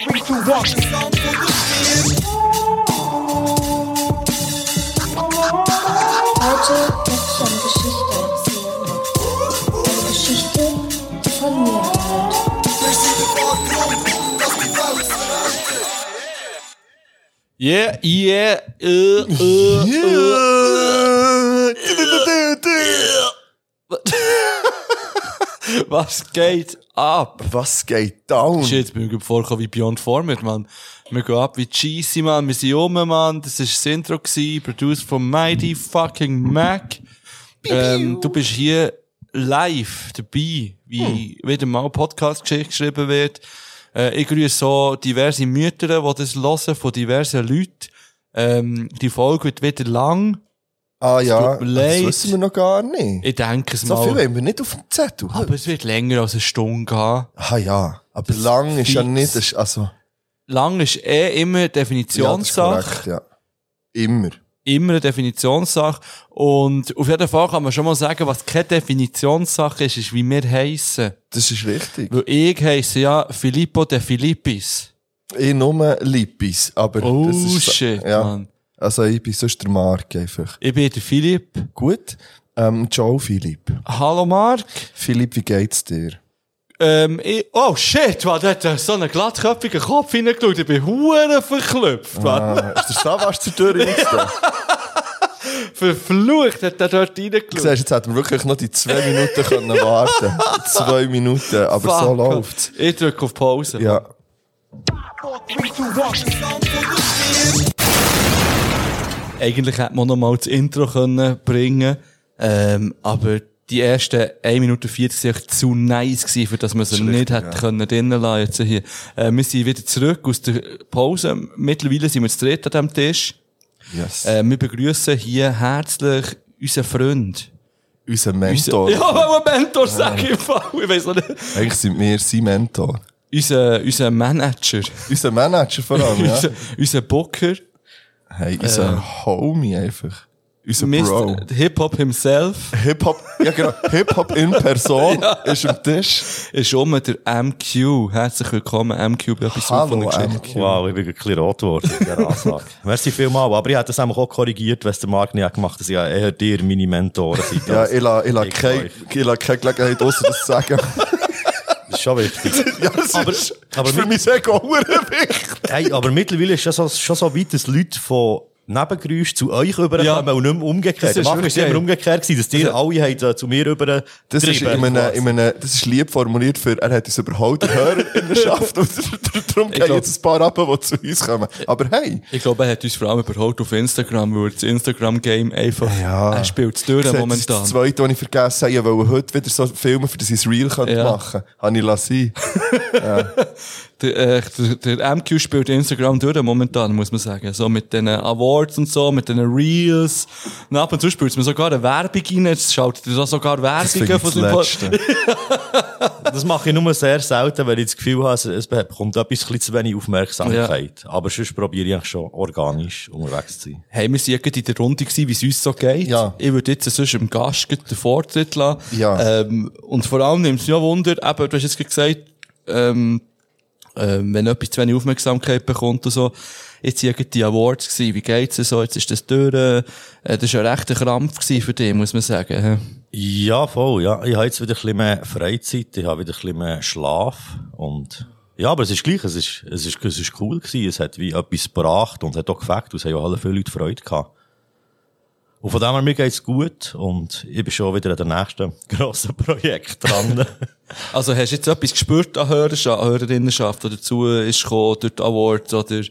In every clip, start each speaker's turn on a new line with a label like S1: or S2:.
S1: Three, two, one.
S2: Heute möchte ich eine Geschichte erzählen. Eine Geschichte, die von mir handelt.
S3: Yeah, yeah, äh, äh, äh. Was geht ab?
S4: Was geht down?
S3: Shit, wir gehen vorkommen wie Beyond Format, man. Wir gehen ab wie Cheesy, man. Wir sind um, man. Das war das Intro, gewesen, produced von Mighty fucking Mac. Ähm, du bist hier live dabei, wie wieder mal Podcast-Geschichte geschrieben wird. Äh, ich grüße so diverse Mütter, die das hören, von diversen Leuten. Ähm, die Folge wird wieder lang.
S4: Ah ja,
S3: tut mir leid.
S4: das wissen wir noch gar nicht.
S3: Ich denke es
S4: so
S3: mal.
S4: viel haben wir nicht auf dem Zettel.
S3: Aber es wird länger als eine Stunde gehen.
S4: Ah ja, aber lang ist ja
S3: fix.
S4: nicht, das ist also...
S3: Lang ist eh immer eine
S4: Ja, das ist
S3: Definitionssache.
S4: korrekt, ja. Immer.
S3: immer eine Definitionssache. Und auf jeden Fall kann man schon mal sagen, was keine Definitionssache ist, ist wie wir heissen.
S4: Das ist richtig.
S3: Weil ich heisse ja Filippo de Filippis.
S4: Ich nur Lippis, aber
S3: Oh
S4: das ist... so-
S3: shit,
S4: ja.
S3: Mann.
S4: Also ich bin sonst der Marc einfach.
S3: Ich bin der Philipp.
S4: Gut. Ähm, ciao Philipp.
S3: Hallo Marc.
S4: Philipp, wie geht's dir?
S3: Ähm, ich, oh shit, man, der hat äh, so einen glattköpfigen Kopf hineingeschaut. Ich bin huere verklüpft, man.
S4: Ah, ist der Stabwasser zur Tür reingegangen?
S3: Verflucht hat er dort
S4: Du
S3: reingeschaut.
S4: siehst, jetzt hätten wir wirklich noch die zwei Minuten können warten Zwei Minuten, aber so
S3: Fuck.
S4: läuft's.
S3: Ich drücke auf Pause.
S4: Ja.
S1: Three, two, one.
S3: Eigentlich hätte man noch mal das Intro können bringen ähm, aber die ersten 1 Minute 40 waren echt zu nice, gewesen, für dass man sie nicht hätte können drinnen lassen jetzt hier. Äh, wir sind wieder zurück aus der Pause. Mittlerweile sind wir zu dritt an diesem Tisch.
S4: Yes.
S3: Äh, wir begrüßen hier herzlich unseren Freund.
S4: Unser Mentor.
S3: Ja, aber Mentor, sag ich im Fall. Ich weiss noch nicht.
S4: Eigentlich sind wir sein Mentor.
S3: Unser, unser Manager.
S4: Unser Manager vor allem, ja.
S3: Unser, unser Booker.
S4: Hey, unser Homie einfach. Unser Bro.
S3: Mr. Hip-Hop himself.
S4: Hip-Hop, ja genau, Hip-Hop in Person ist am Tisch.
S3: ist um der MQ. Herzlich willkommen, MQ, bei etwas
S4: Hallo,
S3: von der Geschichte.
S4: MQ.
S5: Wow, ich bin ein bisschen rot geworden in dieser Ansage. Merci vielmals, aber ich hätte das nämlich auch korrigiert, was der Marc nicht gemacht hat. dass Ich ja eher dir meine Mentoren sind.
S4: Ja, ich lasse ich la
S5: Ich
S4: keine
S5: euch.
S4: ich la keine Gelegenheit, außer das zu sagen.
S5: Das ist schon wichtig.
S4: ja, das
S5: Aber-
S4: ist,
S5: aber
S4: ist für
S5: mit-
S4: mich sehr wichtig.
S5: Hey, aber mittlerweile ist es schon so, schon so weit, dass Leute von Nebengeräuschen zu euch überkommen
S3: Ja.
S5: und nicht mehr
S3: Das
S5: umgekehrt.
S3: ist
S5: Am Anfang war
S3: wirklich
S5: es immer
S3: geil.
S5: umgekehrt, gewesen, dass dir alle habt, äh, zu mir über
S4: Das ist, in einem, in einem, das ist lieb formuliert für, er hat uns überholt, der Hörer in der Schaft, und darum gehen
S3: glaub-
S4: jetzt ein paar ab, die zu uns kommen. Aber hey,
S3: Ich glaube, er hat uns vor allem überholt auf Instagram, weil er das Instagram-Game einfach,
S4: Ja.
S3: er spielt es durch
S4: das ist
S3: momentan.
S4: das Zweite, was ich vergessen habe, ich wollte heute wieder so filmen, für das ich es real könnte
S3: Ja.
S4: machen könnte. Habe ich lassen.
S3: Der, äh, der, der MQ spielt Instagram durch momentan, muss man sagen. So mit den Awards und so, mit den Reels. Und ab und zu spielt man sogar eine Werbung rein, jetzt schaltet er da sogar Werbungen
S4: Das Letzte.
S5: Das mache ich nur sehr selten, weil ich das Gefühl habe, es- es bekommt etwas ein bisschen zu wenig Aufmerksamkeit. Aber sonst probiere ich eigentlich schon organisch unterwegs zu sein.
S3: Hey, wir sind gerade in der Runde gewesen, wie es uns so geht.
S4: Ja.
S3: Ich würde jetzt sonst dem Gast gerade den Vortritt lassen.
S4: Ja.
S3: Ähm, und vor allem nimmt es mich auch Wunder, eben, du hast jetzt gerade gesagt, ähm, ähm, wenn etwas zu wenig Aufmerksamkeit bekommt und so. Jetzt sind gerade die Awards gewesen. Wie geht's dir so? Jetzt ist das durch. Äh, das war ein rechter Krampf gewesen für dich, muss man sagen. hä?
S5: Ja, voll, ja. Ich habe jetzt wieder ein bisschen mehr Freizeit, ich habe wieder ein bisschen mehr Schlaf und ja, aber es ist gleich, es ist, es ist, es ist cool gewesen, es hat wie etwas gebracht und es hat auch gefällt, und es haben ja alle viele Leute Freude gehabt. Und von dem her, mir geht's gut und ich bin schon wieder an der nächsten grossen Projekt dran.
S3: Also hast du jetzt etwas gespürt an Hörerschaft, an Hörerinnenschaft, die dazu ist gekommen durch die Awards oder hast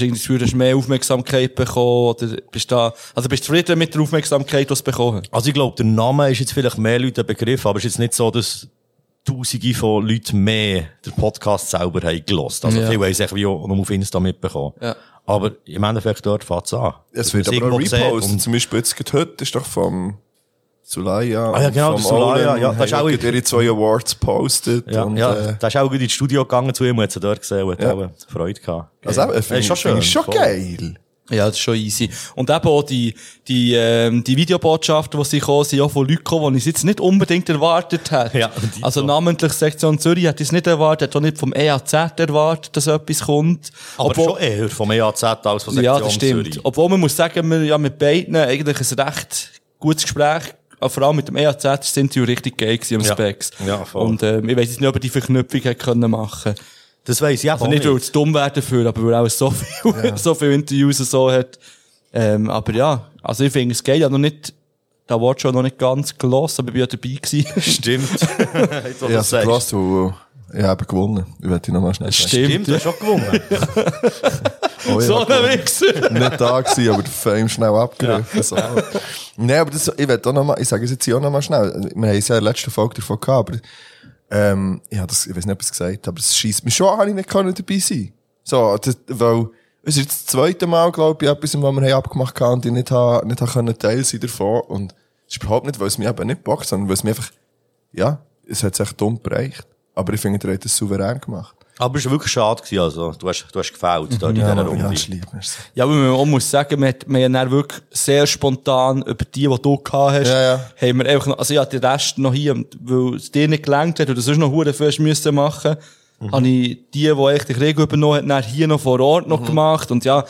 S3: du irgendwie das Gefühl, du hast mehr Aufmerksamkeit bekommen oder bist da, also bist du zufrieden mit der Aufmerksamkeit, die du bekommen hast?
S5: Also ich glaube, der Name ist jetzt vielleicht mehr Leute ein Begriff, aber es ist jetzt nicht so, dass Tausende von Leuten mehr den Podcast selber haben gelost. Also
S3: Ja.
S5: viele haben es echt wie auch nur auf Insta mitbekommen.
S3: Ja.
S5: Aber im Endeffekt dort fängt es an.
S4: Es wird
S5: Dass
S4: aber auch
S5: irgendwo sieht
S4: repostet.
S5: und-
S4: Zum Beispiel jetzt gerade heute ist doch vom Zulaya.
S5: Ah ja, genau,
S4: vom
S5: der Zulaya, ja,
S4: das ist auch ihre zwei Awards gepostet.
S5: Ja,
S4: und,
S5: ja.
S4: Äh,
S5: da ist auch gut ins Studio gegangen zu ihm und hat sie dort gesehen und hat
S4: Ja.
S5: auch Freude gehabt.
S4: also, eben,
S5: Ja,
S4: finde ich, finde ich schon
S5: voll.
S4: geil.
S3: Ja, das ist schon easy. Und eben auch die, die, ähm, die Videobotschaften, die sie kamen, sind auch von Leuten gekommen, die ich jetzt nicht unbedingt erwartet hätte.
S5: Ja, die
S3: also
S5: so.
S3: namentlich Sektion Zürich hätte ich es nicht erwartet, hat auch nicht vom EAZ erwartet, dass etwas kommt.
S5: Aber
S3: Obwohl-
S5: schon eher vom EAZ als von Sektion
S3: ja, das stimmt.
S5: Zürich.
S3: Obwohl man muss sagen, wir ja mit beiden eigentlich ein recht gutes Gespräch, äh, vor allem mit dem EAZ, sind sie richtig geil gewesen am
S5: Ja.
S3: Specs.
S5: Ja, voll.
S3: Und ähm, ich weiss jetzt nicht, ob er die Verknüpfung hätte können machen
S5: Das weiss ich
S3: Also
S5: auch
S3: nicht, weil es dumm wäre dafür, aber weil er auch so viel, so viele Interviews und so hat. Ähm, aber ja, also ich finde es geil, ich habe noch nicht den Award schon noch nicht ganz gelassen, aber ich bin ja dabei gewesen.
S5: Stimmt. Jetzt, wo du
S4: Ja,
S5: das
S4: so
S5: sagst.
S4: krass, weil Also ich habe gewonnen. Ich werde dich nochmal schnell sagen.
S5: Stimmt, du hast auch gewonnen.
S4: Oh, ich
S3: So
S4: hab
S3: ein Wichser!
S4: nicht da gewesen, aber der Fame schnell abgegriffen. So. Nein, aber das, ich will auch nochmal, ich sage es jetzt hier auch nochmal schnell. Wir haben es ja in der letzten Folge davon gehabt, aber, ähm, ich habe das, ich weiß nicht, ob ich es gesagt habe, aber es scheisst mich schon, habe ich nicht können dabei sein. So, das, weil, es ist jetzt das zweite Mal, glaube ich, etwas, was wir haben abgemacht haben und ich nicht, habe, nicht habe können Teil sein davon. Und es ist überhaupt nicht, weil es mich eben nicht packt, sondern weil es mich einfach, ja, es hat sich echt dumm bereicht. Aber ich finde, ihr habt es souverän gemacht.
S5: Aber es war wirklich schade. gewesen, Also. Du, hast, du hast gefällt dort in dieser Runde.
S4: das ist lieb, merci.
S3: Ja, aber man muss sagen, man hat, man hat dann wirklich sehr spontan über die, die du gehabt hast,
S4: Ja, ja.
S3: haben wir einfach noch, also ja, den Rest noch hier, und weil es dir nicht gelangt hat oder sonst noch hure fest müssen machen,
S4: Mhm.
S3: habe ich die, die echt die Regel übernommen hat, dann hier noch vor Ort
S4: Mhm.
S3: noch gemacht und ja,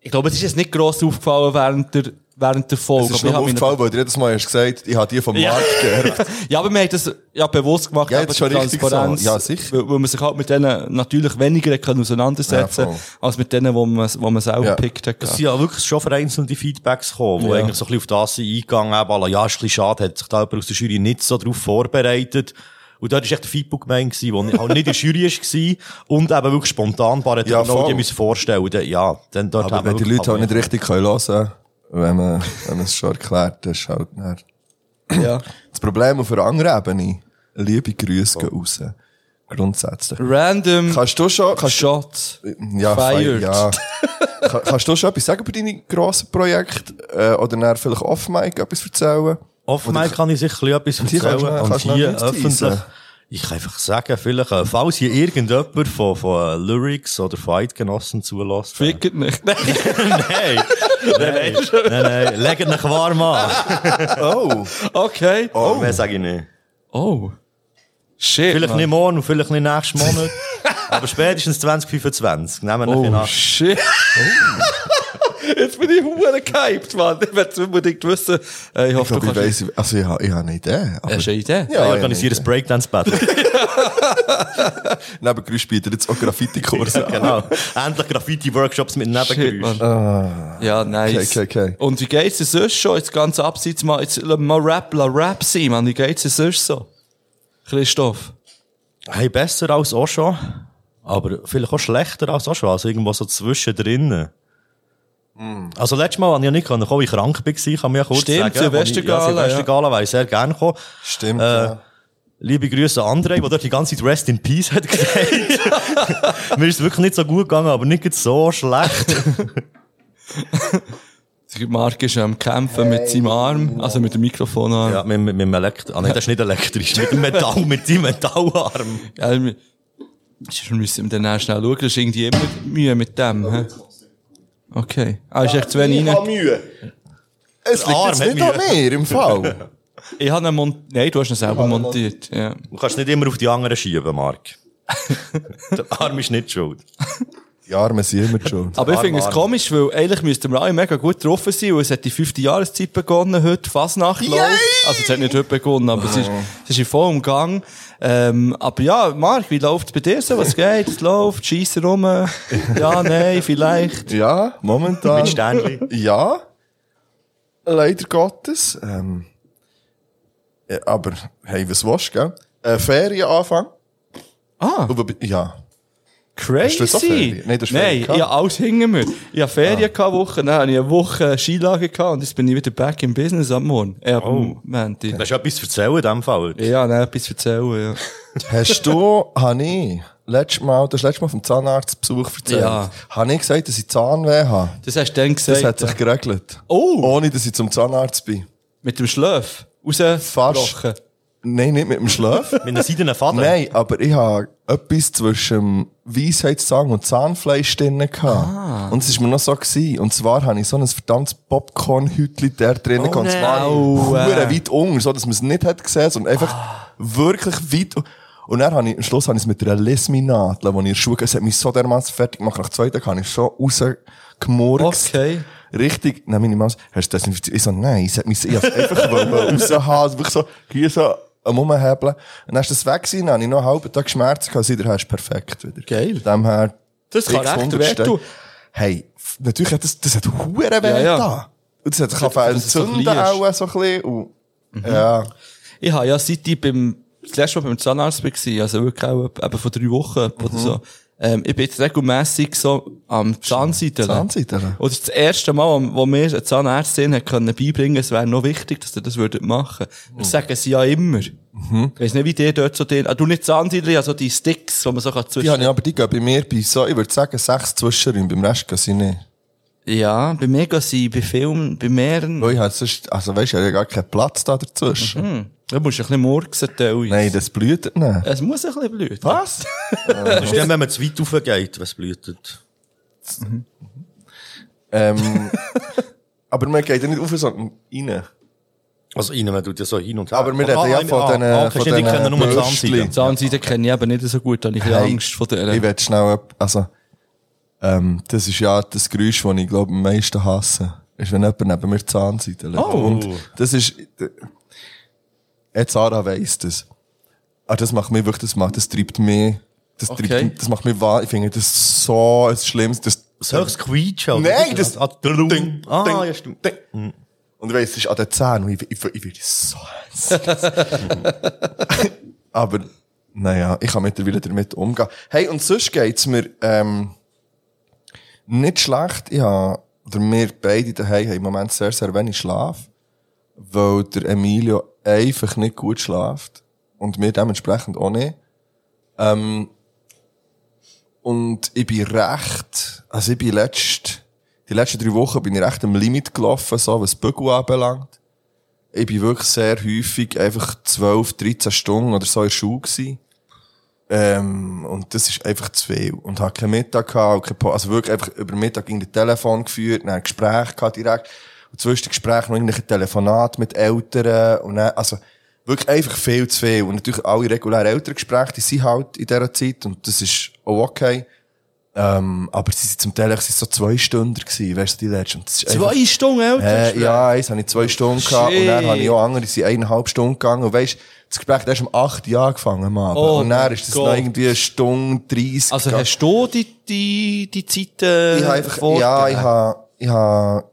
S3: ich glaube, es ist jetzt nicht gross aufgefallen während der, während der Folge.
S4: Es ist
S3: aber ich
S4: nur
S3: habe mich-
S4: aufgefallen, weil du jedes Mal hast gesagt, ich habe die vom
S3: Ja.
S4: Markt gehört.
S3: Ja, aber wir haben das ja bewusst gemacht,
S4: Ja,
S3: eben
S4: das ist schon
S3: die
S4: richtig so. Ja, sicher.
S3: Weil, weil man sich halt mit denen natürlich weniger hat können auseinandersetzen
S4: Ja, voll.
S3: als mit denen, wo man, wo man selber
S4: Ja.
S3: gepickt hat.
S5: Es sind ja wirklich schon vereinzelte Feedbacks gekommen, wo
S3: Ja.
S5: eigentlich so ein bisschen auf das sind eingegangen haben. alle, Ja, ist ein bisschen schade, hat sich da jemand aus der Jury nicht so drauf vorbereitet. Und dort war echt ein Feedback gemeint, gewesen, wo ich halt nicht in der Jury war und eben wirklich spontan paar
S4: Ja,
S5: ja,
S4: voll.
S5: die müssen vorstellen. Dann- Ja, dann dort
S4: Aber
S5: haben wir
S4: wenn die
S5: wirklich-
S4: Leute halt nicht richtig können hören wenn man, wenn man es schon erklärt, dann ist halt dann.
S3: ja.
S4: Das Problem auf einer anderen Ebene, liebe Grüße gehen raus. Grundsätzlich.
S3: Random
S4: Kannst du schon, kannst du,
S3: Shot.
S4: ja, fire,
S3: Fired.
S4: ja. Ka- kannst du schon etwas sagen über deine grossen Projekte, äh, oder dann vielleicht off-mic etwas erzählen?
S5: Offenbar kann ich sicher ein bisschen
S4: hier kannst
S5: erzählen
S4: du noch-
S5: und
S4: kannst du noch
S5: hier
S4: nichts
S5: öffentlich.
S4: teasen.
S5: Ich kann einfach sagen, vielleicht, äh, falls hier irgendjemand von, von äh, Lyrics oder von Eidgenossen zulässt. äh,
S3: Fickt nicht.
S5: Nein, nein, nein, nein, legt mich warm an.
S4: Oh!
S3: okay.
S5: Oh. Mehr sage ich nicht.
S3: Oh. Shit.
S5: Vielleicht
S3: Mann.
S5: nicht morgen und vielleicht nicht nächsten Monat. aber spätestens 2025. Nehmen wir oh.
S3: Oh,
S5: nach.
S3: shit. Jetzt bin ich hure gehypt, Mann. Ich werde es unbedingt wissen. Äh, ich
S4: Ich
S3: hoffe,
S4: glaube, ich
S3: du kannst...
S4: weiss, also ich habe, ich habe eine Idee. Aber,
S3: Hast du eine Idee?
S5: Ich
S4: ja, ich habe
S5: organisiere ein Breakdance-Battle.
S4: Neben Grüß bietet jetzt auch Graffiti-Kurse an.
S5: genau. Endlich Graffiti-Workshops mit
S3: Shit,
S5: Nebengeräuschen.
S3: Mann. Ja, nice.
S4: Okay, okay, okay.
S3: Und wie geht's dir sonst schon? Jetzt ganz abseits mal, jetzt mal Rap, la Rap sein, Mann. Wie geht's dir sonst so? Christoph.
S5: Hey, besser als auch schon. Aber vielleicht auch schlechter als auch schon. Also irgendwo so zwischendrin. Also letztes Mal konnte ich ja nicht kommen, weil ich krank war, kann man ja kurz
S3: Stimmt,
S5: sagen.
S3: Silvestergala,
S5: Ja, Silvestergala ja. wäre ich sehr gerne gekommen.
S4: Stimmt,
S5: Äh,
S4: ja.
S5: Liebe Grüße an André, der dort die ganze Zeit Rest in Peace hat gesagt. Mir ist es wirklich nicht so gut gegangen, aber nicht gerade so schlecht.
S3: Der Marc ist am Kämpfen mit seinem Arm, also mit dem Mikrofonarm.
S5: ja, mit, mit, mit dem Elekt ah, nein, das ist nicht elektrisch, mit dem Metall, mit dem Metallarm.
S3: Ja, wir wir müssen dann auch schnell schauen, das ist irgendwie immer Mühe mit dem. hä? Okay. Ah, ist echt zu wenig rein.
S4: Mühe. Es liegt
S5: Arm
S4: jetzt
S5: hat
S4: nicht an
S5: Mühe.
S4: mir, im Fall.
S3: Ich habe ihn montiert. Nein, du hast ihn selber montiert. Ja.
S5: Du kannst nicht immer auf die anderen schieben, Mark. Der Arm ist nicht schuld.
S4: Die Armen sind immer schon.
S3: Aber ich finde es
S5: Arm.
S3: komisch, weil eigentlich müssten wir alle mega gut drauf sein, weil es hat die fünfte Jahreszeit begonnen heute, Fasnacht läuft. Also es hat nicht heute begonnen, aber es, ist, es ist in vollem Gang. Ähm, aber ja, Marc, wie läuft es bei dir so? Was geht? Es läuft, schießt rum. Ja, nein, vielleicht.
S4: Ja, momentan.
S5: Mit Sternchen.
S4: Ja. Leider Gottes. Ähm, ja, aber, hey, was willst du, gell? Äh, Ferienanfang.
S3: Ah.
S4: Aber- Ja.
S3: Crazy.
S4: du jetzt auch Ferien?
S3: Nein, das
S4: Nein,
S3: ist
S4: das ist
S3: Nein
S4: Ferien
S3: ich
S4: gehabt.
S3: habe alles hinter mir. Ich habe Ferien ah. Woche, dann habe ich eine Woche Skilage gehabt und jetzt bin ich wieder back in business am Morgen. Äh, oh.
S5: Oh.
S3: Menti.
S5: Das ist etwas zu erzählen in dem Fall.
S3: Ja, dann etwas erzählen,
S4: Hast du, habe ich, letztes Mal, das letzte Mal vom Zahnarztbesuch erzählt,
S3: Ja.
S4: habe ich gesagt, dass ich Zahnweh habe.
S3: Das hast du dann
S4: Das
S3: gesagt.
S4: hat sich geregelt.
S3: Oh.
S4: Ohne, dass ich zum Zahnarzt bin.
S3: mit dem Schlaf. Raus.
S4: Nein, nicht mit dem Schlaf.
S5: Mit einem seidenen Faden.
S4: Nein, aber ich habe etwas zwischen dem Weisheitszahn und Zahnfleisch drin gehabt. Und es ist mir noch so gewesen. Und zwar habe ich so ein verdammtes Popcorn-Hütli da drin gehabt. Und zwar
S3: no.
S4: hure weit unten, so dass man es nicht hat gesehen, sondern einfach wirklich weit un- und dann habe ich, am Schluss habe ich es mit einer Lesminadel, die ich in der Schule, es hat mich so dermaßen fertig gemacht, nach zwei Tagen habe ich schon rausgemurkst.
S3: Okay.
S4: Richtig, nein, meine Mama, so, hast du das infiziert? Ich so, nein, es hat mich, ich hab's einfach wollen raushaben, wirklich so, hier so, am Umhebeln. Und dann ist das weg gewesen, dann habe ich noch einen halben Tag Schmerzen gehabt, seitdem hast du perfekt wieder.
S3: Geil.
S4: Von Dem her,
S3: Das kann echt
S4: x-hundert
S3: wehtun.
S4: Steine. Hey, f- natürlich hat das, das hat Huren weh
S3: ja.
S4: da. Und das hat sich auch
S3: dass es so
S4: entzünden,
S3: klein ist. Mhm.
S4: auch so ein bisschen, und, ja.
S3: Ich habe ja seit ich beim, das letzte Mal beim Zahnarzt war, also wirklich auch etwa- eben vor drei Wochen
S4: Mhm.
S3: oder so, ähm, ich bin jetzt regelmässig so am Zahnseite.
S4: Zahnseite.
S3: Und das ist das erste Mal, wo- wo mir eine Zahnärztin hat können beibringen es wäre noch wichtig, dass ihr das würdet machen
S4: Mhm.
S3: würdet. Das sagen sie ja immer. Ich weiss nicht, wie die dort so den, ah, du nicht Zahnseite, also die Sticks, die man so kann
S4: Die
S3: zwischen...
S4: habe ich aber, die gehen bei mir bei so, ich würde sagen, sechs Zwischenräume, beim Rest gehen sie nicht.
S3: Ja, bei mir gehen sie, bei Filmen, bei mehreren.
S4: Weil ich halt sonst, also weisst du, ich habe ja gar keinen Platz da dazwischen.
S3: Da musst du ein bisschen murksen, Teil.
S4: Nein, das blüht nicht.
S3: Es muss ein bisschen blühen.
S4: Was?
S5: Das ist dann, wenn man zu weit raufgeht, was blühtet.
S4: Ähm, aber man geht ja nicht auf, sondern rein.
S5: Also innen, man tut ja so hin und her.
S4: Aber wir reden
S5: Ah,
S4: ja
S5: ah,
S4: von
S5: ah,
S4: diesen-
S5: ah,
S4: von
S5: verstehe, die
S4: diesen
S5: kennen nur die
S4: Bürstchen.
S5: Zahnseide.
S3: Zahnseite kenne ich eben nicht so gut, da habe ich ein bisschen Angst vor der.
S4: Ich will schnell, ab- also, ähm, das ist ja das Geräusch, das ich glaube am meisten hasse. Ist, wenn jemand neben mir die Zahnseite legt.
S3: Oh.
S4: Und das ist, d- jetzt Sarah weiss das. Aber das macht mich wirklich, das macht, das treibt mich, das
S3: Okay.
S4: treibt mich, das macht mich wahr. Ich finde das so ein schlimmes, das,
S5: Das höchste Quietschen. oder?
S4: Nein, das-
S5: Ah, drum. ah
S4: ding,
S5: ja, stimmt.
S4: ding. hm. Und du weißt, es ist an den Zähnen. Und ich, ich, ich werde so hässlich. Aber, naja, ich kann mittlerweile damit umgehen. Hey, und sonst geht's mir, ähm, nicht schlecht. Ja, oder wir beide daheim haben im Moment sehr, sehr wenig Schlaf. Weil der Emilio einfach nicht gut schläft. Und wir dementsprechend auch nicht. Und ich bin recht, also ich bin letzt, die letzten drei Wochen bin ich recht am Limit gelaufen, so was Bügel anbelangt. Ich bin wirklich sehr häufig einfach 12, 13 Stunden oder so in der Schule gewesen. Ähm, und das ist einfach zu viel. Und hab keinen Mittag gehabt, und kein Po- also wirklich einfach über Mittag in den Telefon geführt, dann ein Gespräch gehabt direkt. Und zwischen den Gesprächen noch irgendwelche Telefonate mit Eltern und dann, also wirklich einfach viel zu viel. Und natürlich alle regulären Elterngespräche, die sind halt in dieser Zeit und das ist auch okay. Ähm, aber sie sind zum Teil echt so zwei Stunden gewesen, weißt du, die letzten. Und das ist einfach-
S3: Zwei Stunden älter?
S4: äh, ja, eins habe ich zwei Stunden gehabt und dann habe ich auch andere, die sind eineinhalb Stunden gegangen. Und weisst, das Gespräch das ist um 8 Uhr angefangen, Mann.
S3: Oh
S4: und
S3: mein
S4: dann ist das
S3: Gott.
S4: noch irgendwie eine Stunde 30
S3: Also
S4: gegangen.
S3: hast du die, die, die Zeiten
S4: ich habe einfach, ja, ich habe, ich habe,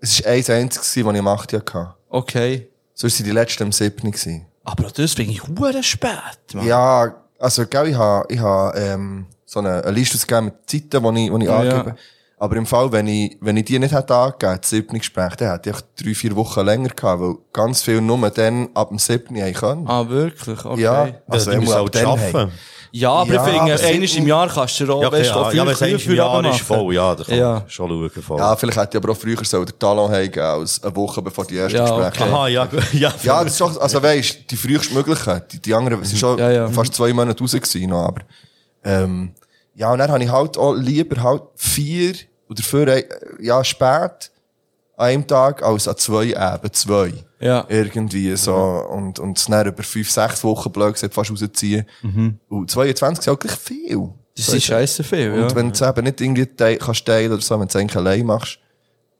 S4: es ist eins einziges gewesen, was ich um 8 Uhr hatte.
S3: Okay.
S4: Sonst sind die letzten am 7 gewesen.
S3: Aber auch das finde ich hure spät, Mann.
S4: Ja, also, gell, ich habe, ich habe, ähm, so eine, eine Liste ausgegeben mit Zeiten, die ich, die ich
S3: Ja.
S4: angebe. Aber im Fall, wenn ich, wenn ich die nicht hätte angegeben, das siebte Gespräch, dann hätte ich echt drei, vier Wochen länger gehabt, weil ganz viel nur dann ab dem siebten haben können.
S3: Ah, wirklich? Okay.
S4: Ja,
S3: Ja,
S5: Also, du
S4: er muss
S5: musst
S4: ab
S5: halt
S4: dann haben.
S5: arbeiten.
S3: ja aber
S4: Ja,
S3: ich
S4: aber
S3: finde,
S4: sind-
S3: eines im Jahr kannst du auch,
S5: Ja,
S3: weißt du,
S5: ja,
S3: viel
S5: ja, wenn es
S3: früher
S5: eigentlich im Jahr
S3: runtermachen.
S5: ist, voll, ja, da kann
S3: Ja.
S5: man schon schauen. Voll.
S4: Ja, vielleicht hätte ich aber auch früher so den Talon haben als eine Woche bevor die ersten
S3: Ja,
S4: Gespräche.
S3: okay.
S5: Aha, ja, gut, ja,
S4: Ja, das ist doch, also weisst, die früheste Möglichkeit. Die, die anderen sind schon
S3: Ja, ja.
S4: fast zwei Monate raus gewesen, noch, aber, ähm, ja, und dann habe ich halt auch lieber halt vier oder vier, äh, ja, spät an einem Tag als an zwei eben, zwei.
S3: Ja.
S4: Irgendwie so. Und, und es dann über fünf, sechs Wochen blöd gesagt fast rausziehen.
S3: Mhm.
S4: Und 22 ist halt gleich viel.
S3: Das ist scheiße viel,
S4: Und
S3: ja.
S4: wenn du es eben nicht irgendwie teil- kannst teilen oder so, wenn du es eigentlich allein machst,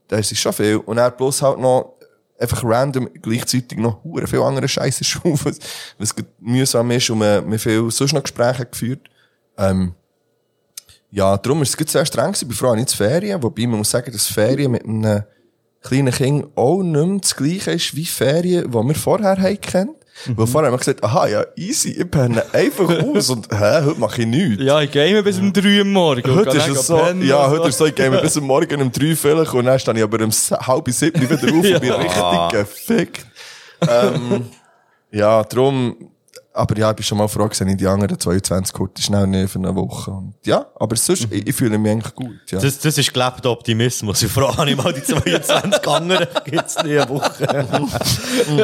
S4: dann ist es schon viel. Und er plus halt noch einfach random gleichzeitig noch hure viel andere Scheiße schon, was, was grad mühsam ist und man, man viel sonst noch Gespräche hat geführt. Ähm, ja, darum ist es grad sehr streng gewesen. Ich bin froh, nicht Ferien, wobei man muss sagen, dass Ferien mit einem kleinen Kind auch nicht mehr das gleiche ist wie Ferien, die wir vorher haben kennt. Weil vorher haben wir gesagt, aha, ja, easy, ich penne einfach aus und, hä, heute mache ich nichts.
S3: Ja, ich game bis um 3 Uhr morgens. und
S4: Heute
S3: gehe
S4: ist
S3: dann
S4: es so,
S3: pennen
S4: ja,
S3: und
S4: heute ist es so, ich gehe mir bis am Morgen um drei vielleicht und dann stehe ich aber um se- halb sieben wieder auf und bin richtig gefickt. Ähm, ja, drum, aber ja, ich bin schon mal froh, gewesen, die anderen 22 Kurte schnell nicht für eine Woche. Und ja, aber sonst,
S3: Mhm.
S4: ich, ich fühle mich eigentlich gut, ja.
S5: Das, das ist gelebter Optimismus. Ich frage nicht mal die 22 anderen, gibt's nie eine Woche.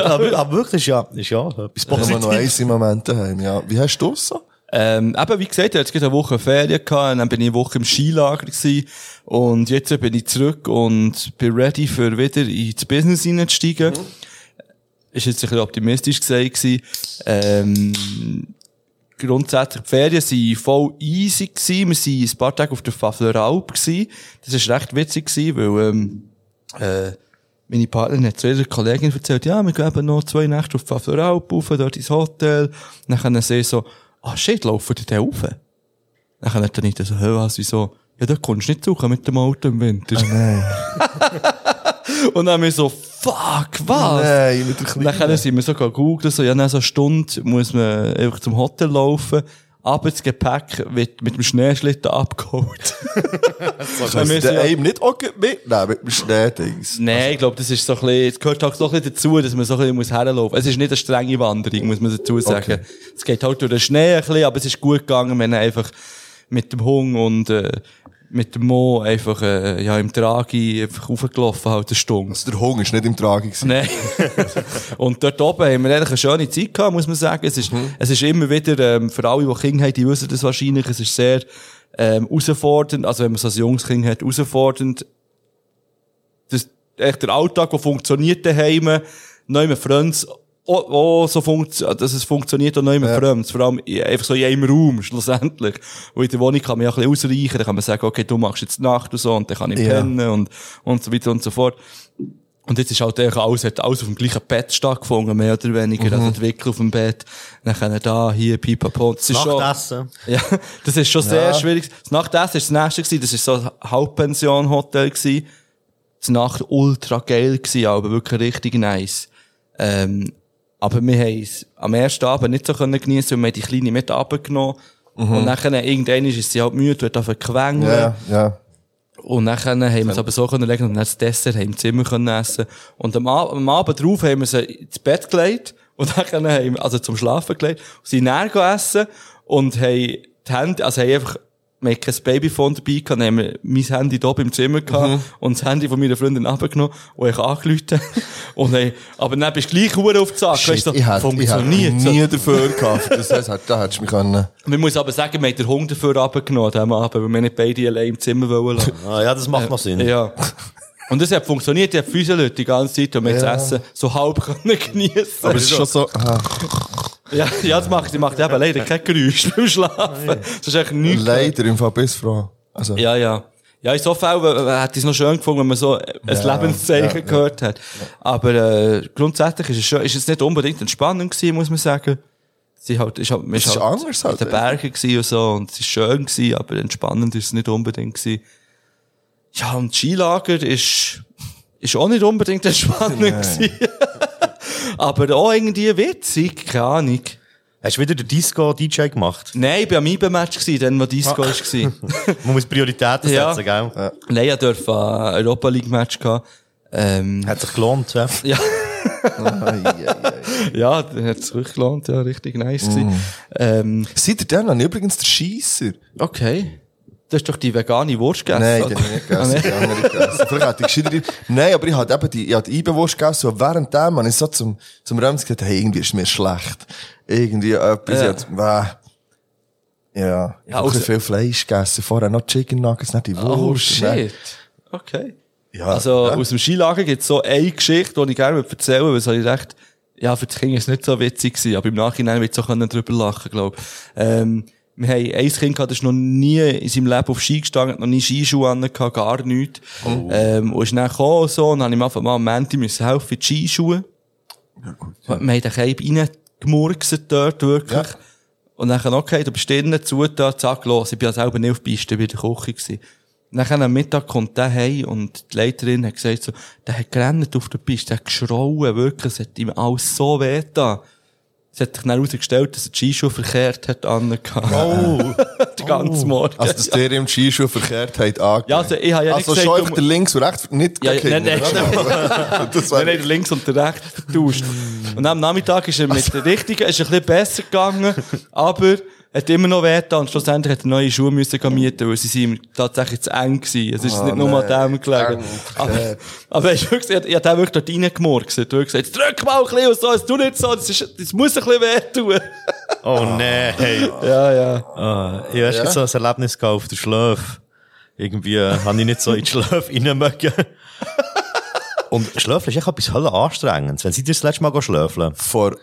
S5: aber, aber wirklich, ist ja, ist ja etwas
S4: Nur noch
S5: Positives.
S4: eins im Moment daheim, ja. Wie hast du es so?
S3: Ähm, eben, wie gesagt, ich hatte gerade eine Woche Ferien gehabt, und dann bin ich eine Woche im Skilager gewesen, und jetzt bin ich zurück und bin ready für wieder ins Business hineinzusteigen. Ist jetzt ein bisschen optimistisch gesagt gewesen. Ähm, grundsätzlich, die Ferien waren voll easy gewesen. Wir waren ein paar Tage auf der Favler Alp gewesen. Das war recht witzig gewesen, weil, ähm, äh, meine Partnerin hat zu ihrer Kollegin erzählt, ja, wir gehen eben noch zwei Nächte auf Favler Alp rauf, dort ins Hotel. Dann kann sie so, ah, shit, laufen die da rauf? Dann kann er nicht so, hä, was, wieso? Ja, da kommst du nicht suchen mit dem Auto im Winter.
S4: Ah,
S3: Und dann haben wir so, fuck, was?
S4: Nein, mit der Kleinen.
S3: Nachher sind wir so googeln, so, ja, nach so einer Stunde muss man einfach zum Hotel laufen. Aber das Gepäck wird mit dem Schneeschlitten abgeholt.
S4: Kannst du den Aim nicht auch gleich mitnehmen mit dem Schneedings?
S3: Nein, ich glaube, das ist so ein bisschen, es gehört halt so ein bisschen dazu, dass man so ein bisschen muss herlaufen muss. Es ist nicht eine strenge Wanderung, muss man dazu sagen.
S4: Okay.
S3: Es geht halt durch den Schnee ein bisschen, aber es ist gut gegangen, wenn einfach mit dem Hung und, äh, mit dem Mo einfach, äh, ja, im Tragi einfach raufgelaufen, halt eine Stunde.
S4: Also der Hunger ist nicht im Tragen gewesen.
S3: Nein. und dort oben haben wir eigentlich eine schöne Zeit gehabt, muss man sagen. Es ist, es ist immer wieder, ähm, für alle, die Kinder haben, die wissen das wahrscheinlich, es ist sehr, ähm, herausfordernd, also wenn man so ein junges Kind hat, herausfordernd. Das, echt der Alltag, der funktioniert daheim, neu mit Friends, oh, oh, so funktioniert, dass es funktioniert auch neu mit Friends, vor allem i- einfach so in einem Raum, schlussendlich. Und in der Wohnung kann man ja ein bisschen ausreichen, dann kann man sagen, okay, du machst jetzt Nacht und so, und dann kann ich
S4: Ja.
S3: pennen und, und so weiter und so fort. Und jetzt ist halt eigentlich alles, hat alles auf dem gleichen Bett stattgefunden, mehr oder weniger. Also die Wickel auf dem Bett, dann können da, hier, pipapo. Das ist schon,
S5: Nachtessen.
S3: ja, das ist schon sehr schwierig. Das Nachtessen ist das nächste gewesen. Das ist so ein Halbpension-Hotel gewesen. Die Nacht ultra geil gewesen, aber wirklich richtig nice. Ähm, aber wir haben es am ersten Abend nicht so können geniessen, weil wir haben die Kleine mit runtergenommen. Und nachher, irgendwann ist sie halt müde, wird auf quengeln.
S4: Ja, ja.
S3: Und nachher haben wir es aber so können legen und dann das Dessert haben wir im Zimmer können essen. Und am, Ab- am Abend drauf haben wir sie ins Bett gelegt und dann haben wir, also zum Schlafen gelegt, und sind näher gegessen und haben die Hände, also haben einfach, wir hatten kein Babyphone dabei gehabt, dann haben wir mein Handy hier im Zimmer gehabt
S4: Mhm.
S3: und das Handy von meiner Freundin abgenommen und ich angerufen. Und haben, aber dann bist du gleich Uhr auf den Sack, weißt du,
S4: ich hätte, ich hätte
S3: funktioniert. so.
S4: nie dafür gehabt. Das heisst, hat- da hättest du mich können.
S3: Man muss aber sagen, wir haben den Hund dafür abgenommen, an diesem Abend, weil wir nicht beide allein im Zimmer wollen lassen.
S5: Ah, ja, das macht noch Sinn.
S3: Ja. Und das hat funktioniert, die hat fünf Leute die ganze Zeit, und wir haben das Essen so halb können geniessen.
S4: Aber es ist schon so, ah,
S3: ja, ja, das macht, die macht eben leider kein Geräusch beim Schlafen. Das ist echt nichts.
S4: leider im Fall bis Frau. Also,
S3: Ja, ja. Ja, in so Fällen äh, hätte ich es noch schön gefunden, wenn man so ein Lebenszeichen gehört hat. Aber, äh, grundsätzlich ist es schon, ist es nicht unbedingt entspannend gewesen, muss man sagen. Sie halt, ist halt, man
S4: ist
S3: halt
S4: anders
S3: in
S4: halt.
S3: den Bergen gewesen und so, und es ist schön gewesen, aber entspannend ist es nicht unbedingt gewesen. Ja, und Skilager ist, ist auch nicht unbedingt entspannend gewesen. aber auch irgendwie witzig, keine Ahnung.
S5: Hast du wieder den Disco-DJ gemacht?
S3: Nein, ich war am IBE-Match gewesen, dann, wo
S4: Ah.
S3: Disco war.
S5: Man muss Prioritäten
S3: Ja.
S5: setzen, gell?
S3: Leia durfte ein Europa League Match gehabt. Ähm,
S5: Hat sich gelohnt, ja.
S3: ja,
S4: Ai, ai, ai.
S3: ja, dann hat es wirklich gelohnt, ja, richtig nice gewesen. Ähm,
S4: Seid ihr denn an übrigens der Scheisser?
S3: okay. Du hast doch die vegane Wurst gegessen.
S4: Nein,
S3: oder?
S4: den habe ich nicht
S3: Ah,
S4: gegessen. Die andere gegessen. Vielleicht hätte ich gescheiter. Nein, aber ich hatte eben die, ich hatte Eibenwurst gegessen und während dem habe ich so zum, zum Rems gesagt, hey, irgendwie ist mir schlecht. Irgendwie etwas,
S3: Ja.
S4: ja. Wow. Ja, ich habe
S3: also-
S4: also, viel Fleisch gegessen, vorher noch Chicken Nuggets, nicht die Wurst.
S3: Oh
S4: Nein.
S3: shit. Okay.
S4: Ja,
S3: Also,
S4: ja.
S3: aus dem Skilager gibt es so eine Geschichte, die ich gerne würd erzählen würde, weil es halt recht, ja, für die Kinder ist es nicht so witzig gewesen, aber im Nachhinein wird es auch können drüber lachen, glaube ich. Ähm, wir haben ein Kind gehabt, das ist noch nie in seinem Leben auf Ski gestanden, hat noch nie Skischuhe an, gehabt, gar nichts.
S4: Oh.
S3: Ähm, und ist dann gekommen, und so, und dann habe ich mir einfach mal am Menti müssen helfen, in die Skischuhe. Ja. Wir haben den Keib reingemurkset dort, wirklich.
S4: Ja.
S3: Und dann, okay, du bist drinnen, Zutat, zack, los. Ich bin ja selber nicht auf die Piste, ich war in der Küche. Gewesen. Dann am Mittag kommt der heim und die Leiterin hat gesagt so, der hat gerannt auf der Piste, der hat geschrauen, wirklich, es hat ihm alles so weh getan. Es hat sich dann herausgestellt, dass er die Skischuhe verkehrt hat, Anne. Oh! den ganzen Morgen.
S4: Also, dass der im Skischuh verkehrt hat angegeben.
S3: Ja, also, ich habe ja nicht
S4: Also,
S3: gesagt,
S4: schon
S3: du
S4: einfach
S3: mu-
S4: der links und rechts, nicht
S3: Ja, ja,
S4: gegen
S3: nein,
S4: Kinder,
S3: nein,
S4: oder? Das wär-
S3: Nein, nein, der links und der rechts vertauscht. und am Nachmittag ist er mit der richtigen, ist ein bisschen besser gegangen, aber hat immer noch weh getan. und schlussendlich hat er neue Schuhe müssen gehen mieten, weil sie sind ihm tatsächlich zu eng gewesen. Es ist
S4: Ah,
S3: nicht nur
S4: nein.
S3: an dem gelegen.
S4: Eng und
S3: Aber,
S4: verkehrt.
S3: aber ich wirklich, ich hab den wirklich dort reingemurkt. Ich hab wirklich gesagt, drück mal ein bisschen und so, es tut nicht so, das, ist, das muss ein bisschen weh tun.
S5: Oh nein.
S3: Ja, ja.
S5: Ah, ich habe ja. so ein Erlebnis gehabt auf der Schlöf. Irgendwie äh, habe ich nicht so in die Schlöf rein mögen. Und Schlöfeln ist echt etwas Hölle anstrengendes. Wenn Sie das letzte Mal schlöfeln.
S4: Vor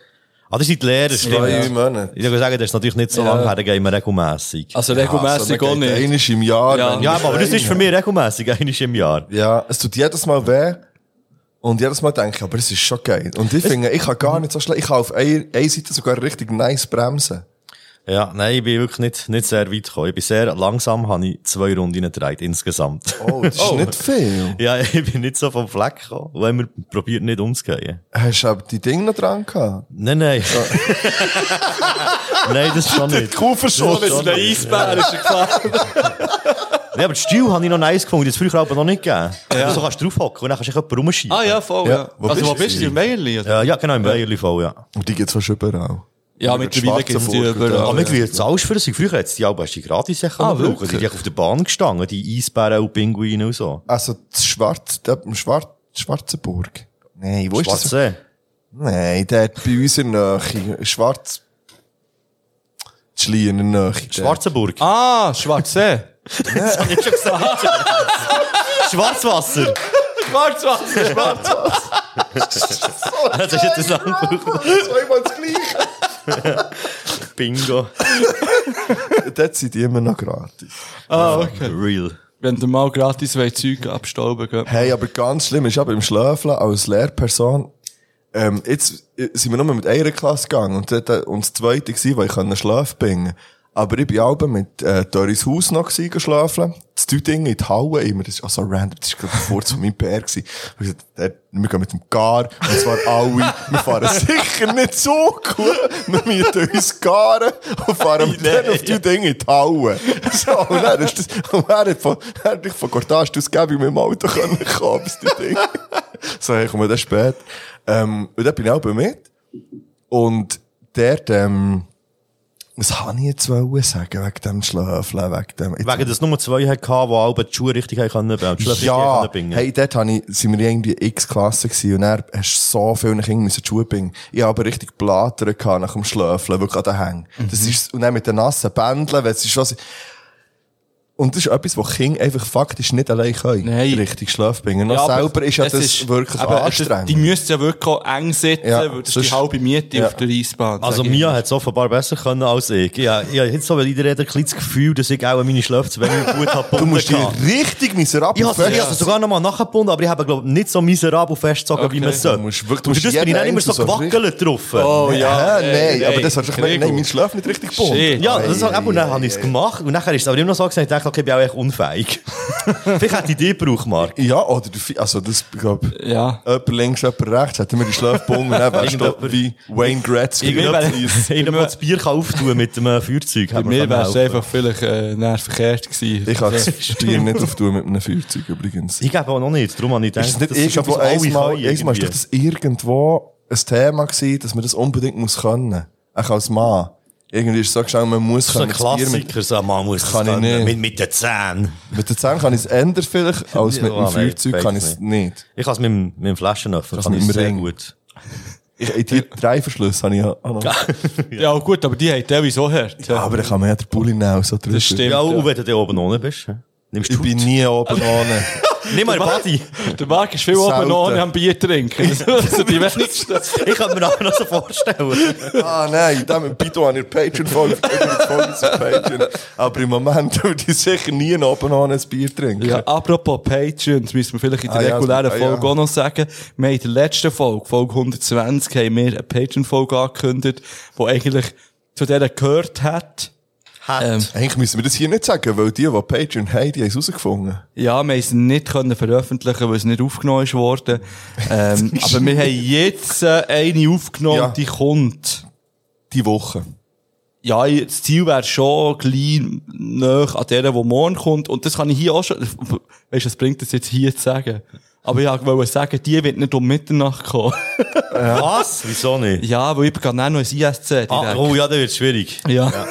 S5: Ah, das sind die Lehrer, stimmt.
S4: zwei
S5: Ich
S4: Monaten.
S5: würde sagen, das ist natürlich nicht so lange her, da gehen wir regelmässig.
S3: Also regelmäßig auch nicht.
S4: Einmal im Jahr.
S3: Ja.
S4: wenn
S5: ja,
S4: wir
S5: aber das ist für mich regelmässig, eigentlich im Jahr.
S4: Ja, es tut jedes Mal weh. Und jedes Mal denke ich, aber es ist schon geil. Und ich finde, ich kann gar nicht so schlecht. Ich kann auf einer einer Seite sogar richtig nice bremsen.
S5: Ja, nein, ich bin wirklich nicht, nicht sehr weit gekommen. Ich bin sehr langsam, habe ich zwei Runden gedreht, insgesamt.
S4: Oh, das ist nicht viel.
S5: Ja, ich bin nicht so vom Fleck gekommen, weil wir probiert nicht umzugehen.
S4: Hast du aber die Dinge noch dran gehabt?
S5: Nein, nein. nein, das schon nicht.
S3: Kuferschuss. Wenn es ein Eisbär ist, gefahren.
S5: Ja, aber den Stil habe ich noch nice gefunden, das früher aber noch nicht gegeben. Ja. So kannst du draufhocken und dann kannst du jemanden rumschieben.
S3: Ah ja, voll.
S4: Ja,
S3: Ja.
S4: wo
S3: also
S4: bist
S3: wo
S4: du
S3: bist du? Im Meierli?
S5: ja. Ja, genau, im Bayerli-Fall, ja.
S4: Und die gibt's fast überall.
S3: Ja, mittlerweile
S4: Schwarzen
S3: gibt es die
S4: Vogel,
S5: Aber
S3: überall.
S5: mit wie zahlst du für sie? Früher hättest du die auch erst die gratis
S3: Ah,
S5: ah, brauchen. Die
S3: wirklich?
S5: sind echt auf der Bahn gestanden, die Eisbären und Pinguine und so.
S4: Also, das Schwarz, da, im Schwarz, Schwarzenburg. Nein, wo ist das?
S5: Schwarze.
S4: Nein, der bei uns in der Nähe. Schwarz. Schlie in der Nähe. dort.
S5: Schwarzenburg.
S3: Ah, Schwarzsee.
S5: das habe ich schon gesagt. Schwarzwasser.
S3: Schwarzwasser.
S5: Das ist jetzt das Land.
S4: Zweimal das Gleiche.
S5: Bingo.
S4: Dort sind die immer noch gratis.
S3: Ah, okay.
S5: Real.
S3: Wenn du mal gratis wollt, Zeug abstauben gehen.
S4: Hey, aber ganz schlimm ist aber im Schlöflen als Lehrperson, ähm, jetzt äh, sind wir nur mit einer Klasse gegangen und dort, äh, und das zweite war, weil ich einen Schlaf bringen konnte. Aber ich war auch mit äh, Doris Haus noch gewesen, geschlafen. Das Dinge in die Halle immer. Das ist auch so random. Das war gerade kurz vor meinem PR. gewesen. Und ich gesagt, äh, wir gehen mit dem Gar. Und zwar alle. Wir fahren sicher nicht so gut. Wir mieten uns Garen und fahren mit denen auf die Dinge in die Halle. So, und dann ist das, und er hat von, er hat von Cortage die Ausgebung mit dem Auto können kommen, bis die Dinge. So, hey, kommen wir dann spät. Ähm, und dann bin ich auch mit. Und dort, ähm, was habe ich jetzt wollen sagen, wegen dem Schlöfle, wegen dem... Jetzt-
S5: Wegen des Nummer zwei hatte, die auch die Schuhe richtig können, die Schuhe richtig
S4: ja,
S5: können bingen.
S4: hey, dort habe ich, sind wir irgendwie x-Klasse gewesen und dann hast du so viele Kinder müssen die Schuhe bringen. Ich habe aber richtig Blattern gehabt nach dem Schlöfle, wirklich an den Hängen.
S3: Mhm.
S4: Das ist, und dann mit den nassen Bändeln, weil es ist schon... Und das ist etwas, was Kinder einfach faktisch nicht allein können.
S3: Nein.
S4: Richtig Schlöfbingen. Noch
S3: Ja, aber
S4: selber ist ja
S3: es
S4: das wirklich
S3: aber es ist-
S4: anstrengend.
S3: Die müssen ja wirklich auch eng sitzen,
S4: Ja,
S3: weil das ist
S4: sonst-
S3: die halbe Miete
S4: Ja.
S3: auf der Eisbahn.
S5: Also
S3: sag ich.
S5: Mia hat es offenbar besser können als ich. Ich, ich, ich habe jetzt so bei jeder Rede ein kleines Gefühl, dass ich auch meine Schläfe zu wenig gut habe
S4: du musst dich richtig miserabel
S5: Ich habe es sogar nochmal nachgebunden, aber ich habe glaube nicht so miserabel festgezogen, wie man
S3: Okay.
S5: sollte.
S4: Du musst wirklich- du
S5: Und
S4: musst
S5: das bin ich
S4: jeden
S5: dann immer so
S4: Einzel so
S5: gewackelt drauf.
S3: Oh ja.
S4: Ja, nein,
S5: Äh,
S4: aber das hast du gemeint, nein, mein Schlaf nicht richtig bunt.
S3: Shit.
S5: Ja, das habe ich, und dann habe ich es gemacht. Und nachher ist es aber immer noch so gesagt, ich dachte, okay, ich bin auch echt unfähig. Vielleicht hätte ich die gebraucht, Marc.
S4: Ja, oder der Fi- also das, ich glaube,
S3: Ja.
S4: jemand links, jemand rechts, hätte mir die Schlafbombe und dann wärst du
S5: Irgendjemand-
S4: wie Wayne Gretzky.
S3: Irgendjemand-
S5: Ich habe das Bier kann auftun mit dem äh, Feuerzeug.
S3: Bei mir wäre es einfach vielleicht äh, näher verkehrt gewesen.
S4: Ich kann das Stier nicht auf tun mit einem Feuerzeug übrigens.
S5: Ich glaube auch noch nicht, darum habe ich gedacht,
S4: Ist es nicht
S5: das
S4: irgendwo,
S5: etwas, was alle
S4: einmal,
S5: können
S4: einmal ist doch
S5: irgendwie.
S4: das irgendwo ein Thema gewesen, dass man das unbedingt muss können. Auch als Mann. Irgendwie ist es so geschaut, man muss
S5: So ein
S4: können. Das Bier mit-
S5: Klassiker, so, man muss
S4: Kann
S5: das
S4: ich
S5: können.
S4: nicht.
S5: Mit, mit den Zähnen.
S4: Mit den Zähnen kann ich es ändern vielleicht, als mit
S5: Ja,
S4: dem
S5: nein,
S4: Feuerzeug kann ich
S5: weiß
S4: es nicht.
S5: Ich kann es mit, dem- mit dem Flaschenöffner,
S4: Das
S5: kann
S4: mit
S5: ich
S4: dem
S5: sehr
S4: Ring.
S5: gut.
S4: Ich, in die drei Verschlüsse habe ich ja auch noch.
S3: ja, gut, aber die haben teilweise auch hart.
S4: Ja, aber ich kann mir ja den Pulli nehmen, so drüber.
S3: stimmt.
S5: Ja, und
S3: ja.
S5: wenn du da oben ohne bist, hä? nimmst
S4: Ich
S5: du
S4: bin nie oben ohne.
S5: Nimm mal Buddy.
S3: Der Marc ist viel
S4: Selten.
S3: oben ohne am Bier trinken. Das sind die wenigsten.
S5: Ich kann mir auch noch so vorstellen.
S4: ah nein, da mit Pito an ihr Patreon folgt. Patreon. Aber im Moment würde ich sicher nie oben ohne ein Bier trinken.
S3: Ja, apropos Patreon, das müssen wir vielleicht in der
S4: Äh, Ah, ja,
S3: regulären
S4: ah, ja.
S3: Folge auch noch sagen. Wir haben in der letzten Folge, Folge 120, haben wir eine Patreon-Folge angekündigt, die eigentlich zu der gehört hat.
S5: Hat.
S3: Ähm,
S4: Eigentlich müssen wir das dus hier nicht sagen, weil die, die Patreon haben, die haben es rausgefunden.
S3: Ja, wir haben es nicht können veröffentlichen, weil es nicht aufgenommen ist worden. Ähm, aber wir haben jetzt äh, eine aufgenommen,
S4: Ja.
S3: die kommt.
S4: Die Woche.
S3: Ja, ich- das Ziel wäre schon gleich nach an der, die morgen kommt. Und das kann ich hier auch schon, weißt du, was bringt das jetzt hier zu sagen? Aber ich wollte sagen, die wird nicht um Mitternacht kommen.
S5: Was? Wieso nicht?
S3: Ja, weil ich gerade noch ins ISC direkt.
S5: Ah, oh ja, dann wird schwierig.
S3: ja.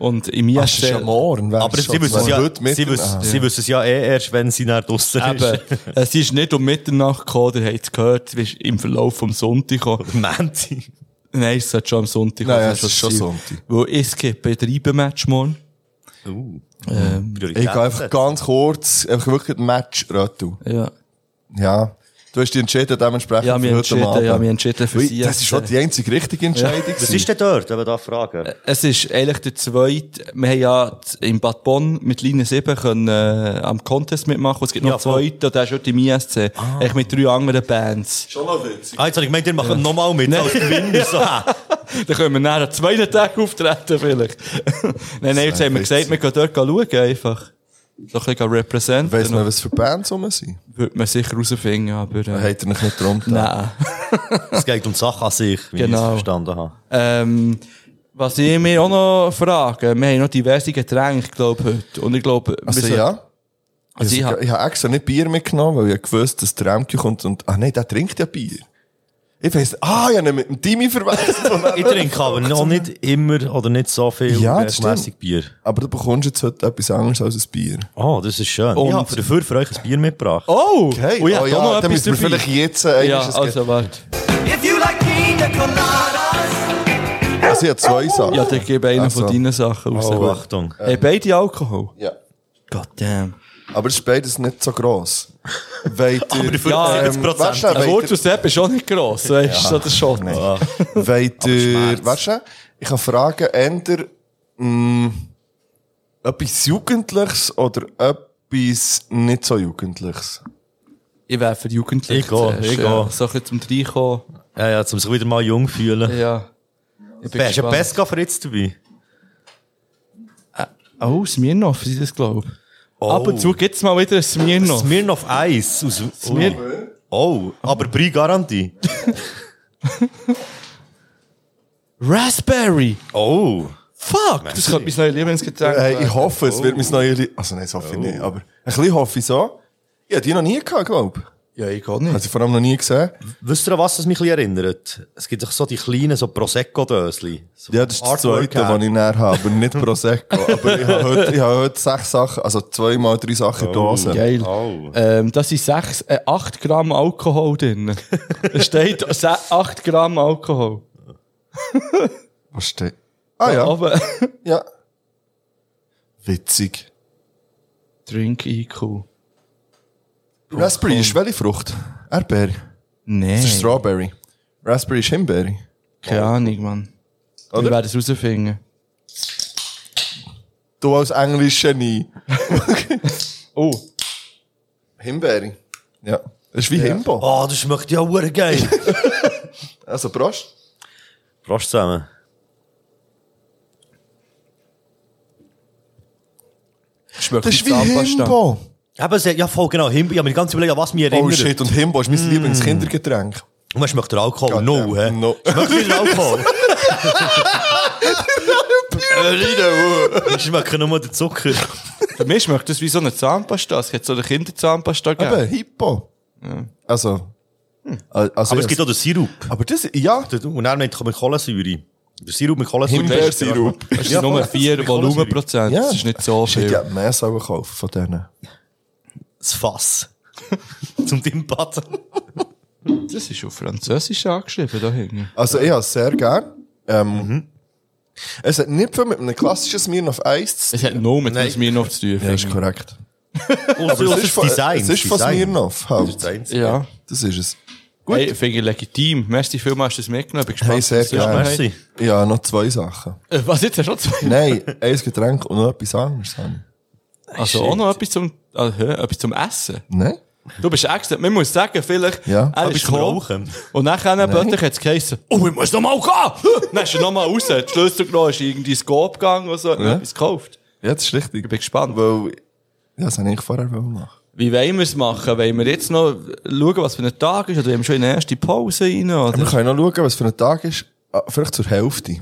S3: Und im
S4: Das ist
S3: ISC.
S4: ja morgen.
S5: Aber sie wissen, es ja, sie,
S4: Ah.
S5: wissen, sie wissen es ja eh erst, wenn sie nach draussen
S3: Eben,
S5: ist.
S3: es ist nicht um Mitternacht gekommen, ihr habt es gehört, es ist im Verlauf vom Sonntag gekommen.
S5: Menti.
S3: Nein, es sollte schon am Sonntag
S4: Nein,
S3: kommen,
S4: ja,
S3: das
S4: es ist
S3: das
S4: schon
S3: Ziel.
S4: Sonntag.
S3: Weil ich skippe den Reibenmatch morgen.
S4: Uh.
S5: Ähm,
S4: Ich gehe einfach ganz kurz, einfach wirklich ein Match retour.
S3: Ja.
S4: Ja. Du hast dich entschieden, dementsprechend
S3: Ja, wir
S4: für heute
S3: entschieden,
S4: Abend.
S3: ja, wir entschieden für
S4: Ui,
S3: sie.
S4: Das ist schon die einzige richtige Entscheidung.
S5: Was ist denn dort, wenn wir da fragen?
S3: Es ist eigentlich der zweite, wir haben ja z- in Bad Bonn mit Linie 7 können, äh, am Contest mitmachen. Es gibt noch
S5: Ja,
S3: einen
S5: voll.
S3: zweiten, und der ist heute im ISC.
S4: Ah.
S3: Eigentlich mit drei anderen Bands.
S4: Schon noch witzig.
S5: Ah, jetzt habe ich gemeint, ihr macht nochmal mit als Gewinner. So, hä?
S3: Dann können wir nachher am zweiten Tag auftreten, vielleicht. nein, nein, jetzt haben wir gesagt, wir gehen dort schauen, einfach. So ein bisschen representen.
S4: Weiss man,
S3: Und
S4: was für Bands rum sind?
S3: Würde man sicher rausfinden, aber, äh,
S4: Hat er mich nicht drum getan?
S3: nein.
S5: Es geht um Sachen an sich, wie ich
S3: Genau.
S5: es verstanden habe.
S3: Ähm, was ich mir auch noch frage, wir haben noch diverse Getränke, ich glaube, heute. Und ich glaube, wir
S4: Also
S3: sollten-
S4: ja.
S3: also ich
S4: ich
S3: hab-
S4: habe hab extra nicht Bier mitgenommen, weil ich gewusst, dass der Remke kommt und, ah nein, der trinkt ja Bier. Ich weiss, ah, ich habe ihn mit dem Timmy
S5: Ich
S4: verwechselt.
S5: trinke aber noch nicht immer oder nicht so viel
S4: Ja, das
S5: regelmässig Bier.
S4: Aber du bekommst jetzt heute etwas anderes als ein Bier.
S5: Oh, das ist schön.
S3: Und-
S5: ich habe dafür für euch ein Bier mitgebracht.
S3: Oh!
S4: Okay,
S3: oh, ich
S4: oh,
S3: hab
S4: ja,
S3: da noch
S4: dann
S3: etwas
S4: müssen wir
S3: dabei.
S4: vielleicht jetzt äh,
S3: Ja,
S4: einiges-
S3: also warte.
S4: also ich habe zwei Sachen.
S3: Ja, dann gebe einen
S4: Also.
S3: von deinen Sachen raus.
S5: Oh, Achtung.
S3: Hey, beide Alkohol?
S4: Ja.
S3: God damn.
S4: Aber es ist beides nicht so gross. Weil
S5: Aber
S4: ihr,
S5: für
S3: Ja,
S5: 70%.
S4: weißt du,
S3: Ein
S4: weil
S3: Wort aus Sepp ist auch nicht gross, weißt du, so der Shot.
S5: Ah,
S4: weil ihr, weißt du, ich kann fragen, entweder, mh, etwas Jugendliches oder etwas nicht so Jugendliches.
S3: Ich wäre für Jugendliche.
S5: Ich gehe, ich
S3: ja,
S5: gehe.
S3: So ein bisschen zum Reinkommen.
S5: ja, ja, um sich wieder mal jung zu fühlen.
S3: Ja. Ich
S5: Hast du einen
S3: gespannt.
S5: Pesca Fritz dabei?
S3: Oh, Smirnoff, sind das, glaube ich.
S5: Oh.
S3: Ab und zu gibt's mal wieder ein Smirnoff.
S5: Smirnoff Eis. Aus,
S3: Smir-
S5: oh, aber Brie-Garantie.
S3: Raspberry!
S5: Oh.
S3: Fuck! Das könnte mein neues Lieblingsgetränk
S4: Hey, ich
S3: werden.
S4: hoffe, es wird mein neues Lied. Also nein, das hoffe ich nicht, aber ein bisschen hoffe ich so. Ich habe die noch nie gehabt, glaube ich.
S3: Ja, ich kann nicht.
S4: Also vor allem noch nie gesehen.
S5: Wisst ihr, an was es mich ein bisschen erinnert? Es gibt doch so die kleinen so Prosecco-Döschen. So
S4: Ja, das ist das
S5: Artwork
S4: zweite, was
S5: her.
S4: ich näher habe, aber nicht Prosecco. aber ich habe heute, ich habe heute sechs Sachen, also zweimal drei Sachen oh, Dosen.
S3: Geil.
S5: Oh.
S3: Ähm, das sind sechs, äh, 8 Gramm Alkohol drin. Es steht se- 8 Gramm Alkohol.
S4: Was steht? Ah ja,
S3: Aber
S4: ja. Witzig.
S3: Drink IQ.
S4: Raspberry ist welche Frucht? Erdbeere.
S3: Nee.
S4: Das ist Strawberry. Raspberry ist Himbeere.
S3: Keine Ahnung, Mann. Wir
S4: Oder?
S3: werden es rausfinden.
S4: Du als englischer Genie.
S3: Oh.
S4: Himbeere. Ja. Das ist wie Himbo.
S5: oh, das schmeckt ja hure geil.
S4: Also Prost.
S5: Prost zusammen.
S3: Schmeckt
S4: Das ist wie Himbo.
S5: Eben, es- ja, voll genau. Himbeer. Ich habe mir ganz überlegt, an was mich
S4: Oh
S5: erinnert.
S4: shit, und Himbo ist mein Lieblingskindergetränk.
S5: Und man schmeckt der Alkohol
S4: Gott,
S5: null,
S4: ja.
S5: Mm. Oh, hä?
S4: No.
S5: Schmeckt wie der Alkohol. Wir schmecken nur den Zucker.
S3: Für mich schmeckt das wie so eine Zahnpasta. Es hat so eine Kinderzahnpasta
S4: Eben,
S3: gegeben.
S4: Hippo. Also. Also,
S5: Hm. Aber es gibt auch den Sirup.
S4: aber das, ja,
S5: Und dann mit mit Kohlensäure. Der Sirup mit Kohlensäure.
S4: Himbeersirup.
S3: Das ist nur 4 Volumenprozent.
S4: Ja.
S3: Das ist nicht so
S4: Shit,
S3: viel.
S4: ich hätte mehr sollen kaufen von denen.
S5: Das Fass. Zum Dimpatten.
S3: Das ist auf Französisch angeschrieben, da hinten.
S4: Also, ich habe es sehr gern. Ähm,
S5: Mhm.
S4: Es hat nicht viel mit einem klassischen Smirnoff Eis zu
S3: Es hat nur mit dem Smirnoff zu tun.
S4: Das
S3: finde
S4: ist korrekt.
S5: Und so das
S4: von,
S5: Design.
S4: es ist von
S5: Design.
S4: Smirnoff halt.
S5: Das ist
S3: ich. Ja.
S4: Das ist es.
S3: Gut. Hey, finde ich legitim. Merci vielmals, hast du das mitgenommen. Bin gespannt,
S4: Hey, sehr
S3: was du
S4: gerne.
S3: noch hast.
S5: Merci.
S4: Ja, noch zwei Sachen.
S3: Äh, Was jetzt? Hast du noch zwei?
S4: Nein, ein Getränk und noch etwas anderes haben.
S3: Also auch noch etwas zum, also, hä, etwas zum Essen.
S4: Nein?
S3: Du bist extra, man muss sagen, vielleicht,
S4: Ja.
S3: er
S5: Etwas
S3: ist
S5: zum
S3: gekommen.
S5: Rauchen.
S3: Und nachher plötzlich hat es geheißen, oh, ich muss nochmal gehen! dann ist er nochmal raus, hat die Schlüssel genommen, ist in irgendein Scope gegangen oder so, hat ja.
S4: Ja.
S3: etwas gekauft.
S4: Ja, das ist richtig.
S3: Ich bin gespannt.
S4: Weil, ja, das habe ich vorher gemacht.
S3: Wie wollen wir es machen? Wollen wir jetzt noch schauen, was für ein Tag ist? Oder wollen wir schon in die erste Pause rein?
S4: Wir
S3: Oder?
S4: können noch schauen, was für ein Tag ist. Ah, Vielleicht zur Hälfte.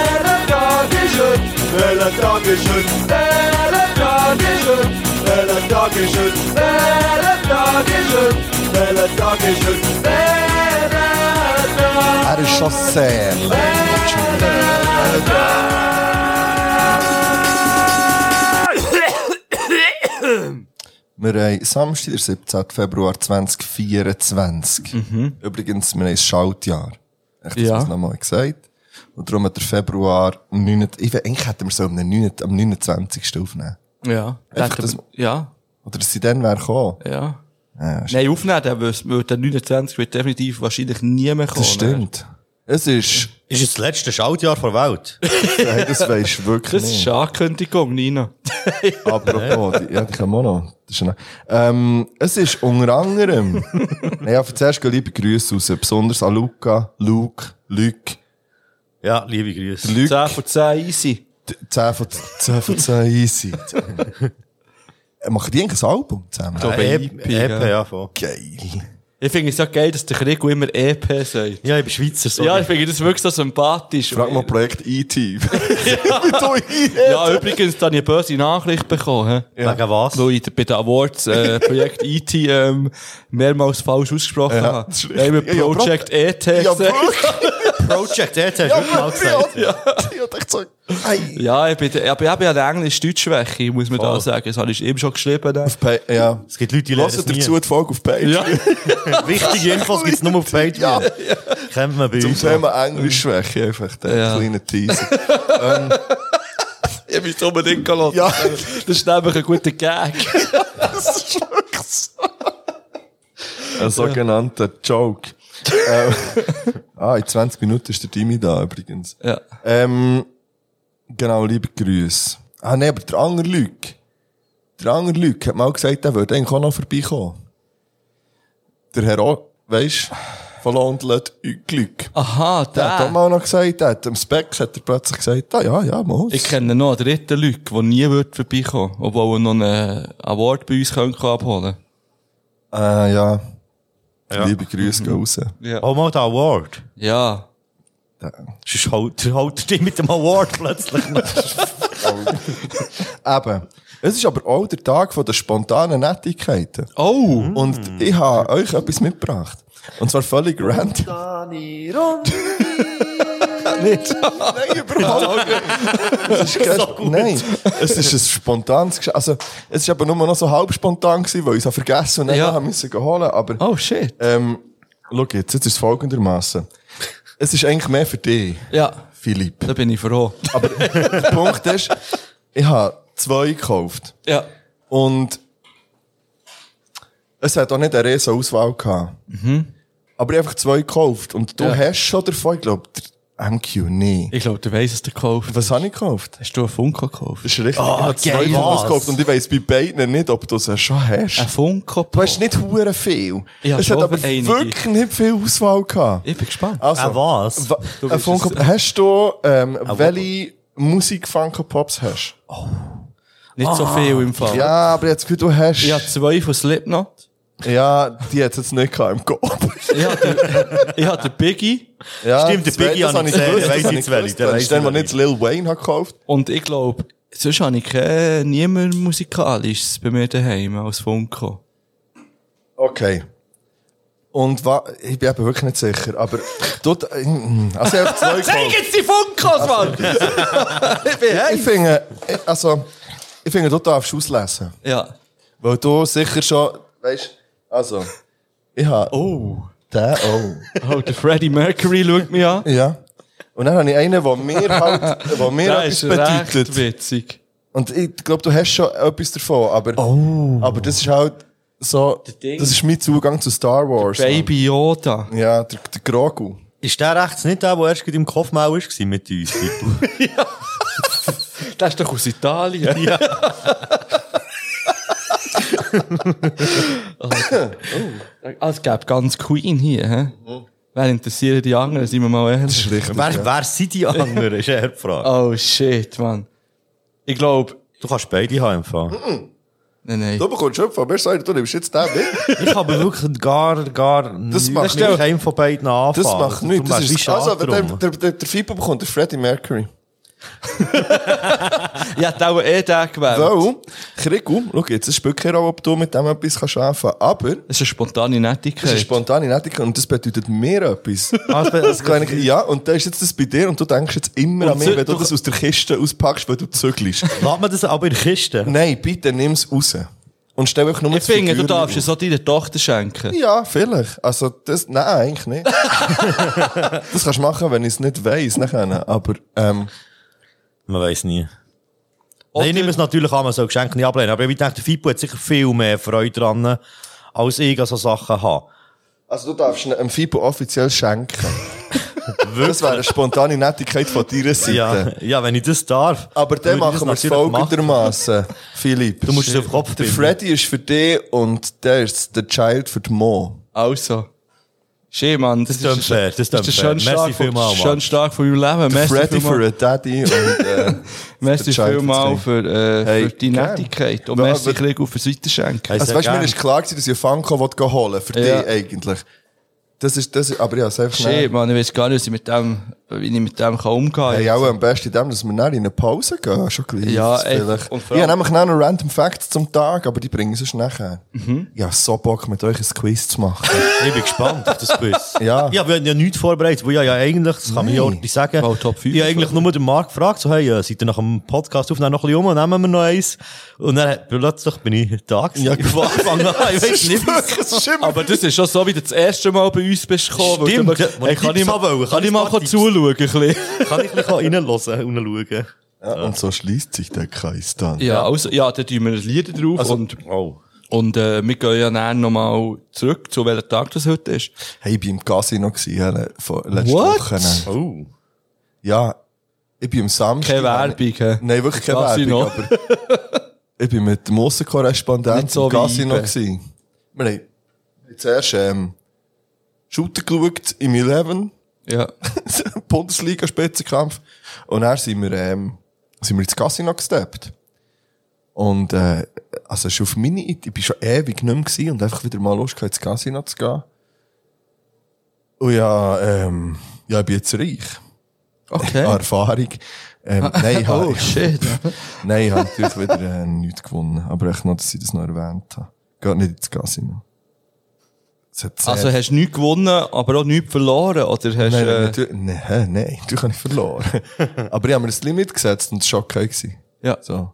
S6: Bella dog is good. Bella dog is good. Bella dog heute? Welcher Tag ist heute? Welcher Tag?
S4: Er ist schon sehr Wir haben Samstag, der 17. Februar 2024. Übrigens, wir haben ein Schaltjahr. Ich habe
S3: Ja.
S4: das nochmal gesagt. Und darum hat der Februar 9. Ich we- eigentlich hätten wir so am 9. am 29. aufnehmen.
S3: Ja.
S4: Einfach
S3: Denken
S4: das-
S3: wir- Ja,
S4: Oder dass sie dann wäre gekommen.
S3: ja.
S4: Ja,
S3: Nein, aufnehmen, der, wird- wird der 29 wird definitiv wahrscheinlich nie mehr kommen.
S4: das stimmt. Es ist,
S5: Ist es das letzte Schaltjahr der Welt?
S4: hey, das weisst du wirklich
S3: Das
S4: nicht.
S3: ist eine Ankündigung, Nina.
S4: Apropos, die, ja, die kommen auch noch. Das ist eine, ähm, es ist unter anderem, naja, zuerst gehen liebe Grüße raus, besonders an Luca, Luke, Luke,
S5: Ja, liebe Grüße.
S4: Luke,
S3: 10 von 10 easy.
S4: 10 von 10 von 10 easy. Äh, Machen die eigentlich ein Album zusammen?
S3: Ja.
S5: Äh,
S3: Baby,
S5: EP, EP, ja, voll.
S4: Geil.
S3: Ich finde es ja geil, dass der Krieg immer EP sagt.
S5: Ja, ich bin Schweizer, so.
S3: Ja, ich finde das wirklich so sympathisch.
S4: Frag mal Projekt E E.T. Wie du hier.
S3: Ja, übrigens, da habe ich eine böse Nachricht bekommen. hä?
S5: Wegen was?
S3: Weil ich bei den Awards äh, Projekt IT ähm, mehrmals falsch ausgesprochen
S4: Ja,
S3: habe.
S4: das ist
S3: Nein, wir
S4: richtig. Ja, ja,
S3: Project ET
S4: Ja, E
S3: gesagt.
S4: wirklich.
S5: Project ET, hast du wirklich mal gesagt.
S4: Ja, ja. Ich dachte so, ei.
S3: Ja, ich bin, ich, ich habe eine Englisch-Deutsch-Schwäche, muss man da
S5: Voll.
S3: sagen. Das habe ich eben schon geschrieben. ne?
S4: Pa- Ja.
S5: Es gibt Leute, die lernen
S4: Lass
S5: es
S4: dir
S5: nie.
S4: zu die Folge auf Page.
S3: Ja.
S5: Wichtige Infos gibt's nur auf Patreon.
S4: Ja.
S5: Kennt man bei
S4: Zum
S5: uns.
S4: Thema Englischschwäche einfach, der
S3: Ja.
S4: kleine Teaser.
S3: Ich muss unbedingt gelassen.
S4: Ja.
S3: Das ist nämlich ein guter Gag.
S4: Das ist wirklich so. Ein sogenannter Joke. ähm, ah, in 20 Minuten ist der Timmy da übrigens.
S3: Ja.
S4: Ähm, genau, liebe Grüße. Ah, nee, aber der andere Lüg. Der andere Lüg hat mal gesagt, der würde eigentlich auch noch vorbeikommen. Der Herr, O- weisst, von Landlet Glück.
S3: Aha,
S4: Der hat auch
S3: der.
S4: mal noch gesagt, der hat am Specs hat er plötzlich gesagt, ah, ja, ja, mal.
S3: Ich kenne noch einen dritten Leute, der nie wird vorbeikommen würde, obwohl er noch einen Award bei uns könnte abholen
S4: Äh, ja.
S5: Ja.
S4: Liebe Grüße gehen raus.
S3: Ja.
S5: Oh, mal der Award.
S3: Ja.
S5: Sonst halt, halt dich mit dem Award plötzlich.
S4: Eben. Es ist aber auch der Tag von der spontanen Nettigkeiten.
S3: Oh!
S4: Und ich habe euch etwas mitgebracht. Und zwar völlig random.
S3: Nicht.
S4: Nein, überhaupt nicht. Es ist kein, Nein, es ist ein spontanes Geschenk. Also, es ist aber nur noch so halb spontan gewesen, weil ich es habe vergessen und dann
S3: Ja.
S4: haben müssen holen. Aber,
S3: Oh shit.
S4: ähm, schau jetzt, jetzt ist es folgendermaßen. Es ist eigentlich mehr für dich,
S3: Ja,
S4: Philipp.
S3: da bin ich froh.
S4: Aber der Punkt ist, ich habe zwei gekauft.
S3: Ja.
S4: Und es hat auch nicht eine riesen Auswahl gehabt. Aber ich habe einfach zwei gekauft. Und du
S3: Mhm. Ja.
S4: hast schon davon, ich glaube, der MQ nie.
S3: Ich glaube, du weißt, was du gekauft
S4: Was habe ich gekauft?
S3: Hast du einen Funko gekauft?
S4: Das ist richtig. ich habe zwei
S5: geil.
S4: Fonds
S5: Was?
S4: gekauft und ich weiss bei beiden nicht, ob du es schon hast.
S3: Ein Funko?
S4: Du hast nicht hure viel.
S3: Ich habe
S4: es hat
S3: schon
S4: aber
S3: einige.
S4: wirklich nicht viel Auswahl gehabt.
S3: Ich bin gespannt.
S4: Also,
S5: Äh, was?
S4: wa-
S3: Du
S4: ein
S3: willst
S4: Funko,
S3: es-
S4: hast du, ähm, welche Musik Funko Pops hast?
S3: Nicht so viel im Fall.
S4: Ja, aber jetzt, wie du hast.
S3: Ich habe zwei von Slipknot.
S4: Ja, die hat jetzt nicht gehabt im Kopf.
S3: Ich habe den, ich habe den Biggie.
S4: Ja,
S5: Stimmt, der
S4: das we-
S5: Biggie
S4: das
S5: habe ich
S4: habe gewusst,
S5: gesehen, der
S4: das
S5: weiss
S4: habe
S5: jetzt welche,
S4: gewusst.
S5: der
S4: Das
S5: weiss
S4: ist der, der
S5: welche.
S4: nicht Lil Wayne hat gekauft
S3: Und ich glaube, sonst habe ich kein, niemand musikalisches bei mir daheim als Funko.
S4: Okay. Und wa ich bin eben wirklich nicht sicher, aber dort, also ich habe zwei gekauft.
S3: jetzt die Funkos, Mann! ich bin
S4: Ich finde, ich- also, ich finde, du darfst auslesen.
S3: Ja.
S4: Weil du sicher schon, weißt, also, ich habe
S3: Oh.
S4: den auch.
S3: Oh, der Freddie Mercury schaut mich an.
S4: Ja. Und dann habe ich einen, der mir halt, der mir
S3: Der
S4: etwas
S3: ist recht
S4: bedeutet.
S3: witzig.
S4: Und ich glaube, du hast schon etwas davon, aber, aber das ist halt so,
S3: Ding.
S4: das ist mein Zugang zu Star Wars.
S3: Baby Yoda.
S4: Ja, der, der Grogu.
S5: ist der rechts nicht der, der erst gerade im Kopfmaul war mit uns? Pipo?
S3: Der ist doch aus Italien.
S5: ja.
S3: Ah, es gäbe ganz Queen hier, hä? Wer interessiert die anderen, sind wir mal ehrlich.
S4: Richtig.
S5: Wer, wer sind die anderen? Ist eher die Frage.
S3: Oh shit, Mann. Ich glaube,
S5: Du kannst beide haben. im Fall.
S3: nein, nein.
S4: Du bekommst schon von mir sagen, du nimmst jetzt den mit.
S5: Ich habe wirklich gar, gar
S4: Das macht-
S5: nicht einem von beiden anfangen.
S4: Das macht nichts. Das ist, also,
S5: also,
S4: aber der, der, der, der Fibo bekommt der Freddie Mercury.
S3: Ich hätte auch eh den gewählt.
S4: Weil, Kriku, schau jetzt, es spielt keine Rolle, ob du mit dem etwas kannst arbeiten kannst, aber
S3: Das ist eine spontane Nettigkeit.
S4: das ist spontane Nettigkeit und das bedeutet mir etwas. Das kleine, ja, und da ist jetzt das bei dir und du denkst jetzt immer an mich,
S5: zü-
S4: wenn du
S5: du-
S4: das aus der Kiste auspackst, weil du zügelst.
S5: Lass mir das aber in die Kiste.
S4: Nein, bitte nimm es raus. Und stell euch nur
S3: ich finde, du darfst es auch deiner Tochter schenken.
S4: Ja, vielleicht. Also, das, nein, eigentlich nicht. das kannst du machen, wenn ich es nicht weiss, nachher. Aber, ähm,
S5: Man weiß nie. Nein, ich nehme es natürlich an, man soll Geschenke nicht ablehnen. Aber ich denke, der Fippo hat sicher viel mehr Freude dran, als ich an so Sachen habe.
S4: also du darfst einem FIBO offiziell schenken. das wäre eine spontane Nettigkeit von deiner Seite.
S5: Ja, ja, wenn ich das darf.
S4: Aber dann
S5: würde ich das
S4: machen wir es
S5: natürlich machen.
S4: folgendermaßen, Philipp.
S5: Du musst es auf den Kopf
S4: Der
S5: binden.
S4: Freddy ist für dich und der ist der Child für die Mo.
S3: Also. Schön, Mann. Das,
S5: klingt fair, das
S3: ist der
S5: klingt fair.
S3: schönste
S5: Merci
S3: Tag von-
S5: vielmals, Mann.
S3: schönste Tag von meinem Leben. Merci
S4: Freddy für
S3: vielmals.
S4: einen Daddy und, äh,
S3: Merci
S4: der Child
S3: vielmals
S4: für
S3: für, äh,
S4: Hey,
S3: für die
S4: gern.
S3: Nettigkeit. Und
S4: Ja,
S3: merci,
S4: aber-
S3: Krieg, für das Weiterschenken.
S5: Hey,
S4: Also,
S5: sehr
S4: weißt du, mir
S5: gern.
S4: ist klar gewesen, dass ich Funko wollte holen Für
S3: Ja.
S4: dich eigentlich. Das ist, das ist, aber ja, selbst
S3: Shit, Mann, ich weiß gar nicht, was ich mit dem, wie ich mit dem kann umgehen kann.
S4: Hey, auch am besten in dem, dass wir dann in eine Pause gehen, schon gleich.
S3: Ja,
S4: Das
S3: ey,
S4: vielleicht.
S3: und
S4: Ich
S3: vor allem-
S4: habe nämlich noch Random Facts zum Tag, aber die bringen sie nachher.
S3: Mhm.
S4: Ja, so Bock, mit euch ein Quiz zu machen.
S5: Ich bin gespannt auf das Quiz.
S4: Ja.
S5: ja, wir haben ja nichts vorbereitet, weil ja, ja eigentlich, das kann man ja
S4: Nein.
S5: ordentlich sagen,
S3: Mal Top fünf
S5: ich habe eigentlich nur den Marc gefragt, so, hey, äh, seid ihr nach dem Podcast auf, dann noch ein bisschen um, nehmen wir noch eins. Und dann hat- plötzlich bin ich da gewesen.
S4: Ja.
S5: Ich hab angefangen an, ich weiß nicht,
S4: Wirklich, das ist immer-
S3: Aber das ist schon so, wie du das erste Mal bei uns bist gekommen.
S5: Stimmt,
S3: weil du-
S5: ja, wo
S3: Hey,
S5: ich
S3: kann
S5: Tipps
S3: ich
S5: haben wollte.
S3: mal, kann ich
S5: Ein
S3: mal
S5: paar
S3: zuschauen, ein bisschen?
S5: kann ich nicht reinhören und schauen.
S4: ja, und so schließt sich der Kreis dann.
S3: Ja, also, ja, da tun wir ein Lied drauf und,
S5: Oh.
S3: und, äh, wir gehen ja dann nochmal zurück, zu welchem Tag das heute ist.
S4: Hey, ich war im Casino gewesen, äh, vor- letzte
S3: What?
S4: Woche. ne.
S5: Oh.
S4: Ja, ich bin am Samstag.
S3: Keine Werbung, hä?
S4: Nein, wirklich keine
S3: Casino.
S4: Werbung. Aber ich bin mit dem Aussenkorrespondenten
S3: Nicht so
S4: im Casino.
S3: wie
S4: Gewesen. Wir haben zuerst ähm, Shooter geschaut im 11,
S3: Ja.
S4: Bundesliga-Spitzenkampf. Und dann sind wir, ähm, sind wir ins Casino gesteppt. Und äh, also schon auf meine Idee, ich war schon ewig nicht mehr gewesen und einfach wieder mal Lust gehabt, ins Casino zu gehen. Und ja, ähm, ja, ich bin jetzt reich.
S3: Okay.
S4: An Erfahrung. Ähm, nein, ich habe
S3: Oh, shit.
S4: nein, ich habe natürlich wieder äh, nichts gewonnen. Aber echt noch, dass ich das noch erwähnt habe. Geht nicht ins Casino. Es hat sehr-
S3: Also hast du nichts gewonnen, aber auch nichts verloren, oder hast,
S4: nein, nein,
S3: äh,
S4: natürlich, nein, ne, nein, natürlich habe ich verloren. aber ich habe mir das Limit gesetzt und es war okay. Gewesen.
S3: ja.
S4: So.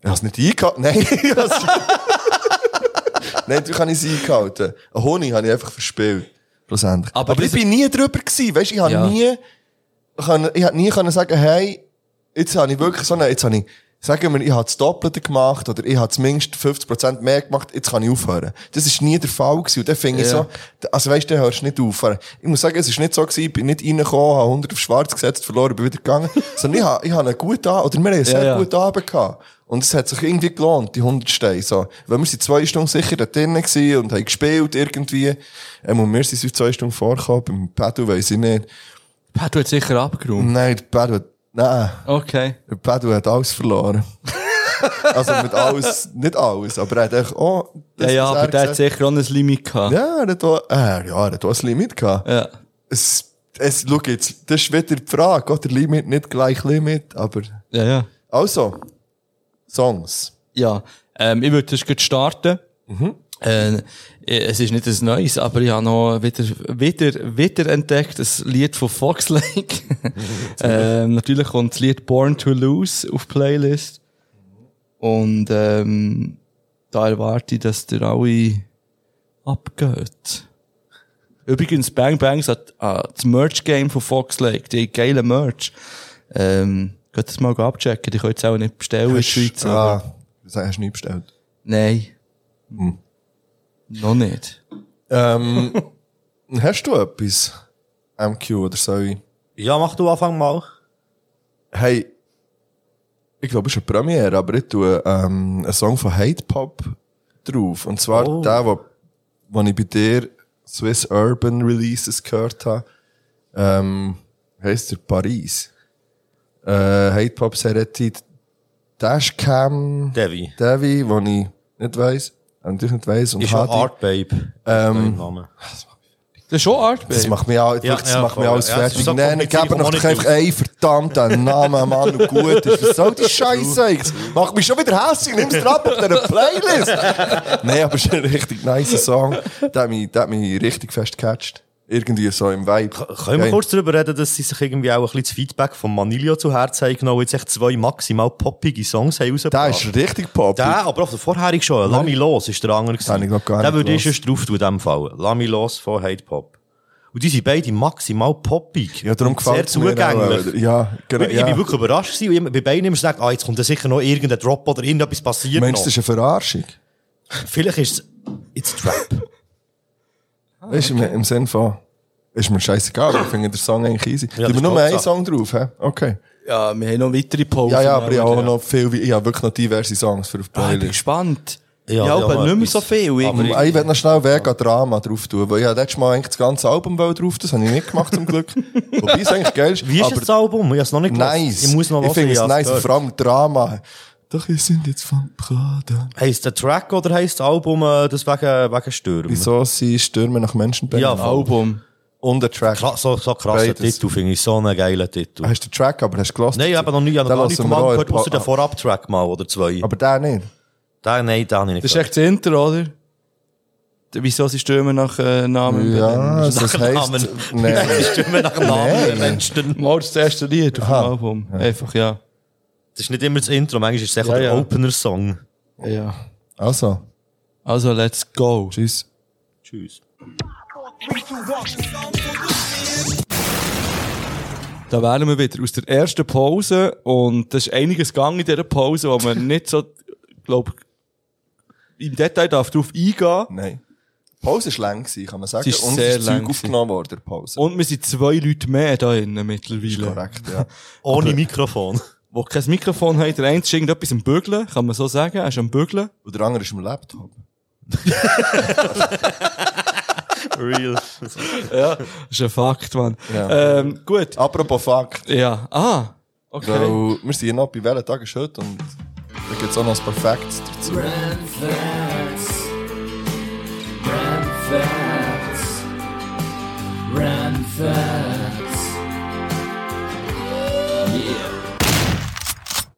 S4: Ich habe es nicht eingehalten. Nein, ich habe es- Nein, natürlich habe ich es eingehalten. Einen Honig habe ich einfach verspielt. Schlussendlich.
S3: Aber
S4: Aber, ich
S3: das-
S4: bin nie drüber gewesen. Weißt, ich habe
S3: Ja.
S4: nie, kann- ich habe nie können sagen, hey, jetzt habe ich wirklich so eine, jetzt habe ich, sagen wir, ich habe das Doppelte gemacht oder ich habe zumindest 50% mehr gemacht, jetzt kann ich aufhören. Das ist nie der Fall gewesen. Und dann finde ich
S3: Ja.
S4: so, also weißt du, dann hörst du nicht auf. Ich muss sagen, es ist nicht so gewesen, ich bin nicht reingekommen, habe 100 auf schwarz gesetzt, verloren, bin wieder gegangen. Sondern ich habe, ich habe einen guten Abend, oder wir haben einen sehr
S3: ja.
S4: guten Abend gehabt. Und es hat sich irgendwie gelohnt, die 100 Steine. So. Weil wir sind zwei Stunden sicher da drinnen gewesen und haben gespielt irgendwie. Ähm, und wir sind auf zwei Stunden vorgekommen, beim Pedal weiss ich nicht.
S3: Pah, Ah, du hast sicher abgeräumt.
S4: Nein, der Pedal, hat- nein.
S3: Mm. Okay.
S4: Der Pedro hat alles verloren. also mit alles, nicht alles, aber er hat echt, oh,
S3: Ja,
S4: das
S3: ja,
S4: was er
S3: aber der hat
S4: gesagt-
S3: sicher auch ein Limit gehabt.
S4: Ja, er hat auch, äh, ja, er hat auch ein Limit gehabt.
S3: Ja.
S4: Es, es, schau jetzt, das ist wieder die Frage, oder Limit, nicht gleich Limit, aber,
S3: Ja, ja.
S4: also, Songs.
S3: Ja, ähm, ich würde das gut starten. Äh, es ist nicht das Neues, aber ich habe noch wieder, wieder, wieder entdeckt, das Lied von Fox Lake. ähm, natürlich kommt das Lied Born to Lose auf Playlist. Und ähm, da erwarte ich, dass ihr alle abgeht. Übrigens, Bang Bangs hat ah, das Merch-Game von Fox Lake, die geile Merch. Ähm, geht das mal abchecken, die könnt ihr auch nicht bestellen in der Schweiz. aber-
S4: ah, das hast du nicht bestellt.
S3: Nein. Noch nicht.
S4: Ähm, hast du etwas? MQ oder so?
S5: Ja, mach du Anfang mal.
S4: Hey, ich glaube, es ist eine Premiere, aber ich tue ähm, einen Song von Hate Pop drauf. Und zwar
S5: Oh.
S4: der, wo, wo ich bei dir Swiss Urban Releases gehört habe. Ähm, heißt der Paris. Äh, Hate Pop Seretti Dashcam
S5: Devi.
S4: Devi, wo ich nicht weiss. äh, Natürlich nicht weiss. Und
S5: Ist ja
S4: Hadi.
S5: Art Babe. Ähm.
S3: Das ist schon Artbabe.
S4: Das macht mich auch,
S5: Ja,
S4: das
S5: ja,
S4: macht mich
S5: voll.
S4: alles
S5: Ja, das
S4: fertig.
S5: ist so
S4: Nein, ich
S5: kompliziert,
S4: gebe
S5: komm
S4: noch
S5: auch nicht
S4: einfach
S5: raus.
S4: einen verdammten Namen, Mann, und gut ist. Was soll die Scheiße jetzt? Mach mich schon wieder hässlich, nimm's dir ab auf dieser Playlist. Nein, aber es ist ein richtig nicer Song. Der hat mich, der hat mich richtig fest gecatcht. Irgendwie so im Vibe.
S5: Können wir
S4: Geil.
S5: kurz darüber reden, dass sie sich dus irgendwie auch ein bisschen das Feedback von Manilio zu Herzen haben genommen und jetzt echt zwei maximal poppige Songs haben
S4: Der
S5: rausgebracht?
S4: ist richtig pop.
S5: Der, aber auch der vorherige schon. Lami Los ist der andere. gewesen.
S4: Hab ich noch gar
S5: Den
S4: nicht
S5: würde ich
S4: gehört.
S5: erst drauf tun in dem Fall. Lami Los von Hate Pop. Und die sind beide maximal poppig.
S4: ja, darum
S5: Und
S4: gefällt
S5: Sehr zugänglich.
S4: eh, Ja, genau.
S5: Ich, ich bin
S4: Ja.
S5: wirklich überrascht gewesen. Und ich- Bei beiden immer gesagt, ah, jetzt kommt da sicher noch irgendein Drop oder irgendetwas passiert
S4: Meinst du,
S5: noch.
S4: das ist eine Verarschung?
S5: Vielleicht ist es, it's Trap. Ah,
S4: Weißt du, im- im Sinn von, ist mir scheißegal, ich finde den Song eigentlich easy.
S5: Ja,
S4: Ja,
S5: das
S4: Tun wir
S5: ist
S4: nur einen
S5: Tatsache.
S4: Song drauf, hä? Okay.
S3: Ja, wir haben noch weitere Pausen.
S4: Ja, ja, aber ich habe auch
S3: Ja.
S4: noch viel, ich habe wirklich noch diverse Songs für auf die
S3: Ah, ich bin
S4: Playlist.
S3: gespannt.
S5: Ja,
S3: Ja,
S5: ja,
S3: aber nicht mehr so
S5: etwas.
S3: viel.
S4: Aber
S3: irgendwie.
S4: ich, ich werde noch schnell Vega Drama drauf tun, weil ich hab letztes Mal eigentlich das ganze Album wollte drauf, das habe ich nicht gemacht zum Glück. Wobei es eigentlich geil ist.
S5: Wie ist
S4: aber
S5: das Album? Ich habe es noch nicht gehört.
S4: Ah, Nice.
S5: Ich muss noch
S4: Ich finde es
S5: hören,
S4: nice,
S5: hab's
S4: vor
S5: gehört.
S4: allem Drama. Doch, wir sind jetzt von Prada.
S5: Heisst der Track oder heisst das Album, äh, das wegen, wegen Stürmen?
S4: Wieso sie Stürme nach Menschen bringen?
S5: Ja, voll.
S3: Album.
S4: Und der Track.
S5: Kla so, so krasser
S4: Beides.
S5: Titel, finde ich. So einen geilen Titel.
S4: Hast du den Track, aber hast du gehört?
S5: Nein, ich habe noch nie, ich habe
S4: Den
S5: noch gar nicht
S4: lassen
S5: vom
S4: wir auch
S5: Album gehört,
S4: in-
S5: ausser den Vorab-Track mal oder zwei.
S4: Aber der nicht.
S5: den, nein, den habe ich nicht
S3: Das ist
S5: gehört.
S3: echt das Intro, oder? Wieso sie Stürme nach äh, Namen
S4: Ja, also das
S5: Nachnamen.
S4: heisst, nein.
S5: Die Stimme nach dem Namen der
S4: Nein.
S5: Menschen.
S3: Mal das erste Lied auf
S4: Aha.
S3: dem Album. Einfach, ja.
S5: Das ist nicht immer das Intro, manchmal ist es echt
S3: Ja,
S5: der
S3: ja.
S5: Opener-Song.
S3: ja.
S4: Also,
S3: Also, let's go.
S4: tschüss.
S5: Tschüss.
S3: Da wären wir wieder aus der ersten Pause und das ist einiges gegangen in dieser Pause, wo man nicht so, glaub, im Detail darf drauf eingehen.
S4: Nein. Pause war lang, gewesen, kann man sagen.
S3: Sie ist
S4: Und
S3: sehr
S4: es ist
S3: lang
S4: Zeug aufgenommen worden, der Pause.
S3: Und wir sind zwei Leute mehr da innen
S4: ist
S3: mittlerweile.
S4: korrekt, ja.
S5: Ohne Mikrofon.
S3: Die kein Mikrofon haben. Der eine ist irgendetwas am Bügeln, kann man so sagen. Er ist am Bügeln.
S4: Und der andere ist am Laptop.
S5: Real.
S3: Ja. Das ist ein Fakt, Mann.
S4: Ja. Ah.
S3: Ähm, gut.
S4: Apropos Fakt.
S3: Ja. Ah. Okay.
S4: Weil wir sind ja noch bei welchem Tag ist heute und da gibt es auch noch ein paar Facts dazu.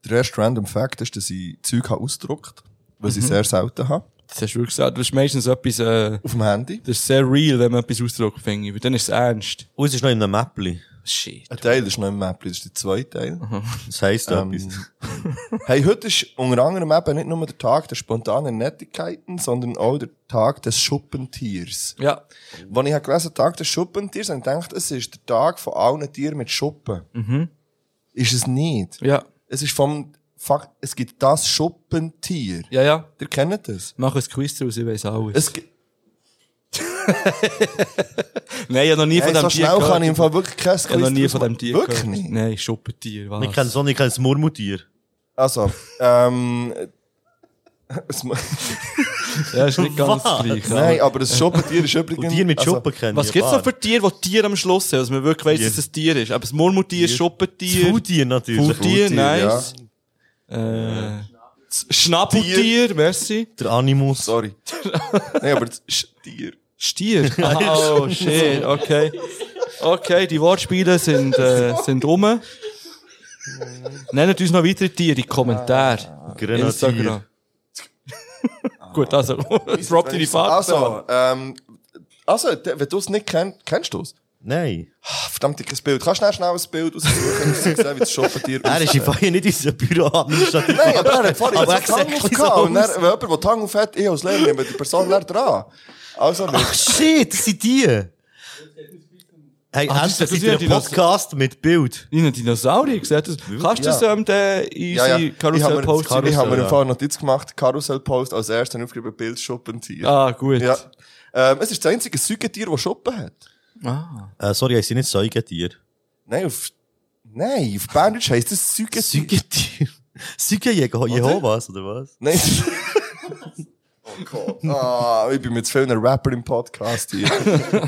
S4: Der erste Random Fact ist, dass ich Zeug habe ausgedruckt was
S3: Mhm.
S4: ich sehr selten habe.
S3: Das hast du wirklich gesagt. Das ist meistens etwas, äh,
S4: Auf dem Handy.
S3: das ist sehr real, wenn man etwas ausdruckt, finde ich. Weil dann ist es ernst.
S5: Und es ist noch in einem Mäppli.
S3: Shit.
S4: Ein Teil ist noch im Map, das ist der zweite Teil.
S3: Mhm.
S5: Das heisst
S4: Ähm,
S5: etwas.
S4: hey, heute ist unter anderem eben nicht nur der Tag der spontanen Nettigkeiten, sondern auch der Tag des Schuppentiers.
S3: Ja.
S4: Als ich habe gelesen Tag des Schuppentiers habe, ich gedacht, es ist der Tag von allen Tieren mit Schuppen. Ist es nicht.
S3: Mhm. Ja.
S4: Es ist vom, fuck, es gibt das Schuppentier.
S3: Ja, ja.
S4: Ihr kennt das?
S3: Mach ein Quiz draus, ich weiss alles.
S4: Es gibt,
S3: Nein, ich habe noch nie
S4: hey,
S3: von dem
S4: so
S3: Tier
S4: schnell
S3: gehört.
S4: kann ich im Fall wirklich kein
S3: Ich habe noch nie
S4: draus
S3: von dem
S4: machen.
S3: Tier
S4: Wirklich
S3: gehört.
S4: nicht?
S3: Nein, Schuppentier, was?
S5: Ich kenne so nicht, ich kenne das Murmeltier.
S4: Also, ähm, es, mu-
S3: Ja, ist nicht ganz
S5: Was?
S3: gleich.
S4: nein, aber das Schuppentier ist übrigens...
S5: Und Tier mit
S4: also,
S5: Schuppen kennen.
S3: Was gibt's noch für Tiere, die Tiere am Schluss haben? Also man wirklich weiss,
S5: Tier.
S3: dass es ein Tier ist. Aber das Murmeltier,
S5: Tier.
S3: Schuppentier,
S5: Tier natürlich.
S3: Fulltier, nice.
S4: ja.
S3: Äh, das Schnappeltier, merci.
S5: Der Animus.
S4: Sorry. nein, aber das ist Tier.
S3: Stier. Oh, shit, okay. Okay, die Wortspiele sind, äh, sind um. Nennt uns noch weitere Tiere in die Kommentare.
S4: Äh,
S5: Grenadier.
S3: Instagram. Gut, also, Rob deine Fahrt.
S4: Also, ähm, also, de- wenn du es nicht kennst, kennst du es? Ah,
S5: Nein.
S4: Verdammt, ich kein Bild. Kannst du schnell, schnell ein Bild aussuchen? Ich sehe, wie das Schuppentier
S5: Er ist einfach hier nicht in unserem Büro ah, administrativ.
S4: Nein, aber er hat vorhin
S5: Aber
S4: aber
S5: er
S4: so die Hand
S5: sieht
S4: auf
S5: so
S4: gehabt. Und
S5: aus.
S4: dann, wenn jemand, der die Hand auf hat, ich als Lehrer nehme die Person dann dran. Also, nicht.
S5: Shit, das sind die. Hey,
S3: das ist-
S5: endlich
S3: das
S5: seid
S3: sind
S5: ihr
S3: die
S5: ein Podcast mit Bild.
S3: Deine Dinosaurier, gesagt hast. Kannst du das
S4: Ja.
S3: ähm, den in unsere
S4: Ich habe mir,
S3: Karussell-Post
S4: ich habe mir im
S5: ja.
S4: Fall eine Notiz gemacht, Karussell-Post als erstes aufgeschrieben, Bild Schuppentier.
S3: Ah, gut.
S4: Ja. Ähm, es ist das einzige Säugetier, das Schuppen hat.
S3: Ah.
S5: Äh, sorry, ich sind nicht Säugetier.
S4: Nein, auf, nein, auf Berndeutsch heisst das Säugetier.
S5: Säugetier. Säugejäger Jehovas, oder was?
S4: Nein. oh Gott. Ah, ich bin mit zu vielen Rapper im Podcast hier.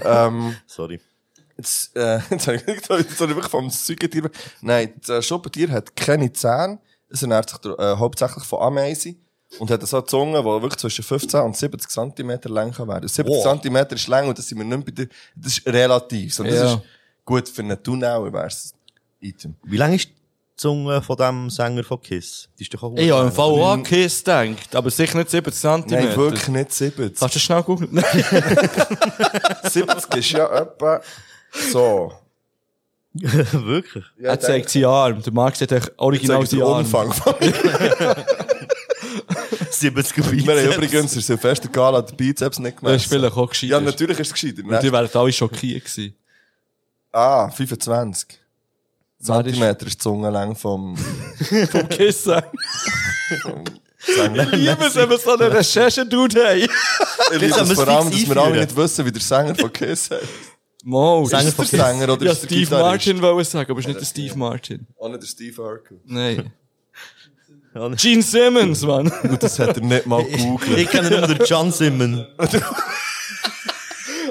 S4: ähm,
S5: Sorry.
S4: jetzt, äh, jetzt habe ich jetzt habe ich wirklich vom Säugetier. Nein, das äh, Schuppentier hat keine Zähne. Es ernährt sich äh, hauptsächlich von Ameisen. Und hat so Zungen, die wirklich zwischen 15 und 70 cm lang kann werden 70
S5: Wow.
S4: cm ist lang und das sind wir nicht mehr bei der, das ist relativ. So, das
S3: Ja.
S4: ist gut für einen Tunnel, wär's Item.
S5: Wie lang ist die Zunge von dem Sänger von Kiss? Die ist doch auch
S3: Ich habe im Fall auch an Kiss gedacht, aber sicher nicht 70 cm.
S4: Nein, wirklich nicht 70.
S3: Hast du das schnell gegoogelt? Nein.
S4: 70 ist ja etwa so.
S5: Wirklich?
S4: Ja,
S3: Er zeigt seinen Arm. Der Marc sieht echt original
S4: genau den
S3: seinen Arm.
S4: Umfang von
S5: 70
S4: Wir haben übrigens in Silvester Gala den Bizeps
S3: Das
S4: nicht
S3: ist
S4: gemessen.
S3: vielleicht auch gescheit.
S4: Ja, natürlich ist es gescheiter.
S3: Die
S4: ne?
S3: wären alle schockiert gewesen.
S4: Ah, 25.
S3: Wer ist-
S4: Zentimeter ist die Zunge lang vom
S3: Vom Kissen.
S4: Sänger.
S3: Hier müssen wir so eine Recherche-Dude haben.
S4: Ich liebe
S5: müssen
S4: es
S5: wir
S4: vor allem,
S5: fix
S4: dass wir alle
S5: einführen.
S4: nicht wissen, wie der Sänger von Kiss heißt.
S3: Mo,
S5: Sänger
S4: Ist
S5: von
S4: es der
S5: Kiss.
S4: Sänger oder
S3: Ja,
S4: ist es der
S3: Steve
S4: Gitarrist?
S3: Martin wollte ich sagen, aber es ist nicht der Steve Martin.
S4: Auch nicht der Steve Harkle.
S3: Nein.
S5: Ja, ne.
S3: Gene Simmons, Mann.
S4: Und das hat er nicht mal gegoogelt.
S5: Ich kenne nur den John Simon.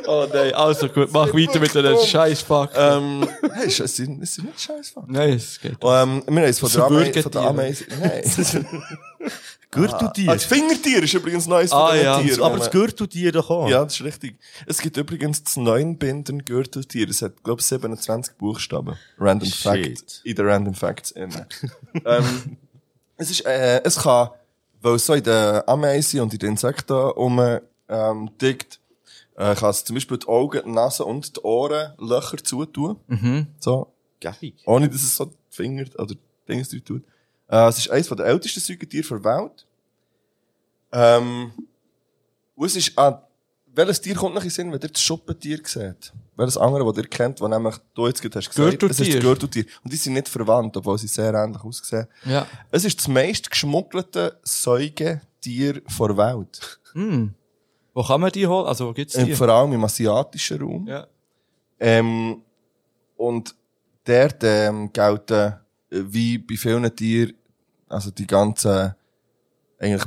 S3: Oh nein, also gut, mach weiter mit diesen scheiß Fuck.
S4: ähm, hey, ist das sind ist das nicht scheiß Fuck?
S3: Nein, es geht.
S4: Ähm, wir haben es von der
S3: So
S4: Ameise,
S3: Würgetier.
S4: von der Ameise, nein.
S5: Gürteltier.
S4: Ah, das Fingertier ist übrigens neues
S3: Ah,
S4: von diesen
S3: ja,
S4: Tieren.
S5: Aber das Gürteltier doch auch.
S4: Ja, das ist richtig. Es gibt übrigens das neunbindende Gürteltier. Es hat, glaube ich, 27 Buchstaben. Random
S5: Shit.
S4: Fact. In den Random Facts. innen. ähm, es ist, äh, es kann, weil es so in den Ameisen und in den Insekten um, ähm, tickt, äh, kann es zum Beispiel die Augen, die Nase und die Ohren Löcher zutun. So.
S5: Gäbig.
S4: Ohne, dass es so die Finger oder Dings drin tut. Äh, es ist eines der ältesten Säugetiere der Welt. Ähm, und es ist an, welches Tier kommt noch in den Sinn, wenn ihr das Schuppentier seht? Welches andere, das ihr kennt, das nämlich du jetzt gerade hast gesagt, es ist
S3: Gürteltier.
S4: das Gürteltier. Und die sind nicht verwandt, obwohl sie sehr ähnlich aussehen.
S3: Ja.
S4: Es ist das meist geschmuggelte Säugetier der Welt.
S3: Hm. Wo kann man die holen? Also, wo gibt's
S4: Und
S3: die?
S4: vor allem im asiatischen Raum.
S3: Ja.
S4: Ähm, und dort ähm, gelten, äh, wie bei vielen Tieren, also die ganzen, eigentlich,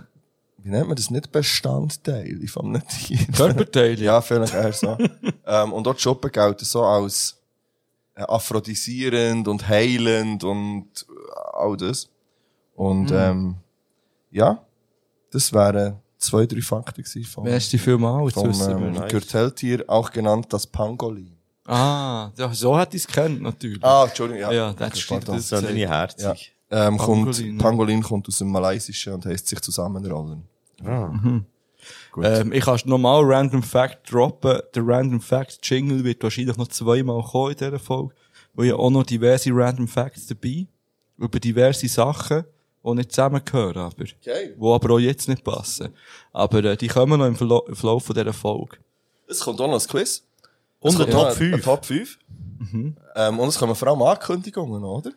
S4: wie nennt man das, nicht Bestandteile von einem Tier.
S3: Körperteile.
S4: ja, vielleicht eher so. ähm, und auch die Schuppen gelten so als äh, aphrodisierend und heilend und äh, all das.
S3: Mhm.
S4: Und ähm, ja, das wären zwei, drei Fakten gewesen vom,
S3: Merci vielmals, jetzt
S4: vom
S3: wissen wir.
S4: ähm, Gürteltier, auch genannt das Pangolin.
S3: Ah, ja, so hätte ich es kennt, natürlich.
S4: Ah, Entschuldigung, ja.
S3: Ja, das stimmt,
S4: pardon.
S3: das-
S5: So deine
S4: Ja.
S5: Herzig.
S4: Ähm,
S3: Pangolin,
S4: kommt,
S3: ne?
S4: Pangolin kommt aus dem Malaysischen und heisst sich zusammenrollen.
S3: Ähm, ich kann nochmal Random Fact droppen. Der Random Fact Jingle wird wahrscheinlich noch zweimal kommen in dieser Folge. Weil ja auch noch diverse Random Facts dabei. Über diverse Sachen, die nicht zusammengehören, aber.
S4: Okay.
S3: Die aber auch jetzt nicht passen. Aber, äh, die kommen noch im Verlo- im Verlauf von dieser Folge.
S4: Es kommt auch noch ein Quiz. Es
S5: Und der
S4: kommt auch
S5: Top
S4: noch ein- ein
S5: 5.
S4: Top 5.
S3: Mhm.
S4: Ähm, und es kommen vor allem Ankündigungen, oder?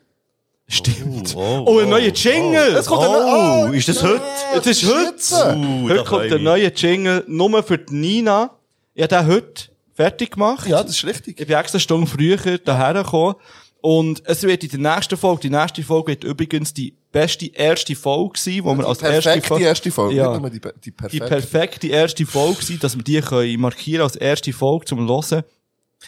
S3: Stimmt.
S5: Oh,
S3: Oh, ein neuer Jingle!
S4: Es kommt
S5: Oh, ist das heute?
S3: Es ist heute!
S5: Uh, da
S3: Heute
S5: freu ich
S3: kommt der
S5: mich.
S3: neue Jingle nur für die Nina. Ich habe den heute fertig gemacht.
S4: Ja, das ist richtig.
S3: Ich bin extra eine Stunde früher daher gekommen. Und es wird in der nächsten Folge, die nächste Folge wird übrigens die beste erste Folge sein, wo wir als erste
S4: Perfekt, die
S3: Folge,
S4: erste Folge.
S3: Ja.
S4: Nicht nur die, be-
S3: die
S4: die perfekte.
S3: perfekte erste Folge sein, dass wir die können markieren als erste Folge zum Hören.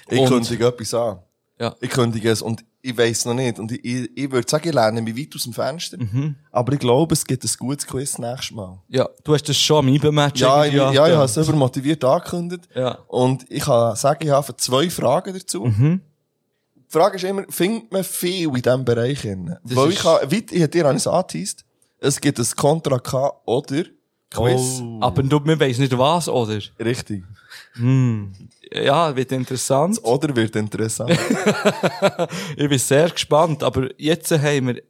S4: ich
S3: und-
S4: kündige etwas an.
S3: Ja.
S4: Ich kündige es und ich weiß noch nicht. Und ich, ich, ich würde sagen, ich lerne mich weit aus dem Fenster.
S3: Mhm.
S4: Aber ich glaube, es gibt ein gutes Quiz nächstes Mal.
S3: Ja. Du hast das schon am IBE-Match
S4: Ja, ich,
S3: irgendwie
S4: ja, ich
S3: angetan.
S4: habe es selber motiviert angekündigt.
S3: Ja.
S4: Und ich kann sagen, ich habe zwei Fragen dazu.
S3: Mhm.
S4: Die Frage ist immer, findet man viel in diesem Bereich? hin?
S3: Das
S4: Weil
S3: ist-
S4: ich habe, wie ich habe dir eines angeteased, es gibt ein Contra K oder Quiz.
S3: Aber du, wir weiss nicht was, oder?
S4: Richtig.
S3: Ja, wird interessant.
S4: Oder wird interessant.
S3: Ich bin sehr gespannt, aber jetzt haben wir,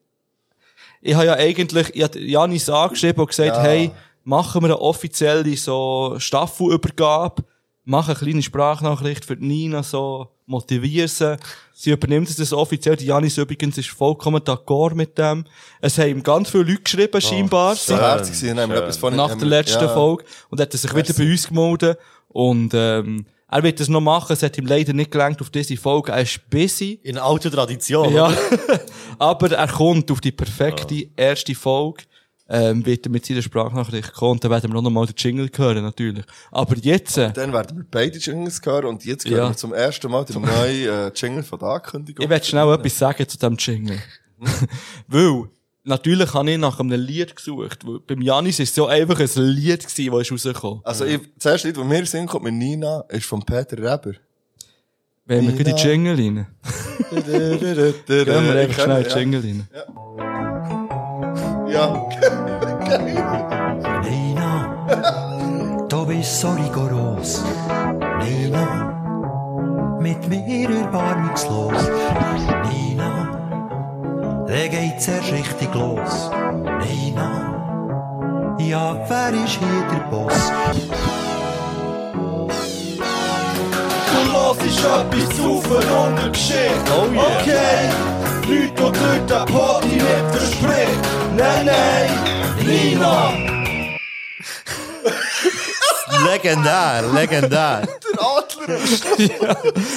S3: ich habe ja eigentlich, ich habe Janis angeschrieben und gesagt,
S4: Ja.
S3: hey, machen wir eine offizielle so Staffelübergabe, machen eine kleine Sprachnachricht für die Nina, so motivieren sie. Sie übernimmt es das offiziell. Die Janis übrigens ist vollkommen d'accord mit dem. Es haben ihm ganz viele Leute geschrieben, scheinbar.
S4: so herzig sind, haben wir
S5: Schön.
S4: etwas von
S3: nach
S4: haben
S3: der
S4: wir-
S3: letzten
S4: Oh, ja.
S3: Folge und hat er sich wieder bei uns gemeldet und ähm, er wird das noch machen, es hat ihm leider nicht gelangt auf diese Folge, er ist busy,
S5: In alter Tradition.
S3: ja.
S5: oder?
S3: aber er kommt auf die perfekte erste Folge, ähm, wird er mit seiner Sprachnachricht kommen und dann werden wir auch noch mal den Jingle hören, natürlich. Aber jetzt, äh,
S4: Dann werden wir beide Jingles hören und jetzt hören
S3: Ja.
S4: wir zum ersten Mal den neuen äh, Jingle von der Ankündigung.
S3: ich werde schnell etwas sagen zu diesem Jingle. Weil, natürlich habe ich nach einem Lied gesucht. weil Beim Janis ist es ja einfach ein Lied gewesen, das ist rausgekommen.
S4: Also, ich, das erste Lied, das mir in den Sinn kommt mit Nina, ist von Peter Reber.
S3: Wenn wir
S4: Nina.
S3: gleich die Jingle rein.
S4: Gehen
S3: Gehen äh, wir einfach schnell die Jingle rein.
S4: Ja.
S7: Nina, du bist so rigoros. Nina, mit mir erbarmungslos. Nina, der geht's erst richtig los. Nina, ja, wer ist hier der Boss?
S6: Du hörst etwas zu verrunde Geschichte. Oh yeah. Okay, Leute, die durch den Party nicht verspricht. Nein, nein, Nina.
S5: Legendär, legendär.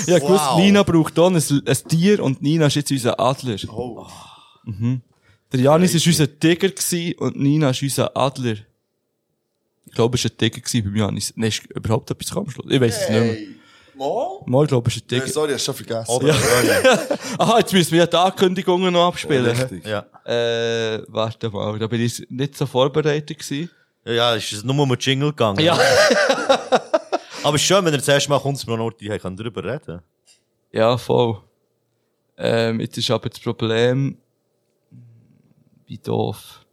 S3: Ja, gewusst,
S5: Wow.
S3: Nina braucht auch ein, ein Tier und Nina ist jetzt unser Adler. Mhm. Der Janis war unser Tiger gsi und Nina ist unser Adler. Ich glaube, es war ein Tiger gsi beim Janis. Nein, ist überhaupt etwas gekommen am Schluss? Ich weiß es nicht mehr.
S4: Hey. Mo?
S3: Mal, ich glaube, es war ein Tiger.
S4: eh, Sorry, hast du schon vergessen.
S5: oh,
S3: Aha, jetzt müssen wir ja die Ankündigungen noch abspielen.
S4: Richtig.
S5: ja.
S3: äh, warte mal, da bin ich nicht so vorbereitet gsi.
S5: Ja, es ist nur um den Jingle gegangen.
S3: Ja.
S5: Aber es ist schön, wenn er das erste Mal kommt, dass wir noch die können darüber reden.
S3: Ja, voll. Ähm, jetzt ist aber das Problem, wie doof.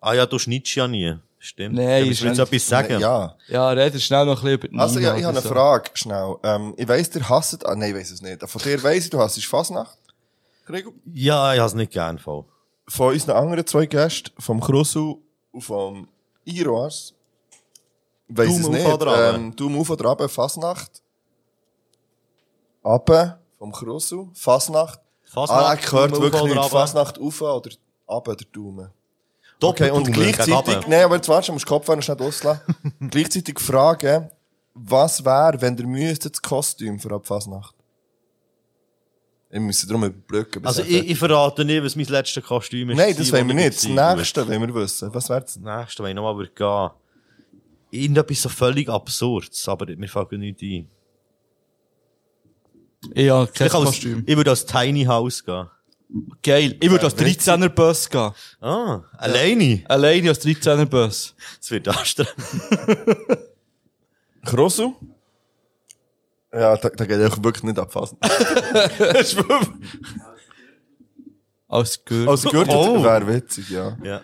S5: Ah ja, du schneidest ja nie. Stimmt.
S3: Nein,
S5: du
S3: ist
S5: willst du
S3: nicht-
S5: etwas sagen.
S4: Ja.
S3: Ja, rede schnell noch ein bisschen über die
S4: Also, ja,
S3: Nina
S4: ich habe
S3: oder
S4: eine
S3: so.
S4: Frage, schnell. Ähm, ich weiss, ihr hasst, ah, nein, ich weiss es nicht. Von dir weiss ich, du hasst Fasnacht. Gregor?
S5: ja ich habe es nicht gern. Voll.
S4: Von unseren anderen zwei Gästen, vom Krusu und vom Iroas, weiss
S5: Daumen
S4: es
S5: auf
S4: nicht.
S5: oder runter?
S4: Ähm, du auf oder runter, Fasnacht. Abe, vom Krusu, Fasnacht.
S5: Fasnacht,
S4: Alec gehört
S5: Daumen
S4: wirklich
S5: auf oder
S4: nicht.
S5: runter?
S4: Fasnacht auf oder runter, oder Daumen.
S5: Doppel
S4: Okay, und gleichzeitig, nein, aber jetzt warte, du musst den Kopf noch schnell auslassen. gleichzeitig fragen, was wäre, wenn ihr müsstet das Kostüm für ab Fasnacht? Ich müsste darum überbrücken. bis
S5: Also,
S4: er-
S5: ich, ich verrate nicht, was mein letztes Kostüm ist.
S4: nein, das wollen wir nicht. Das
S5: Das
S4: nächste wollen wir wissen. Was wär's?
S5: Das nächste wollen wir aber gehen. Irgendetwas so völlig Absurdes, aber mir fällt nicht ein.
S3: Ich habe kein
S5: Ich, als,
S3: Kostüm.
S5: ich würde als Tiny House gehen.
S3: Geil. Äh, Ich würde als 13er Bus gehen.
S5: Ah, alleine?
S3: Alleine als 13er Bus.
S5: Das wird anstrengend.
S4: Krosso? Ja, da, da geht ich wirklich nicht ab Fasnacht.
S3: Als Gürtel.
S4: Also, gut,
S5: Oh.
S4: wäre witzig, ja.
S5: Ja.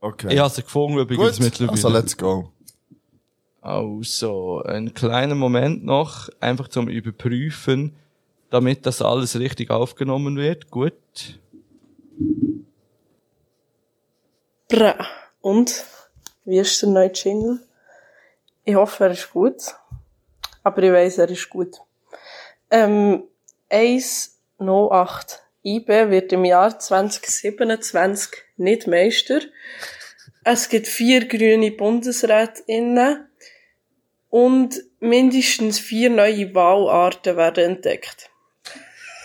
S4: Okay.
S3: ich habe sie gefunden übrigens
S4: gut.
S3: mittlerweile.
S4: Also, let's go.
S3: Also, ein kleiner Moment noch, einfach zum Überprüfen, damit das alles richtig aufgenommen wird. Gut.
S8: Bra. Und? Wie ist der neue Jingle? Ich hoffe, er ist gut. Aber ich weiss, er ist gut. Ähm, 108 IB wird im Jahr 2027 nicht Meister. Es gibt vier grüne BundesrätInnen. Und mindestens vier neue Wahlarten werden entdeckt.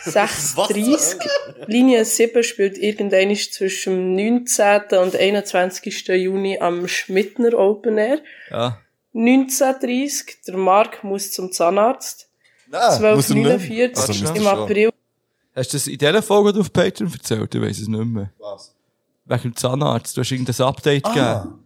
S8: 630. Linie 7 spielt irgendwann zwischen dem 19. und 21. Juni am Schmidtner Open Air.
S3: Ja.
S8: 19.30 der Mark muss zum Zahnarzt.
S4: Nein, Ah, muss er nicht.
S8: 12.49
S4: Also, müsst ihr
S8: im
S4: schon.
S8: April.
S3: Hast du das in dieser Folge die du auf Patreon erzählt? Ich weiß es nicht mehr.
S4: Was? Ah.
S3: Wegen dem Zahnarzt. Du hast irgendein Update gegeben.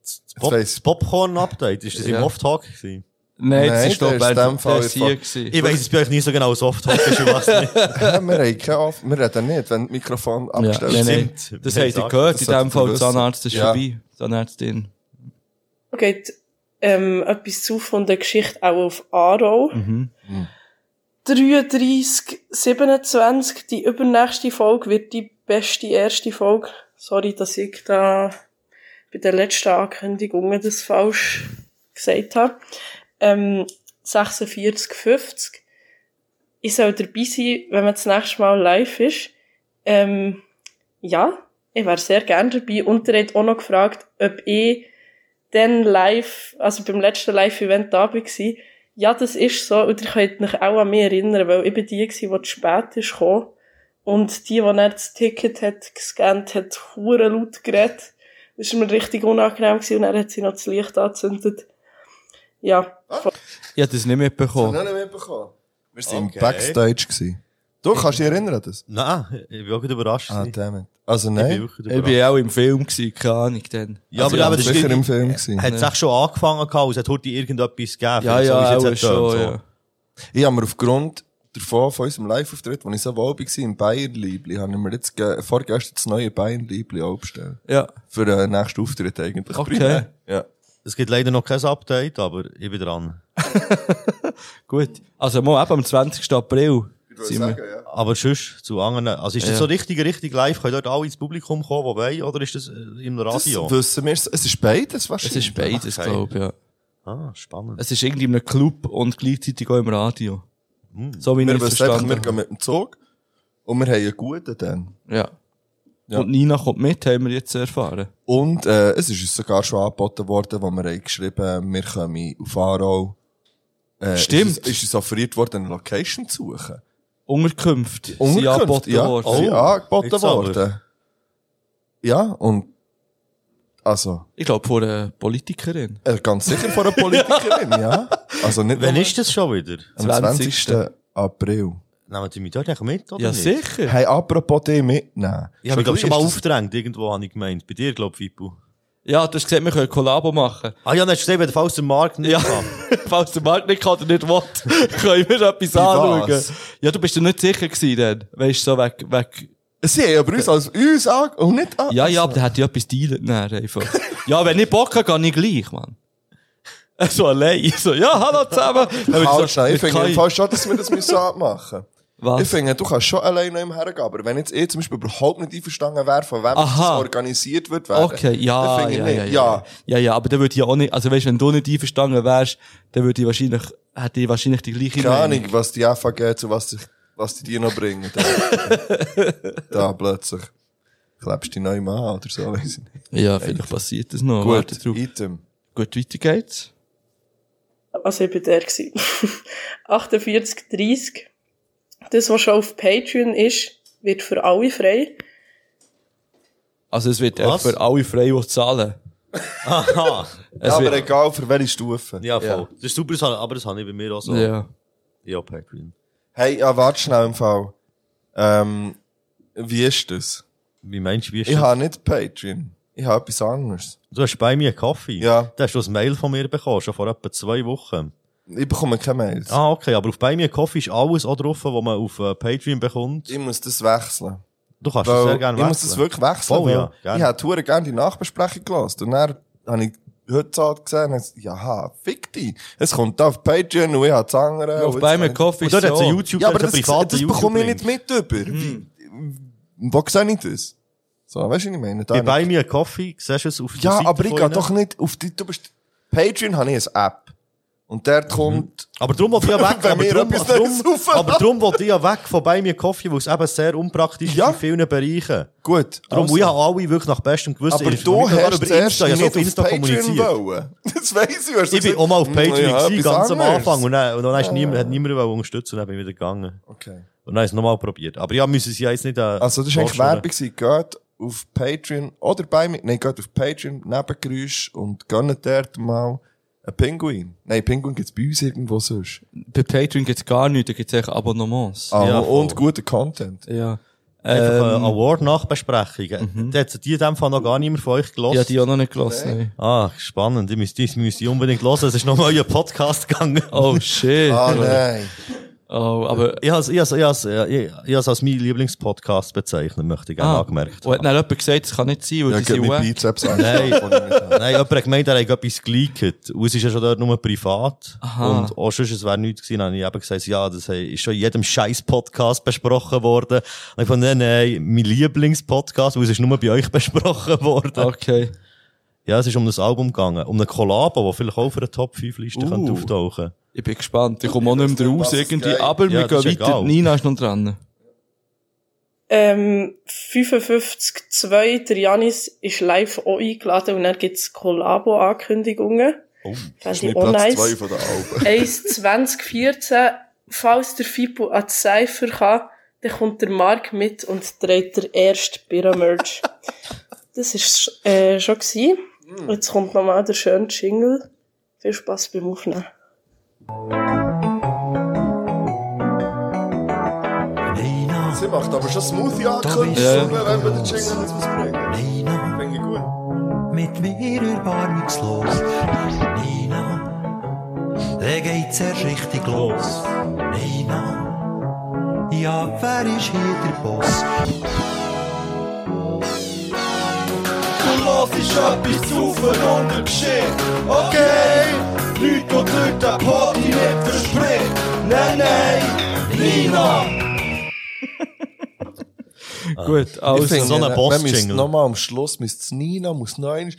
S4: Jetzt
S5: Pop
S4: weiss
S5: das
S4: ich.
S5: Popcorn-Update, ist das
S3: Ja.
S5: im Off-Talk gewesen?
S3: Nein,
S4: Nein,
S3: das ist doch
S4: der ist in dem Fall
S3: während
S4: einfach-
S3: der hier
S5: Ich weiß es bei euch nicht so genau, was Off-Talk ist und was nicht.
S4: Ja, wir reden keinen auf. Wir reden nicht, wenn das Mikrofon abgestellt
S3: nein,
S4: ist.
S3: nein.
S5: Stimmt.
S3: Das
S5: Wir
S3: habt ihr
S5: sagen,
S3: gehört,
S4: das
S3: in
S4: solltet
S3: dem
S4: ihr
S3: Fall
S4: wissen.
S3: Zahnarzt ist
S4: Ja.
S3: vorbei. Zahnärztin.
S8: geht ähm, etwas zu von der Geschichte auch auf Aarau.
S5: Mhm.
S8: 33, 27, die übernächste Folge wird die beste erste Folge. Sorry, dass ich da bei der letzten Ankündigung das falsch gesagt habe. Ähm, 46, 50. Ich soll dabei sein, wenn man das nächste Mal live ist. Ähm, ja, ich wäre sehr gerne dabei. Und er hat auch noch gefragt, ob ich dann live, also beim letzten Live-Event da war, ja, das ist so, und ihr könnt mich auch an mich erinnern, weil ich bin die war, die zu spät ist gekommen. Und die, die dann das Ticket hat gescannt hat, hure laut geredet. Das war mir richtig unangenehm gewesen, und dann hat sie noch das Licht angezündet. Ja, voll.
S3: Ich habe das nicht
S4: Hast du
S3: mitbekommen.
S4: noch nicht mitbekommen? Wir waren
S5: Okay.
S4: im Backstage. Gewesen. Du kannst dich erinnern an das?
S5: Nein, ich bin auch gut überrascht.
S4: Ah, damn it. Also nein.
S3: Ich Also war auch im Film, gewesen, keine Ahnung. Dann.
S5: Ja, aber
S4: ja,
S5: eben,
S4: das
S5: das
S4: sicher
S5: ist- Äh,
S4: im Film gewesen.
S5: Hat es auch schon angefangen gehabt, und es hat heute irgendetwas gegeben.
S3: Ja,
S5: so
S3: ja,
S5: wie
S3: auch
S5: es jetzt
S3: schon,
S5: ertönt, so.
S3: ja.
S4: Ich habe mir aufgrund davon, von unserem Live-Auftritt, wo ich so wohl war, im Bayern-Liebli, habe ich mir jetzt ge- vorgestern das neue Bayern-Liebli auch bestellt.
S3: Ja,
S4: Für den nächsten Auftritt eigentlich.
S3: Okay.
S4: primär. Ja.
S5: Es gibt leider noch kein Update, aber ich bin dran.
S3: gut. Also, mal ab am 20. April.
S4: Ich
S3: Sind wir.
S4: sagen, ja.
S5: Aber sonst zu anderen. Also ist das
S3: Ja.
S5: so richtig, richtig live? Können dort alle ins Publikum kommen, die wollen? Oder ist das äh, im
S4: Das
S5: Radio?
S4: wissen wir. Es ist beides
S3: Es
S4: wahrscheinlich.
S3: ist beides,
S5: Okay.
S3: glaube ich. Ja.
S5: ah, spannend.
S3: Es ist irgendwie in einem Club und gleichzeitig auch im Radio.
S5: Hm.
S3: So wie ich
S4: Wir
S3: es
S4: wissen einfach,
S3: verstanden
S4: wir gehen
S3: habe.
S4: mit dem Zug und wir haben einen guten dann.
S3: Ja.
S4: Ja.
S3: Und Nina kommt mit, haben wir jetzt erfahren.
S4: Und äh, es ist uns sogar schon angeboten worden, wo wir haben geschrieben haben, wir kommen auf Aarau. Äh,
S3: Stimmt.
S4: Ist uns, ist uns offeriert worden, eine Location zu suchen.
S3: Unterkünfte. sind angeboten
S4: ja,
S3: worden.
S4: sind
S5: Oh,
S4: angeboten
S5: jetzt aber.
S4: worden. Ja, und also,
S3: Ich glaube, von einer Politikerin.
S4: äh, ganz sicher von einer Politikerin, ja. Also nicht
S5: Wann
S4: nur
S5: ist das schon wieder?
S4: am
S3: 20.
S4: 20. April.
S5: Nehmen Sie mich dort eigentlich mit, oder
S3: Ja,
S5: nicht?
S3: sicher.
S4: Hey, apropos dich mitnehmen.
S5: Ich habe mich, glaube
S4: Schon
S5: schon mal
S4: ist das-
S5: aufgedrängt, irgendwo habe ich gemeint. Bei dir, glaube ich, Vipu.
S3: Ja, du hast gesagt, wir können Kollabo machen.
S5: Ah ja, dann hast du gesehen, wenn der Faust den Markt nicht
S3: Ja.
S5: kann.
S3: Falls der Markt nicht kann oder nicht will, können wir etwas anschauen.
S4: was?
S3: Ja, du bist ja nicht sicher gewesen dann. Weißt du, so weg, weg.
S4: Sie haben aber uns als uns an und nicht an.
S3: Ja, ja, aber dann hätte ich etwas dealen dann einfach. ja, wenn ich Bock habe, gehe ich gleich, Mann. So allein. So, ja, hallo zusammen. Dann würde
S4: Falsch,
S3: so-
S4: nein, ich finde
S3: Kai-
S4: im Fall schon, dass wir das müssen abmachen
S3: Was?
S4: Ich finde, du kannst schon alleine noch im Hergehen, aber wenn jetzt ich zum Beispiel überhaupt nicht einverstanden wäre, von wem das
S3: Aha.
S4: organisiert wird, wäre,
S3: Okay, ja,
S4: dann finde ich
S3: ja,
S4: nicht.
S3: ja, ja, ja. Ja, ja, aber dann würde ich auch nicht, also weißt, wenn du nicht einverstanden wärst, dann würde ich wahrscheinlich, hätte ich wahrscheinlich die gleiche
S4: Keine
S3: Meinung.
S4: Ahnung, was die FAG zu was, sich- was die dir noch bringen. Da, da plötzlich. Klebst du dich neu mal an oder so, weiss ich nicht.
S3: Ja, vielleicht passiert das noch. Warte
S4: Gut,
S3: drauf.
S4: Item.
S3: Gut, weiter geht's.
S8: Also ich bin der gewesen. 48, 30. Das, was schon auf Patreon ist, wird für alle frei.
S3: Also es wird
S5: Was?
S3: echt für alle frei, die zahlen.
S5: Aha.
S3: Es
S4: Ja, aber
S3: wird,
S4: egal, für welche Stufe.
S5: Ja, voll. Das ist super, das habe- aber das habe ich bei mir auch so.
S3: ja.
S5: Ja, Patreon.
S4: Hey, ja, warte schnell im Fall. Ähm, wie ist das?
S5: Wie meinst du, wie ist
S4: Ich
S5: das?
S4: habe nicht Patreon. Ich habe etwas anderes.
S5: Du hast bei mir einen Kaffee.
S4: Ja.
S5: Da hast du ein Mail von mir bekommen, schon vor etwa zwei Wochen.
S4: Ich bekomme keine Mails.
S5: Ah, okay, aber auf bei mir Kaffee ist alles auch drauf, was man auf äh, Patreon bekommt.
S4: Ich muss das wechseln.
S5: Du kannst das
S4: Weil
S5: sehr gerne
S4: ich muss das wirklich wechseln.
S5: Oh, ja,
S4: weil
S5: gerne.
S4: ich habe Touren gerne die Nachbesprechung gelesen. Und dann habe ich heute so gesehen, und ich, jaha, fick dich. Es kommt da auf Patreon und ich habe das andere. und
S3: Auf
S4: jetzt
S3: bei
S4: habe
S3: mir
S4: ich-
S3: Coffee
S5: Und dort hat es einen
S3: so.
S5: YouTube,
S4: Ja, aber
S5: dort
S4: das,
S5: hat's einen privaten
S4: das bekomme ich
S5: YouTube-Link.
S4: nicht mit über. Wie, wo sehe ich das? So, weißt du, was ich meine? Da
S5: Hm. Bei,
S4: nicht.
S5: bei mir Kaffee, siehst du es auf der
S4: Ja,
S5: Seite
S4: aber ich
S5: von
S4: gehe
S5: ihnen?
S4: doch nicht auf die, du bist, Patreon habe ich eine App. Und
S5: Mhm.
S4: der kommt,
S5: Aber darum wollte ich ja weg,
S4: Wenn
S5: aber
S4: wir
S5: darum,
S4: etwas nicht
S5: darum,
S4: saufen.
S5: aber darum wollte ich ja weg von bei mir Kaffee, weil es eben sehr unpraktisch
S4: Ja.
S5: ist in vielen Bereichen.
S4: gut.
S5: Darum,
S4: also.
S5: also. ich habe alle wirklich nach bestem Gewissen
S4: aber
S5: Ich-
S4: du
S5: ich bin sogar
S4: hast zuerst
S5: ich habe so
S4: nicht
S5: auf Insta
S4: auf Patreon
S5: kommuniziert.
S4: wollen. Das weiss ich. du hast
S5: Ich bin
S4: gesagt,
S5: auch mal auf Patreon
S4: ja,
S5: gewesen,
S4: etwas
S5: ganz am
S4: anderes.
S5: Anfang. Und dann, und dann ist niemand, hat niemand wollen unterstützen und dann bin ich wieder gegangen.
S4: Okay.
S5: Und dann habe ich es nochmal probiert. Aber ja, müssen sie ja jetzt nicht... Äh,
S4: Also, das war eigentlich
S5: vorstellen.
S4: Werbung. gewesen. Geht auf Patreon oh, oder bei mir. Nein, geht auf Patreon, Nebengeräusch und gönnt dort mal einen Pinguin. Nein, Pinguin gibt's bei uns irgendwo sonst.
S3: Bei Patreon gibt's gar nichts, da gibt's echt Abonnements.
S4: Ah,
S5: Ja,
S4: und
S5: voll.
S4: guten Content.
S3: Ja.
S5: Einfach eine
S3: Ähm, mhm.
S5: Award-Nachbesprechung. Da hat die in dem Fall noch gar niemand von euch gelassen.
S3: ja, die auch noch nicht gelassen. nein.
S5: Ah, spannend. Ich müsste, ich müsste unbedingt hören. Es ist nochmal euer Podcast gegangen.
S3: Oh shit.
S4: Ah, nein.
S3: Oh, aber,
S5: Ich habe ich has, ich has, ich ich has als meinen Lieblingspodcast bezeichnet, möchte ich gerne
S3: ah.
S5: angemerkt
S3: Und hat
S5: haben.
S3: dann jemand gesagt, das kann nicht sein, weil
S4: Ja,
S3: die E.
S4: geht
S3: sind
S4: mit
S3: weg.
S4: Bizeps an.
S5: Nein.
S4: Von dem ich nicht habe.
S5: Nein, jemand hat gemeint, er hat etwas geleakt. Und es ist ja schon dort nur privat.
S3: Aha.
S5: Und auch sonst, es wäre nichts gewesen. Dann habe ich eben gesagt, ja, das he- ist schon in jedem scheiß Podcast besprochen worden. Und ich fand, nein, nein, mein Lieblingspodcast, weil es ist nur bei euch besprochen worden.
S3: Okay.
S5: Ja, es ist um das Album gegangen. Um eine Kollabo, die vielleicht auch auf einer Top 5 Liste
S3: Uh.
S5: könnte auftauchen
S3: Ich bin gespannt. Ich komme auch nicht mehr
S4: Ich weiß
S3: raus
S4: nicht, was
S3: irgendwie.
S4: es geht.
S3: Aber
S5: Ja,
S3: wir
S5: das
S3: gehen
S5: ist
S3: weiter.
S5: egal.
S3: Nina ist noch dran.
S8: Ähm, 55, 2, der Janis ist live auch eingeladen und dann gibt's Kollabo-Ankündigungen.
S5: Oh.
S4: Das
S8: Fände
S4: ist
S8: ich
S4: mein
S8: auch
S4: Platz
S8: nice.
S4: 2 von der Alben.
S8: 1, 2014, falls der Fibu an die Cypher kann, dann kommt der Mark mit und dreht der erste Bira-Merch. das war äh, schon. Gewesen.
S4: Mm.
S8: Jetzt kommt nochmal der schöne Jingle. Viel Spass beim Aufnehmen.
S7: Nina,
S4: Sind macht aber schon Smoothie angekündigt,
S7: Ja.
S4: wenn man den Jingle muss bringen.
S7: Nina,
S4: Finde ich gut.
S7: mit mir über nichts los. Nina, dann geht's erst richtig los. Nina, ja, wer ist hier der Boss?
S6: Du hörst etwas zu verrundet Geschichte. Okay, Leute, die dort den Party nicht verspricht. Nein, nein, Nina.
S3: Gut,
S4: Ich
S3: also.
S4: finde,
S5: so ein
S4: man
S5: Boss-Jingle.
S4: müsste Nochmal am Schluss müsste es Nina, muss nein.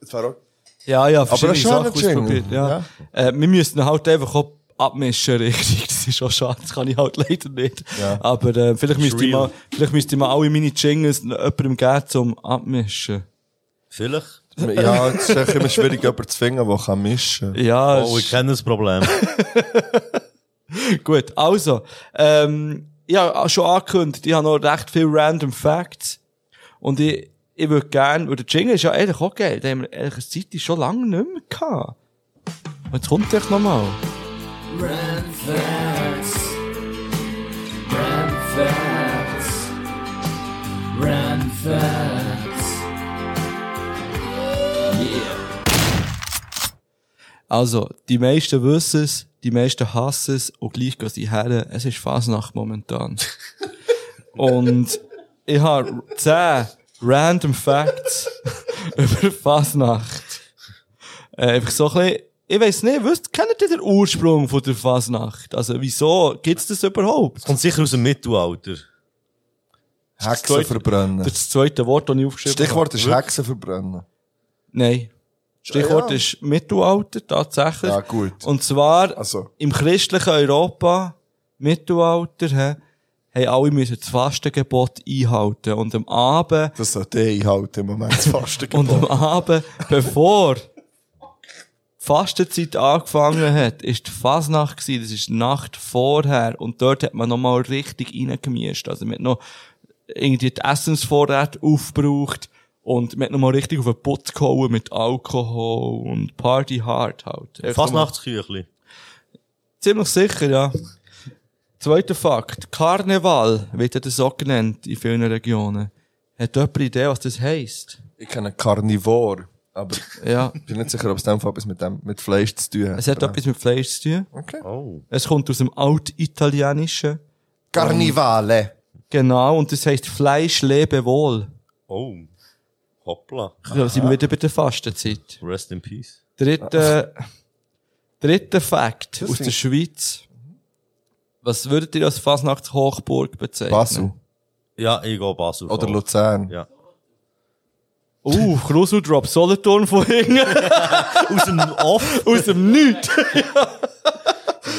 S4: Das wäre auch
S3: Ja, ja, verschiedene
S4: das ist schon
S3: Sachen
S4: ein Jingle,
S3: ausprobiert. Ja. Äh, wir müssen halt einfach auch abmischen, richtig. Das ist auch schade, das kann ich halt leider nicht. Aber äh, vielleicht, müsste ich
S5: real.
S3: mal, vielleicht müsste ich mal alle meine Jingles jemandem geben, zum Abmischen.
S5: Vielleicht.
S4: Ja, es ist echt immer schwierig, jemanden zu finden, der kann mischen kann.
S3: Ja,
S5: Oh,
S3: ist-
S5: ich kenne das Problem.
S3: Gut, also, ähm, ja, schon angekündigt, ich habe noch recht viele random Facts. Und ich, ich würde gerne, weil der Jingle ist ja eigentlich auch geil, den haben wir ehrlich gesagt schon lange nicht mehr gehabt. Und jetzt kommt der nochmal. Also, die meisten wissen es, die meisten hassen es und gleich gehen sie her. Es ist Fasnacht momentan. und ich habe zehn random Facts über Fasnacht. Äh, einfach so ein bisschen, ich weiss nicht, wisst, kennt ihr den Ursprung von der Fasnacht? Also, wieso gibt's das überhaupt?
S5: Kommt sicher aus dem Mittelalter.
S4: Hexen verbrennen.
S3: Das ist das zweite Wort, das ich aufgeschrieben habe.
S4: Stichwort ist Hexen verbrennen.
S3: Nein. Stichwort
S4: Ah, ja.
S3: ist Mittelalter, tatsächlich.
S4: Ja, gut.
S3: Und zwar
S4: Also.
S3: im christlichen Europa, Mittelalter, hä, haben alle müssen das Fastengebot einhalten. Und am Abend,
S4: Das sollte ich halt im Moment das faste
S3: und am Abend, bevor die Fastenzeit angefangen hat, ist die Fasnacht gewesen. Das ist die Nacht vorher. Und dort hat man nochmal richtig reingemischt. Also man hat noch irgendwie die Essensvorräte aufgebraucht. Und man hat nochmal richtig auf den Putz gehauen mit Alkohol und Party Hard halt. Einfach mal-
S5: Fastnachtsküchli.
S3: Ziemlich sicher, ja. Zweiter Fakt. Karneval wird das auch genannt in vielen Regionen. Hat jemand eine Idee, was das heisst?
S4: Ich kenne Carnivore, aber
S3: Ja.
S4: ich bin nicht sicher, ob es in dem Fall etwas mit, dem, mit Fleisch zu tun hat.
S3: Es hat etwas mit Fleisch zu tun.
S5: Oh.
S3: Es kommt aus dem Altitalienischen.
S4: Carnivale.
S3: Genau, und das heisst Fleisch lebe wohl.
S5: Oh. Hoppla.
S3: Da sind wir wieder bei der Fastenzeit.
S5: Rest in peace.
S3: Dritter, dritter Fakt
S4: Das
S3: aus der
S4: ist-
S3: Schweiz. Was würdet ihr als Fasnachtshochburg bezeichnen?
S4: Basel.
S5: Ja, ich gehe Basel.
S4: Oder Luzern.
S5: Ja.
S3: Uh, Kruseldrop, Solothurn von hinten,
S5: Aus dem Off.
S3: aus dem Nichts.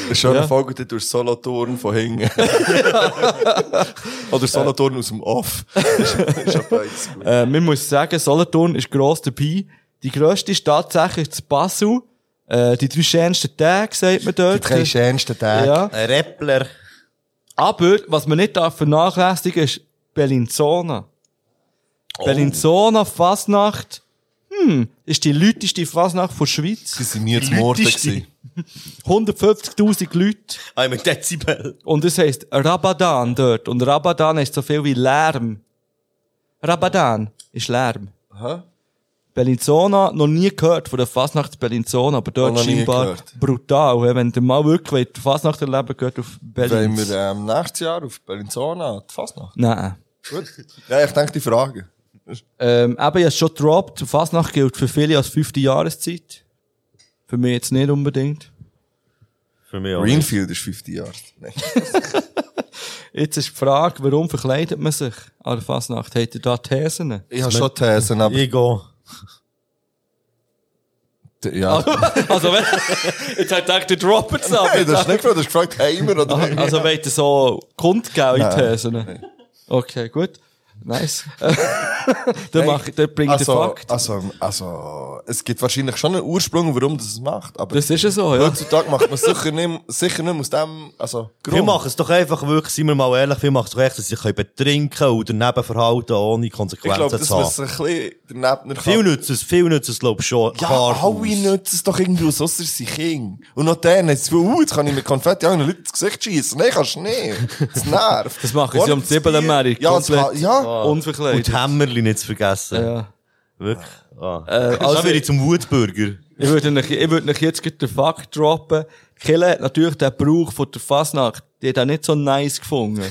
S4: Eine schöne
S3: Ja.
S4: Folge, die durch Solothurn von hinten. Oder Solothurn aus dem Off. ist auch beides gut.
S3: Äh, man muss sagen, Solothurn ist gross dabei. Die grösste ist tatsächlich das Basel. Äh, die drei schönsten Tage, sagt man
S4: Die
S3: dort.
S4: drei schönsten Tage.
S3: ja.
S5: Ein Rappler.
S3: Aber, was man nicht darf vernachlässigen, ist Bellinzona. Oh. Bellinzona Fasnacht. Hm, ist die lüteste Fasnacht von Schweiz.
S4: Die sind nie zu Morden
S3: Lüteste.
S4: gewesen.
S3: 150.000 Leute.
S5: Ein mit Dezibel.
S3: Und es heisst Rabadan dort. Und Rabadan heisst so viel wie Lärm. Rabadan ist Lärm.
S4: Aha.
S3: Bellinzona, noch nie gehört von der Fasnacht Bellinzona, aber dort
S4: Auch noch nie
S3: scheinbar
S4: gehört.
S3: brutal. he. Wenn der mal wirklich wollt, die Fasnacht erleben geht auf
S4: Wollen
S3: Berlin.
S4: wir ähm, nächstes Jahr auf Bellinzona die Fasnacht?
S3: Nein.
S4: Gut. Ja, ich denke, die Frage.
S3: Ähm, eben, ich habe es schon gedroppt. Fasnacht gilt für viele als fünfte Jahreszeit. Für mich jetzt nicht unbedingt.
S5: Für mich auch. nicht.
S4: Greenfield ist 50 Jahre. Nein.
S3: Jetzt ist die Frage, warum verkleidet man sich an der Fasnacht? Habt ihr da Thesen?
S4: Ich habe schon Thesen, aber...
S5: Ich gehe.
S4: Ja.
S3: Also, wenn, jetzt hat er gedacht, ihr droppt es ab.
S4: Nein, das ist nicht gefragt, du hast gefragt, haben wir oder nicht.
S3: Also wollt ihr so kundgeben in die Thesen? Okay, gut. Nice. dann, mach, dann bringt der
S4: Also,
S3: Fakt.
S4: also, also, es gibt wahrscheinlich schon einen Ursprung, warum das es macht, aber
S3: Das ist ja so, ja.
S4: heutzutage macht man es sicher nicht, sicher nicht aus dem, also,
S5: Wir machen es doch einfach wirklich, seien wir mal ehrlich, wir machen es doch echt, dass sie sich können betrinken oder Nebenverhalten ohne
S4: Ich glaube,
S5: Konsequenzen
S4: das
S5: zu haben.
S4: muss ein bisschen der Nebner
S5: Viel nützt es, viel nützt es, glaub ich, schon.
S4: Ja,
S5: Karten aus.
S4: alle nutzen es doch irgendwie aus, ausser sie Kinder. Und noch denen, jetzt, uh, jetzt kann ich mit Konfetti anderen Leuten ins Gesicht schießen. Nein, kannst du nicht. Das nervt.
S3: Das machen sie um
S4: Oder
S3: am
S4: das
S3: Zwiebeln,
S4: Bier.
S3: Mary.
S4: Ja, das
S3: Komplett. Ah.
S4: kann, ja.
S5: Und
S3: Unverkleidet.
S5: die Hämmerli nicht zu vergessen.
S3: Ja.
S5: Wirklich. Ah.
S3: Äh,
S5: also,
S3: also-
S5: dann werde ich zum Wutbürger.
S3: Ich würde euch, ich würde euch jetzt gleich den Fakt droppen. Kille hat natürlich den Brauch von der Fasnacht, die hat auch nicht so nice gefunden.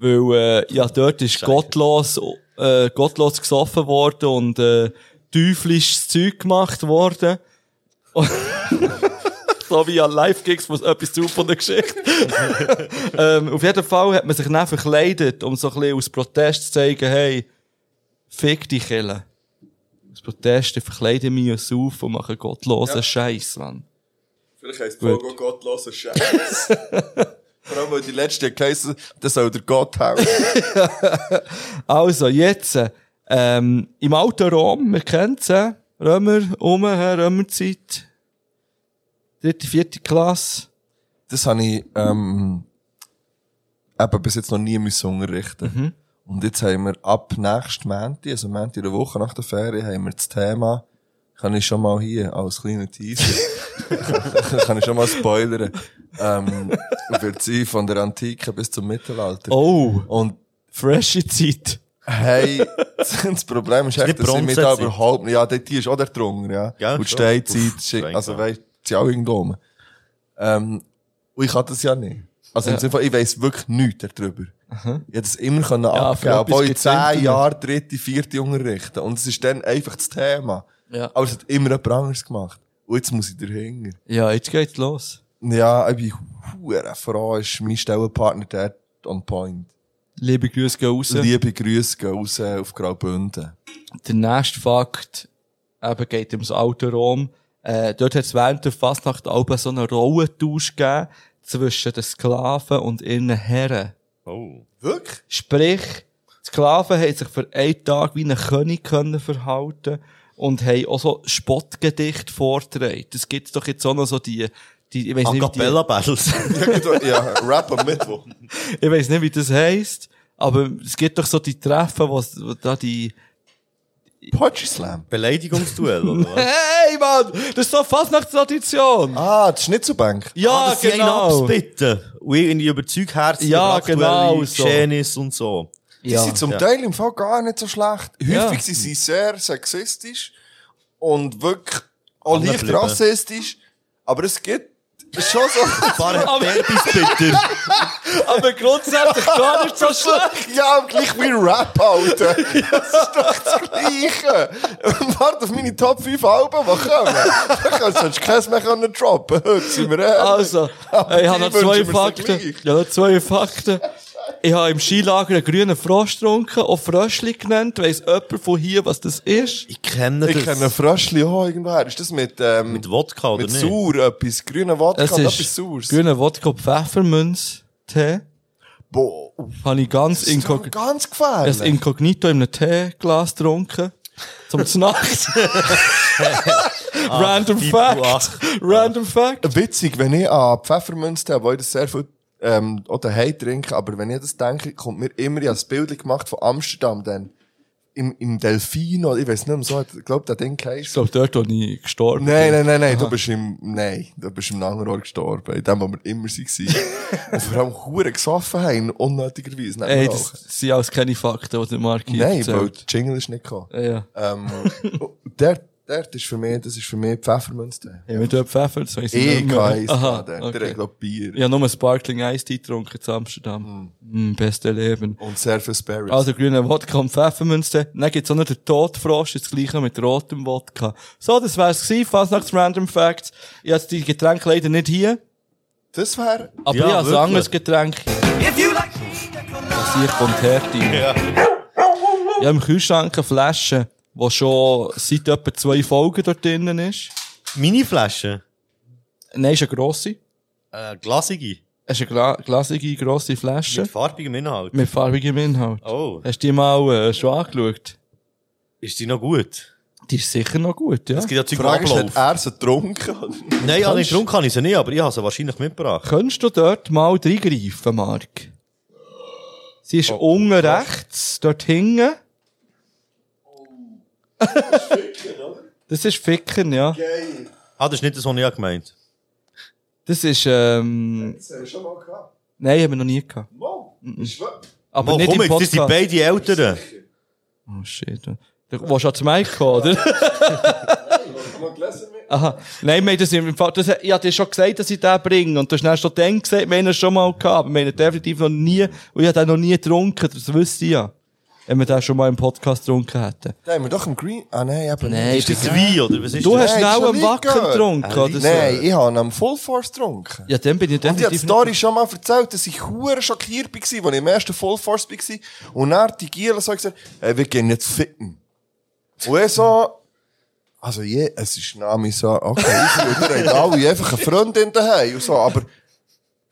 S3: Weil, äh, ja, dort ist gottlos, äh, gottlos gesoffen worden und, äh, teuflisches Zeug gemacht worden. so wie an Live-Gigs, wo es etwas zu von der Geschichte. ähm, auf jeden Fall hat man sich dann verkleidet, um so ein bisschen aus Protest zu zeigen, hey, fick die Kille. Aus Protest, ich verkleide mich und auf und mache gottlosen Scheiß, Mann.
S4: Vielleicht heisst
S3: Gut.
S4: Vogo gottloser Scheiß. Vor allem, weil die letzte geheißen, das soll der Gott helfen.
S3: Also, jetzt, ähm, im alten Rom, wir kennen es, äh, Römer, um, äh, Römerzeit, dritte, vierte Klasse.
S4: Das habe ich, ähm, eben bis jetzt noch nie müssen unterrichten. Und jetzt haben wir ab nächsten Montag, also Montag in der Woche nach der Ferien, haben wir das Thema, kann ich schon mal hier als kleiner Teaser, kann ich schon mal spoilern, ähm, wird sie von der Antike bis zum Mittelalter.
S3: Oh,
S4: Und
S3: frische Zeit.
S4: hey, das Problem ist
S5: nicht
S4: echt, dass ich mich da
S5: Bronzezeit.
S4: überhaupt nicht, ja, die die ist auch der Drungen, ja.
S5: Ja,
S4: Und die
S5: schon.
S4: Steinzeit,
S5: Uff,
S4: schick- also
S5: streng,
S4: weißt, sie auch irgendwo rum. Ähm, und ich hatte das ja nicht. Also in dem Fall, ich weiss wirklich nichts darüber. Ich hätte es immer können
S3: für
S4: abgeben,
S3: etwas
S4: obwohl ich
S3: gibt's
S4: zehn
S3: Internet.
S4: Jahre dritte, vierte unterrichte. Und es ist dann einfach das Thema.
S3: Ja.
S4: Aber es hat immer jemand anderes gemacht. Und jetzt muss ich dahinter.
S3: Ja, jetzt geht's los.
S4: Ja, ich bin hure froh, ist mein Stellenpartner der on point.
S3: Liebe Grüße gehen raus.
S4: Liebe Grüße gehen raus auf Graubünden.
S3: Der nächste Fakt eben geht ums alte Rom. Äh, dort hat es während der Fastnacht auch so einen Rollentausch gegeben zwischen den Sklaven und ihren Herren.
S5: Oh.
S4: Wirklich?
S3: Sprich, die Sklaven haben sich für einen Tag wie ein König können verhalten und haben auch so Spottgedichte vorgetragen. Das gibt's doch jetzt auch noch so die, die, ich weiss
S5: A
S3: nicht, wie
S5: Cappella Battles.
S4: ja, Rap am Mittwoch.
S3: die, ich weiss nicht, wie das heisst, aber es gibt doch so die Treffen, wo, es- wo da die,
S4: Poetry Slam.
S5: Beleidigungsduell, oder was?
S3: hey Mann, das ist so Fastnachtstradition!
S4: Ah, die Schnitzelbank.
S3: Ja,
S5: das
S3: genau!
S5: bitte. Und irgendwie überzeugt Herzen
S3: nou. Ja,
S5: über aktuelle
S3: genau so.
S5: Geschehnisse und so.
S4: Die
S3: Ja.
S4: sind zum Teil im Fall gar nicht so schlecht. Häufig
S3: Ja.
S4: sind sie sehr sexistisch und wirklich auch leicht
S5: Angeblieben.
S4: rassistisch. Aber es gibt schon so...
S3: Ah,
S5: Paar Derbys bitte.
S3: Aber grundsätzlich gar nicht so schlecht!
S4: ja, gleich wie Rap, Alter. Das ist doch das Gleiche. Warte auf meine Top 5 Alben, die kommen. Dann kannst du sonst keins mehr können droppen. Heute sind wir ehrlich.
S3: Also,
S4: Aber
S3: ich habe
S4: die
S3: noch zwei
S4: wünschen wir so
S3: Fakten.
S4: gleich.
S3: Ja, noch zwei Fakten. Ich habe im Skilager einen grünen Frosch getrunken, auch Fröschli genannt. Weiss jemand von hier, was das ist?
S5: Ich kenne das.
S4: Ich kenne Fröschli auch irgendwoher. Ist das mit, ähm,
S5: Mit dus. Wodka oder
S4: mit
S5: nicht?
S4: Sauer etwas? Grüner Wodka
S3: Es
S4: und etwas
S3: ist
S4: Saures?
S3: grüner Wodka Pfeffermünz Tee.
S4: Boah,
S3: Habe ich ganz
S4: das ist doch
S3: inkog
S4: ganz
S3: es
S4: gefährlich.
S3: inkognito in einem Teeglas getrunken. Zum Znacht. Random
S5: die
S3: Fact.
S5: Buach.
S3: Random Fact.
S4: Witzig, wenn Ah, ich an Pfeffermünze habe, weil ich das sehr viel ähm, auch daheim trinke, aber wenn ich das denke, kommt mir immer, ich habe ein Bild gemacht von Amsterdam dann. Im, im Delfin oder ich weiß nicht mehr, so hat, glaub, der Ding
S3: Ich
S4: geheißen.
S3: glaube, dort bin ich gestorben.
S4: Nein, nein, nein, nein, du bist im, nein, du bist im anderen Ort gestorben, in dem, wo wir immer waren. und vor allem Huren gesoffen haben, unnötigerweise. nicht
S3: Ey,
S4: mehr
S3: das
S4: rauchen.
S3: sind alles keine Fakten, die der Marc hier
S4: Nein, weil
S3: erzählt.
S4: der Jingle ist nicht gekommen.
S3: Ja.
S4: Ähm, der, der ist für mich, das ist für mich Pfeffermünztee.
S3: Ja, wenn du Pfeffer, das weiss ich
S4: Ich
S3: nicht mehr.
S4: kann es.
S3: Aha,
S4: Der
S3: okay.
S4: hat, glaub, Bier.
S3: Ich habe nur ein Sparkling Ice Tea getrunken zu Amsterdam. Mm. beste Leben.
S4: Und sehr viel Sparrows.
S3: Also grüner Wodka und Pfeffermünze. Dann gibt's auch noch den Todfrosch, ist das gleiche mit rotem Wodka. So, das wär's gewesen, Fasnachts Random Facts. Ich habe die Getränke leider nicht hier,
S4: das wäre,
S3: aber
S5: Ja,
S3: ich habe ein
S5: wirklich.
S3: anderes Getränk. Hier kommt Härte. Ja. Ich habe im Kühlschrank eine Flasche, die schon seit etwa zwei Folgen dort drinnen ist.
S5: Miniflaschen.
S3: Nein, ist eine grosse.
S5: Äh, glasige.
S3: hast eine gla glasige, grosse Flasche
S5: Mit farbigem Inhalt.
S3: mit farbigem Inhalt.
S5: Oh,
S3: Hast du die mal äh, schon angeschaut?
S5: ist die noch gut?
S3: Die ist sicher noch gut, ja.
S5: Es gibt ja
S4: Die
S5: Zeug
S4: Frage ist,
S5: Ablauf.
S4: hat er sie getrunken?
S3: eh,
S5: Nein, an den Grund kann ich sie nicht, aber ich habe sie wahrscheinlich mitgebracht.
S3: Könntest du dort mal reingreifen, Mark? Sie ist
S5: Oh.
S3: unten rechts, dort hinten. Das ist Ficken, ja.
S5: Ah, das ist nicht das, was ich gemeint habe.
S3: Das ist, ähm,
S4: Das haben
S5: äh,
S4: wir schon mal gehabt.
S3: nein, haben wir noch nie gehabt. Mhm.
S4: Wow. Ist wahr.
S3: Aber
S5: Oh,
S3: nicht
S5: komm
S3: im
S5: jetzt, das
S3: Podcast.
S5: sind beide Eltern.
S3: oh shit. Du warst ja zu Mike gekommen, oder?
S4: Mal gelesen mit.
S3: Aha. Nein, wir haben das im Fall, das, ich hatte dir schon gesagt, dass ich den bringe. Und du hast dann schon dann gesagt, wir haben ihn schon mal gehabt. Aber wir haben ihn definitiv noch nie, und ich habe den noch nie getrunken. Das wüsste ich ja. Wenn wir den schon mal im Podcast getrunken hätten.
S4: Den haben wir doch im Green... Ah nein, eben
S3: Nein,
S4: nicht.
S5: Das ist Wein, oder was ist
S3: Du
S5: das?
S3: hast
S4: Nein, das
S3: schnell
S4: hab ich
S3: einen Wacken
S4: gehört.
S3: getrunken, oder so?
S4: Nein, ich habe ihn am Full Force getrunken.
S3: Ja, dann bin ich
S4: Und ich habe die
S3: definitiv
S4: Story schon mal erzählt, dass ich hure schockiert war, als ich im ersten Full Force war. Und dann hat die Giel so gesagt, hey, wir gehen jetzt fitten. Und ich so, also je, es ist Name so, okay, ich würde wir haben alle einfach eine Freundin daheim und so, aber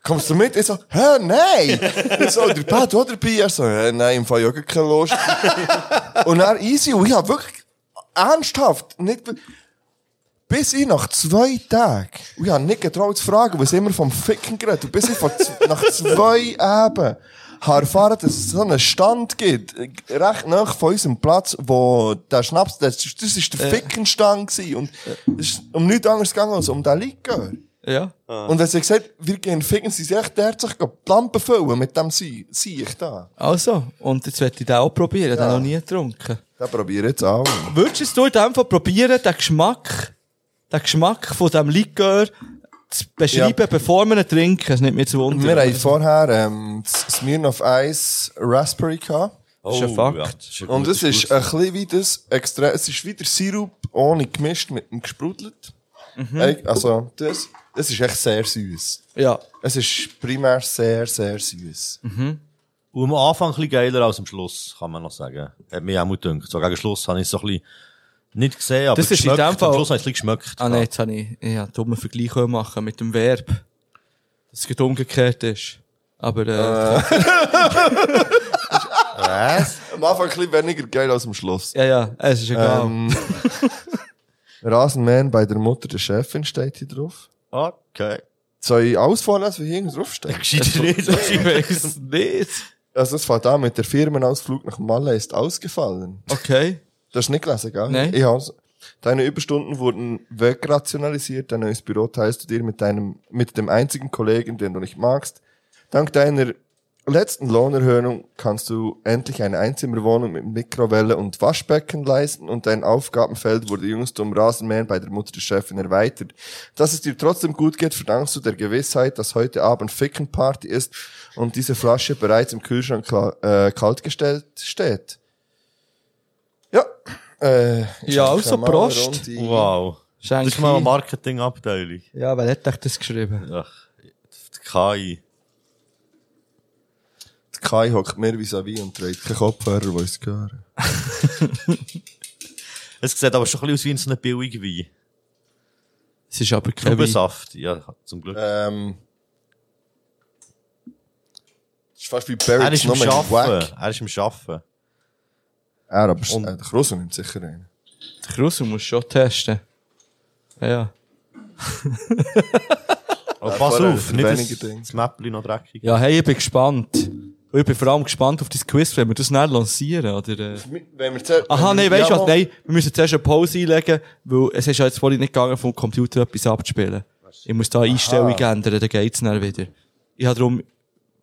S4: kommst du mit? Ich so, hä, nein! Ich so, der Pat, du auch dabei? Er so, hä, nein, im Fall ja gar keine Lust. Und dann easy, und ich habe wirklich ernsthaft nicht... Bis ich nach zwei Tagen, und ich habe nicht getraut zu fragen, was immer vom Ficken geredet, und bis ich vor z- nach zwei Abenden habe erfahren, dass es so einen Stand gibt, äh, recht nah von unserem Platz, wo der Schnaps, das, das ist der Fickenstand gewesen, und es ist um nichts anderes gegangen als um den Likör.
S3: nicht... Ja.
S4: Und wenn sie gesagt, wir gehen ficken, sie sagt, der hat sich gerade die Lampe füllen mit dem Sie- Siech da.
S3: Also, und jetzt werde ich den auch probieren. Ich habe den noch nie getrunken.
S4: Den probiere ich jetzt auch.
S3: Würdest du es in dem Fall probieren, den Geschmack, den Geschmack von diesem Likör zu beschreiben,
S4: Ja.
S3: bevor wir ihn trinken? Das nimmt mich zu wundern.
S4: Wir haben vorher, ähm, das Smirnoff Ice Raspberry gehabt.
S5: Oh,
S3: ist ein Fakt.
S5: ein
S4: Und
S5: guter
S4: es ist
S5: Schluss.
S4: ein bisschen wie das extra, es ist wieder Sirup ohne gemischt mit dem gesprudelt. Ey, Also, das, das ist echt sehr süß.
S3: Ja.
S4: Es ist primär sehr, sehr süß.
S5: Und am Anfang ein bisschen geiler als am Schluss, kann man noch sagen. Hat mir auch gut gedacht. So gegen Schluss habe ich es so ein bisschen nicht gesehen, aber
S3: Das ist in
S5: geschmeckt.
S3: dem Fall-
S5: Am Schluss habe ich es ein bisschen geschmeckt.
S3: Ah, nein, jetzt habe ich, ich habe einen dummen Vergleich können machen mit dem Verb. Dass es gerade umgekehrt ist. Aber, äh,
S4: Am Anfang ein bisschen weniger geil als am Schluss. Ähm,
S3: ja, ja, es ist egal.
S4: Rasenmähen bei der Mutter der Chefin steht hier drauf.
S5: Okay.
S4: Soll ich alles vorlesen, wie hier irgendwo draufsteht?
S5: Gescheiter nicht.
S3: ich weiß nicht.
S4: Also, es fängt an mit der Firmenausflug nach Malle ist ausgefallen.
S3: Okay.
S4: Du hast nicht gelesen, gell?
S3: Nein.
S4: Ich hab's. Deine Überstunden wurden wegrationalisiert, dein neues Büro teilst du dir mit deinem, mit dem einzigen Kollegen, den du nicht magst. Dank deiner letzten Lohnerhöhung kannst du endlich eine Einzimmerwohnung mit Mikrowelle und Waschbecken leisten und dein Aufgabenfeld wurde jüngst um Rasenmähen bei der Mutter des Chefin erweitert. Dass es dir trotzdem gut geht, verdankst du der Gewissheit, dass heute Abend Fickenparty ist und diese Flasche bereits im Kühlschrank kla- äh, kaltgestellt steht. Ja. Äh,
S3: Ja, also,
S4: mal eine
S3: Prost.
S4: Runde.
S5: Wow. Das
S3: Schenk
S5: ist mal eine
S3: ein.
S5: Marketingabteilung.
S3: Ja, wer hat euch das geschrieben?
S5: Ach, die KI.
S4: Die Kai hockt mir vis-à-vis und trägt keinen Kopfhörer, der uns hören.
S5: Es sieht aber schon ein bisschen aus wie so ein billiger Wein.
S3: Es ist aber kein Wein.
S5: Traubensaft. Ja, zum Glück.
S4: Ähm. Das ist fast wie
S5: er
S4: Barrett,
S5: ist im
S4: nur mehr wack.
S5: Schaffen. Er ist im Schaffen.
S4: Er, aber es- äh,
S5: Und-
S4: der Grosso nimmt sicher einen.
S3: Kruse musst du schon testen. Ja, ja.
S5: Aber Oh, pass
S4: vorher
S5: auf,
S4: hat er
S5: nicht
S4: weniger
S5: dass
S4: Dinge.
S5: das Mäppchen noch dreckig.
S3: Ja, hey, ich bin gespannt. Und ich bin vor allem gespannt auf dein Quiz, wenn wir das nicht lancieren, oder? Äh.
S4: Wenn wir zuerst-
S3: Aha,
S4: wenn
S3: nein,
S4: wir-
S3: weißt du was?
S4: Jawohl.
S3: Nein, wir müssen zuerst eine Pause einlegen, weil es ist ja jetzt vorhin nicht gegangen, vom Computer etwas abzuspielen. Ich muss da Einstellung ändern, dann geht's dann wieder. Ich habe darum,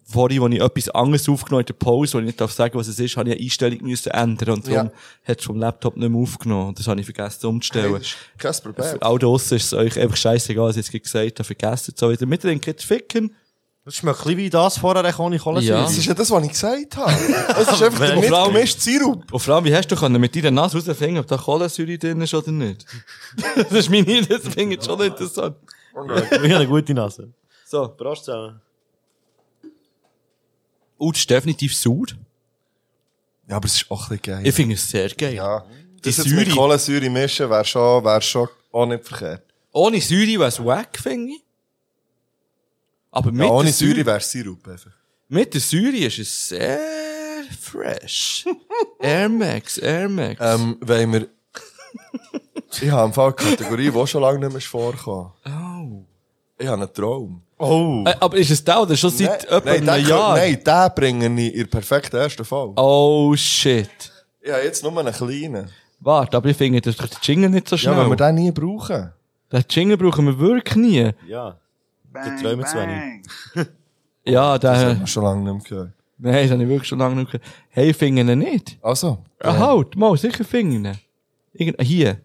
S3: vorhin, als ich etwas anderes aufgenommen habe, in der Pause, wo ich nicht darf sagen, was es ist, habe ich eine Einstellung müssen ändern und darum
S4: Ja.
S3: hat es vom Laptop nicht mehr aufgenommen. Das habe ich vergessen
S4: Hey,
S3: umzustellen.
S4: das ist Kein Problem.
S3: Für all draussen ist es euch einfach scheißegal, was ich jetzt gesagt habe, vergessen so wieder. Mit den Kids ficken.
S5: Das schmeckt ein bisschen wie das vorher, ich ohne Kohlensäure.
S3: Ja.
S4: Das ist ja das, was ich gesagt habe. Es ist einfach der
S5: Wenn-
S4: nicht gemischte Sirup.
S3: Und vor allem, wie hast du können mit deiner Nase herausfinden, ob da Kohlensäure drin ist oder nicht? das ist meine, das finde ich schon interessant.
S5: Ich habe eine gute Nase.
S3: So.
S5: Prost zusammen.
S3: Und es ist definitiv sauer.
S4: Ja, aber es ist auch ein bisschen
S3: Ich
S4: geil.
S3: finde es sehr geil.
S4: Ja. Das
S3: Die
S4: jetzt mit
S3: Säure.
S4: Kohlensäure mischen wäre oh, schon, wär schon auch nicht verkehrt.
S3: Ohne Säure wäre es wack, finde ich. Aber mit,
S4: Ja, oh, ohne
S3: der Säure,
S4: Säure wäre es Sirup einfach.
S3: mit der Säure ist es sehr fresh. Air Max, Air Max.
S4: Ähm, wenn wir... ich habe im Fall eine Kategorie, die schon lange nicht mehr vorkam. Oh. Ich habe einen Traum.
S5: Oh.
S3: Äh, aber ist es da oder schon seit etwa
S4: Ne, nein,
S3: einem
S4: den
S3: Jahr?
S4: könnt- nein, den bringe ich in der perfekten ersten Fall.
S3: Oh shit.
S4: Ich habe jetzt nur einen kleinen.
S3: Warte, aber ich finde das ist doch der Jingle nicht so
S4: Ja,
S3: schnell.
S4: wenn wir den nie brauchen.
S3: den Jingle brauchen wir wirklich nie.
S5: Ja. Da träumen zu wenig.
S3: Ja,
S4: Das haben
S3: der,
S4: wir schon lange nicht mehr gehört.
S3: nein, das habe ich wirklich schon lange nicht gehört. Hey, finden ihn nicht.
S4: Also,
S3: Ah, halt, mal, sicher finden ihn. Irgend, hier.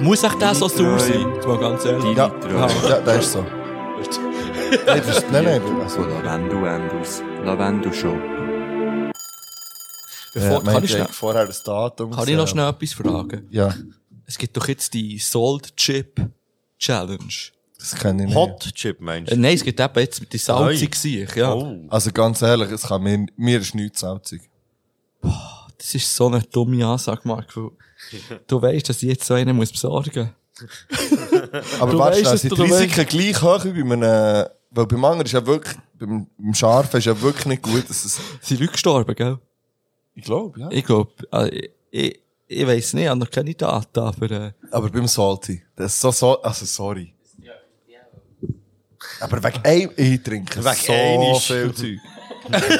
S3: Muss echt das so sauer sein? Jetzt mal ganz ehrlich.
S9: Ja.
S4: ja, der ist so. nein, das ist, nein, nein, also,
S9: Lavendel Endus. Lavendel Shop.
S3: Bevor,
S4: ja,
S3: kann, ich
S4: ich
S3: schnell,
S4: vorher das Datum
S3: kann ich noch schnell etwas fragen?
S4: Ja,
S3: Es gibt doch jetzt die Salt Chip Challenge.
S4: das kenne ich nicht.
S5: Hot Chip, meinst
S3: Äh,
S5: du?
S3: nein, es gibt eben jetzt die salzig Gesicht, ja.
S5: Oh.
S4: Also ganz ehrlich, es kann mir, mir ist nichts salzig.
S3: Das ist so eine dumme Ansage, Marc. weil Du weißt, dass ich jetzt so einen muss besorgen
S4: Aber
S3: Du
S4: weißt
S3: weisst
S4: du,
S3: es,
S4: sind die
S3: du
S4: Risiken gleich hoch wie bei einem, weil beim anderen ist ja wirklich, beim, beim Scharfen ist ja wirklich nicht gut, dass es,
S3: Sind Leute gestorben, gell?
S4: ich glaube, ja.
S3: Ich glaube, ich, ich, ich weiß nicht, ich habe noch keine Daten, aber äh,
S4: Aber beim Salty, das ist so, so also sorry. Aber wegen einem, ich trinke
S5: Wegen
S4: so
S5: einisch.
S4: viel Zeug.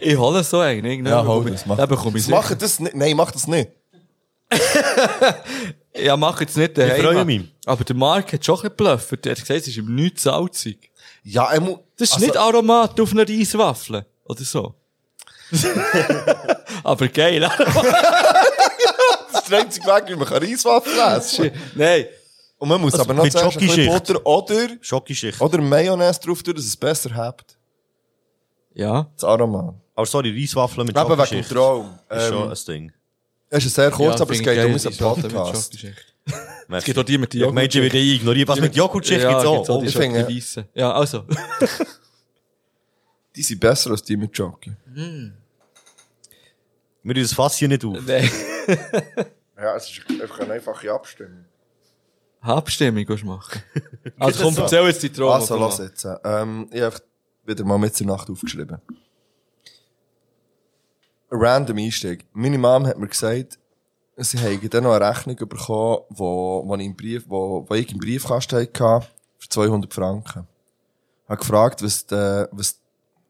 S3: ich hole so einen. irgendwie.
S4: Ja, dus, hol das, mach.
S3: Dann bekomme ich
S4: Das Mach das nicht, nein, mach das nicht.
S3: Ja, mach jetzt nicht daheim.
S5: freue
S3: Mann.
S5: mich.
S3: Aber der Marc hat schon ein bisschen geblufft. Er hat gesagt, es ist ihm nichts salzig.
S4: Ja, er muss,
S3: Das ist nicht Aromat auf einer Eiswaffel. Oder so. aber geil.
S4: das ist der einzige Weg, wie man kann Reiswaffen essen kann.
S3: Nein.
S4: Und man muss
S5: Also
S4: aber noch
S5: mit
S4: zuerst ein bisschen
S5: Schokoschicht.
S4: Butter oder,
S5: Schokoschicht.
S4: oder Mayonnaise drauf tun, dass es besser hebt.
S3: Ja.
S4: Das Aroma.
S5: Aber Oh, sorry, Reiswaffeln mit
S4: Eben wegen dem
S5: Schokoschicht.
S4: Traum.
S5: Ist schon
S4: Ähm,
S5: ein Ding.
S4: es ist sehr kurz,
S3: Ja,
S4: aber es
S3: finde ich
S4: geht um
S3: geil,
S4: unseren
S3: die Sorte mit
S4: Podcast.
S3: Schokogeschichte.
S5: Es
S3: gibt auch die mit der
S5: Menschen wieder ignorieren. Was mit Joghurtschicht
S3: Ja,
S5: gibt's auch?
S3: gibt's auch
S5: Oh,
S3: die
S4: ich finde-
S3: Schokoweisse. Ja, oh, also.
S4: Die sind besser als die mit Jockey.
S5: Wir tun das Fass hier nicht auf.
S3: Nein.
S4: Ja, es ist einfach eine einfache Abstimmung.
S3: Abstimmung willst du machen. Also komm, erzähl jetzt die Traum.
S4: Also,
S3: die
S4: lass
S3: du machst.
S4: jetzt. äh, Ähm, ich habe wieder mal mit zur Nacht aufgeschrieben. Random Einstieg. Meine Mom hat mir gesagt, sie hätte dann noch eine Rechnung bekommen, wo, wo, ich, im Brief, wo, wo ich im Briefkasten hatte, für 200 Franken. Ich habe gefragt, was, de, was,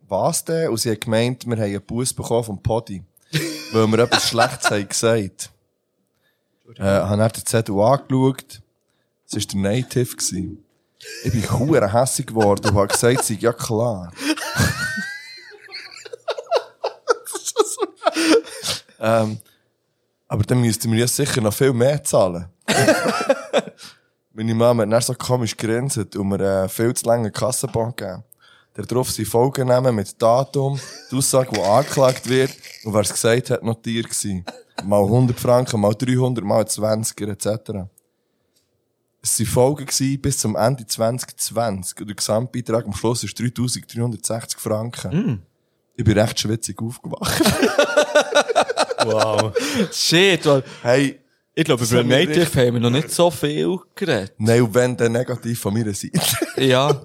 S4: was denn? Und sie hat gemeint, wir haben einen Bus bekommen vom Podi, weil wir etwas Schlechtes haben gesagt. Äh, habe dann den Zettel angeschaut. Es war der Native. Gewesen. Ich bin hure hässig geworden und habe gesagt, sie ja klar. ähm, aber dann müssten wir ja sicher noch viel mehr zahlen. Meine Mama hat dann so komisch gegrinset und mir äh, viel zu lange Kassenbon gegeben. Der drauf sind Folgen nehmen mit Datum, die Aussage, die angeklagt wird und wer es gesagt hat, notiert gewesen. Mal 100 Franken, mal 300, mal 20er etc. Es waren Folgen gewesen bis zum Ende 2020. Und der Gesamtbeitrag am Schluss ist 3360 Franken.
S5: Mm.
S4: Ich bin recht schwitzig aufgewacht.
S5: Wow.
S3: Shit, weil
S4: hey,
S3: ich glaube, über
S4: hat mich
S3: Äh, Native haben wir noch nicht so viel geredet.
S4: nein, und wenn dann negativ von meiner Seite.
S3: Ja,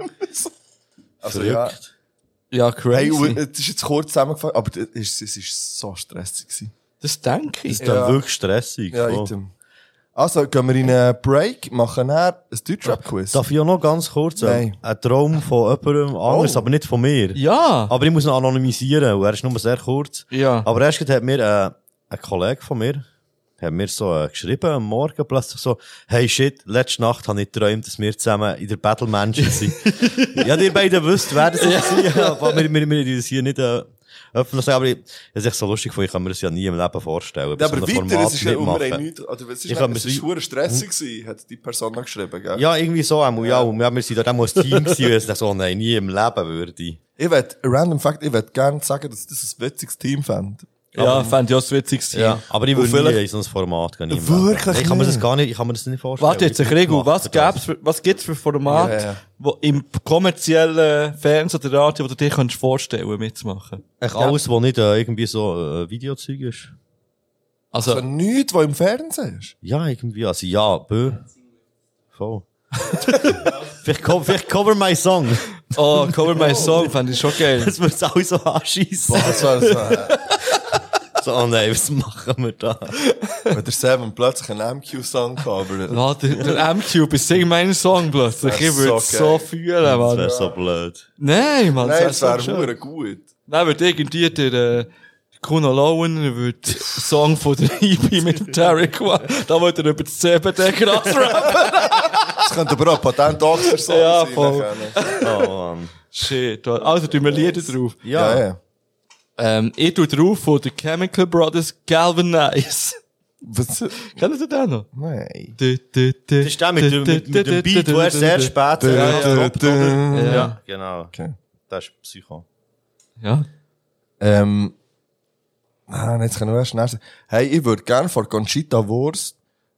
S4: Also, ja.
S5: Verrückt.
S3: ja,
S4: Hey, und
S3: crazy.
S4: es ist jetzt kurz zusammengefasst, aber das ist- es ist so stressig gewesen.
S3: Das denke ich.
S5: Ist dann
S4: Ja.
S5: wirklich stressig.
S4: Ja,
S5: voll.
S4: item. Also, gehen wir in einen Break, machen dann ein Deutschrap-Quiz.
S5: Darf ich auch noch ganz kurz
S4: Nein.
S5: äh, einen Traum von jemandem anders, aber nicht von mir.
S3: Ja.
S5: Aber ich muss ihn anonymisieren und er ist nur sehr kurz.
S3: Ja.
S5: Aber erst gerade hat mir äh, ein Kollege von mir hat mir so äh, geschrieben am Morgen plötzlich so, hey shit, letzte Nacht habe ich geträumt, dass wir zusammen in der Battle Mansion sind. ja, ihr beiden wisst, wer das ist. Aber wir, wir, wir, wir das hier nicht äh, öffentlich sagen, aber ich, es ist echt so lustig, weil ich kann mir das ja nie im Leben vorstellen. bei
S4: Ja,
S5: so einem
S4: aber weiter,
S5: Format
S4: es ist ja immer
S5: mitmachen.
S4: ein nichts, oder es ist,
S5: Ich
S4: nicht-
S5: kann mir
S4: es
S5: so-
S4: ist hure stressig gewesen, hat die Person noch geschrieben, gell?
S5: Ja, irgendwie so einmal, ja. Und wir sind da auch mal ein Team gewesen, weil ich dachte, so, nein, nie im Leben würde ich.
S4: Ich will, random fact, ich will gerne sagen, dass ich das ein witziges Team fände.
S3: Ja, fände ich auch das witzigste.
S5: Ja, aber ich
S4: Und
S5: würde nie
S4: vielleicht-
S5: in so ein Format gehen. nie im
S4: Wirklich
S5: Leben. Ich kann mir das
S4: nicht?
S5: gar nicht, ich kann mir das nicht vorstellen.
S3: Warte jetzt,
S5: Ich-
S3: Krigo, was
S5: Macht
S3: gibt's für, was gibt's für Formate,
S4: Ja, ja.
S3: wo im kommerziellen Fernsehen oder Radio, wo du dir kannst vorstellen, mitzumachen?
S5: Echt alles, was nicht äh, irgendwie so äh, Videozeug ist.
S3: Also,
S4: So nichts, was im Fernsehen ist.
S5: Ja, irgendwie. Also ja, bö. Voll. vielleicht, co vielleicht cover my song.
S3: oh, cover my song, fand ich schon geil.
S5: Das wird's auch so anschiessen.
S4: Das war so,
S5: So, oh nein, was machen wir da?
S4: wenn der Seven plötzlich einen MQ-Song covert.
S3: Ja, der, der M-Cube, ich sing meinen Song plötzlich.
S4: Das
S3: Ich
S4: wär
S3: würde es
S4: so
S3: so
S4: geil.
S3: fühlen,
S5: Das
S3: Mann.
S5: wäre so blöd.
S3: Nein, Mann,
S4: Nein,
S3: das
S4: das
S3: wär
S4: wäre
S3: so schön.
S4: verdammt gut.
S3: Nein, würde irgendwie der, äh, Kuno Lowen würde Song von der EP mit Tarek One, da würde er über das CBD krass rappen.
S4: Das könnte aber auch Patent-Oxer-Song
S3: Ja,
S4: sein.
S3: voll.
S4: nachher.
S5: Oh Mann.
S3: Shit, also tun wir Lieder drauf.
S5: Ja.
S4: Ja, ja.
S3: Ähm, ich tu drauf von den Chemical Brothers Galvanize.
S4: Was?
S3: Kennt ihr den noch?
S4: Nein.
S3: Du, du, du,
S5: Das ist der mit, dem- mit, mit dem Beat,
S3: du,
S5: wo er
S3: du,
S5: sehr
S3: du.
S5: spät
S4: ja, ja.
S5: droppt, oder?
S3: Ja.
S5: Ja, genau.
S4: Okay.
S5: Das ist Psycho.
S3: Ja.
S4: Ähm, nein, jetzt können wir erst schnell sagen. Hey, ich würde gerne von Conchita Wurst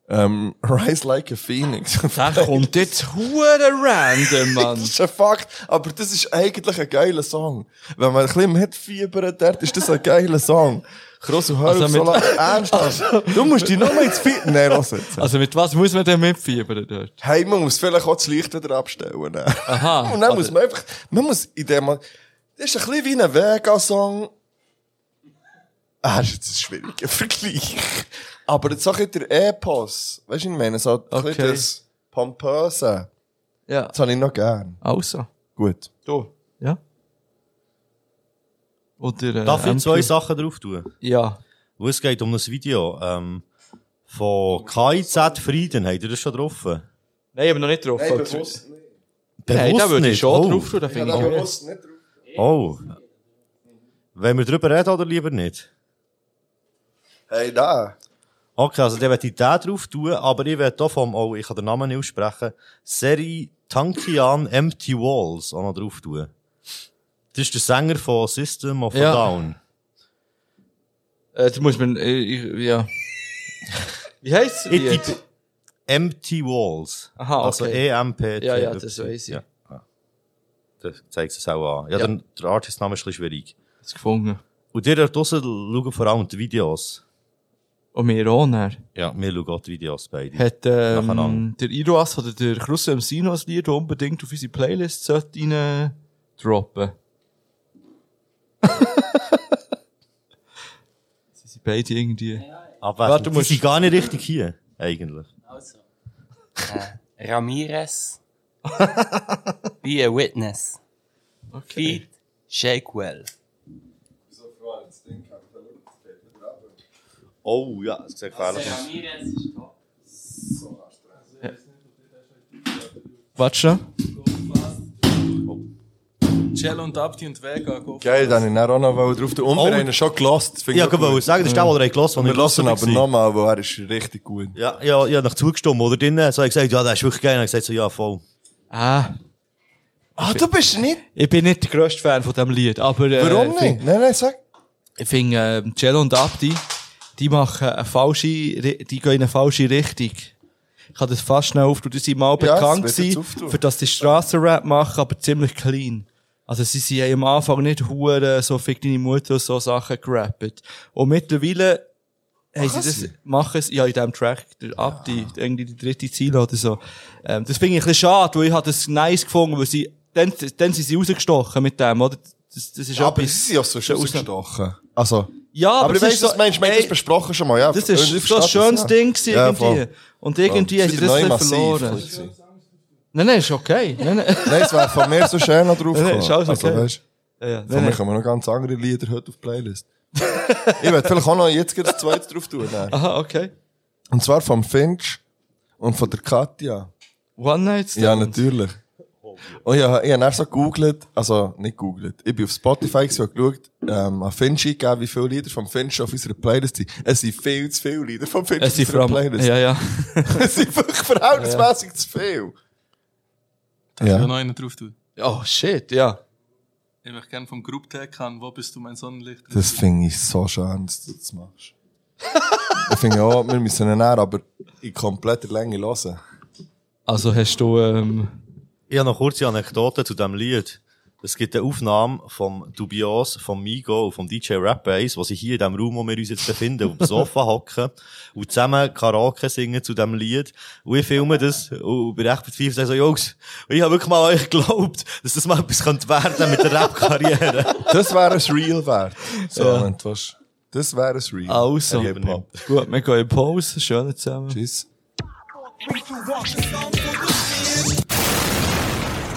S4: ähm, Rise Like a Phoenix.
S3: Der kommt jetzt hure random, Mann.
S4: Das ist ein Fakt, aber das ist eigentlich ein geiler Song. Wenn man ein bisschen mitfiebert dort, ist das ein geiler Song. Gross und hör
S3: Also
S4: auf, so
S3: mit-
S4: lange ernsthaft. du musst dich nur mal ins Fitness nehmen lassen.
S3: Also mit was muss man denn mitfiebern dort?
S4: Hey, man muss vielleicht auch das Licht wieder abstellen. ne?
S3: Aha.
S4: Und dann muss man einfach, man muss in dem, das ist ein bisschen wie ein Vega-Song. Ah, das ist jetzt ein schwieriger Vergleich. Aber jetzt auch ein bisschen der Epos. Weißt du, ich meine, so ein bisschen
S3: Okay.
S4: das Pompöse.
S3: Ja.
S4: Das habe ich noch gern.
S3: Also.
S4: Gut.
S3: Du. Ja. Oder, äh,
S5: Darf ich
S3: MQ?
S5: zwei Sachen drauf tun?
S3: Ja.
S5: Wo es geht um ein Video ähm, von KIZ Frieden. Habt ihr das schon getroffen?
S3: Nein, ich hab noch nicht drauf. Nein,
S5: Bewusst
S3: da würde ich
S5: nicht.
S3: schon
S5: oh.
S3: drauf tun, da finde ich geil.
S4: nicht drauf.
S5: Oh. Wenn wir drüber reden oder lieber nicht?
S4: Hey, da.
S5: Okay, also der werde ich den drauf tun, aber ich werde auch vom, oh, ich kann den Namen nicht aussprechen, Seri Tankian Empty Walls auch noch drauf tun. Das ist der Sänger von System of a
S3: Ja.
S5: Down.
S3: Äh, das muss man, äh, ich, ja. Wie heisst das
S5: Ich
S3: Lied?
S5: tippe Empty Walls.
S3: Aha, okay.
S5: Also EMP.
S3: Ja, ja, das weiss ich.
S5: Ja. ja. Das zeigt es auch an. Ja,
S3: Ja.
S5: Dann, der Artist-Name ist ein bisschen schwierig.
S3: Das gefunden.
S5: Und ihr da draussen schaut vor allem die Videos.
S3: Und Oh, wir auch näher.
S5: Ja, wir schauen auch die Videos beide.
S3: Hat,
S5: Nacheinander.
S3: ähm, der Iroas oder der Crusoe im Sino ein Lied, das unbedingt auf unsere Playlist sollte rein droppen. Sie sind beide irgendwie.
S5: Aber
S3: Warte,
S5: Warte,
S3: du musst-
S5: sind gar nicht richtig hier, eigentlich.
S10: Ramirez. Be a witness. Feed Shakewell.
S5: Oh ja, das sieht gefährlich aus.
S10: Ramirez ist top.
S3: Warte schon.
S11: Cell und Abdi und Vega. go.
S4: Geil, dann ich dann auch noch wollen drauf tun. Und wir
S5: Oh.
S4: haben ihn schon gelost. Das finde
S5: Ja,
S4: ich auch
S5: ich wollte
S4: gut.
S5: sagen, das ist der, der ich gehört habe.
S4: Wir lassen aber nochmal, weil er ist richtig gut.
S5: Ja, ja, ja, nach zugestimmt, oder? Drinnen, so, ich gesagt, ja, das ist wirklich geil. Und ich gesagt, so, ja, voll.
S3: Ah,
S4: Ah, du bist nicht.
S3: ich bin nicht der grösste Fan von diesem Lied, aber... Äh,
S4: Warum
S3: ich
S4: nicht?
S3: find-
S4: Nein, nein, sag.
S3: Ich finde, äh, Cello und Abdi, die machen eine falsche... Ri- Die gehen in eine falsche Richtung. Ich kann das fast schnell auf, die sind mal
S4: Ja, das
S3: bekannt
S4: wird jetzt
S3: gewesen,
S4: auftun.
S3: für das die Strassenrap machen, aber ziemlich clean. Also sie sind am Anfang nicht hure so fick deine Mutter und so Sachen gerappt. Und mittlerweile haben sie das, machen es, ja, in diesem Track, der Abdi, irgendwie die dritte Ziele oder so. Ähm, das finde ich ein bisschen schade, weil ich habe das nice gefunden, weil sie, dann, dann sind sie rausgestochen mit dem, oder? Das, das ist
S4: Ja, aber sie
S3: etwas-
S4: sind ja so
S3: ist eine
S4: schon
S3: Ausnahme.
S4: ausgestochen. Also.
S3: Ja,
S4: Aber, ich
S3: es
S4: weiss,
S3: ist
S4: was du meinst, wir haben
S3: ey,
S4: das besprochen schon mal, ja.
S3: das
S4: Und ich
S3: ist so ein
S4: verstehe
S3: schönes
S4: das, ja.
S3: Ding gewesen,
S4: Ja, voll.
S3: irgendwie. Und irgendwie
S4: Ja,
S3: haben
S4: das
S3: sie
S4: ist
S3: das
S4: wieder neu
S3: ein bisschen
S4: massiv,
S3: verloren.
S4: quasi.
S3: Nein, nein, ist okay. Nein, nein.
S4: Nein, es wäre von mir so schön noch drauf
S3: Nein,
S4: gekommen.
S3: ist alles
S4: Also,
S3: okay.
S4: weißt,
S3: Ja, ja,
S4: von
S3: nein,
S4: mir
S3: nein.
S4: kommen noch ganz andere Lieder heute auf die Playlist. ich werde vielleicht auch noch jetzt gerade das zweite drauf tun. dann.
S3: Aha, okay.
S4: Und zwar vom Finch und von der Katja.
S3: One Night Stand.
S4: Ja, natürlich. Und ich habe ich hab dann so gegoogelt, also nicht gegoogelt, ich bin auf Spotify gewesen und geschaut, ähm, an Finch eingegeben, wie viele Lieder vom Finch auf unserer Playlist sind. Es sind viel zu viele Lieder vom Finch
S3: Es
S4: auf
S3: sind vor
S4: unserer
S3: allem,
S4: Playlist.
S3: ja, ja.
S4: es sind wirklich verhältnismäßig zu viel.
S11: Ich will
S4: Ja.
S11: noch einen drauf tun.
S3: Oh, shit, ja.
S11: Ich möchte gerne vom Group Tag haben, wo bist du mein Sonnenlicht?
S4: Das finde ich so schön, dass du das machst. ich finde ja, wir müssen ihn näher, aber in kompletter Länge hören.
S3: Also hast du, ähm,
S5: Ich habe noch kurze Anekdote zu diesem Lied. Es gibt eine Aufnahme vom Dubios, vom Migo und vom DJ Rap Bass, wo sie hier in dem Raum, wo wir uns jetzt befinden, auf dem Sofa hocken und zusammen Karaoke singen zu dem Lied. Und ich filme das und bin echt verzweifelt und sage so, Jungs, ich habe wirklich mal an euch geglaubt, dass das mal etwas könnte werden mit der Rap-Karriere.
S4: Das wäre ein Real wert. So,
S5: Ja.
S4: wenn du willst. Das wäre ein Real.
S3: Also,
S4: Ein Hip-Hop.
S3: gut, wir gehen in Pause. Schön zusammen.
S4: Tschüss.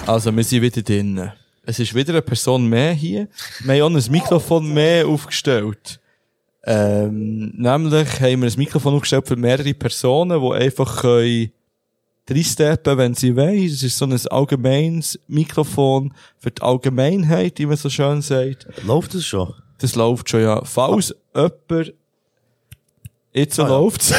S3: Also, wir sind wieder drinnen. Es ist wieder eine Person mehr hier. Wir haben auch ein Mikrofon mehr aufgestellt. Ähm, nämlich haben wir ein Mikrofon aufgestellt für mehrere Personen, die einfach können reinsteppen, wenn sie wollen. Es ist so ein allgemeines Mikrofon für die Allgemeinheit, wie man so schön sagt.
S5: Läuft das schon?
S3: Das läuft schon, ja. Falls jemand Jetzt läuft's.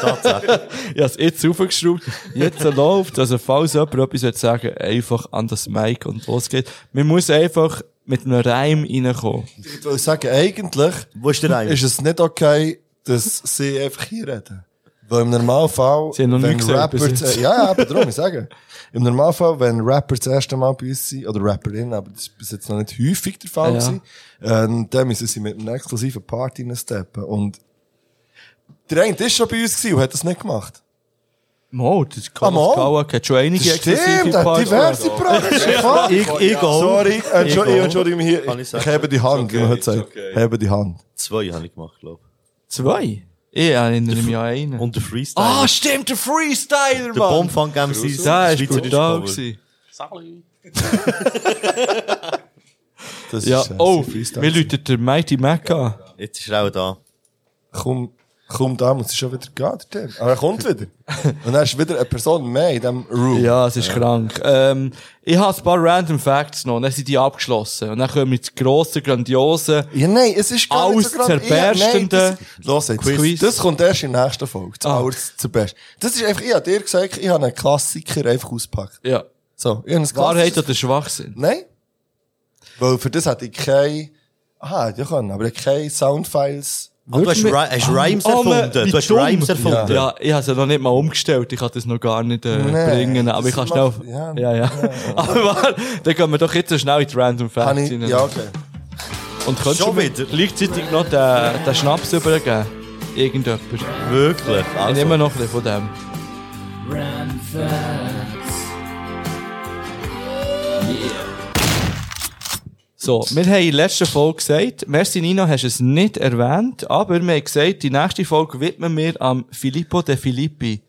S5: Tatsächlich.
S3: ich hab's jetzt aufgeschraubt. Jetzt läuft's. Also, falls jemand etwas will sagen einfach an das Mic und los geht's. Man muss einfach mit einem Reim reinkommen.
S4: Ich will sagen, eigentlich
S5: Wo ist der Reim?
S4: ist es nicht okay, dass sie einfach hier reden. Weil im Normalfall,
S3: Sie haben noch nie
S4: wenn
S3: gesagt,
S4: Rapper,
S3: bis jetzt.
S4: zu- ja, ja, aber darum, ich sage, im Normalfall, wenn Rapper das erste Mal bei uns sind, oder Rapperinnen, aber das ist bis jetzt noch nicht häufig der Fall
S3: Ja.
S4: gewesen, ähm, dann müssen sie mit einem exklusiven Part reinsteppen. Und der eine ist schon bei uns gewesen und hat das nicht gemacht.
S3: Mo, das kann
S4: Ah, mal.
S3: Kawak hat schon einige
S4: Das stimmt, hat diverse Praktiken.
S5: Ich, ich auch.
S4: Sorry,
S5: Ich auch.
S4: entschuldige, entschuldige mich hier.
S5: Kann ich
S4: Ich,
S5: sagen?
S4: ich habe die Hand, wie man heute sagt. Habe die Hand.
S5: Zwei habe ich gemacht, glaube
S3: Zwei? Ich erinnere mich an einen.
S5: ich. Und der Freestyle.
S3: Ah, stimmt, der Freestyler,
S5: der
S3: Mann!
S5: Bombfang MC.
S3: Der ist brutal gewesen.
S10: Salut.
S4: Das
S3: Ja,
S4: ist, äh,
S3: oh,
S4: sein Freestyle.
S3: mir läutet der Mighty Mac an.
S5: Jetzt ist er auch da.
S4: komm, komm da, muss ich schon wieder gehen, der Tim. Aber er kommt wieder. Und dann ist wieder eine Person mehr in diesem Room.
S3: Ja, es ist krank. Ähm, ich habe ein paar random Facts noch, und dann sind die abgeschlossen. Und dann kommen wir zu grossen, grandiosen.
S4: Ja, nein, es ist gar nicht so
S3: Alles
S4: gerade-
S3: Zerberstende.
S4: Ja, nein, das- Los jetzt,
S3: Quiz.
S4: das kommt erst in der nächsten Folge. Das
S3: Ah.
S4: alles zerberst. Das ist einfach, ich habe dir gesagt, ich habe einen Klassiker einfach auspackt.
S3: Ja.
S4: So, ich habe einen
S3: Wahrheit
S4: Klassiker-
S3: oder Schwachsinn?
S4: Nein. Weil für das hatte ich keine, aha, ja kann, aber keine Soundfiles.
S5: Ah, du hast,
S3: Wirklich?
S5: Ri hast Rhymes
S3: Oh,
S5: erfunden.
S3: Mann, wie
S5: Du hast
S3: dumm.
S5: Rhymes erfunden.
S3: Ja, ich habe es noch nicht mal umgestellt. Ich kann das noch gar nicht äh,
S4: Nein,
S3: bringen. Aber
S4: das
S3: ich kann schnell...
S4: macht-
S3: Ja,
S4: ja.
S3: ja. Aber warte, dann gehen wir doch jetzt so schnell in die Random Facts
S4: Habe ich,
S3: rein.
S4: ja, okay.
S3: Und könntest du
S5: Schon
S3: mir
S5: wieder?
S3: gleichzeitig noch den, den Schnaps übergeben? Irgendjemand.
S5: Wirklich.
S3: Ich
S5: Also,
S3: nehme noch ein bisschen von dem. So, wir haben in der letzten Folge gesagt, merci Nino, hast es nicht erwähnt, aber wir haben gesagt, die nächste Folge widmen wir am Filippo de Filippi.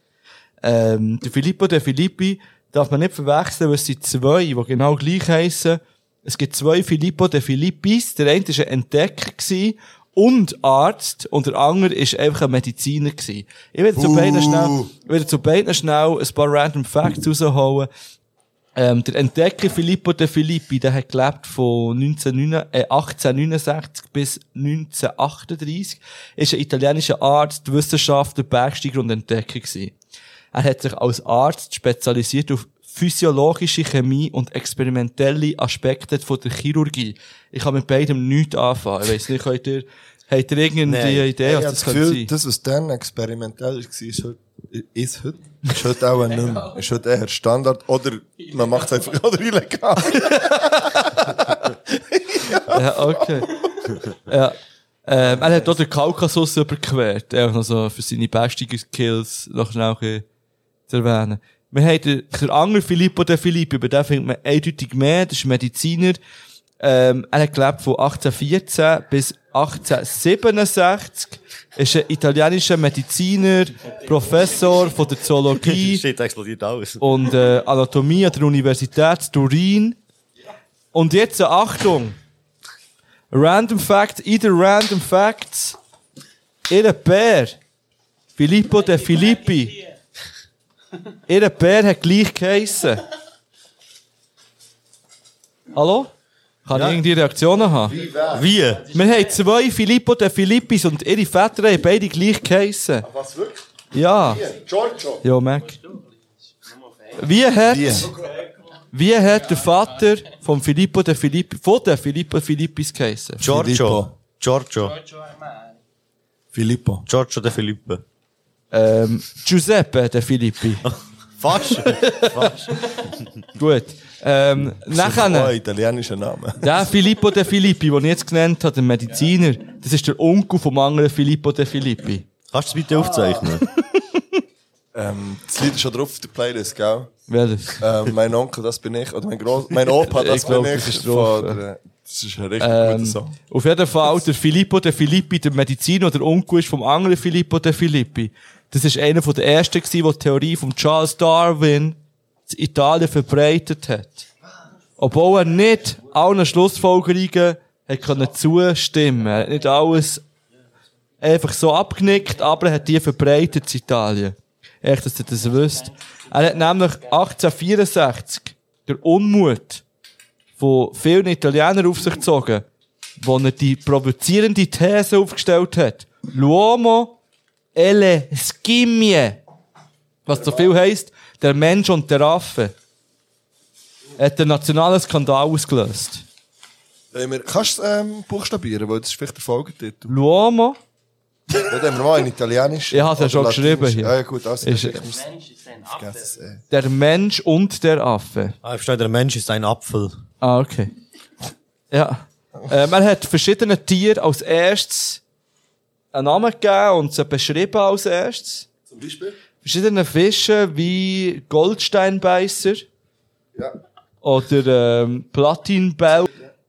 S3: Ähm, der Filippo de Filippi darf man nicht verwechseln, weil es sind zwei, die genau gleich heissen. Es gibt zwei Filippo de Filippis. Der eine war ein Entdecker gewesen und Arzt und der andere war einfach ein Mediziner. Gewesen. Ich werde zu beiden schnell, ich werde zu beiden schnell ein paar random Facts rausholen. Ähm, der Entdecker Filippo de Filippi, der hat gelebt von 1909 äh, 1869 bis 1938, ist ein italienischer Arzt, Wissenschaftler, Bergsteiger und Entdecker gewesen. Er hat sich als Arzt spezialisiert auf physiologische Chemie und experimentelle Aspekte von der Chirurgie. Ich kann mit beidem nichts anfangen. Ich weiss nicht, könnt ihr, habt ihr irgendeine
S5: Nein.
S3: Idee, was
S4: ich habe
S3: das
S4: das
S3: könnte
S4: Gefühl,
S3: sein?
S4: das, was dann experimentell war, ist heute, ist heute, ist heute auch nicht mehr. Ist heute eher Standard oder man macht es einfach oder illegal.
S3: Ja, okay. ja. Ähm, er hat auch den Kaukasus überquert. Einfach noch so für seine besten Skills noch schnell ein bisschen zu erwähnen. Wir haben den, den anderen Filippo de Filippi, über den findet man eindeutig mehr. Das ist ein Mediziner. Ähm, er hat gelebt von 1814 bis 1867. Ist ein italienischer Mediziner, Professor von der Zoologie
S5: Shit, explodiert alles.
S3: und äh, Anatomie an der Universität Turin. Und jetzt äh, Achtung! Random Fact, in der Random Facts. Ihr Bär, Filippo de Filippi. Ihr Bär hat gleich geheissen. Hallo? Kann ich irgendeine Reaktionen haben?
S5: Wie?
S3: Wir haben zwei Filippo de Filippis und ihre Väter haben beide gleich geheissen. Was wirklich? Ja.
S4: Giorgio.
S3: Ja, Mac. Wie hat, wie hat der Vater von Filippo de Filippi, von der Filippo Filippis geheissen?
S5: Giorgio. Giorgio.
S4: Filippo.
S5: Giorgio de Filippe.
S3: Ähm, Giuseppe de Filippi.
S5: Fast. Fast.
S3: Gut. Ähm,
S4: Oh,
S3: nachher,
S4: italienischer Name.
S3: der Filippo de Filippi, den ich jetzt genannt habe, der Mediziner, das ist der Onkel vom anderen Filippo de Filippi.
S5: Kannst du es bitte aufzeichnen?
S4: Ähm, das Lied ist schon drauf auf der Playlist, gell?
S3: Welches?
S4: Ähm, mein Onkel, das bin ich. Oder mein, Groß mein Opa, das
S3: Ich glaub,
S4: bin ich.
S3: das ist drauf,
S4: Von der- das ist ein richtig guter
S3: Ähm,
S4: Song.
S3: auf jeden Fall, der Filippo de Filippi, der Mediziner, der Onkel ist vom anderen Filippo de Filippi. Das ist einer von der ersten gewesen, der die Theorie von Charles Darwin in Italien verbreitet hat. Obwohl er nicht allen Schlussfolgerungen hat können zustimmen. Er hat nicht alles einfach so abgenickt, aber er hat die verbreitet in Italien. Echt, dass ihr das wisst. Er hat nämlich 1864 der Unmut von vielen Italienern auf sich gezogen, wo er die provozierende These aufgestellt hat. L'uomo e le scimmie. Was so viel heisst, der Mensch und der Affe. Er hat den nationalen Skandal ausgelöst.
S4: Hey, wir- Kannst du es ähm, buchstabieren? Weil das ist vielleicht der Folgetitel.
S3: L'uomo,
S4: Dann haben wir mal in Italienisch.
S3: Ich hab's ja
S4: Oder
S3: schon
S4: Latinisch.
S3: geschrieben hier.
S4: Ah, ja, gut, also.
S3: Ist-
S4: ich muss- vergesse es, ey.
S3: der Mensch und der Affe.
S5: Ah, ich verstehe, der Mensch ist ein Apfel.
S3: Ah, okay. Ja. Äh, man hat verschiedenen Tieren als erstes einen Namen gegeben und sie beschrieben als erstes.
S4: Zum Beispiel?
S3: Verschiedene Fische wie Goldsteinbeißer
S4: Ja.
S3: oder ähm, Platinbell.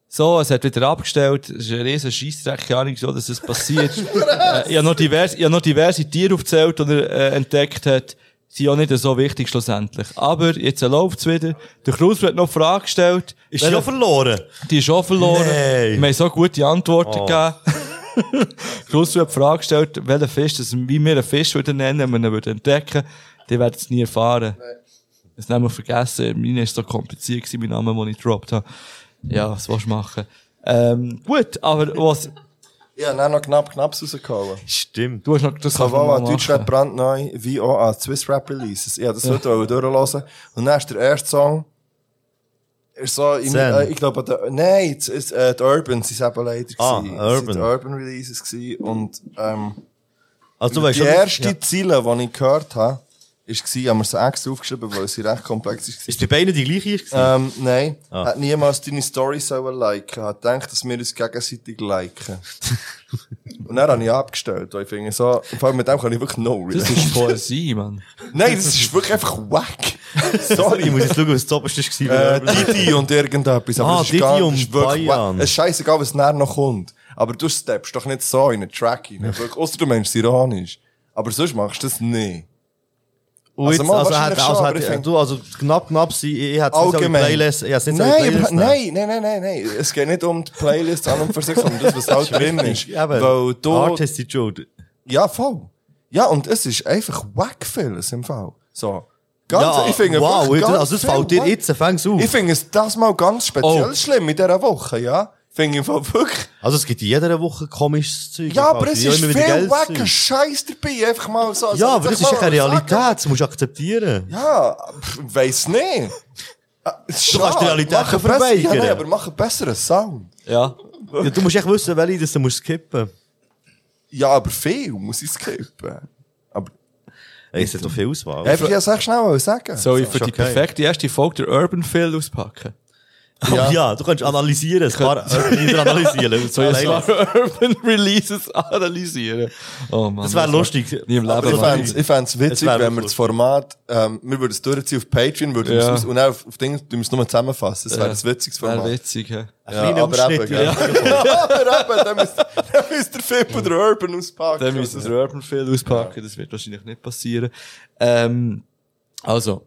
S3: So, es hat wieder abgestellt. Es ist ein riesen Scheissdreck. Keine Ahnung, wieso dass das passiert. äh, ich habe noch, divers, ich hab noch diverse Tiere aufgezählt, die er äh, entdeckt hat. Sind auch nicht so wichtig schlussendlich. Aber jetzt läuft's wieder. Der Kraus hat noch Fragen gestellt.
S5: Ist ja
S3: Welche-
S5: verloren.
S3: die ist auch verloren.
S5: Nein.
S3: Wir haben so gute Antworten
S5: Oh.
S3: gegeben. Schluss hat die Frage gestellt, welchen Fisch, das, wie wir einen Fisch würden nennen, wenn wir ihn würden entdecken, die werden es nie erfahren. Das haben wir vergessen. Meine ist so kompliziert gewesen, mein Name, den ich gedroppt habe. Ja, was willst du machen? Ähm, gut, aber was,
S4: Ja, dann noch knapp, knapp rausgehauen.
S5: Stimmt.
S3: du hast noch, das kannst du noch
S4: Kavala,
S3: machen.
S4: Deutschland brandneu, wie auch an Swiss Rap Releases. Ich hab das heute auch durchhören. Und dann ist der erste Song, ist so, im,
S5: Zen.
S4: äh, ich glaube, der, nein, es ist, äh, die Urban, sie sind eben leider
S5: Ah,
S4: gewesen.
S5: Urban.
S4: Es sind die Urban Releases gewesen. Und, ähm,
S5: Also, du weißt
S4: die
S5: schon,
S4: erste
S5: Ja.
S4: Ziele, die ich gehört habe, ist gewesen, haben wir sie extra aufgeschrieben, weil sie recht komplex ist.
S5: Ist bei beiden die gleiche gewesen?
S4: Ähm, nein,
S5: Ah.
S4: hat niemals deine Story sollen liken. Hat gedacht, dass wir uns gegenseitig liken. Nou, Und dann habe ich abgestellt, weil ich finde, so, vor allem mit dem kann ich wirklich no
S3: Das
S4: relaten.
S3: ist Poesie, Mann.
S4: Nein, das ist wirklich einfach wack. Sorry.
S5: Ich muss jetzt schauen, was das oberste war.
S4: Äh, Didi und irgendetwas. Aber
S5: Ah,
S4: das ist
S5: Didi
S4: gar- das
S5: und
S4: ist wirklich wack.
S5: Bayern.
S4: Es ist scheißegal, was nachher noch kommt. Aber du steppst doch nicht so in einen Track rein. Wirklich. Ausser du meinst es ironisch. Aber sonst machst du das nicht.
S5: Und jetzt,
S4: also mal
S5: also, hat-
S4: wahrscheinlich
S5: also,
S4: schon,
S5: hat-
S4: aber ich find-
S5: du, also, knapp, knapp, sein, ich, ich hätte es nicht so in die
S4: Allgemein.
S5: Playlist, ich hätte es nicht so in die
S4: nein,
S5: Playlist ne?
S4: aber-
S5: nehmen.
S4: nein, nein, nein, nein, nein. Es geht nicht um die Playlist an und für sich, sondern das, was halt drin ist. Weil du,
S5: Artist ist schuld.
S4: ja, voll. Ja, und es ist einfach wack vieles im Fall. So. Ganz,
S5: ja,
S4: ich finde,
S5: wow,
S4: wirklich ganz
S5: also, das
S4: viel
S5: fällt dir
S4: wack.
S5: jetzt, fängst auf.
S4: Ich finde es das mal ganz speziell
S3: Oh.
S4: schlimm in dieser Woche, ja? Finde ich im Fall wirklich.
S5: Also, es gibt in jeder Woche komisches Zeug.
S4: Ja, aber
S5: Die
S4: es
S5: haben
S4: ist
S5: immer
S4: viel
S5: wieder geiles
S4: wacker
S5: Zeug.
S4: Scheiß dabei. Einfach mal so.
S5: Ja,
S4: also,
S5: aber das
S4: sag
S5: ist ja
S4: mal,
S5: keine
S4: was sagen.
S5: Realität, das musst du akzeptieren.
S4: Ja, pff, Ah, weiss nicht. Du
S5: kannst die Realität
S4: Ja,
S5: verweigern.
S4: nein, aber mach einen besseren Sound.
S3: Ja.
S5: Ja, du musst echt wissen, welche das du musst skippen.
S4: Ja, aber viel muss ich skippen. Aber
S5: Ey, es hat doch viel Auswahl.
S4: einfach ja sehr schnell wollen sagen.
S3: Soll ich für die
S5: okay.
S3: perfekte erste Folge der Urban Phil auspacken?
S5: ja. ja, du kannst analysieren, ein paar Lieder analysieren.
S3: Soll ich zwar Urban Releases analysieren? Oh Mann.
S5: Das wäre lustig.
S3: Nie im Leben,
S4: Aber ich
S3: Mann.
S4: fänd's, ich fänd's
S5: Es
S4: witzig,
S5: wär
S4: wenn wir
S5: cool.
S4: das Format, ähm, wir würden es durchziehen auf Patreon, würden wir
S3: Ja.
S4: es aus- und dann auf, auf Dinge, wir es nur zusammenfassen. Das wäre
S3: Ja.
S4: ein witziges
S3: Äh, Wär
S4: Format.
S3: witzig, hä?
S4: Ja, aber
S5: kleiner
S4: eben,
S5: Ausschnitt,
S4: gell.
S5: ja.
S4: Ja, aber eben, dann müsst, dann müsst der Fipp und der Urban auspacken. Also,
S3: Dann müssen wir Urban Phil auspacken, das wird wahrscheinlich nicht passieren. Ähm, also,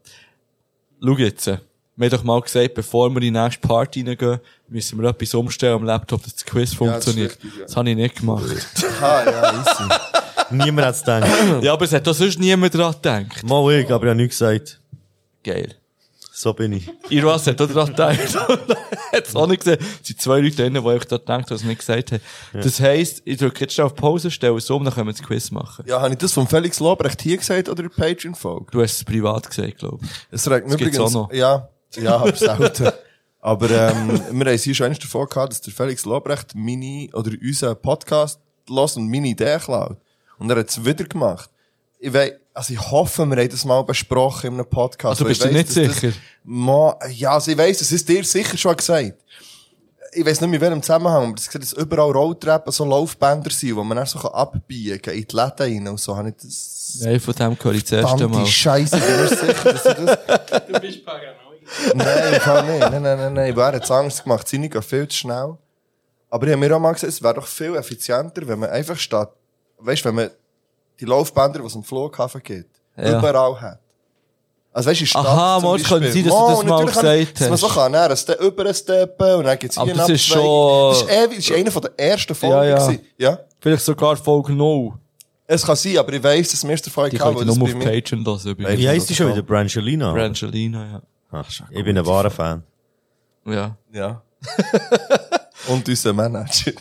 S3: schau jetzt. äh, Wir haben doch mal gesagt, bevor wir in die nächste Party reingehen, müssen wir etwas umstellen am Laptop, dass das Quiz
S4: das ist
S3: funktioniert. das
S4: richtig, ja.
S3: habe ich nicht gemacht.
S4: Ah, ja, easy.
S5: Niemand hat es gedacht.
S3: ja, aber es hat doch sonst niemand dran gedacht.
S5: Mal ich, aber ich habe nichts gesagt.
S3: Geil.
S5: So bin ich.
S3: Iras hat auch dran gedacht. hat es auch nicht gesehen. Es sind zwei Leute drin, die euch dran gedacht haben, was ich nicht gesagt habe. Das heisst, ich drücke jetzt schnell auf Pause, stelle es um, dann können wir das Quiz machen.
S4: Ja, habe ich das von Felix Lobrecht hier gesagt oder in der Patreon-Folge?
S3: Du hast es privat gesagt, glaube ich.
S4: Es regt mich
S3: Das gibt's
S4: übrigens...
S3: auch noch.
S4: Ja, ja, aber selten. aber ähm, wir haben es hier schon einst davon gehabt, dass der Felix Lobrecht mini oder unseren Podcast lässt und meine Idee klaut. Und er hat es wieder gemacht. Ich wei, Also ich hoffe, wir haben das mal besprochen in einem Podcast.
S3: Also
S4: weil
S3: bist du
S4: ich
S3: nicht
S4: dass das-
S3: sicher?
S4: Ma, ja, also ich weiss, es ist dir sicher schon gesagt. Ich weiss nicht mehr, in welchem Zusammenhang, aber ich sehe, dass überall Roadtrappen so Laufbänder sind, wo man dann so abbiegen kann, in die Läden rein und so. Habe ich das...
S3: Nein, von dem höre ich das erste
S4: Verdammte
S3: Mal.
S4: Scheiße, bin mir sicher, dass du das...
S11: Du bist paranoid.
S4: Nein, ich kann nicht. Nein, nein, nein, nein. Wer hat Angst gemacht? Seine gehen viel zu schnell. Aber ich habe mir auch mal gesagt, es wäre doch viel effizienter, wenn man einfach statt, weißt, wenn man die Laufbänder, die es am Flughafen gibt,
S3: Ja.
S4: überall hat. Also weißt du, in der Stadt
S3: Aha,
S4: zum
S3: Mats, könnte
S4: Beispiel.
S3: sein, dass du
S4: Oh,
S3: das mal
S4: natürlich kann ich-
S3: gesagt
S4: Dass man so
S3: hast.
S4: kann, dann Ste übersteppen und dann gibt es
S3: Aber
S4: hier
S3: das
S4: eine
S3: ist
S4: Abzweigung.
S3: schon-
S4: Das ist ewig, das ist einer von der ersten Folgen.
S3: Ja, ja.
S4: gewesen. ja.
S3: Vielleicht sogar Folge 0.
S4: Es kann sein, aber ich weiss, dass wir es der Fall
S3: Die
S4: hatten,
S3: könnt ihr
S4: weil
S3: nur
S4: das
S3: auf
S4: bei mir-
S3: Patreon hören.
S5: Wie heisst die schon wieder? Also, Brangelina?
S3: Brangelina, ja.
S5: Ach, ich bin ein wahrer Fan.
S3: Ja.
S4: Ja. und unser Manager.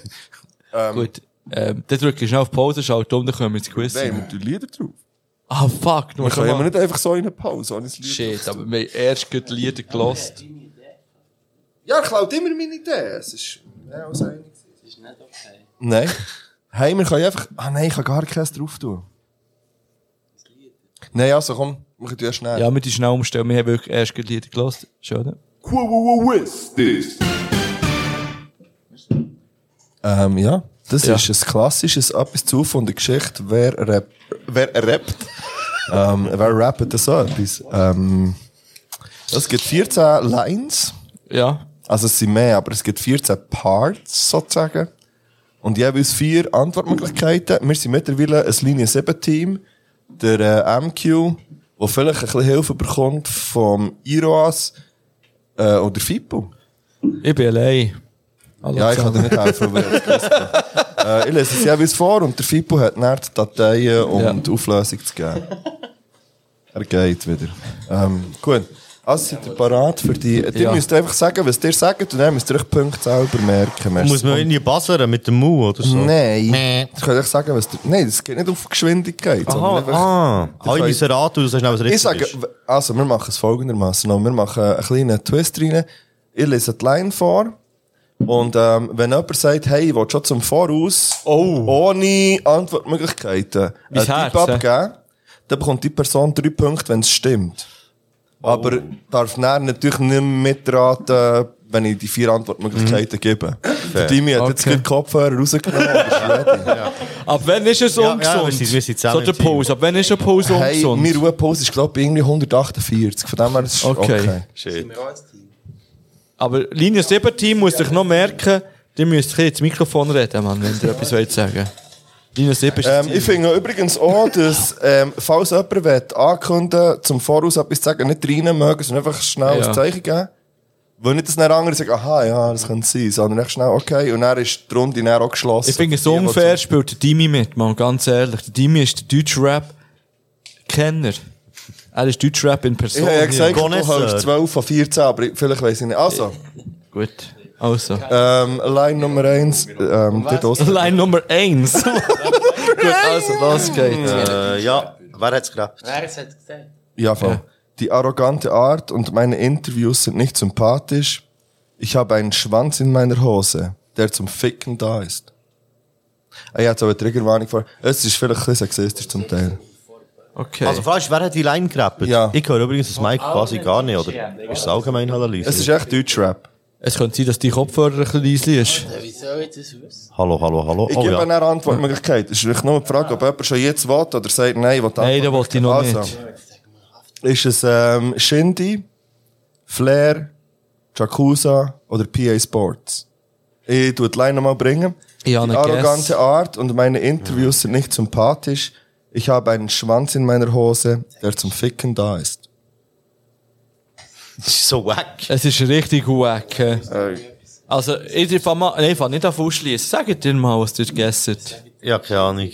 S4: Ähm,
S3: Gut. Ähm, dann drücke ich schnell auf Pause, schalte um, dann können wir ins Quiz.
S4: Nein, wir haben die Lieder drauf.
S3: Ah, fuck, nur
S4: Wir können
S3: mal.
S4: ja nicht einfach so in eine Pause, ohne das Lied
S3: Shit,
S4: drauf zu
S3: aber
S4: tun.
S3: wir haben erst gerade die Lieder gelost.
S4: Ja, ich klaut immer meine Idee. Es ist mehr als eine.
S10: Das ist nicht okay.
S4: Nein. Hey, wir können einfach... Ah nein, ich kann gar keins drauf tun. Nein, also komm, wir können ja schnell.
S3: Ja, wir die schnell umstellen, wir haben wirklich erst gerade die Lieder gelost. Schön, oder?
S6: Who is this?
S4: Ähm, ja. Das
S3: Ja.
S4: ist ein klassisches etwas zu von der Geschichte, wer, rap, wer rappt. ähm, wer rappt das so etwas? Ähm, es gibt 14 Lines.
S3: Ja.
S4: Also es sind mehr, aber es gibt 14 Parts sozusagen. Und jeweils vier Antwortmöglichkeiten. Wir sind mittlerweile ein Linie 7 Team. Der äh, MQ, der vielleicht ein bisschen Hilfe bekommt vom Iroas äh, oder Fippo.
S3: Ich bin allein. Hallo
S4: Ja, ich kann
S3: zusammen.
S4: dir nicht helfen, weil ich es äh, Ich lese es jeweils vor und der Fippo hat dann die Dateien, um
S3: Ja.
S4: die Auflösung zu geben. Er geht wieder. Ähm, gut. Also seid ihr parat für die... Ihr
S3: Ja.
S4: müsst einfach sagen, was ihr sagt und dann müsst ihr euch die Punkte selber merken. Merci.
S5: Muss man irgendwie buzzern mit dem Mu oder so?
S4: Nein. Ich kann euch sagen, was ihr... Nein, das geht nicht auf Geschwindigkeit. sondern
S5: Aha,
S4: einfach-
S5: ah. Alle
S4: kann-
S5: diese Rat, du sagst schnell, was richtig
S4: ich sage,
S5: ist.
S4: w- also wir machen es folgendermaßen noch. Wir machen einen kleinen Twist rein. Ich lese die Line vor. Und ähm, wenn jemand sagt, hey, ich will schon zum Voraus, ohne Antwortmöglichkeiten,
S3: Oh. Mein Herz,
S4: Tipp
S3: äh.
S4: abgeben, dann bekommt die Person drei Punkte, wenn es stimmt.
S3: Oh.
S4: Aber darf dann natürlich nicht mehr mitraten, wenn ich die vier Antwortmöglichkeiten gebe. Der Timmy hat jetzt
S3: Mhm. Okay.
S4: gerade die Kopfhörer rausgenommen. aber ist ready.
S3: Ab wann ist es
S5: ja,
S3: ungesund?
S5: wir sind- wir sind
S3: so
S5: zusammen
S3: der
S5: im Team.
S3: Pause. Ab wann ist eine Pause
S4: Hey,
S3: ungesund?
S4: meine Ruhepause ist, glaube ich, irgendwie 148. Von dem her ist es
S3: Okay.
S4: okay.
S5: Shit.
S3: Aber Linie 7 Team muss sich noch merken, die müsst ein bisschen ins Mikrofon reden, Mann, wenn ihr etwas wollt sagen. Linie 7 ist das
S4: Ähm,
S3: Team.
S4: ich finde übrigens auch, dass, ähm, falls jemand will, ankündigen zum Voraus etwas zu sagen, nicht rein mögen, sondern einfach schnell
S3: Ja.
S4: ein Zeichen geben. Weil nicht, dass dann andere sagen, aha, ja, das könnte sein, sondern echt schnell, okay, und dann ist die Runde dann auch geschlossen.
S3: Ich finde es
S4: Die, die
S3: unfair, spielt der Dimi mit, Mann, ganz ehrlich. Der Dimi ist der deutsche Rap-Kenner. Er ist deutsche Rap in
S4: Ich
S3: Person.
S4: habe ja gesagt, du
S5: Connoisseur.
S4: hältst 12 von 14, aber ich- vielleicht weiss ich nicht. Also,
S3: Gut. Also.
S4: ähm, Line Nummer 1, ähm, dort aus.
S3: Line Nummer 1. Gut, also, los geht's.
S5: Äh, ja, wer hat's gerappt?
S10: Wer hat es gesagt?
S4: Ja, voll. Die arrogante Art und meine Interviews sind nicht sympathisch. Ich habe einen Schwanz in meiner Hose, der zum Ficken da ist. Ah, Ich hatte aber Triggerwarnung vor. Es ist vielleicht ein bisschen sexistisch zum Teil.
S3: Okay.
S5: Also, frage ist, wer hat die Line gerappt?
S4: Ja.
S5: Ich höre übrigens das Mic quasi gar nicht, oder? Ist es allgemein Hallo Lisa?
S4: Es ist echt Deutschrap.
S3: es könnte sein, dass die Kopfhörer ein bisschen leise ist.
S10: Wie soll ich das wissen?
S5: Hallo, hallo, hallo.
S4: Ich
S5: Oh
S4: gebe
S5: ja.
S4: eine Antwortmöglichkeit. Es ist vielleicht nur die Frage, ob jemand schon jetzt will oder sagt, nein, ich will
S3: Nein, da wollte ich noch
S4: Also,
S3: nicht.
S4: Ist es ähm, Shindy, Flair, Jacuzza oder PA Sports? Ich tu die Line nochmal bringen.
S3: Ich habe
S4: die
S3: einen Guess.
S4: arrogante Art und meine Interviews sind nicht sympathisch. Ich habe einen Schwanz in meiner Hose, der zum Ficken da ist.
S5: Das ist so wack.
S3: Es ist richtig wack. hä?
S4: Äh.
S3: Also, ich fange mal, nein, ich fange nicht auf ausschließen. Sagt dir mal, was ihr gegessen habt.
S5: Ja, keine Ahnung.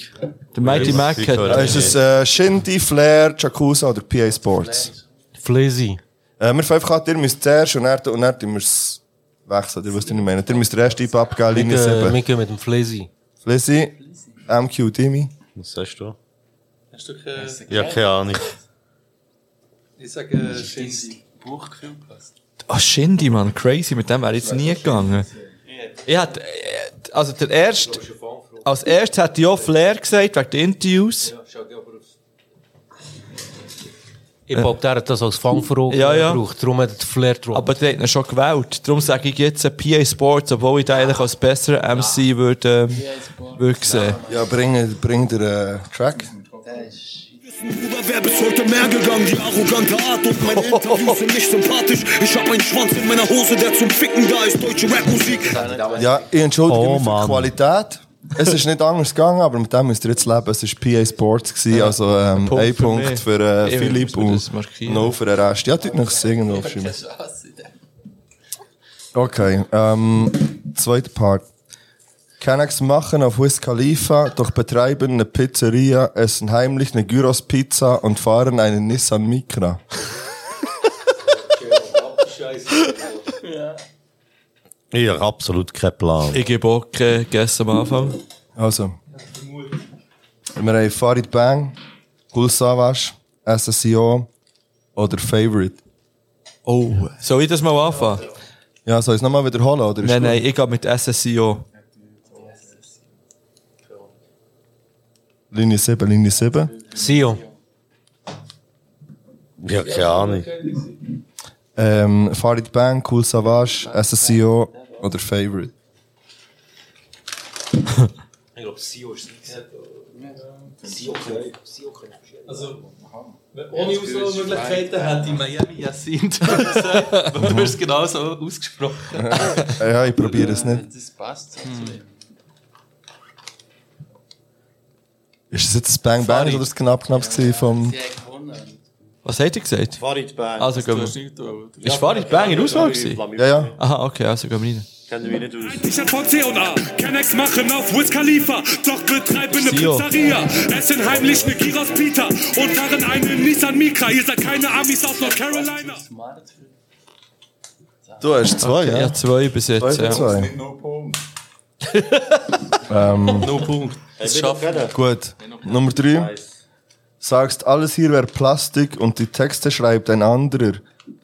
S3: Der Mighty
S5: Ich-
S3: Mac
S5: ich
S3: hat
S5: höre-
S4: Ist es äh, Shindy, Flair, Jacuzza oder PA Sports?
S10: Flizzy.
S4: Äh, wir fangen einfach an, ihr müsst zuerst und dann, und dann ihr müsst wechseln. Ihr wisst, was ich meine. Ihr müsst den ersten Typ abgeben, Linie
S12: Äh,
S7: äh,
S4: 7.
S6: gehen mit dem Flazy.
S4: Lizzie, MQ, Timmy.
S5: Was sagst du?
S11: Hast du keine...
S5: Ja, keine Ahnung.
S11: Ich sage Shindy. Buchgefühl passt.
S3: Ah, Shindy, Mann, crazy, mit dem wäre ich jetzt nie gegangen. Ich hatte, äh, also der erste, als erstes hätte ich auch Flair gesagt, wegen den Interviews.
S12: Ich glaube, der hat das als Fangfrage
S3: Ja, ja.
S12: gebraucht. Darum hat er den Flair drauf.
S3: Aber die hat ihn schon gewählt. Darum sage ich jetzt äh, PA Sports, obwohl ich den eigentlich als besserer MC würde, ähm, würde sehen.
S4: Ja, bring, bring den äh, Track.
S13: Wer bis heute mehr gegangen? Die arrogante Art und meine Interviews sind nicht sympathisch. Ich hab einen Schwanz in meiner Hose, der zum Ficken da ist. Deutsche Rapmusik.
S4: Ja, ich entschuldige
S13: Oh,
S4: mich für
S13: Mann.
S4: die Qualität. Es ist nicht anders gegangen, aber mit dem müsst ihr jetzt leben. Es war PA Sports, gewesen, also ähm,
S3: Punkt
S4: ein
S3: für
S4: Punkt
S3: mich.
S4: für äh,
S3: Ich muss
S4: Philipp
S3: mir
S4: und
S3: das markieren.
S4: null für den Rest. Ja, tut noch das irgendwo aufschreiben. Okay, ähm, zweiter Part. Kann ich's machen auf Wiz Khalifa, doch betreiben eine Pizzeria, essen heimlich eine Gyros-Pizza und fahren einen Nissan Micra.
S5: Ich habe absolut keinen Plan.
S3: Ich gebe auch keinen Guess am Anfang.
S4: Also. Wir haben Farid Bang, Gul Savas, SSIO oder Favorite.
S3: Oh. Soll ich das mal anfangen?
S4: Ja, soll ich es nochmal wiederholen? Oder ist
S3: Nein,
S4: gut?
S3: nein, ich gehe mit SSIO.
S4: Linie 7, Linie 7.
S12: Sio.
S5: Ja, keine Ahnung.
S4: Ähm, Farid Bang, Cool Savage, SSIO oder Favorite.
S12: Ich glaube, Sio ist es. Sio
S11: Also, ohne Auswahlmöglichkeiten hätte ich Miami Jacint gesagt. Aber du hast es genauso ausgesprochen.
S4: Äh, ja, ich probiere es nicht.
S11: Das passt.
S4: Ist das jetzt das Bang Bang oder das Knapp Knapp gewesen vom...
S3: Was hat er gesagt?
S14: Farid Bang.
S3: Also
S14: Das
S3: gehen
S14: tust du nicht,
S3: wir.
S14: oder?
S3: Ist Farid Bang in Auswahl gewesen?
S14: Ja, ja.
S3: Aha, okay, also gehen wir rein.
S14: Kennen wir nicht aus.
S13: Ich hab von C&A, Kennex machen auf Wiz Khalifa, doch betreiben
S15: ne
S13: eine
S3: Sio.
S13: Pizzeria, essen heimlich eine Giras Pita und fahren einen Nissan Micra. Ihr seid keine Amis aus North Carolina.
S4: Du hast zwei,
S3: okay,
S4: ja?
S3: Ja, zwei bis jetzt.
S4: Zwei für
S3: ja.
S4: zwei. Nicht
S11: No Punkt.
S4: Ähm,
S11: No Punkt. Das schaffen wir.
S4: Gut. Nummer drei. Sagst, alles hier wäre Plastik und die Texte schreibt ein anderer.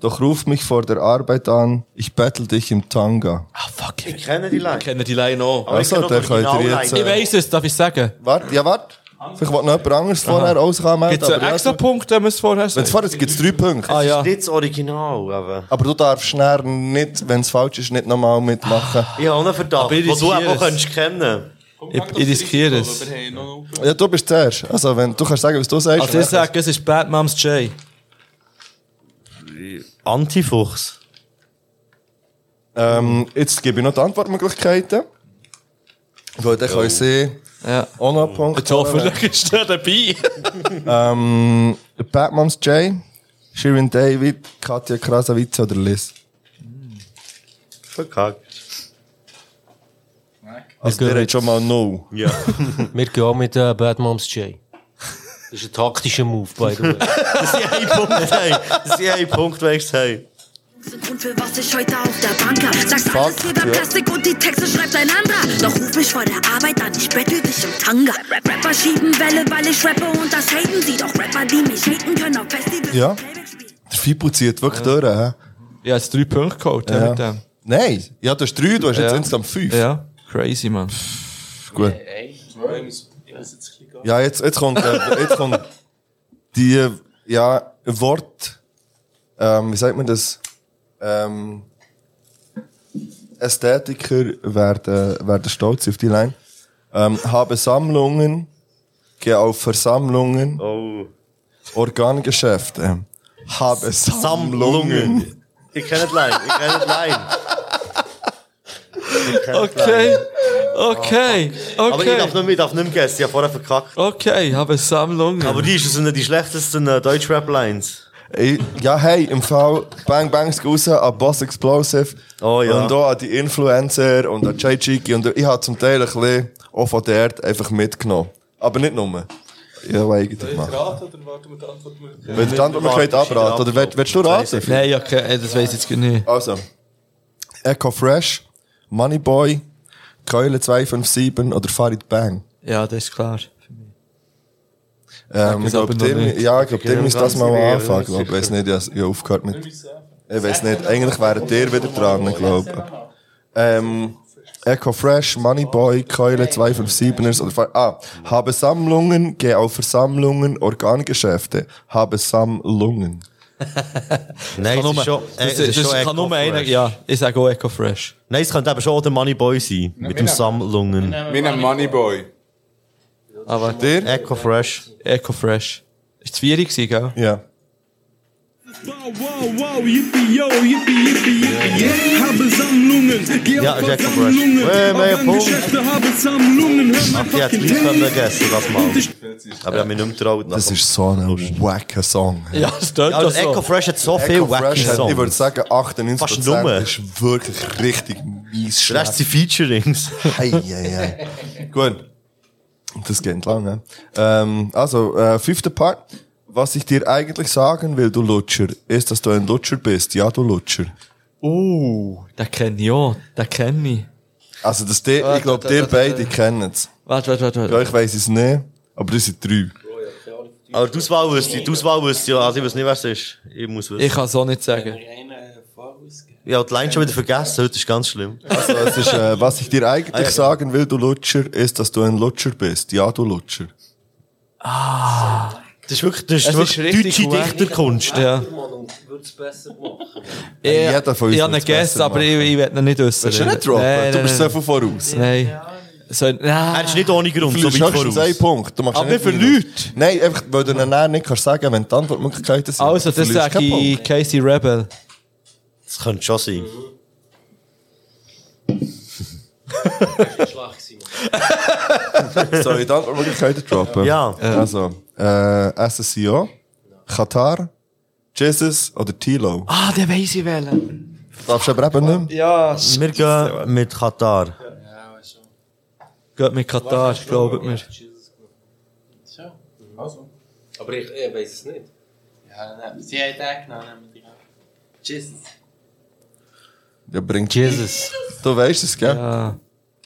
S4: Doch ruf mich vor der Arbeit an, ich bettel dich im Tanga.
S3: Ah,
S14: Ich kenne die Line. Ich
S3: kenne die Line auch.
S14: Aber
S4: Also,
S14: ich kenne
S4: der
S14: noch die
S4: könnt ihr
S14: Original
S4: jetzt...
S14: Line.
S4: äh,
S3: Ich weiss es, darf ich sagen?
S4: Warte, ja, warte. Vielleicht wollte noch jemand anderes
S3: Aha.
S4: vorher auskommen.
S3: Gibt's einen extra Punkt, wenn wir es vorher
S4: Wenn es vorher gibt es drei Punkte.
S3: Ah, ja.
S14: Das ist nicht das Original, aber...
S4: Aber du darfst nachher nicht, wenn es falsch ist, nicht nochmal mitmachen.
S14: Ich habe einen Verdacht,
S4: Aber ich
S14: den du
S4: riskiere
S14: auch
S4: es.
S14: könntest kennen.
S3: Ich, ich riskiere es.
S4: Ja, du bist zuerst. Also, wenn, du kannst sagen, was du sagst.
S3: Also ich sage, es ist Bad Moms J.
S5: Antifuchs.
S4: Ähm, jetzt gebe ich noch die Antwortmöglichkeiten. Weil dann kann ich sehen.
S3: Ja.
S4: Ohne Punkt.
S3: Jetzt hoffentlich ist er dabei.
S4: ähm, Batman's Jay, Shirin David, Katja Krasavice oder Liz.
S5: Verkackt.
S4: Also, der hat schon mal No.
S5: Ja.
S12: Wir gehen auch mit äh, Bad Moms J. Das ist ein taktischer Move, by the way.
S5: Das ist ein Punkt, hey. Das ist ein Punkt, weißt du, hey.
S16: Und für was ich heute auf der Bank hab. Sagst
S5: Fuck,
S16: alles hier
S5: ja.
S16: wäre Plastik und die Texte schreibt ein anderer. Doch ruf mich vor der Arbeit an, ich bettel dich im Tanga. Rapper schieben Welle, weil ich rappe und das haten sie. Doch Rapper, die mich haten können auf Festivals.
S4: Ja. Der Fibu zieht wirklich durch, hä?
S3: Ja, es drei Punkte geholt ja.
S4: Ja.
S3: mit dem.
S4: Nein, ja, du hast drei, du hast jetzt
S3: Ja.
S4: insgesamt fünf.
S3: Ja, crazy, man.
S4: Gut. Ja, jetzt, jetzt kommt, äh, jetzt kommt die, ja, Wort, ähm, wie sagt man das, ähm, Ästhetiker werden, werden stolz auf die Line. Ähm, habe Sammlungen, gehe auf Versammlungen, Organgeschäfte, habe Sammlungen.
S14: Ich kenne die Line, ich kenne die Line. Ich kenne die
S3: Okay,
S14: Line.
S3: okay,
S14: Aber ich
S3: okay.
S14: darf nicht mehr, ich darf nicht mehr gegessen, ich habe vorher verkackt.
S3: Okay, ich habe Sammlungen.
S14: Aber die ist aus einer die schlechtesten äh, Deutschrap-Lines.
S4: Ey, Ja, hey, im Fall Bang Bangs raus an Boss Explosive.
S14: Oh ja.
S4: Und auch an die Influencer und an Jay Chiki. Und ich habe zum Teil ein bisschen auch von dort einfach mitgenommen. Aber nicht nur. Ja, aber eigentlich mal.
S11: Raten oder warten wir die Antwortmöglichkeit?
S4: Wenn die andere Möglichkeit abraten, oder willst, willst du raten?
S3: Nein, okay, das weiß ich jetzt nicht.
S4: Also, Echo Fresh, Money Boy, Keule 257 oder Farid Bang.
S3: Ja, das ist klar.
S4: Ähm, ich
S3: es aber
S4: glaube,
S3: noch
S4: Tim,
S3: nicht.
S4: ja, ich glaub,
S3: Ich
S4: Tim
S3: bin
S4: ist das
S3: ganz
S4: mal
S3: sicher,
S4: anfangen.
S3: ich bin
S4: glaub. Ich weiß nicht, ich habe aufgehört mit. Ich weiß nicht, eigentlich wäre der wieder dran, glaube ich. Ähm, Echo Fresh, Moneyboy, Keule 257ers oder Fe- ah, habe Sammlungen, gehe auf Versammlungen, Organgeschäfte, habe Sammlungen.
S5: Nein,
S3: kann
S5: es
S3: nur-
S5: ist schon,
S3: das-
S5: äh, es ist
S3: das
S5: schon
S3: kann
S5: Echo
S3: nur einer-
S5: Fresh.
S3: ja, ich sage auch Echo Fresh.
S5: Nein, es könnte eben schon auch der Moneyboy sein, mit dem
S3: nehmen-
S5: Sammlungen.
S7: Wir nehmen Moneyboy.
S3: Aber der?
S5: Echo Fresh.
S3: Echo Fresh. Ist das Vieri gewesen, gell?
S4: Ja.
S15: Wow, yippie, yo, yippie, yippie, yippie, yeah. Habe Sammlungen, geh
S5: Ja,
S15: auf
S5: Jack Fresh.
S15: Versammlungen.
S5: Hey, mein
S15: Auf
S5: Punkt.
S15: Geschäfte habe Sammlungen, hör mal
S5: Ach, ich hätte
S15: fucking
S5: gleich
S15: Tee.
S5: können vergessen, das mal. Aber ich habe mich nicht mehr getraut.
S4: Das ist so ein wacker Song.
S5: Ja, das tönt Ja, doch der so. Echo Fresh hat so
S4: Echo
S5: viel wacky
S4: Fresh hat,
S5: Songs.
S4: Ich würde sagen, 98%
S5: Fast nur.
S4: ist wirklich richtig mies
S5: Der Rest sind Featurings.
S4: Hei, hei, hei. Gut. Das geht lang, ne? Ähm, also, äh, fünfter Part. Was ich dir eigentlich sagen will, du Lutscher, ist, dass du ein Lutscher bist. Ja, du Lutscher.
S3: Uh, den kenne ich auch. Den kenne ich.
S4: Also, das, die, ich glaube,
S3: warte,
S4: ihr
S3: warte,
S4: beide
S3: warte.
S4: kennt es.
S3: Warte, warte, warte.
S4: Ja, ich weiss es nicht, aber das sind drei.
S5: Aber die Auswahl wüsste ich, die Auswahl wüsste ich. Also ich weiß nicht, wer es ist. Ich muss wissen.
S3: Ich kann es auch nicht sagen.
S5: Ja, die Line schon wieder vergessen, heute ist ganz schlimm.
S4: Also, es ist, äh, was ich dir eigentlich
S5: Ah, ja.
S4: sagen will, du Lutscher, ist, dass du ein Lutscher bist. Ja, du Lutscher.
S5: Das ist wirklich, das ist
S3: Es ist
S5: wirklich
S3: richtig
S5: deutsche
S3: wack.
S5: Dichterkunst.
S3: Ja.
S17: Würde es besser machen.
S3: Ich,
S4: Jeder von uns
S3: ich habe
S4: wird's
S3: einen Guess,
S4: besser
S3: aber ich, ich werde ihn nicht äußern.
S4: Willst du nicht droppen? Du bist so viel voraus.
S3: Nein. So,
S5: Er ist nicht ohne Grund,
S4: Du
S5: so
S4: verlierst
S5: weit
S4: höchstens einen
S5: voraus.
S4: Punkt. Du machst
S5: Aber
S4: ja nicht
S5: wir
S4: minus. Nein, einfach, weil du ihn dann nicht kannst sagen, wenn die Antwortmöglichkeiten sind.
S3: Also, das
S4: verlierst
S3: sage
S4: keinen Punkt.
S3: ich Casey Rebel.
S5: Das könnte schon sein.
S4: Soll ich die Antwortmöglichkeiten droppen?
S5: Ja.
S4: Also, äh, SSCO, Katar, Jesus oder Tilo.
S3: Ah, den weiss ich wählen.
S4: Darfst du aber eben nicht mehr?
S3: Ja,
S5: Wir gehen mit Katar.
S3: Geht mit Katar, glaubt mir.
S12: Also.
S17: Aber ich, ich weiß es nicht.
S12: Ja, nein, sie haben den genommen. nehmen wir die. Jesus.
S4: Ja, bringt Jesus. Du weißt es, gell?
S3: Ja.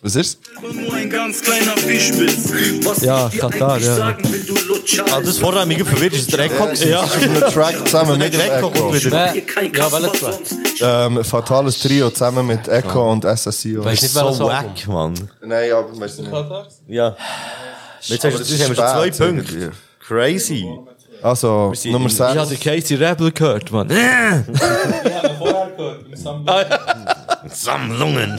S4: Was ist
S15: Nur ein ganz kleiner Fisch bist. Was
S4: Ja,
S15: ich dir
S4: Katar,
S15: eigentlich
S4: ja.
S15: sagen will, du Lutscher.
S5: Also das vorher hat mich verwirrt, ist es der Echo?
S4: Ja, das ist ein Track zusammen mit
S5: der Echo.
S4: Echo.
S5: kommt wieder.
S15: Ihr kein Kasper.
S4: Ähm, fatales Trio zusammen mit Echo und SSCO.
S5: Weißt du nicht,
S4: Das ist
S5: welches Album? Mann.
S4: Nein, aber weißt du nicht.
S5: Ja. Jetzt hast
S4: Aber
S5: du
S4: das
S5: jetzt
S4: ist
S5: haben wir schon zwei
S4: spät
S5: Punkte. Crazy.
S4: Also, Ah, Nummer
S3: Ich habe
S4: 6.
S3: den Casey Rebel gehört, Mann.
S5: Sammlungen.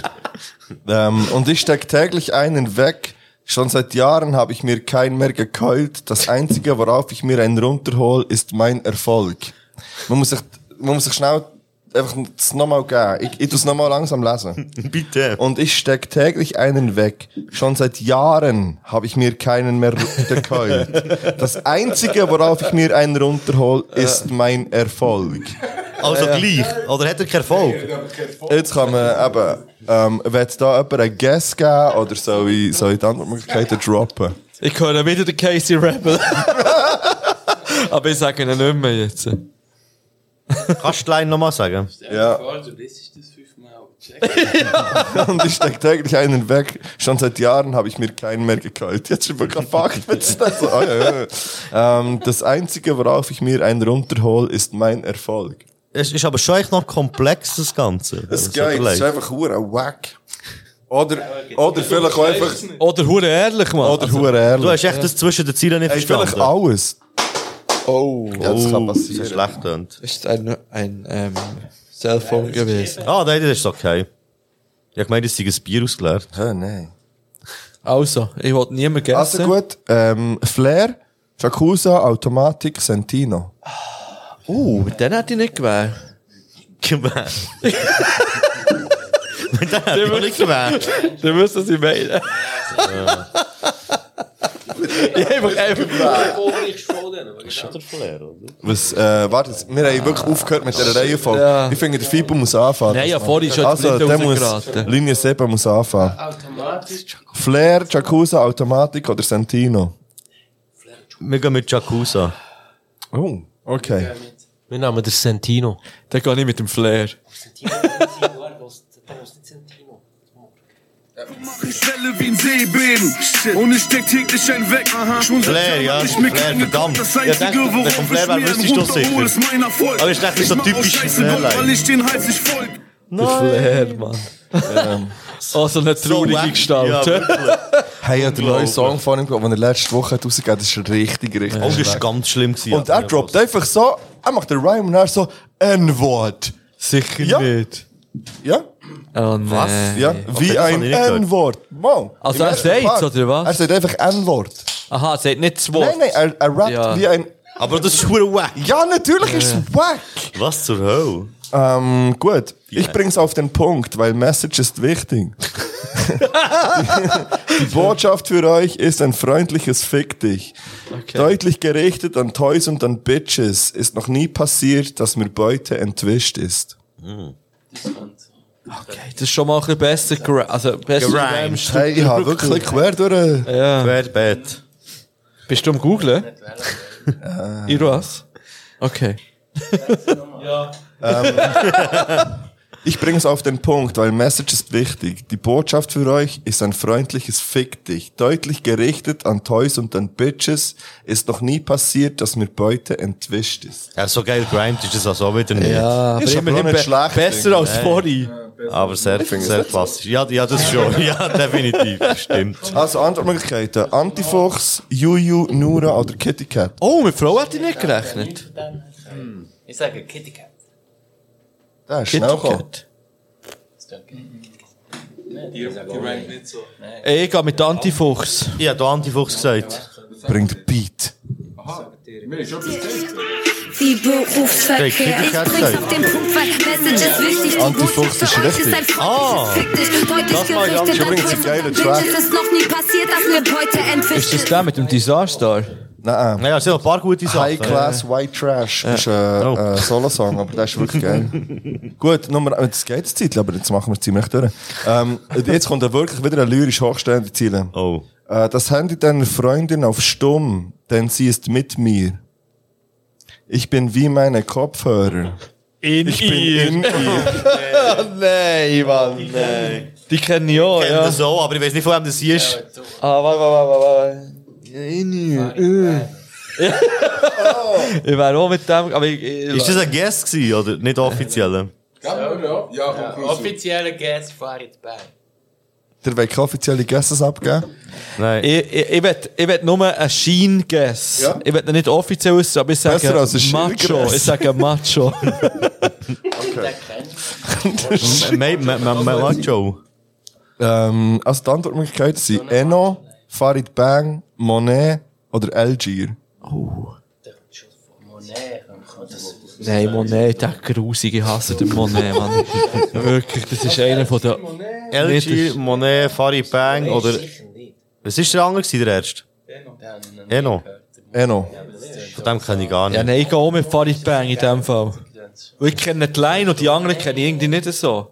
S4: Ähm, und ich steck täglich einen weg. Schon seit Jahren habe ich mir keinen mehr gekeult. Das Einzige, worauf ich mir einen runterhole, ist mein Erfolg. Man muss sich, man muss sich schnell einfach das nochmal geben. Ich, ich tu's nochmal langsam lesen.
S5: Bitte.
S4: Und ich steck täglich einen weg. Schon seit Jahren habe ich mir keinen mehr gekeult. Das Einzige, worauf ich mir einen runterhole, ist mein Erfolg.
S5: Also gleich. Oder hat er keinen Erfolg?
S4: Jetzt kann man eben, ähm, will da jemand einen Guess geben oder soll ich, soll ich die Antwortmöglichkeiten droppen?
S3: Ich höre wieder den Casey Rebel. Aber ich sage ihn nicht mehr jetzt.
S5: Kannst du die Line nochmal sagen?
S4: Ja.
S12: Also, das ist das fünfmal.
S4: Und ich steck täglich einen weg. Schon seit Jahren habe ich mir keinen mehr gekeult. Jetzt schon wirklich fuck mit so. Ah, ja, ja, ja. Ähm, das Einzige, worauf ich mir einen runterhole, ist mein Erfolg. Also,
S5: Es ist aber schon echt noch komplex, das Ganze.
S4: Das ist
S5: Wenn man
S4: geil,
S5: so
S4: das ist
S5: überlegt.
S4: einfach hure wack. Oder, oder vielleicht auch einfach, Also,
S3: Oder hure ehrlich, Mann.
S4: oder hure ehrlich.
S5: Du hast echt das zwischen den Zielen nicht
S4: Ey, vielleicht
S5: verstanden.
S4: alles.
S3: Oh,
S4: Ja, das kann
S5: Oh,
S4: passieren.
S5: Das ist schlecht tönt.
S3: ist ein, ein ähm, Cellphone gewesen.
S5: Ah, nein, das ist okay. Ich habe gemeint, es sei ein Bier ausgeleert.
S4: Ah, nein.
S3: Also, ich wollte niemanden
S4: Also
S3: gegessen.
S4: gut, ähm, Flair, Jacuzza, Automatik, Sentino.
S3: Uh, den hätte ich nicht gewählt.
S5: Gewähr. Den hab ich auch nicht gewähr.
S3: Dann müssen sie mailen. Ich einfach, einfach.
S4: Was, äh, warte, jetzt, wir haben wirklich aufgehört mit dieser Reihenfolge.
S3: Ah, Ja.
S4: Ich finde, der Fibo muss anfangen.
S3: Nein, ja, vorhin ist schon
S4: Also,
S3: die
S4: der
S3: Blinde
S4: muss,
S3: rausgeraten.
S4: Linie 7 muss anfangen.
S12: Automatisch.
S4: Flair, Jacuzza, Automatik oder Sentino?
S5: Wir gehen mit Jacuzza.
S4: Oh, okay.
S18: Wir nehmen den Sentino.
S3: Dann gehe ich mit dem Flair.
S15: Ich schelle wie ein Seebeben. Und ich steck täglich einen weg. Schon seit
S5: Flair,
S15: Jahren
S5: ja.
S15: hab ich mir
S5: Flair,
S15: keinen
S5: verdammt.
S15: geguckt. Das
S5: Ja,
S15: Einzige,
S5: danke,
S15: worauf
S5: der von Flair
S15: ich
S5: war,
S15: mir
S5: wüsste
S15: einen
S5: ich doch
S15: runterhole,
S5: sicher.
S15: ist mein Erfolg.
S5: Aber ich dachte, das ist so
S15: mach auch
S5: typisch
S15: Scheiße, Gott,
S5: Flairlein.
S15: weil ich den Hals nicht voll.
S3: Der Flair, Mann. Also eine traurige
S4: wack.
S3: Gestalt.
S4: Ja, wirklich. Hey, ich habe den neuen Song von ihm, gehört, den er letzte Woche hat rausgegeben hat. Das ist richtig, richtig.
S5: Oh, das ist
S4: schlecht.
S5: ganz schlimm gewesen.
S4: Und er droppt einfach so, er macht den Rhyme und er so, N-Wort.
S3: Sicher nicht.
S4: Ja?
S3: Oh nein.
S4: Was? Ja, wie ein N-Wort. Wow.
S3: Also
S4: Im
S3: er
S4: ersten
S3: sagt's,
S4: Part.
S3: oder was?
S4: Er sagt einfach N-Wort.
S3: Aha, er sagt nicht das Wort.
S4: Nein, nein, er, er rappt
S3: Ja.
S4: wie ein...
S5: Aber das ist verdammt wack.
S4: Ja, natürlich ist
S5: Ja.
S4: es wack.
S5: Was zur Hölle?
S4: Ähm, gut. Ich bring's auf den Punkt, weil Message ist wichtig. Die Botschaft für euch ist ein freundliches Fick dich. Deutlich gerichtet an Toys und an Bitches ist noch nie passiert, dass mir Beute entwischt ist.
S3: Okay, das ist schon mal ein bisschen besser gera- also besser geramt.
S4: Hey, ich habe wirklich quer durch.
S3: Ja.
S5: Querbett.
S3: Bist du am Googlen? Äh. Iroas? Okay.
S4: Ähm, ich bringe es auf den Punkt, weil Message ist wichtig. Die Botschaft für euch ist ein freundliches Fick dich. Deutlich gerichtet an Toys und an Bitches ist noch nie passiert, dass mir Beute entwischt ist.
S5: Ja, so geil grind ist das also auch wieder nicht.
S4: Ja, aber Ist aber immerhin auch nicht be- schlecht, besser finde ich. als vorhin.
S5: Aber sehr,
S4: Ich finde
S5: sehr
S4: es-
S5: klassisch. Ja, ja, das schon. Ja, definitiv. Stimmt.
S4: Also Antwortmöglichkeiten. Antifuchs, Juju, Nura oder Kitty Cat.
S3: Oh, mit Frau hätte ich nicht gerechnet.
S11: Ich sage Kitty Kat.
S4: Der ist
S3: Kitty
S4: schnell gekommen.
S11: Die rankt nicht so.
S3: Ey, Ich gehe mit Antifuchs.
S5: Ich habe Antifuchs gesagt.
S4: Bringt Beat.
S16: Die Berufsverkehr. Ich bring's auf den Punkt, weil Message ist wichtig. Die
S4: Antifuchs ist
S16: Botschaft ist ein
S4: richtig.
S16: freundliches Fick dich. Deutlich
S4: Das mag ich auch.
S16: gerichtet an
S4: Übrigens ein
S16: Toys
S4: geiler
S16: und an
S4: Track.
S16: Bitches ist noch nie passiert, dass mir Beute entwischt
S3: Ist das der mit dem Disaster?
S4: Nein.
S5: Naja, es sind noch ein paar gute
S3: Ah,
S5: Sachen.
S4: High Class White Trash ist ein
S3: Oh.
S4: äh, Solo-Song, aber der ist wirklich geil. Gut, Nummer, äh, jetzt geht es Zeit, aber jetzt machen wir es ziemlich durch. Ähm, jetzt kommt er wirklich wieder ein lyrisch hochstehende Ziele.
S5: Oh.
S4: Äh, das Handy deiner Freundin auf stumm, denn sie ist mit mir. Ich bin wie meine Kopfhörer.
S3: In
S4: ich bin
S3: ihr.
S4: in ihr.
S3: nein, Mann, nein. Die kennen ich auch,
S5: Ich kenne
S3: ja.
S5: das auch, aber ich weiß nicht, von wem das hier ist.
S3: Ah, warte, warte, warte, warte, warte. Ich wäre auch mit dem, aber ich... ich
S5: Ist das ein Guest gewesen, oder? Nicht offiziell?
S11: Ja, ja, offizielle Guest fahrt bei.
S4: Der will keine offizielle Guesses abgeben.
S5: Nein.
S3: Ich, ich, ich will, ich will nur einen Schein-Guess.
S4: Ja.
S3: Ich will ihn nicht offiziell wissen, aber ich sage
S4: Besser als ein
S3: Macho.
S4: Schein-Guess.
S3: Ich sage Macho.
S5: Macho.
S4: Ähm, also die Antwortmöglichkeiten sind Eno, Farid Bang, Monet oder Algier.
S12: um
S3: Nein, Monet, der grusige ich hasse den Monet, Mann. Wirklich, das ist einer von der...
S5: LG, Monet, Farid Bang oder. Was ist der andere gewesen, der erste? Eno.
S4: Eno.
S5: Von dem kenne ich gar nicht.
S3: Ja, nein, ich gehe auch mit Farid Bang in dem Fall. Weil ich kenne die Line und die anderen kenne ich irgendwie nicht so.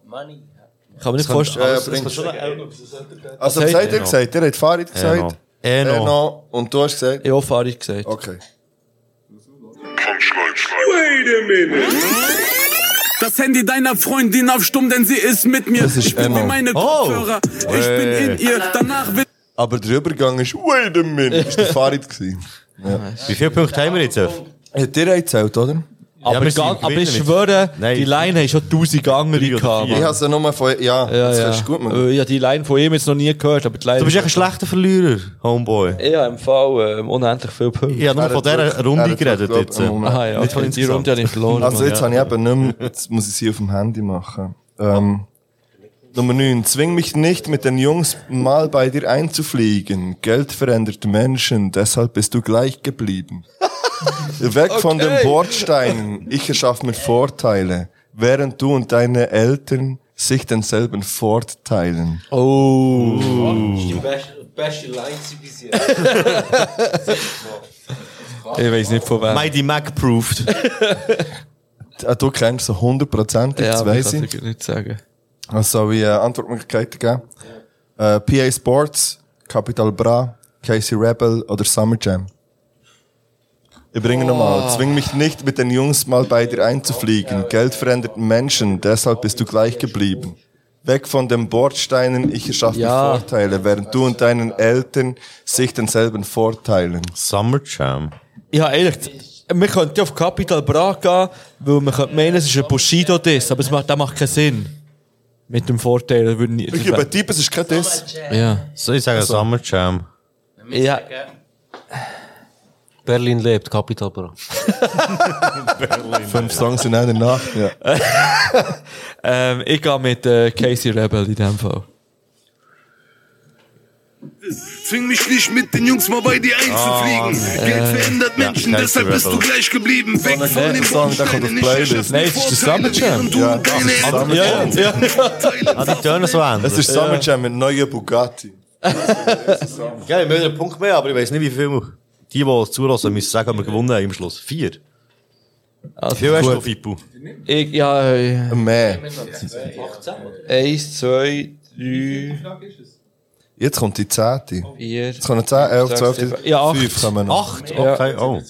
S3: Ich kann mir nicht
S4: Das könnte-
S3: vorstellen...
S4: äh, bringt- Also, was habt ihr gesagt? Ihr habt Farid gesagt.
S3: Eno.
S5: Eno.
S4: Eh, Und du hast gesagt?
S3: Ich habe Farid gesagt.
S4: Okay.
S13: Wait a minute. Das Handy deiner Freundin auf Stumm, denn sie ist mit mir. ich bin wie meine
S5: Oh.
S13: Kopfhörer. Ich bin in ihr. Danach wird
S4: Aber der Übergang ist, wait a minute, ist der Farid gewesen. Ja.
S5: Wie viele Punkte haben wir jetzt?
S4: Hat ihr erzählt, oder?
S5: Ja,
S3: Aber,
S5: wir
S3: ich
S5: sind
S3: aber ich
S5: gewinnen mit-
S3: schwöre,
S5: Nein.
S3: die Line hast schon tausend andere gehabt.
S4: Ich
S3: Mann.
S4: habe es nur von, ja,
S3: Ja,
S4: das
S3: ja.
S4: kannst du gut machen.
S3: Äh, Ich habe die Line von ihm jetzt noch nie gehört, aber die Line...
S5: Du bist echt ein schlechter Verlierer, Homeboy.
S3: Ja, im Fall ähm, unendlich viel Punkte.
S5: Ich habe nur von dieser Runde geredet jetzt.
S3: Aha, Ah, ja, okay. die Runde habe ich verloren.
S4: Also
S3: Mann.
S4: jetzt habe ich eben nicht mehr, jetzt muss ich sie auf dem Handy machen. Ähm, Nummer 9. Zwing mich nicht, mit den Jungs mal bei dir einzufliegen. Geld verändert Menschen, deshalb bist du gleich geblieben. Weg von den
S3: Okay.
S4: Bordsteinen. Ich erschaffe mir Vorteile, während du und deine Eltern sich denselben vorteilen.
S3: Oh.
S10: Die beste- beste Line sie bis jetzt.
S3: Ich weiß nicht von wem.
S5: Mighty Mac proved.
S4: Ah, Du kennst sie hundertprozentig,
S3: Ja,
S4: das
S3: aber ich
S4: weiss
S3: kann
S4: ich.
S3: es nicht sagen.
S4: Was soll ich äh, Antwortmöglichkeiten geben? Äh, PA Sports, Capital Bra, Casey Rebel oder Summer Jam? Ich bringe nochmal. Zwing mich nicht, mit den Jungs mal bei dir einzufliegen. Geld verändert Menschen, deshalb bist du gleich geblieben. Weg von den Bordsteinen, ich erschaffe
S3: Ja.
S4: mir Vorteile, während du und deinen Eltern sich denselben vorteilen.
S5: Summer Jam.
S3: Ja, ehrlich, wir könnten ja auf Capital Bra gehen, weil man könnte meinen, es ist ein Bushido-Diss, aber es macht, das macht keinen Sinn. Mit dem Vorteil, er würde nie.
S4: Ich gebe einen Tipp, es ist kein Diss.
S3: Ja.
S5: So, ich sage
S3: Also.
S5: Summer Jam.
S3: Ja.
S12: Berlin lebt, Capital Bra.
S4: Fünf Songs in einer Nacht, ja.
S3: ähm, ich gehe mit äh, Casey Rebel in dem Fall.
S13: Zwing mich nicht mit den Jungs mal bei dir
S5: Oh,
S13: einzufliegen.
S3: Ah,
S13: Geld
S3: äh,
S13: verändert
S3: ja,
S13: Menschen,
S3: Casey
S13: deshalb bist du
S3: Rebel.
S13: gleich geblieben. Weg
S3: So,
S13: von
S3: ne,
S13: dem
S3: Song, der kommt auf Playlist. Nein, es ist der Summer Jam.
S4: Ja, das ist Summer Jam.
S5: Ah, die Töne so ähnlich.
S4: Es ist Summer Jam mit neuen Bugatti.
S5: Geil, wir haben einen Punkt mehr, aber ich weiß nicht, wie viel. Die, die es zulassen, müssen sagen, ob wir gewonnen haben im Schluss. Vier. Wie viel hast du,
S3: gut.
S5: Fippo?
S3: Ich, ja, äh,
S4: Mehr.
S3: Eins, zwei, drei,
S4: Jetzt kommt die zehnte.
S3: vier.
S4: Jetzt kommen 10, 11, 12, 13,
S3: Ja, acht.
S4: 5 kommen noch.
S5: Acht? Okay, oh.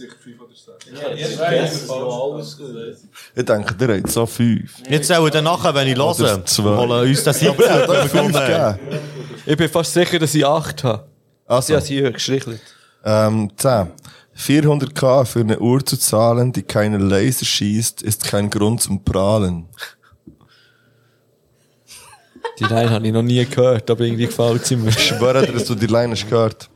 S4: Ich denke, der hat so 5.
S5: Jetzt auch dann nachher, wenn ich höre,
S4: Oder zwei.
S5: holen uns das
S4: Aber er hat euch fünf
S5: hier.
S4: gegeben.
S3: Ich bin fast sicher, dass ich acht habe.
S4: Also.
S3: Ja, sie höher gestrichelt.
S4: Ähm, 10. 400k für eine Uhr zu zahlen, die keine Laser schießt, ist kein Grund zum Prahlen.
S3: Die Line habe ich noch nie gehört, aber irgendwie gefällt sie mir.
S4: Ich schwöre dir, dass du die Line hast gehört.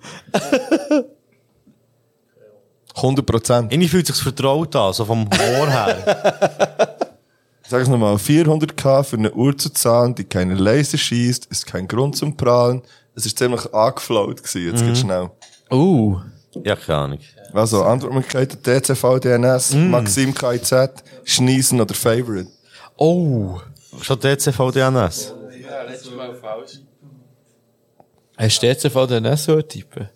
S4: 100 Prozent.
S5: Irgendwie fühlt sich vertraut an, so vom Ohr her.
S4: Sag es nochmal. 400k für eine Uhr zu zahlen, die keine Laser schießt, ist kein Grund zum Prahlen. Es ist ziemlich angeflaut gewesen, jetzt
S5: Mhm.
S4: geht's schnell.
S3: Uh.
S5: Ja, keine Ahnung.
S4: Also, Antwortmöglichkeiten DCV, DNS,
S5: Mhm.
S4: Maxim KZ, Schneisen oder Favorite.
S3: Oh.
S5: Schon E DCV DNS.
S10: Ja, letztes Mal falsch.
S3: Hast du jetzt von den so tippen?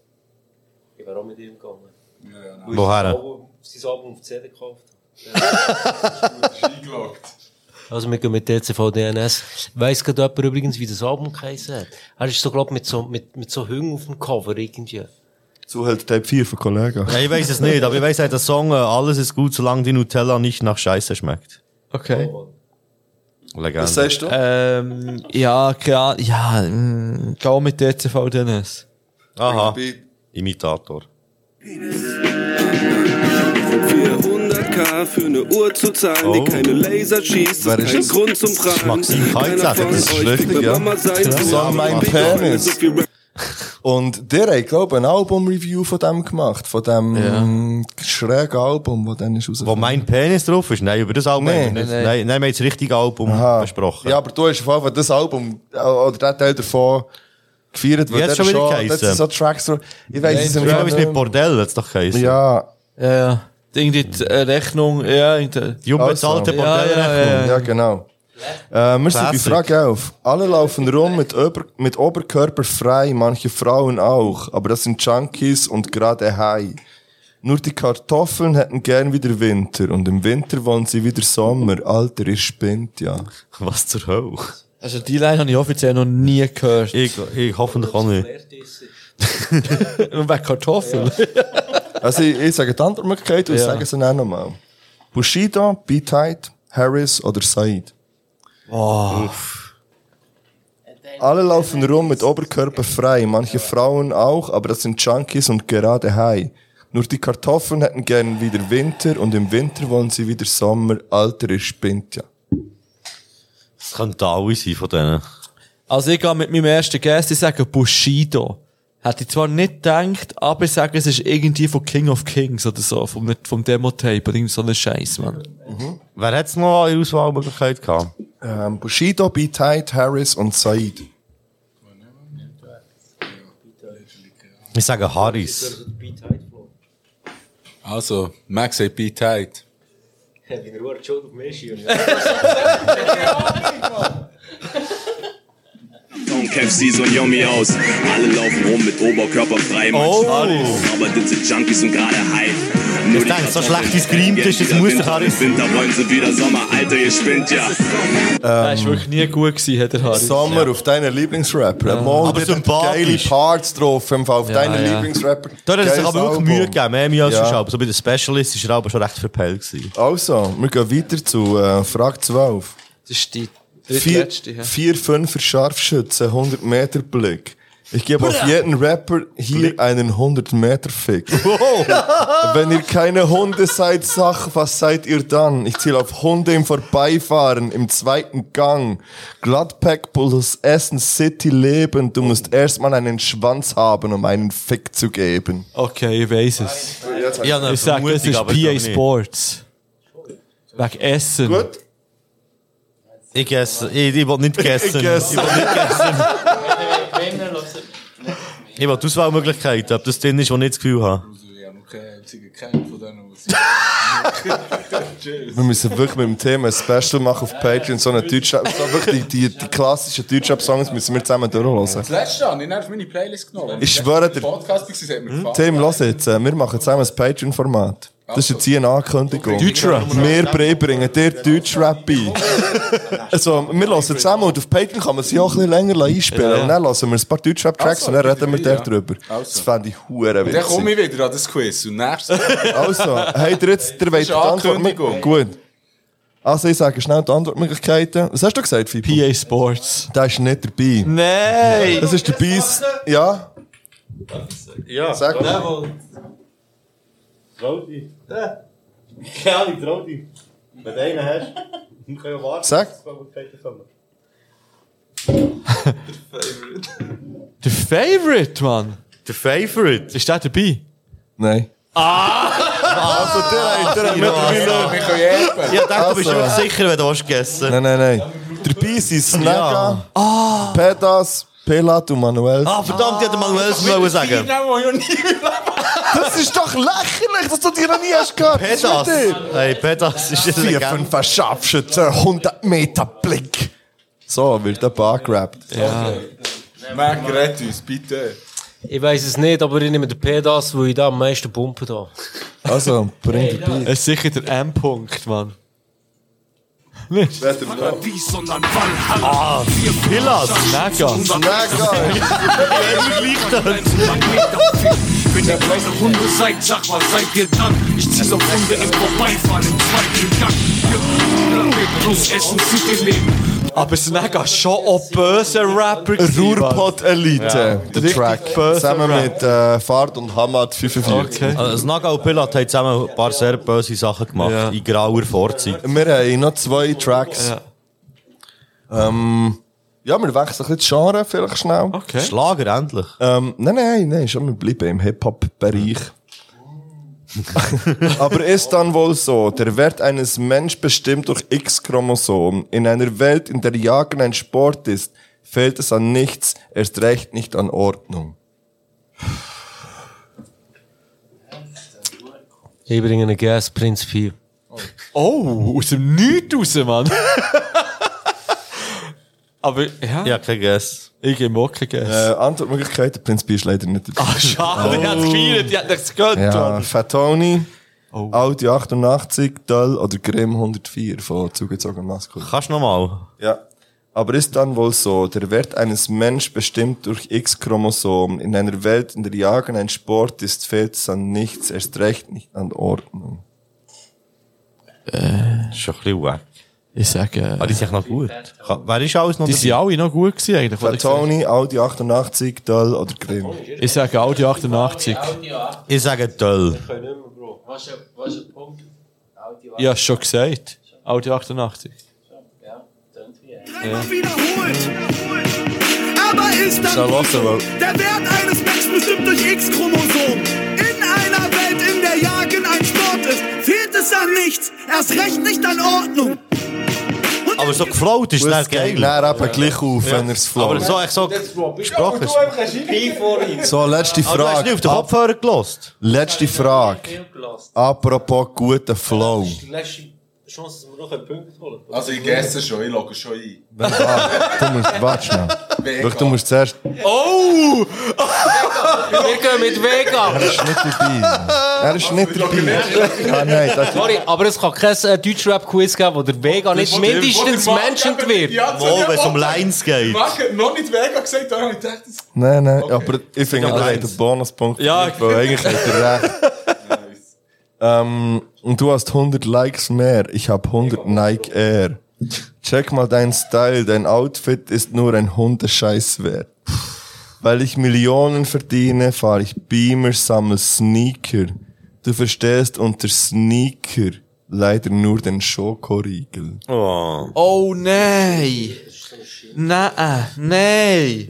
S11: Ich war auch mit ihm gegangen. Ja,
S3: nein. Woher?
S11: Sein Album auf CD gekauft.
S12: Also wir gehen mit DCV DNS. Weiss gerade jemand übrigens, wie das Album geheißen hat? Er ist so, glaub mit so, mit, mit so Hüngen auf dem Cover irgendwie.
S4: So hält halt Type 4 von Kollegen.
S5: Ja, ich weiß es nicht, aber ich weiß halt, der Song äh, «Alles ist gut, solange die Nutella nicht nach Scheiße schmeckt».
S3: Okay.
S5: Legende.
S4: sagst du?
S3: Ähm, ja, keine Ahnung. Ja, mm, geh mit DCV Dennis.
S5: Aha. Imitator.
S19: 400k für eine Uhr zu zahlen,
S5: Oh.
S19: die keine Laser schießt,
S5: Wer
S19: ist
S5: ist
S19: kein
S5: das?
S19: Grund zum Prahlen.
S5: Maxim Kaiser.
S19: Keiner von
S5: Das ist
S19: euch
S5: richtig,
S19: will
S5: ja.
S19: Mama sein,
S5: Das
S19: so
S5: ist
S19: haben
S4: mein
S19: wir doch alle
S4: Penis.
S19: so viel Rap-
S4: Und der hat, glaube ich, ein Album-Review von dem gemacht, von dem ähm, schrägen Album, das dann ist
S5: Wo
S4: rausgekommen
S5: mein Penis drauf ist? Nein, über das Album.
S4: Nee.
S5: haben wir nicht-
S4: Nein, nein.
S5: nein, nein, wir haben jetzt das richtige Album
S4: Aha.
S5: besprochen.
S4: Ah. Ja, aber du hast auf jeden Fall das Album, äh, oder der Teil davon, gefeiert,
S5: Wie hat's
S4: der
S5: schon wieder
S4: das
S5: geheissen?
S4: sind so Tracks, so- ich weiß es
S5: Ich
S4: im
S5: glaube, es
S4: Fall
S5: mit Bordell hat's doch geheißen.
S4: Ja.
S3: Ja, ja. Irgendwie die äh, Rechnung, ja, irgendwie.
S5: Die unbezahlte Bordellrechnung.
S4: Ja, genau. Äh, wir sind bei
S5: Classic.
S4: Frage 11. Alle laufen rum mit, Ober mit Oberkörper frei, manche Frauen auch, aber das sind Junkies und gerade High. Nur die Kartoffeln hätten gern wieder Winter und im Winter wollen sie wieder Sommer. Alter, ihr spinnt ja.
S5: Was zur Hölle?
S3: Also, die Line habe ich offiziell noch nie gehört.
S5: Ich, ich hoffentlich auch nicht.
S3: Und wegen Kartoffeln.
S4: Also ich, ich sage die Antwortmöglichkeit und ich
S3: Ja.
S4: sage sie dann auch nochmal. Bushido, B-Tight, Harris oder Said.
S3: Oh.
S4: Alle laufen rum mit Oberkörper frei, manche Frauen auch, aber das sind Junkies und gerade high. Nur die Kartoffeln hätten gern wieder Winter und im Winter wollen sie wieder Sommer. Alter, ihr spinnt ja.
S5: Es könnte alle sein von denen.
S3: Also, ich gehe mit meinem ersten Guest, ich sage Bushido. Hätte ich zwar nicht gedacht, aber ich sage, es ist irgendwie von King of Kings oder so, vom, vom Demo-Tape oder irgend so ein Scheiß, Mann.
S15: Ähm,
S5: Wer hat's noch nou in der Auswahlmöglichkeit gehabt?
S4: Ähm, Bushido, B-Tight, Harris und Said.
S5: Ich sage Harris.
S15: Also, Max hat Beat tight.
S11: Wie er Uhr geschaut auf mich schieben.
S20: Kev sieht so yummy aus. Alle laufen rum mit Oberkörper frei.
S5: Oh.
S20: Aber das sind Junkies und gerade high.
S5: Ich denke, so schlecht gescreamt ist, jetzt muss der Harris.
S20: Winter wollen sie wieder Sommer. Alter, ihr spinnt ja.
S3: das war wirklich nie gut gewesen, hat der Harry.
S4: Sommer auf deinen Lieblingsrapper. Ja. Mal
S5: Aber
S4: wieder
S5: sympathisch.
S4: geile Parts drauf, im Fall auf
S5: Ja,
S4: deinen
S5: ja.
S4: Lieblingsrapper.
S5: Da hat er sich
S4: Geiles
S5: aber wirklich
S4: Album.
S5: Mühe gegeben, mehr Mühe als
S4: Ja.
S5: sonst. Aber so bei den Specialists ist er aber schon recht verpellt gewesen.
S4: Also, wir gehen weiter zu äh, Frage 12.
S3: Das ist die
S4: Vier, vier Fünfer Scharfschützen, 100 Meter Blick. Ich gebe auf jeden Rapper hier einen 100-Meter-Fick. Wenn ihr keine Hunde seid, sag, was seid ihr dann? Ich ziele auf Hunde im Vorbeifahren, im zweiten Gang. Gladpack plus Essen City leben. Du musst erstmal einen Schwanz haben, um einen Fick zu geben.
S3: Okay, ich weiß es.
S4: Ja, nou, ne,
S3: Ich sag, es
S4: Vermutung,
S3: ist
S4: aber ich
S3: PA
S4: glaub nicht.
S3: Sports. Wegen Essen. Gut.
S5: Ich esse, ich, ich will nicht gegessen.
S3: Ich esse.
S5: Ich will nicht gegessen. Ich will die Auswahlmöglichkeit, ob das drin ist, wo ich nicht das Gefühl habe.
S4: Wir müssen wirklich mit dem Thema ein Special machen auf Patreon, so eine Deutschrap, so wirklich die, die, die klassischen Deutschrap-Songs müssen wir zusammen durchhören.
S15: Das letzte Jahr, ich habe meine Playlist genommen.
S4: Ich schwöre dir.
S15: Der Podcast
S5: Hm?
S15: war, hat mir gefallen.
S4: Tim, los jetzt, äh, wir machen zusammen ein Patreon-Format. Das ist jetzt hier eine Ankündigung.
S15: Deutschrap.
S4: Wir Bre- bringen dir Deutschrap bei. Also, wir hören zusammen und auf Patreon kann man sie auch ein bisschen länger einspielen.
S15: Ja, ja.
S4: Und dann hören wir ein paar Deutschrap-Tracks
S15: Also,
S4: und dann reden wir
S15: ja. Also.
S4: darüber. Das fände ich hure
S15: Dann komme
S4: witzig.
S15: ich wieder an das Quiz. Und nächstes
S4: Also, habt ihr jetzt, ihr wollt
S15: Das ist
S4: die
S15: eine
S4: Antwort...
S15: Ankündigung.
S4: Gut. Also, ich sage schnell die Antwortmöglichkeiten. Was hast du gesagt, Fibu? PA Sports. Der ist nicht dabei.
S3: Nein!
S4: Das ist der Beis... Ja?
S14: Ja,
S4: Sag mal.
S14: Trodi. Keine Ahnung, Trodi. Wenn du einen hast, dann können wir warten.
S4: Sag.
S14: bis die Möglichkeiten kommen.
S3: Der Favorite, Mann.
S5: Der Favorite?
S3: Ist der dabei?
S4: Nein.
S5: Also, der
S4: hat- der hat mittlerweile-
S5: Ich dachte, du bist
S4: Also.
S5: immer sicher, wenn du hast gegessen
S4: Nein, nein, nein. Dabei sind Snagger, Pedas, Pelat und Manuel.
S5: Ah, verdammt, ich hätte Manuelsen wollen sagen.
S4: Das ist doch lächerlich, dass du dir noch nie hast gehört.
S5: Pedas. Hey, Pedas ist eine
S4: Vier, fünf verschaffst 100 Meter Blick. So wird der Bar gerappt.
S3: Ja.
S15: Merk, rett uns, bitte.
S12: Ich weiß es nicht, aber ich nehme den Pedas, wo ich da am meisten pumpe da.
S4: Also, bring
S12: den Beat.
S3: Es ist sicher der M-Punkt, Mann. Nicht?
S13: Wie, sondern wann? Ah, wir
S5: Pillars.
S3: Also, Snagger.
S13: Wenn ihr gleich eine Runde seid, sag was seid ihr dann? Ich zieh's auf Runde im Vorbeifahren im zweiten Gang. Wir Runde plus Essen für die Leben.
S3: Aber Snagger ist schon auch böse Rapper.
S4: Ruhrpott-Elite,
S3: Ja.
S4: der Track. Zusammen mit äh, Fahrt und Hamad 45.
S5: Also, Snaga und Pillat haben zusammen ein paar sehr böse Sachen gemacht. In grauer Vorzeit.
S4: Wir haben noch zwei Tracks. Ähm, ja, wir wechseln ein bisschen das Genre vielleicht schnell.
S5: Schlager endlich.
S4: Ähm, nein, nein, nein, schon, wir bleiben im Hip-Hop-Bereich. Aber ist dann wohl so, der Wert eines Menschen bestimmt durch X-Chromosom. In einer Welt, in der Jagen ein Sport ist, fehlt es an nichts, erst recht nicht an Ordnung.
S12: Ich bringe einen Gas, Prinz Pi.
S3: Oh, aus dem Nichts raus, Mann. Aber, ja.
S5: Ja, kein Guess.
S3: Ich gebe auch kein
S4: Äh,
S3: Guess.
S4: Antwortmöglichkeit, der Prinz B ist leider nicht dabei.
S3: Ah, schade, ich hätte es gefeiert, ich hätte es gehört.
S4: Ja,
S3: Mann.
S4: Fatoni,
S3: Oh.
S4: Audi 88, Döll oder Grimm 104 von zugezogen Maskulin.
S5: Kannst du nochmal?
S4: Ja. Aber ist dann wohl so, der Wert eines Menschen bestimmt durch X-Chromosom. In einer Welt, in der Jagen ein Sport ist, fehlt es an nichts, erst recht nicht an Ordnung.
S5: Das ist schon ein bisschen wack.
S3: Ich sage.
S5: Aber Ah, die sind noch gut. Ka- Wer ist alles noch
S3: Die sind alle noch gut gewesen, eigentlich. was ich gesagt
S4: Fatoni, Audi 88, Döll oder Grimm.
S3: habe. Ich sage Audi 88.
S5: Ich sage Döll.
S10: Was ist was ist der Punkt?
S3: Ich habe es schon gesagt. Audi 88.
S13: Dreimal wiederholt. Aber ist dann
S3: Schau,
S13: wohl
S3: warte,
S13: so.
S3: aber-
S13: Der Wert eines Menschen bestimmt durch X-Chromosom. In einer Welt, in der Jagen ein Sport ist, fehlt es an nichts. Erst recht nicht an Ordnung.
S5: Aber so geflaut ist das geil.
S4: Nein, eben gleich auf, wenn er es
S5: Aber
S4: float.
S5: so, echt so gesprochen ist.
S4: So, letzte
S5: Aber
S4: Frage.
S5: du hast nicht auf den
S4: Ap-
S5: Kopfhörer gelost.
S4: Letzte Frage. Apropos guter Flow.
S12: Die letzte Chance, dass wir noch einen Punkt holen.
S15: Also, ich esse schon, ich logge schon ein.
S4: Wenn wahr. Du musst, warte schnell. Wirklich, du musst zuerst.
S3: Oh!
S12: Wir gehen mit Vega.
S4: Er ist nicht dabei. Er ist nicht dabei. Ah, nein, das
S12: Sorry, aber es kann kein äh, Deutschrap-Quiz geben, wo der Vega nicht mindestens mentioned wird.
S5: Mal, wenn es um Lines geht.
S15: Marc hat noch nicht Vega gesagt, darum habe ich gedacht, das
S4: Nein, nein, aber ich finde,
S15: Ja,
S4: er hat
S15: eins.
S4: einen Bonuspunkt.
S15: Ja,
S4: verdient, weil eigentlich hat er recht. ähm, und du hast 100 Likes mehr, ich habe 100 Nike Air. Check mal deinen Style, dein Outfit ist nur ein Hundescheiß wert. Weil ich Millionen verdiene, fahre ich Beamer, sammle Sneaker. Du verstehst unter Sneaker leider nur den Schokoriegel.
S3: Oh. Oh nein! Nein, nein!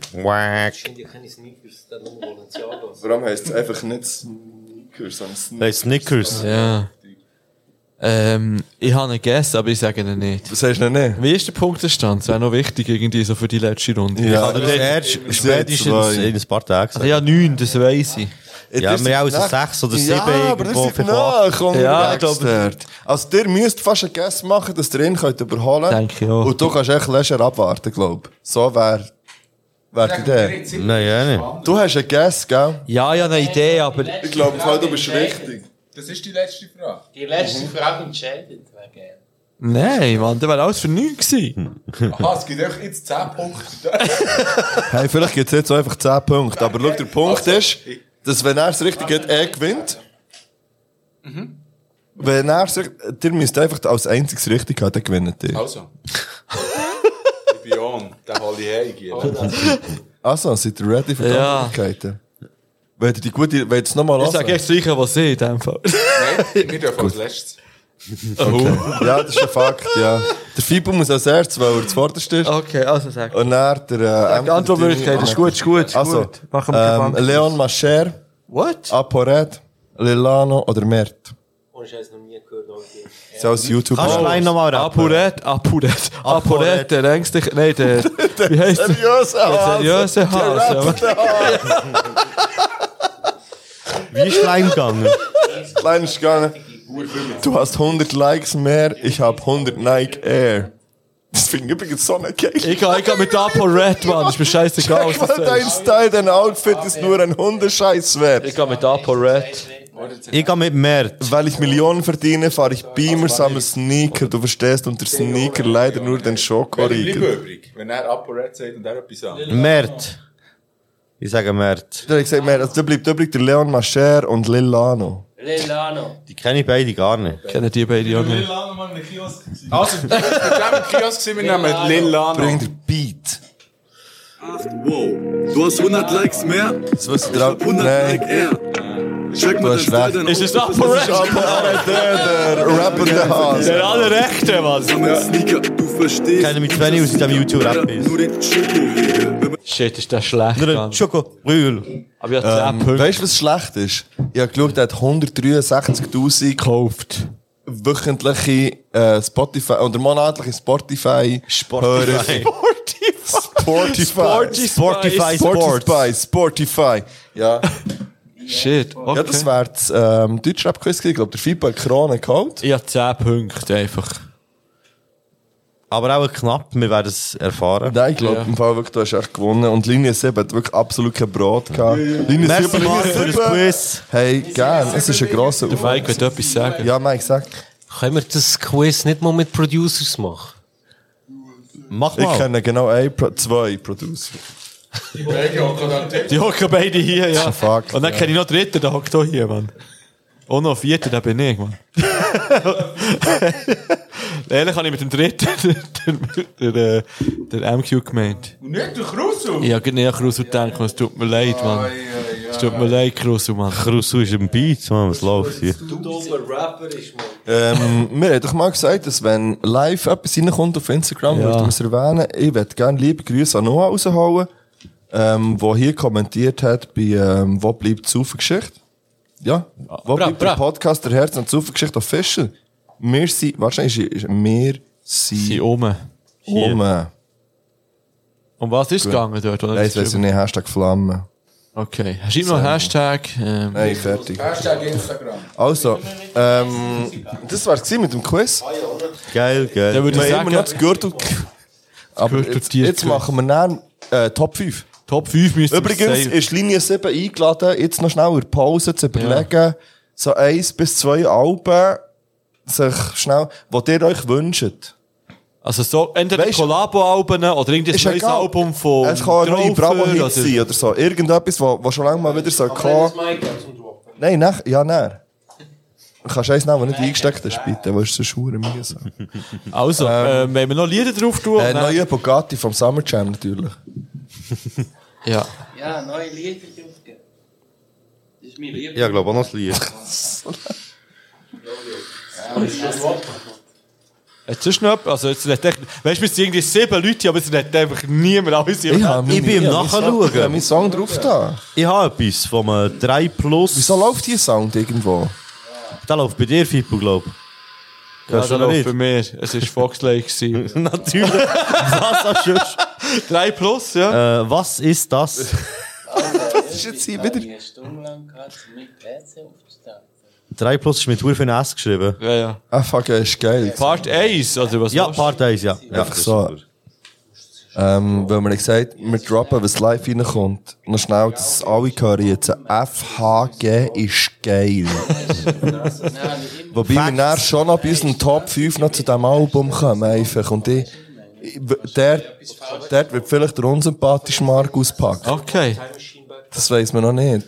S4: Warum heisst es einfach nicht Sneaker, sondern Sneaker?
S3: Hey, Snickers. Ja. Ähm, ich habe einen Guess, aber ich sage ihn nicht.
S4: Was hast du nicht?
S3: Wie ist der Punktestand? Das wäre noch wichtig irgendwie so für die letzte Runde.
S5: ich habe das erst spätestens in ein paar Tagen gesagt.
S3: Also, ja, neun, das weiss ich.
S5: Ja, wir haben also sechs oder sieben
S4: Ja, aber ihr
S5: irgendwo
S4: seid
S5: von
S4: nach
S5: Ja, ich
S4: unterwegs
S5: glaube,
S4: dort. Also ihr müsst fast einen Guess machen, dass ihr ihn könnt überholen könnt.
S3: Denke ich auch.
S4: Und du kannst echt länger abwarten, glaube ich. So wäre wär die Idee.
S5: Nein, ja nicht.
S4: Du hast einen Guess, gell?
S3: Ja, ich habe eine Idee, aber...
S4: Ich glaube, im Fall, du bist richtig.
S11: Das ist die letzte Frage. Die
S12: Mhm.
S11: letzte Frage entscheidet wegen.
S3: Nein, Mann, das wäre alles für neun gewesen.
S15: Aha, es gibt euch jetzt 10 Punkte.
S4: Hey, vielleicht gibt es jetzt auch einfach 10 Punkte. Aber schau, der Punkt
S15: Also,
S4: ist, dass wenn er es richtig hat, er gewinnt.
S15: Mhm.
S4: Wenn er es richtig... Ihr müsst einfach als einziges richtig haben, dann gewinnt ihr.
S15: Also. ich bin on. Den hole ich heim.
S4: Also, seid ihr ready für die
S3: Ja.
S4: Möglichkeiten? Wenn ihr die gute, wenn ihr es nochmal
S3: Ich sage echt das Gleiche, was ich in dem Fall.
S15: Nein, wir dürfen als letztes.
S4: Okay. ja, das ist ein Fakt, ja. Der Fibu muss als erstes, weil er zuvorderst ist.
S3: Okay, also sag.
S4: Und dann der... Äh,
S3: die Antwortmöglichkeit ist gut, ist gut, ist
S4: Also,
S3: gut. Machen wir keinen
S4: ähm,
S3: Bank.
S4: Leon Mascher,
S3: What?
S4: Aporet, Lilano oder Mert.
S12: Und ich habe es noch nie gehört. Alter.
S4: So als YouTube.
S5: Kannst du allein nochmal rappen?
S3: Apuret, Apuret, Apuret, der längste... Nein, der... Wie heisst der?
S4: Seriös,
S3: Der seriöse Hase.
S5: Wie ist Leim gegangen?
S4: Klein ist gegangen. Du hast 100 Likes mehr, ich habe 100 Nike Air. Das finde ich übrigens so eine Cake.
S3: Ich gehe ich geh mit Aporet, Mann. Ist mir scheißegal, was
S4: Check
S3: du
S4: mal dein
S3: sagst.
S4: Style, dein Outfit ist nur ein Hundescheiß wert.
S3: Ich gehe mit Aporet.
S5: Ich gehe mit Mert.
S4: Weil ich Millionen verdiene, fahre ich Beamer, sammle Sneaker. Du verstehst unter Sneaker leider nur den
S15: Wer bleibt
S4: Schokoriegel.
S15: übrig? Wenn er ApoRed sagt und er etwas anderes.
S5: Mert. Ich sage Mert.
S4: Da hab Ich gesagt, mehr, also da bleibt übrig der Leon Mascher und Lilano.
S11: Lelano.
S5: Die kenne ich beide gar nicht.
S3: Kennen die beide auch nicht.
S11: Lelano mal in den Kiosk.
S15: Also, mit dem Kiosk sind wir nehmen Lilano.
S4: Bring den Beat.
S19: Wow, du hast 100 Likes mehr,
S4: Das wisst ihr auch.
S19: 100
S4: Nein,
S19: Like eher. Check
S4: du
S19: mal
S4: hast
S19: dein Style,
S4: recht.
S19: dein
S3: Ist es
S19: Outfit,
S3: ApoRed?
S19: das ist
S4: ApoRed, der, der Rapper der Hase.
S3: Der allerrechte, Mann.
S19: Sammel Sneaker, du
S5: Ich
S19: verstehst.
S5: kenne mich 20 aus diesem YouTube-Rap. ist.
S19: Nur den Schoko.
S3: Shit, ist der schlecht.
S5: Nur
S3: Mann.
S5: ein Schoko-Brühl.
S3: Aber ich habe 10
S4: Ähm,
S3: Punkte.
S4: weißt du, was schlecht ist? Ich habe geschaut, er hat 163.000
S3: Gekauft.
S4: wöchentliche äh, Spotify oder monatliche Spotify. Spotify. Spotify.
S3: Sporty
S5: Spotify Sports.
S4: Spotify. Spotify. Ja.
S3: Shit, okay.
S4: Ja, das wäre das ähm, Deutschrap-Quiz gewesen. Ich glaube, der Fibo hat Krone geholt.
S3: Ich habe 10 Punkte einfach.
S5: Aber auch knapp, wir werden es erfahren.
S4: Nein, ich glaube, im Fall wirklich, du hast echt gewonnen. Und Linie 7 hat wirklich absolut kein Brot gehabt. Linie
S5: Merci
S4: 7,
S5: Marc für
S4: Linie
S5: das
S4: 7.
S5: Quiz.
S4: Hey, gern. Es ist ein grosser
S3: Der Mike wird etwas sagen.
S4: Ja, Mike, sag.
S12: Können wir das Quiz nicht mal mit Producers machen?
S5: Mach
S4: Ich
S5: mal.
S4: kenne genau ein, Pro zwei Producer.
S3: Die hocken beide hier, ja.
S4: ein Fakt,
S3: Und dann
S4: ja.
S3: kenne ich noch den dritten, der hockt auch hier, Mann. Und noch vierten, der bin ich, Mann. Ehrlich habe ich mit dem dritten, der, der, äh, der MQ gemeint. genau,
S15: Und nicht durch Russo.
S3: Ich habe nicht an Krusu gedacht, und es tut mir leid, Mann. Es tut mir leid, Krusu, Mann.
S5: Krusu ist im Beat, Mann, was läuft hier?
S11: Du dummer Rapper ist, Mann.
S4: Ähm, wir haben doch mal gesagt, dass wenn live etwas reinkommt auf Instagram,
S3: Ja.
S4: würden wir es erwähnen. Ich würde gerne liebe Grüße an Noah raushauen, ähm, der hier kommentiert hat bei ähm, «Wo bleibt die Saufengeschichte?» Ja, «Wo
S12: bra-
S4: bleibt
S12: bra.
S4: der Podcast der Herz und die Saufengeschichte auf Fischen?» Wir sind, wahrscheinlich ist, ist wir
S3: Sie
S12: oh,
S4: sind
S3: oben.
S4: um.
S3: Um was ist es gegangen dort? Oder?
S4: Nein, das weiss ich nicht, Hashtag Flamme.
S3: Okay. Schreib noch einen Hashtag. Ähm,
S4: Nein, fertig.
S15: Hashtag Instagram.
S4: Also, ähm, das war's gewesen mit dem Quiz.
S5: Geil, geil.
S3: Dann würde
S4: Wir
S3: ich
S4: haben immer
S3: sagen,
S4: noch das Gürtel. Aber jetzt,
S3: Gürteltier-
S4: jetzt machen wir dann äh, Top 5.
S3: Top 5 müsste
S4: Übrigens
S3: safe-
S4: ist Linie 7 eingeladen, jetzt noch schnell in der Pause zu überlegen, so eins bis zwei Alben, sich schnell, was ihr euch wünscht.
S3: Also so, entweder
S4: Weisst-
S3: Collabo-Alben oder irgendein neues
S4: egal.
S3: Album von
S4: Es kann ein neuer
S3: Traufer oder-
S4: Bravo-Hit sein oder so. Irgendetwas, was was schon lange mal wieder so kam. Nein, nach, ja, nein. Du kannst eins nehmen, das nicht eingesteckt ist, bitte, weil es so schwer mühsam
S3: Also, ähm, wenn wir noch Lieder drauf tun,
S4: Äh,
S3: dann-
S4: neue Bugatti vom Summer Jam natürlich.
S3: Ja.
S10: Ja, neue Lieder draufgeben. Das ist mein Lieblings.
S14: Ja, ich glaube auch noch ein Lied.
S10: Ja, das ist das Wort.
S3: Jetzt ist noch, also jetzt nicht echt, weißt du, es sind irgendwie sieben Leute, aber es hat einfach niemand alles
S5: Ich, bin im Nachschauen.
S4: Ich habe meinen Song drauf da.
S5: Ich habe etwas vom äh, 3 Plus. Wieso
S4: läuft hier Sound irgendwo?
S5: Der läuft bei dir, Fippo, glaube ich.
S3: Ja,
S5: Hörst du
S3: der
S5: noch
S3: läuft
S5: nicht?
S3: bei mir. Es war Fox Lake. gewesen.
S5: Natürlich. Was hast du sonst?
S3: 3 Plus, ja.
S5: Äh, was ist das?
S10: Das
S4: ist jetzt
S10: hier wieder. Ich habe eine Stunde lang gehabt, um mit PC aufzustehen.
S5: 3 Plus ist mit Huren für ein S geschrieben.
S3: Ja, ja.
S4: Ah, fuck, das ist geil.
S3: Part 1, oder was?
S5: Ja, Part 1, ja. ja.
S4: Einfach so. Ähm, weil man gesagt wir droppen, was live reinkommt. Noch schnell, dass alle hören jetzt. FHG ist geil. Wobei wir dann schon noch bei unseren Top 5 noch zu diesem Album kommen. Einfach. Und ich, ich- der, der wird vielleicht der unsympathische Mark auspacken.
S3: Okay.
S4: Das weiß man noch nicht.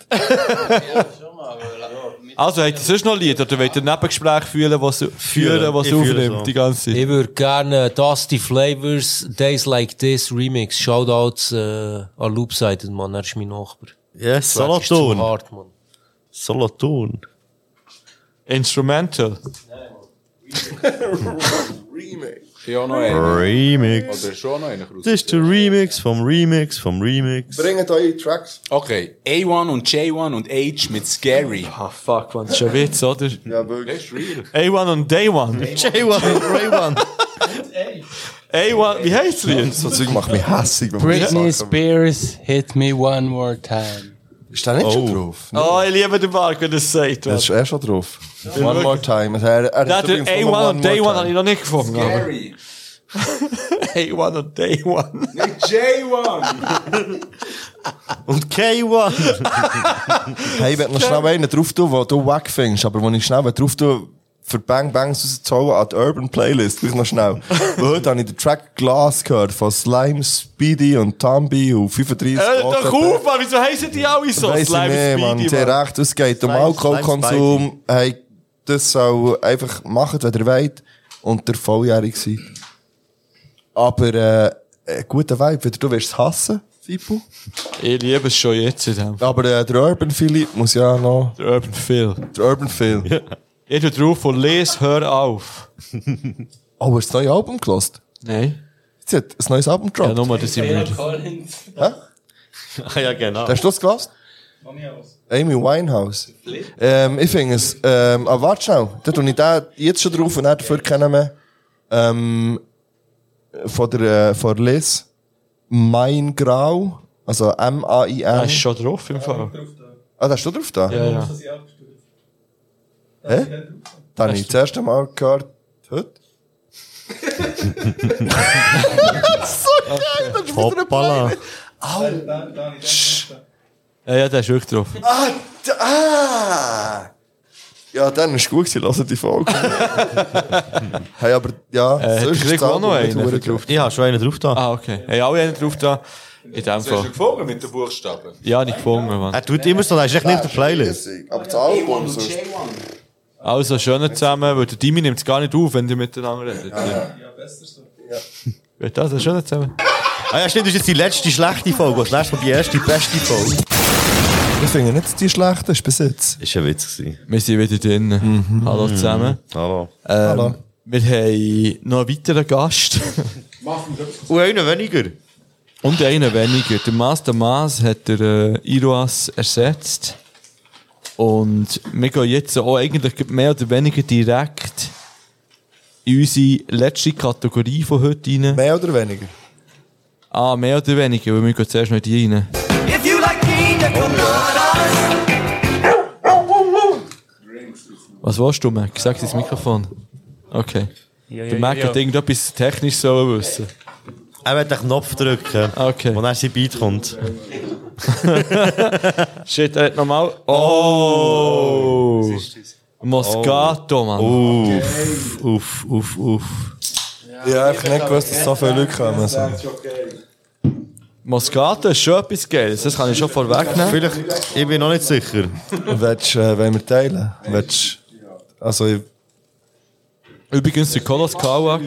S3: Also, habt ihr sonst noch Lieder oder wollt ihr Nebengespräche fühlen, was, führen, was
S12: Ich fühle
S3: aufnimmt?
S12: so.
S3: Die ganze Zeit?
S12: Ich würde gerne Dusty uh, Flavors, Days Like This Remix, Shoutouts äh, an Loopseiten, Mann, er ist mein Nachbar.
S5: Yes,
S12: Das ist zu
S5: Solothurn.
S12: hart, Mann.
S5: Solothurn.
S3: Instrumental.
S15: Ich auch noch einen.
S5: Remix.
S15: Oder schon noch einen raus.
S5: Das ist der Remix vom Remix vom Remix.
S4: Bringt eure Tracks.
S15: Okay, A1 und J1 und H mit Scary.
S3: Ah, fuck, man, das ist ein Witz, oder?
S4: Ja, wirklich.
S3: A1 und Day One.
S5: J1 und Ray1.
S3: A1, wie heisst das Lied?
S4: So Zeug macht mich hässig. wenn man
S10: Britney
S4: das sagt.
S10: Spears hit me one more time.
S4: Ist der nicht schon drauf?
S3: Oh, ich liebe den Mark, wenn er es sagt.
S4: Das
S3: man.
S4: ist er schon drauf. One more time. Er, er
S3: Ja,
S4: ist
S3: der
S4: übrigens
S3: A1
S4: nur
S3: und Day One habe ich noch nicht gefunden. aber-
S15: Scary.
S3: A1 und Day One.
S15: Nicht J1.
S5: Und K1.
S4: Hey, ich will noch schnell einen drauf tun, den du wack findest, aber wenn ich schnell einen drauf tue, für Bang Bangs rauszuholen an die Urban Playlist, gleich noch schnell. Weil heute habe ich den Track Glass gehört von Slime, Speedy und Tambi und 35.
S3: Hör Äh, doch auf, Mann, wieso heissen die alle so?
S4: Weiss ich nicht, Mann. Sie haben recht, es geht um
S5: Slime-
S4: Alkoholkonsum. Hey, das soll einfach machen, wenn ihr wollt und der volljährig seid. Aber, äh, ein guter Vibe, wieder du wirst es hassen, Fippo.
S3: Ich liebe es schon jetzt. in dem.
S4: Aber äh, der Urban Philipp muss ja noch...
S3: Der Urban Phil.
S4: Der Urban Phil.
S3: Ich tu drauf von Les, hör auf.
S4: Oh, hast du das neue Album gelost?
S3: Nein.
S4: Jetzt hat ein neues Album
S3: Ja,
S4: gedroppt.
S3: nochmal, das sind wir.
S10: Collins.
S5: Ah, ja, genau.
S4: Hast du das gelost? Amy Winehouse. Ähm, ich finde es, ähm, aber warte schnell, da tue ich den jetzt schon drauf und nicht dafür kennen wir, ähm, von der, äh, von Liz, Mein Grau, also
S3: Er
S4: M-A-I-N.
S3: Ah, ist schon drauf im Fall.
S4: Ah, da ist du drauf da?
S3: Ja, ja.
S4: Hä? Da habe ich das erste Mal gehört, heute.
S5: Hoppala.
S3: Ja, ja, der ist wirklich drauf.
S4: Ah, da, ah. Ja, dann ist gut gewesen, lassen die Folge. hey, aber, ja,
S3: Äh, hat
S4: ist
S3: Greg
S4: das
S3: auch noch
S4: Album nicht
S3: einen?
S4: verdammt
S3: drauf.
S5: Ich habe schon einen drauf da.
S3: Ah, okay. Hey, alle einen drauf da. In dem
S15: Das hast du
S3: Fall.
S15: gefunden mit den Buchstaben.
S3: Ja, nicht gefunden, Mann.
S5: Er tut immer so, er ist echt nicht auf der Playlist.
S4: riesig. Aber das Album sonst.
S3: Also, schön zusammen, weil der Dimi nimmt es gar nicht auf, wenn ihr miteinander redet. Ja, besser so. Also, schön zusammen.
S5: Ah ja, stimmt, das ist jetzt die letzte schlechte Folge. Was lässt du die erste beste Folge?
S4: Ich finde nicht die schlechte, ist bis jetzt.
S5: Ist ein Witz gewesen.
S3: Wir sind wieder drinnen. Mhm. Hallo zusammen.
S5: Hallo.
S3: Ähm,
S4: Hallo.
S3: Wir haben noch einen weiteren Gast.
S5: Und
S3: nou,
S5: einen weniger.
S3: Und einen weniger. Der Master Maas hat der äh, Iroas ersetzt. Und wir gehen jetzt auch eigentlich mehr oder weniger direkt in unsere letzte Kategorie von heute rein.
S4: Mehr oder weniger?
S3: Ah, mehr oder weniger, weil wir gehen zuerst noch in die rein.
S6: If you like pina coladas.
S3: Was willst du, Mac? Sag ins Mikrofon. Okay. der Mac hat irgendetwas technisch sollen wissen.
S5: Er wird den Knopf drücken,
S3: Okay.
S5: wo er sein Beat kommt.
S3: Shit, er hat nochmal. Oh! Moscato, Mann.
S5: Uff, uff, uff, uff.
S4: Ja, ich habe nicht gewusst, dass so viele Leute kommen. Also.
S3: Moscato ist schon etwas Geiles, das kann ich schon vorwegnehmen.
S5: Vielleicht, ich bin noch nicht sicher.
S4: Willst, äh, wollen wir teilen? Willst, also, ich,
S3: Übrigens, der Kolos Kawak.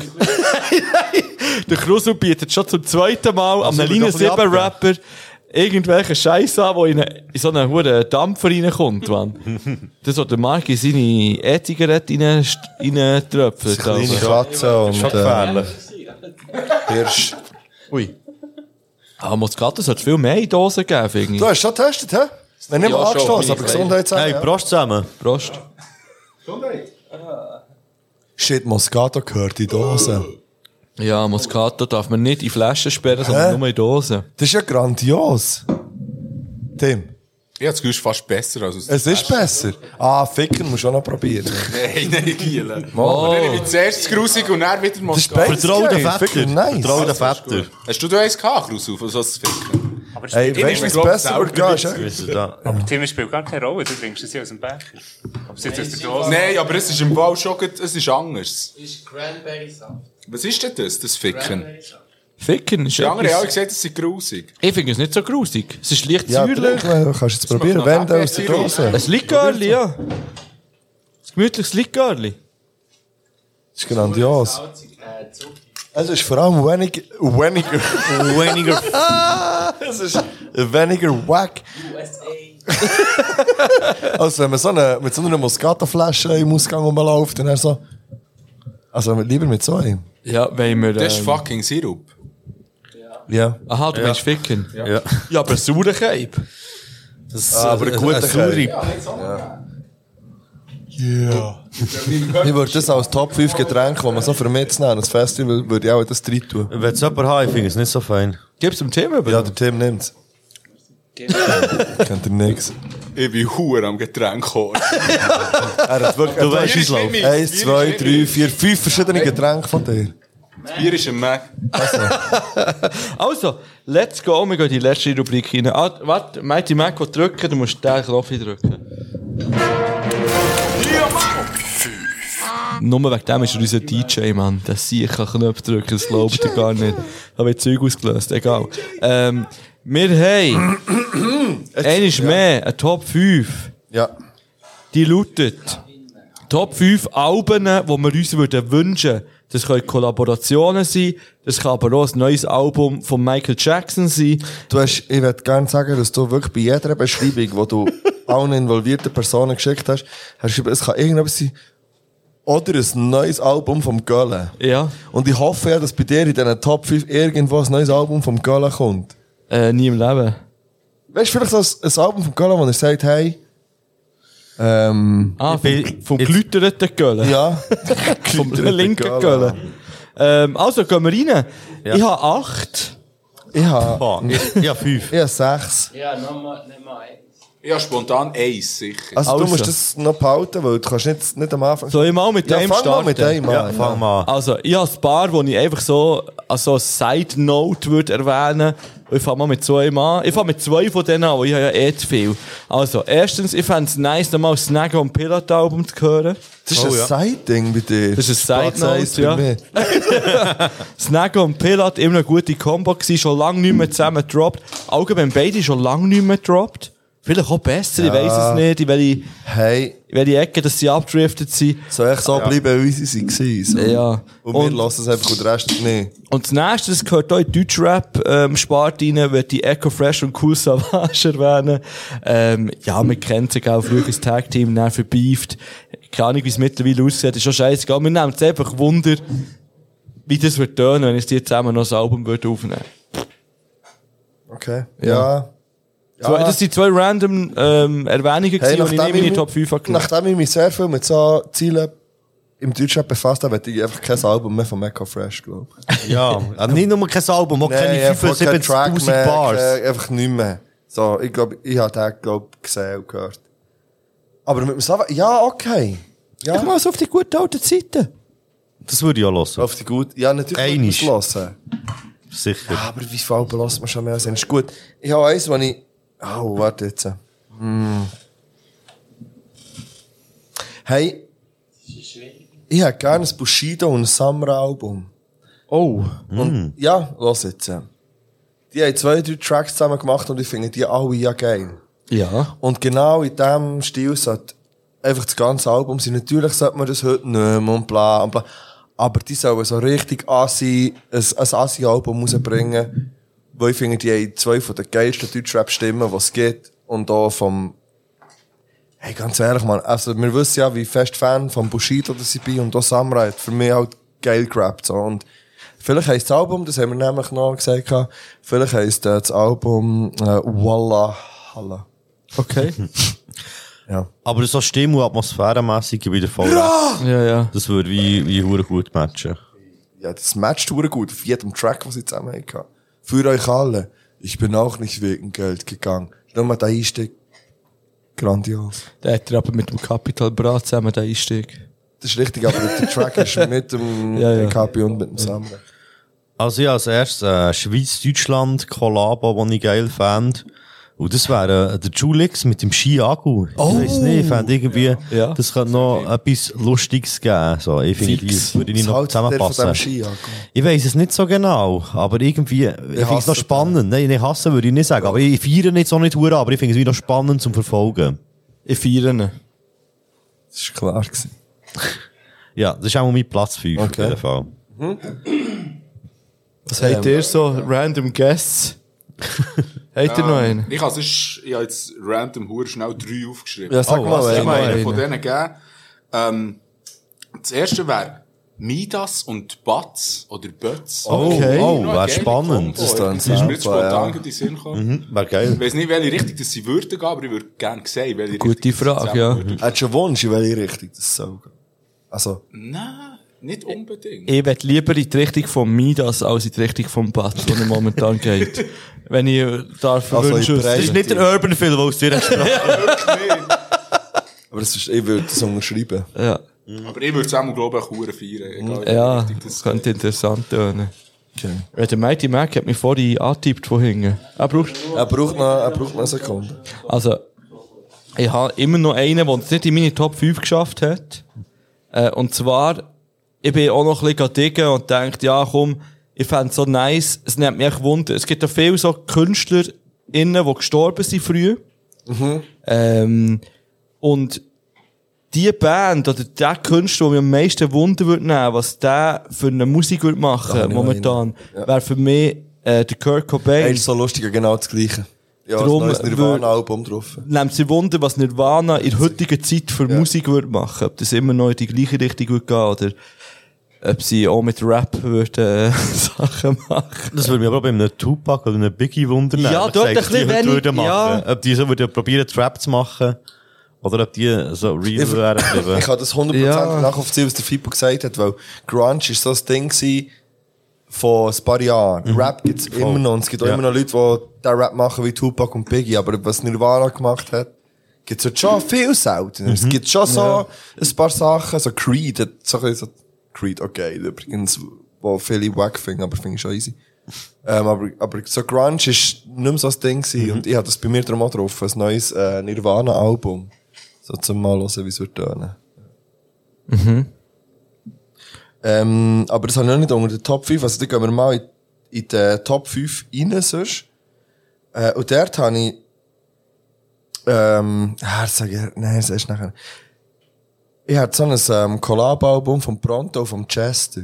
S3: der Krusel bietet schon zum zweiten Mal an
S5: Also,
S3: einem
S5: wir
S3: Linie
S5: können
S3: 7
S5: ein bisschen
S3: Rapper irgendwelchen Scheiß an, der in, eine- in so einen hohen Dampfer reinkommt, Mann. Das, was der Marc in seine E-Zigarette rein- also. reintröpfelt.
S4: Eine
S15: also
S4: kleine Katze und,
S3: Schon
S4: äh,
S3: gefährlich.
S4: Hirsch.
S3: Ui. Aber Ah, Moscato sollte es viel mehr in Dosen geben, finde ich.
S4: Du hast schon getestet, hä? Wenn nicht mal angestoßen, aber Gesundheit zusammen,
S5: Hey,
S4: ja.
S5: Prost zusammen.
S3: Prost.
S4: Shit, Moscato gehört in Dosen.
S3: Ja, Moscato darf man nicht in Flaschen sperren, sondern nur in Dosen.
S4: Das ist ja grandios. Tim.
S15: Ja, das ist fast besser als aus
S4: Es ist besser. Ah, Ficken musst du auch noch probieren.
S15: Nein, nein, Gielen.
S4: Mal.
S15: Und Dann nehme ich zuerst das Grusig und dann wieder mal
S4: beides Vertrau den geil, Vetter, fick ihn nice. vertrau den
S15: Vetter. Hast du da eins gehabt, Krusuf, so das Ficken?
S4: Ey, weißt
S15: Ich
S4: du,
S15: nehme,
S4: wie es
S15: glaub,
S4: besser wird,
S15: selber
S4: gehst,
S15: mit.
S4: hä?
S21: Aber Tim spielt gar keine Rolle, du trinkst es ja aus dem Becher. Ob es jetzt aus der Dose
S15: Nein, aber es ist im Fall schon, gut- es ist anders.
S10: Ist Cranberry-Saft.
S15: Was ist denn das, das Ficken?
S3: Ficken ist
S15: Die anderen haben auch
S3: etwas-
S15: gesagt, es sei grusig.
S3: Ich finde es nicht so grusig. Es ist leicht
S15: Ja,
S3: säuerlich.
S4: trink mal, kannst jetzt probieren, wenn du aus der Dose.
S3: Ein Likörli, ja. Ein gemütliches Likörli.
S4: Das ist grandios. Es ist vor allem weniger. Weniger.
S5: Weniger.
S4: es ist weniger wack. also, wenn man so eine, mit so einer Moscato-Flasche im Ausgang rumläuft, dann er so. Also, lieber mit so einem.
S3: Ja, wenn wir...
S15: Das ist
S3: ähm,
S15: fucking Sirup.
S4: Ja.
S3: Aha, du
S15: Ja.
S3: meinst Ficken?
S15: Ja.
S5: Ja.
S3: Ja, aber saure Keib.
S5: Das- Ah, aber ein ein- guter ein saurer- Keib.
S4: Yeah. ich würde das als Top 5 Getränk, das man so vermisst nehmen, das Festival, würde ich auch das drin tun.
S5: Wenn es jemand hat, ich finde es nicht so fein.
S3: Gib's dem Tim über?
S4: Ja, der Tim nimmt's. Kennt ihr nix.
S15: Ich bin Huren am Getränk geholt.
S4: Er hat wirklich,
S15: Du
S4: er
S15: weißt,
S4: hat-
S15: ich glaub.
S4: Eins, zwei, drei, vier, fünf verschiedene Getränke von dir.
S15: Das Bier ist ein Mac.
S3: Also, let's go. Wir gehen in die letzte Rubrik rein. Ah, warte, Mighty Mac will drücken, du musst den Knopf hier drücken. Nur wegen dem ist er unser DJ, Mann. Der sicher Knopf drücken, das glaubt ihr gar nicht. Da wird Zeug ausgelöst, egal. Ähm, wir haben... Einmal mehr, eine Top 5.
S4: Ja.
S3: Die lautet... Top 5 Alben, die wir uns würden wünschen Das können Kollaborationen sein, das kann aber auch ein neues Album von Michael Jackson sein.
S4: Du hast, ich würde gerne sagen, dass du wirklich bei jeder Beschreibung, die du allen involvierten Personen geschickt hast, hast du geschrieben, es kann irgendetwas sein. Oder ein neues Album vom Göhle.
S3: Ja.
S4: Und ich hoffe ja, dass bei dir in diesen Top 5 irgendwo ein neues Album vom Göhle kommt.
S3: Äh, nie im Leben.
S4: Weißt du, vielleicht so ein, ein Album vom Göhle, wo er sagt, hey, ähm,
S3: Ah, vom, vom geläuterten Göllen.
S4: Ja.
S3: vom
S4: Geläuterten
S3: linken
S4: Göllen.
S3: Göllen. Ähm, also, gehen wir rein.
S4: Ja.
S3: Ich habe acht.
S4: Ich habe...
S5: Ich, ich habe fünf.
S4: Ich habe sechs.
S10: Ja, nochmal, nimm mal eins.
S15: Ja, spontan eins, sicher.
S4: Also, du musst das noch behalten, weil du kannst nicht, nicht am Anfang...
S3: Soll ich mal mit
S4: ja,
S3: dem
S4: fang
S3: starten?
S4: Mal mit dem an.
S3: Also, ich habe ein paar, die ich einfach so also als so Side-Note würde erwähnen Ich fange mal mit zwei an. Ich fange mit zwei von denen an, weil ich habe ja eh zu viel. Also, erstens, ich fände es nice, nochmal Snag und Pilot-Album zu hören. Oh,
S4: Das ist ein Side-Ding bei dir.
S3: Das ist ein
S4: Platz eins
S3: Side-Note,
S4: bei
S3: ja.
S4: mir.
S3: Snagger und Pilat immer eine gute Combo gewesen, schon lange nicht mehr zusammen gedroppt. Allgemein beide schon lange nicht mehr gedroppt. Vielleicht auch besser, ich
S4: Ja.
S3: weiss es nicht, in welche,
S4: hey.
S3: in welche Ecke, dass sie abdriftet sind.
S4: Soll ich so bleiben, wie sie waren? So.
S3: Ja.
S4: Und, wir lassen es einfach und den Rest nicht.
S3: Und das nächste, das gehört auch in die Deutschrap, ähm, spart rein, wird die Echo Fresh und Cool Savage erwähnen. Ähm, ja, wir kennen sie auch, früher das Tag Team, dann verbeeft. Keine Ahnung, wie es mittlerweile aussieht, ist schon scheißegal. Wir nehmen es einfach Wunder, wie das wird tönen, wenn ich die zusammen noch ein Album würde aufnehmen
S4: Okay. Ja.
S3: Zwei- Das sind zwei random ähm, Erwähnungen, gewesen, die ich nicht in die Top 5 habe genommen
S4: Nachdem ich mich sehr viel mit so Zielen im Deutschland befasst habe, hätte ich einfach kein Album mehr von Echo Fresh, glaube ich.
S5: Ja, äh, nicht nur kein Album, auch keine
S4: einfach kein
S5: 75.000
S4: Track mehr,
S5: Bars.
S4: äh, einfach nicht mehr. So, ich glaube, ich habe den, glaube ich, gesehen und gehört. Aber mit dem Savage, ja, okay. Ja.
S3: Ich muss auf die gute alte Zeiten.
S5: Das würde ich auch hören.
S4: Auf die gute, ja, natürlich.
S5: Einisch.
S4: würde ich es hören.
S5: Sicher.
S4: Ja, aber wie viel belastet man schon mehr als eins? Ist gut. Ich habe eins, wenn ich. Oh, warte jetzt. Hm. Hey. Ich hätte gerne ein Bushido und ein Samra-Album.
S3: Oh.
S4: Und, ja, los jetzt. Die haben zwei, drei Tracks zusammen gemacht und ich finde die alle ja geil.
S3: Ja.
S4: Und genau in diesem Stil sollte einfach das ganze Album sein. Natürlich sollte man das heute nicht mehr und bla und bla. Aber die sollen so richtig assi, ein, ein assi Album rausbringen, Weil ich finde, die haben zwei von den geilsten Deutschrap-Stimmen, die es gibt. Und auch vom, hey, ganz ehrlich, man, also, wir wissen ja, wie fest Fan von Bushido das ich bin und auch Samurai hat für mich halt geil gerappt, so. Und vielleicht heisst das Album, das haben wir nämlich noch gesagt, gehabt, vielleicht heisst äh, das Album, äh, Walla Halla. Okay. ja.
S5: Aber so Stimm- und Atmosphärenmässig gebe ich dir voll
S4: Ja!
S5: recht. Das würde wie, wie hure gut matchen.
S4: Ja, das matcht hure gut auf jedem Track, was ich zusammen hatte. Für euch alle. Ich bin auch nicht wegen Geld gegangen. Nur mal der Einstieg. Grandios.
S3: Der hat er aber mit dem Capital Bra zusammen den Einstieg.
S4: Das ist richtig, aber der Track ist mit dem
S3: Ja, ja.
S4: KP und mit dem Sam.
S5: Also ja, als erstes äh, Schweiz-Deutschland-Kollabo, den ich geil fand. Und das wäre äh, der Julix mit dem Ski-Agu.
S3: Oh!
S5: Ich weiß nicht, ich fände irgendwie, das könnte noch etwas Lustiges geben. So, ich finde,
S3: Fix.
S5: die würde ich
S3: Was
S5: noch
S3: haltet ihr von
S5: zusammenpassen.
S3: dem Ski-Agu?
S5: Ich weiß es nicht so genau, aber irgendwie, ich finde es
S3: hasse
S5: noch spannend. Nein, nicht hassen würde ich nicht sagen, aber ich feiere ihn jetzt auch nicht hure, aber ich finde es wieder spannend zum Verfolgen.
S3: Ich feiere ihn.
S4: Das ist klar gewesen.
S5: ja, das ist auch mein Platz 5
S3: Okay.
S5: auf jeden Fall.
S3: Was habt ihr so? Random Guests? habt ihr noch einen?
S15: Ich habe sonst- ich habe jetzt random hure schnell drei aufgeschrieben.
S3: Ja, sag Oh, mal was, einen.
S15: Ich
S3: sag mal
S15: meine, von
S3: einen.
S15: denen gegeben. Ähm, das erste wäre Midas und Batz oder Bötz.
S5: Oh, Okay. oh, wär
S15: Geile
S5: spannend.
S15: Kombo.
S5: Das ist dann
S15: Das ist mir jetzt
S5: super,
S15: spontan
S5: ja.
S15: in den Sinn gekommen.
S5: Mhm, wäre geil.
S15: Ich weiß nicht, welche Richtung das sie würden gehen, aber ich würde gerne sehen, welche
S4: Gute
S15: Frage, ja. Mhm.
S4: Hat schon Wunsch, in welche Richtung das soll gehen? Also.
S15: Nein, nicht unbedingt.
S3: Ich werde lieber in die Richtung von Midas als in die Richtung von Bad, wo er momentan geht. Wenn ich darf,
S4: Also in
S3: wünschen.
S4: Breite. Das ist nicht der
S5: Urban Film, wo es dir
S4: Aber das ist, ich würde das unterschreiben.
S3: Ja.
S15: Aber ich würde es auch, glaube ich, auch hure feiern. Egal, in welche
S3: Ja,
S15: Richtung
S3: das könnte interessant tönen. Ja, der Mighty Mac hat mich vorhin angetippt, von hinten. Ah, Er braucht,
S4: er braucht noch, er braucht noch eine Sekunde.
S3: Also, ich habe immer noch einen, der es nicht in meine Top 5 geschafft hat. Äh, und zwar, ich bin auch noch ein bisschen diggen und denke, ja, komm, ich fände es so nice, es nimmt mich echt Wunder. Es gibt ja viele so KünstlerInnen, die gestorben sind früh.
S4: Mhm.
S3: Ähm, und die Band oder der Künstler, der mir am meisten Wunder würde nehmen, was der für eine Musik würde machen
S4: Da habe ich noch
S3: momentan,
S4: einen. Ja.
S3: wäre für mich äh, der Kurt Cobain.
S4: Ey, ist so lustig, genau das Gleiche. Ja, also,
S3: Drum
S4: ein neues Nirvana-Album drauf.
S3: Nehmt sie Wunder, was Nirvana in der heutigen Zeit für Musik würde machen. Ob das immer noch in die gleiche Richtung würde gehen oder ob sie auch mit Rap würde äh, Sachen machen.
S5: Das würde mich aber auch bei einem Tupac oder einem Biggie wundern.
S3: Ja,
S5: was
S3: dort ein
S5: sagst du,
S3: bisschen
S5: die heute
S3: wenig,
S5: würden machen.
S3: ja.
S5: Ob die so würden probieren, Trap zu machen. Oder ob die so real wären. geblieben.
S4: Ich kann das 100% nachvollziehen, was der Fippo gesagt hat, weil Grunge ist so das Ding gewesen von ein paar Jahren. Rap gibt es immer noch und es gibt auch
S5: Mhm. Ja.
S4: immer noch Leute, die den Rap machen wie Tupac und Biggie, aber was Nirvana gemacht hat, gibt es schon viel seltener. Es
S5: Mhm.
S4: gibt schon so
S5: Ja.
S4: ein paar Sachen, so Creed, hat so, ein bisschen so Creed, okay, übrigens, wo viele wack finden, aber finde ich schon easy. Ähm, aber, aber so Grunge ist nicht mehr so das Ding
S5: Mhm.
S4: gewesen. und ich hatte das bei mir drum auch drauf, ein neues äh, Nirvana-Album. So zum mal hören, wie es wird tönen.
S3: Mhm.
S4: Ähm, aber das habe ich noch nicht unter den Top 5. Also, da gehen wir mal in, in den Top 5 rein, sonst. Äh, und dort habe ich, ähm, ah, das sage ich, nein, das ist nachher. Ich hatte so ein ähm, Collab-Album von Pronto, vom Chester.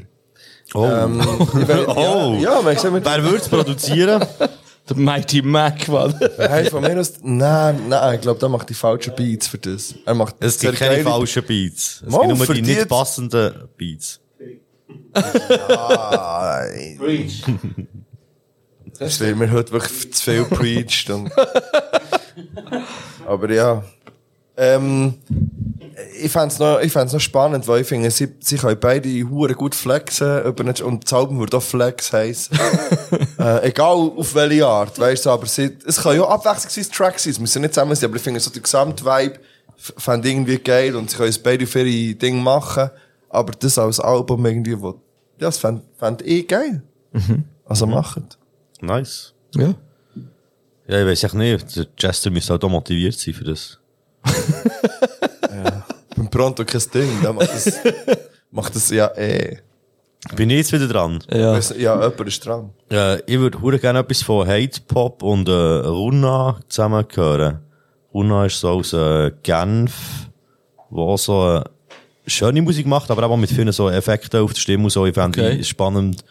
S5: Oh.
S4: ich will-
S5: Oh.
S4: Ja, ja, merkst du, mit-
S5: Wer würde es produzieren?
S3: der Mighty Mac, Mann.
S4: Hey, von mir aus, nein, nein, ich glaube, der macht die falschen Beats für das. Er macht
S5: Es gibt
S4: sehr
S5: keine
S4: geile-
S5: falschen Beats. Es
S4: Mal,
S5: gibt nur
S4: für
S5: die
S4: die-
S5: nicht passenden Beats.
S4: Nein. Das stimmt, mir heute wirklich zu viel preached. Und Aber ja. Ähm, ich fänd's noch, ich fänd's noch spannend, weil ich finde, sie, sie können beide Huren gut flexen, über nicht, und das Album würde auch Flex heissen. äh, egal auf welche Art, weißt du, aber sie, es kann ja abwechslungsweise Tracks sein, es müssen nicht zusammen sein, aber ich finde so der Gesamtvibe f- fänd ich irgendwie geil und sie können es beide für ihre Dinge machen, aber das als Album irgendwie, wo, ja, das fänd, fänd ich geil. Also machen.
S5: Nice.
S3: Ja.
S5: Ja, ich weiß echt nicht. Der Chester müsste halt auch motiviert sein für das.
S4: Beim Pronto kein Ding, der macht das, macht das ja eh.
S5: Bin ich jetzt wieder dran?
S4: Ja, ja jemand ist dran.
S5: Äh, ich würde hure gerne etwas von Hate Pop und äh, Runa zusammen hören. Runa ist so aus äh, Genf, wo auch so äh, schöne Musik macht, aber auch mit vielen so Effekten auf der Stimme und so. Ich fände
S3: Okay.
S5: die spannend.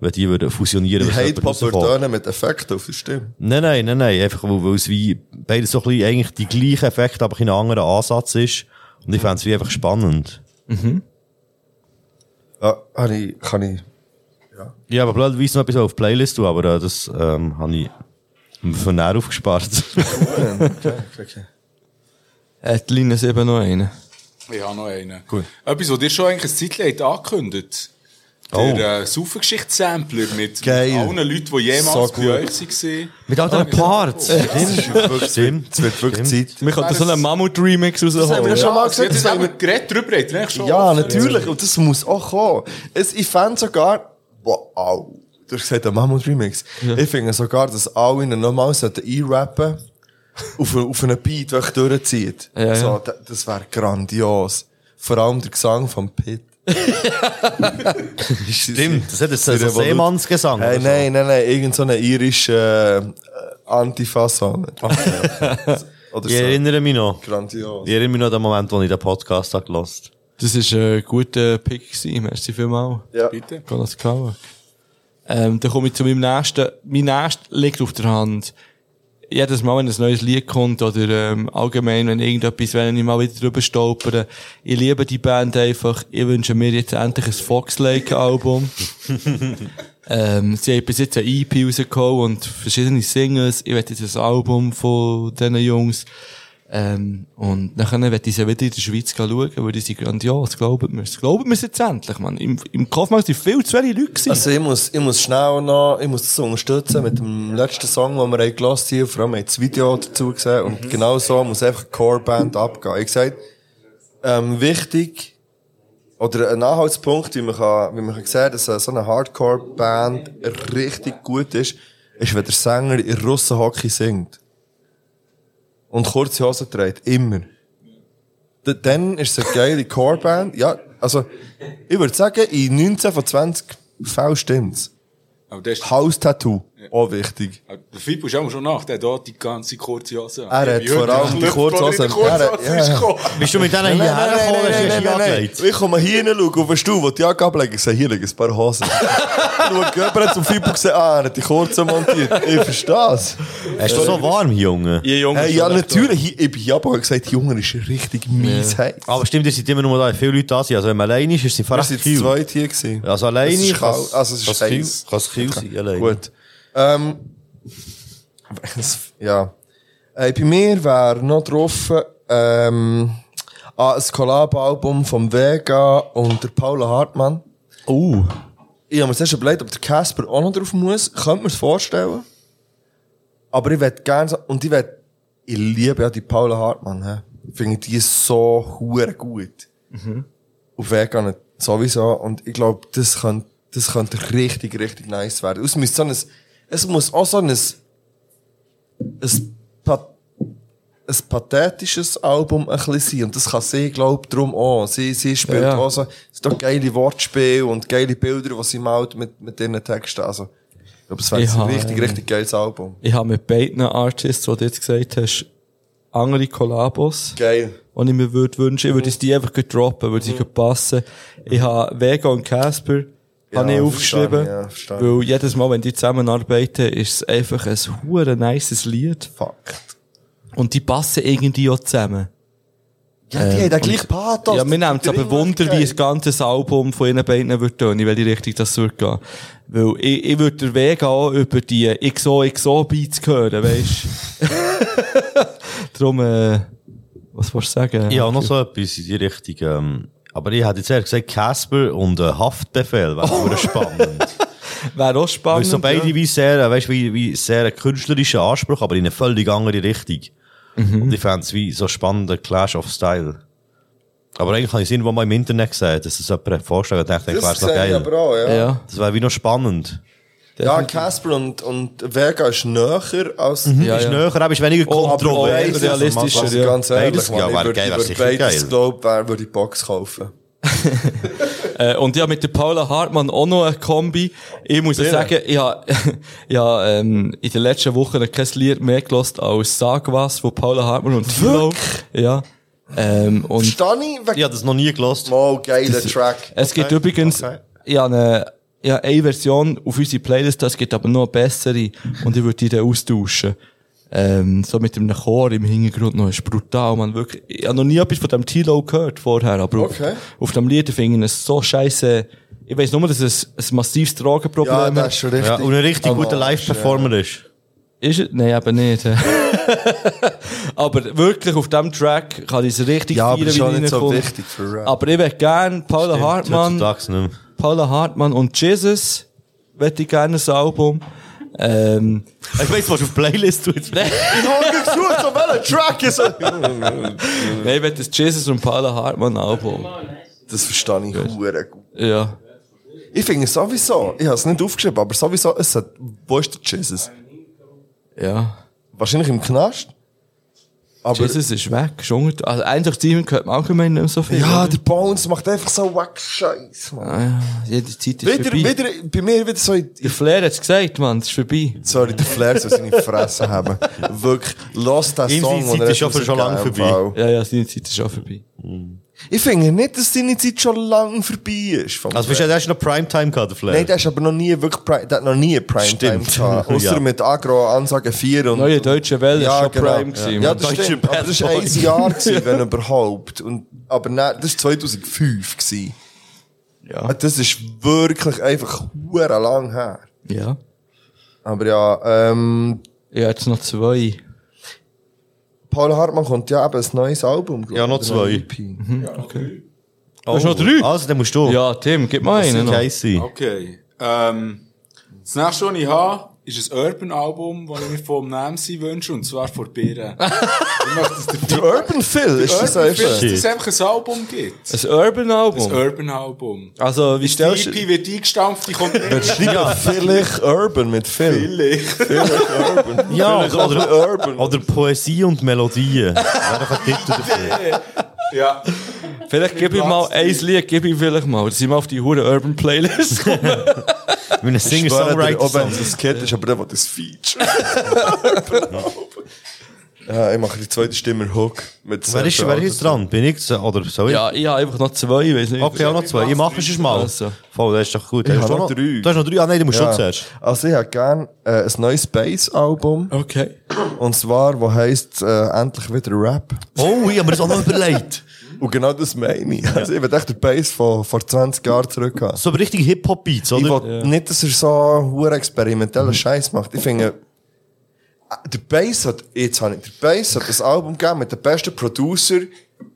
S5: wenn die würden fusionieren
S4: Die
S5: was jemand
S4: Hate-Pop wird
S5: rauskommt.
S4: tönen mit Effekten auf der Stimme.
S5: Nein, nein, nein, nein. Einfach, weil, weil es wie beides so ein bisschen eigentlich die gleichen Effekte, aber ein anderer Ansatz ist. Und ich fände es wie einfach spannend.
S4: Mhm. Ja, hab ich, kann ich.
S5: Ja, aber blöderweise noch etwas auf die Playlist, tun, aber äh, das ähm, habe ich mir von näher aufgespart.
S4: okay, okay.
S7: Hat Linus eben noch einen?
S15: Ich habe noch einen.
S7: Gut.
S15: Etwas, was dir schon eigentlich ein Zeitleid angekündigt.
S7: Oh.
S15: Der äh, Saufengeschichts-Sampler mit, mit
S5: Geil.
S15: allen Leuten, die jemals
S5: So
S15: bei
S5: gut.
S15: euch waren.
S5: Mit all diesen Parts. Stimmt. Stimmt. Es wird wirklich Zeit.
S7: Man könnte so einen Mammut-Remix rausholen.
S4: haben wir ja schon mal gesagt,
S15: Das
S4: das
S15: haben
S4: haben
S15: wir geredet drüber, hat er eigentlich schon.
S4: Ja, natürlich. Und das muss auch kommen. Es, ich fände sogar, wow, du hast gesagt, der Mammut Remix. Ich finde sogar, dass alle ihn nochmal sollten einrappen auf, e- auf einen Beat, der euch durchzieht.
S7: Ja,
S4: so,
S7: ja.
S4: da- Das wäre grandios. Vor allem der Gesang von Pit.
S5: Stimmt, das hat jetzt so einen Seemannsgesang
S4: Hey,
S5: oder so.
S4: nein, nein, nein, irgend so einen irischen äh, Antifa-Song. Oder
S5: Ich erinnere mich noch.
S4: Grandios.
S5: Ich erinnere mich noch an den Moment, wo ich den Podcast habe gehört
S7: Das ist ein guter Pick gewesen. Merci vielmals.
S4: Ja.
S15: Bitte.
S7: Golas Kawak. Ähm, dann komme ich zu meinem nächsten. Mein nächstes liegt auf der Hand. Jedes Mal, wenn ein neues Lied kommt, oder ähm, allgemein, wenn irgendetwas, wenn ich mal wieder drüber stolpere, ich liebe die Band einfach. Ich wünsche mir jetzt endlich ein Fox Lake-Album. ähm, sie haben bis jetzt ein EP rausgehauen und verschiedene Singles. Ich will jetzt ein Album von diesen Jungs. Ähm, und nachher werde ich sie wieder in der Schweiz schauen, weil die sind grandios, glaubt mir. Glaubt mir jetzt endlich, man. Im, im Kaufmann sind viel zu wenige Leute gewesen.
S4: Also ich muss, ich muss schnell noch, ich muss das unterstützen mit dem letzten Song, den wir haben gehört haben. Vor allem haben wir das Video dazu gesehen. Und genau so muss einfach die Core-Band abgehen. Ich gesagt, ähm, wichtig, oder ein Anhaltspunkt, wie man kann, wie man kann sehen, dass äh, so eine Hardcore-Band richtig gut ist, ist, wenn der Sänger in Russenhockey singt. Und kurze Hosen trägt. Immer. D- Dann ist es eine geile Core-Band. Ja, also, ich würde sagen, in 19 von 20 Fällen stimmt's.
S15: Aber das ist-
S4: House-Tattoo. Auch Oh, wichtig.
S15: Aber Der Fibu ist auch schon nach, der hat auch die ganze kurze Hose.
S4: Er hat
S15: Wie heute
S4: vor allem die
S15: Lüftballon in der
S4: Kurzhosen.
S15: Kurzhose ist gekommen.
S4: Nein, nein, nein, nein, neinen nein, nein, nein. Ich komme hier hinschauen auf den Stuhl, wo die Jacke ablegen. Ich sage, hier liegen ein paar Hosen. Ich schaue rüber zum Fibu und sehe, ah, er hat die kurze montiert. Ich verstehe es.
S5: Es ist so warm, Junge.
S7: Ja, Junge.
S4: Hey, ja, natürlich. Ich bin ja aber gesagt, Junge ist richtig mies heiß.
S5: Aber stimmt, ihr seid immer nur da, viele Leute da sind. Also wenn man allein ist, ist es
S4: Wir
S5: einfach
S4: sind
S5: kühl.
S4: zu zweit hier gewesen.
S5: Also alleine
S4: Es ist
S5: kann's-
S4: kalt. Also es ist
S5: kann's kühl-
S4: heiß.
S5: kann's kühl sein, alleine.
S4: Gut. Ähm, ja. Äh, bei mir wäre noch drauf, ähm, ah, ein Collab-Album vom Vega und der Paula Hartmann.
S7: Oh.
S5: Uh.
S4: Ich habe mir zuerst überlegt, ob der Casper auch noch drauf muss. Könnte man es vorstellen? Aber ich werde gerne so, und ich werde, ich liebe ja die Paula Hartmann, hä? Ich finde die so hure gut.
S22: Mhm.
S4: Auf Vega nicht, sowieso. Und ich glaube, das könnte, das könnte richtig, richtig nice werden. Es muss so ein, es muss auch so ein, ein, pa ein pathetisches Album ein bisschen sein. Und das kann sie, glaube ich, darum auch. Sie, sie spielt
S7: Ja, ja.
S4: auch so, es sind auch geile Wortspiele und geile Bilder, die sie malt mit, mit ihren Texten. Also, ich glaube, es wäre
S7: Ich
S4: ein
S7: habe-
S4: richtig, richtig geiles Album.
S7: Ich habe mit beiden Artists, die du jetzt gesagt hast, andere Kollabos.
S4: Geil. Mhm.
S7: Und ich mir würde wünschen, ich würde es die einfach gleich droppen, würde sie gleich passen. Ich habe Vega und Casper
S4: Ja,
S7: habe ich aufgeschrieben.
S4: verstehe, ja, verstehe.
S7: weil jedes Mal, wenn die zusammenarbeiten, ist es einfach ein hure nices Lied.
S4: Fakt.
S7: Und die passen irgendwie auch zusammen.
S4: Ja, die haben den gleichen
S7: und-
S4: Pathos.
S7: Ja, mir nimmt es
S4: Die
S7: aber Wunder, wie
S4: Dringlichkeit.
S7: ein ganzes Album von ihren beiden würde tun, in welche Richtung das würde gehen. Weil ich, ich würde den Weg auch über die XOXO-Beats hören, weisst Darum, äh, was wolltest du sagen?
S5: Ja, noch so etwas in die Richtung. Ähm, aber ich hätte jetzt eher gesagt, Casper und äh, Haftbefehl wäre super spannend.
S7: Wäre auch
S5: Weil
S7: spannend.
S5: so beide
S7: ja.
S5: wie sehr, äh, weißt, wie, wie sehr einen künstlerischen Anspruch, aber in eine völlig andere Richtung.
S7: Mhm.
S5: Und ich fände es wie so spannender Clash of Style. Aber eigentlich habe ich es irgendwo mal im Internet gesehen, dass es jemand vorgeschlagen hat, ich dachte,
S4: Das
S5: wäre es noch
S4: sehe ich
S5: geil.
S4: aber auch, ja. Ja.
S5: Das wäre wie noch spannend.
S4: Ja, Casper und, und Vega ist näher als...
S5: Mhm, Ja, ist ja. näher, aber ist weniger
S4: Oh, aber
S5: kontrovers.
S4: beides-
S5: Realistischer,
S4: Also,
S5: ja.
S4: Ganz ehrlich,
S5: Beides,
S4: man,
S5: ja,
S4: ich
S5: wäre
S4: würde-
S5: geil,
S4: ich
S5: wäre
S4: würde
S5: sicher
S4: Beides,
S5: geil.
S4: glaube ich, wer würde die Box kaufen.
S7: Äh, und ja, mit der Paula Hartmann auch noch eine Kombi. Ich muss ja
S4: Bitte.
S7: sagen, ich habe, ich habe ähm, in den letzten Wochen kein Lied mehr gelost als Sag was von Paula Hartmann und Flo. Ja. Ähm, und
S4: Stani,
S5: Ich habe das noch nie gelost.
S4: Wow, geiler
S7: Das-
S4: Track.
S7: Es gibt übrigens, ich habe eine, ja, eine Version auf unsere Playlist, das gibt aber noch eine bessere und ich würde die dann austauschen. Ähm, so mit einem Chor im Hintergrund noch, ist brutal, man, wirklich. Ich habe noch nie etwas von dem Tilo gehört vorher, aber
S4: Okay.
S7: auf, auf dem Lied finde ich es so scheiße. Ich weiss nur, dass es ein massives Tragenproblem
S4: Ja, das ist Oh, schon richtig. Ja, und ein richtig guter Aber- Live-Performer
S7: ist. Ist es? Nein, eben nicht. aber wirklich auf diesem Track kann ich es richtig
S4: Ja, aber
S7: feiern,
S4: ist auch
S7: wie
S4: nicht so
S7: reinkommt.
S4: wichtig für Rap.
S7: Aber ich möchte gerne Paula
S4: Stimmt,
S7: Hartmann. Paula Hartmann und Jesus möchte ich gerne ein Album. Ähm, ich weiss, was auf Playlist tut.
S5: Also,
S4: Ich habe gesucht, so welcher Track ist
S7: Nein, ich will das Jesus und Paula Hartmann Album.
S4: Das verstehe ich hure gut.
S7: Ja.
S4: Ich finde sowieso, ich habe es nicht aufgeschrieben, aber sowieso, es hat, wo ist der Jesus?
S7: Ja.
S4: Wahrscheinlich im Knast. Aber
S7: Jesus ist weg, schon. gut. Also, eigentlich Steven gehört man allgemein nicht mehr so viel.
S4: ja,
S7: oder?
S4: der Bones macht einfach so wack Scheiß,
S7: Ah,
S4: man.
S7: ja, jede Zeit ist
S4: Wieder,
S7: vorbei.
S4: wieder, bei mir wieder so in
S7: Der Flair hat's gesagt, Mann, es ist vorbei.
S4: Sorry, der Flair soll seine Fresse haben. Wirklich, lass den
S7: Ihm
S4: Song. den
S7: seine Zeit
S4: er
S7: ist schon-
S4: rausgegeben
S7: schon lang
S4: hat,
S7: vorbei.
S4: Fall.
S7: Ja, ja, seine Zeit ist schon vorbei.
S4: Ich finde nicht, dass seine Zeit schon lang vorbei ist. vom
S5: Also, bist du
S4: Flair.
S5: der hast noch Primetime gehabt, der Flair?
S4: Nein, der ist aber noch nie wirklich Prime, der hat noch nie Primetime
S5: Stimmt.
S4: gehabt. Ausser
S5: Ja.
S4: mit Agro, Ansage 4 und...
S7: Neue Deutsche Welle ist
S4: ja,
S7: schon
S4: genau.
S7: Prime
S4: Ja,
S7: gewesen,
S4: ja
S7: Mann.
S4: das
S7: Deutsche
S4: stimmt. Aber das war
S7: Bad
S4: ein
S7: Boy.
S4: Jahr, gewesen, wenn überhaupt. Und, aber nein, das war 2005. Gewesen.
S7: Ja.
S4: Das ist wirklich einfach hure lang her.
S7: Ja.
S4: Aber ja, ähm...
S7: Ja, jetzt noch zwei.
S4: Paul Hartmann kommt ja eben ein neues Album. glaub
S5: Ja,
S4: ich,
S5: noch
S4: oder E
S5: zwei.
S4: ein EP.
S5: Oh,
S7: Hast du noch drei?
S5: Also, dann musst du.
S7: Ja, Tim, gib mal
S5: Das
S7: einen
S5: sind
S7: noch.
S5: Scheisse.
S15: Okay. Ähm, das nächste, was ich habe, ist ein Urban-Album, das ich mir vom Namsi wünsche, und zwar von Birre. ich möchte, dass der
S4: Der Urban Phil, ist das
S15: Urban Fist,
S4: einfach?
S15: dass es einfach ein Album gibt.
S7: Ein Urban Album?
S15: Ein Urban-Album.
S7: Also, wie stellst
S15: Die
S7: du...
S15: EP wird eingestampft, die kommt
S4: Wir
S15: nicht.
S4: schreiben vielleicht Urban mit Phil.
S15: Vielleicht.
S4: Urban.
S5: Ja,
S4: Vielleicht
S5: oder,
S4: Urban.
S5: oder, oder Poesie und Melodien. Wäre doch ein Titel dafür.
S15: Ja.
S7: Vielleicht gebe ich mal ein Lied, gebe ich vielleicht mal. Dann sind wir auf die hure Urban Playlist gekommen.
S5: Wenn ein
S4: Ich schwöre dir, Ob
S5: Singer-Songwriter-Song.
S4: es ein Kid ist, aber der will das Feature. ja, ich mache die zweite Stimme Hook. Mit
S5: Wer ist, wer ist jetzt dran? Bin ich zu- oder soll ich?
S7: ja, ich habe einfach noch zwei, ich weiß nicht.
S5: okay, auch noch zwei. Ich mache es mal.
S7: Also.
S5: Voll, das ist doch gut.
S4: Ich
S5: Hast
S4: habe
S5: du
S4: noch
S5: noch-
S4: drei.
S5: Du hast noch drei? Ah nein, du musst
S4: Ja.
S5: schon zuerst.
S4: Also ich habe gerne äh, ein neues Space-Album.
S7: Okay.
S4: Und zwar, wo heisst äh, «Endlich wieder Rap».
S5: Oh, ich habe mir das auch noch überlegt.
S4: Und genau das meine ich. Also ich will echt den Bass von vor 20 Jahren zurück haben.
S5: So richtig Hip-Hop-Beats, oder?
S4: Ich will nicht, dass er so hure experimentellen Scheiß macht. Ich finde, äh, der Bass hat, jetzt habe ich, der Bass hat das Album gegeben mit den besten Producer,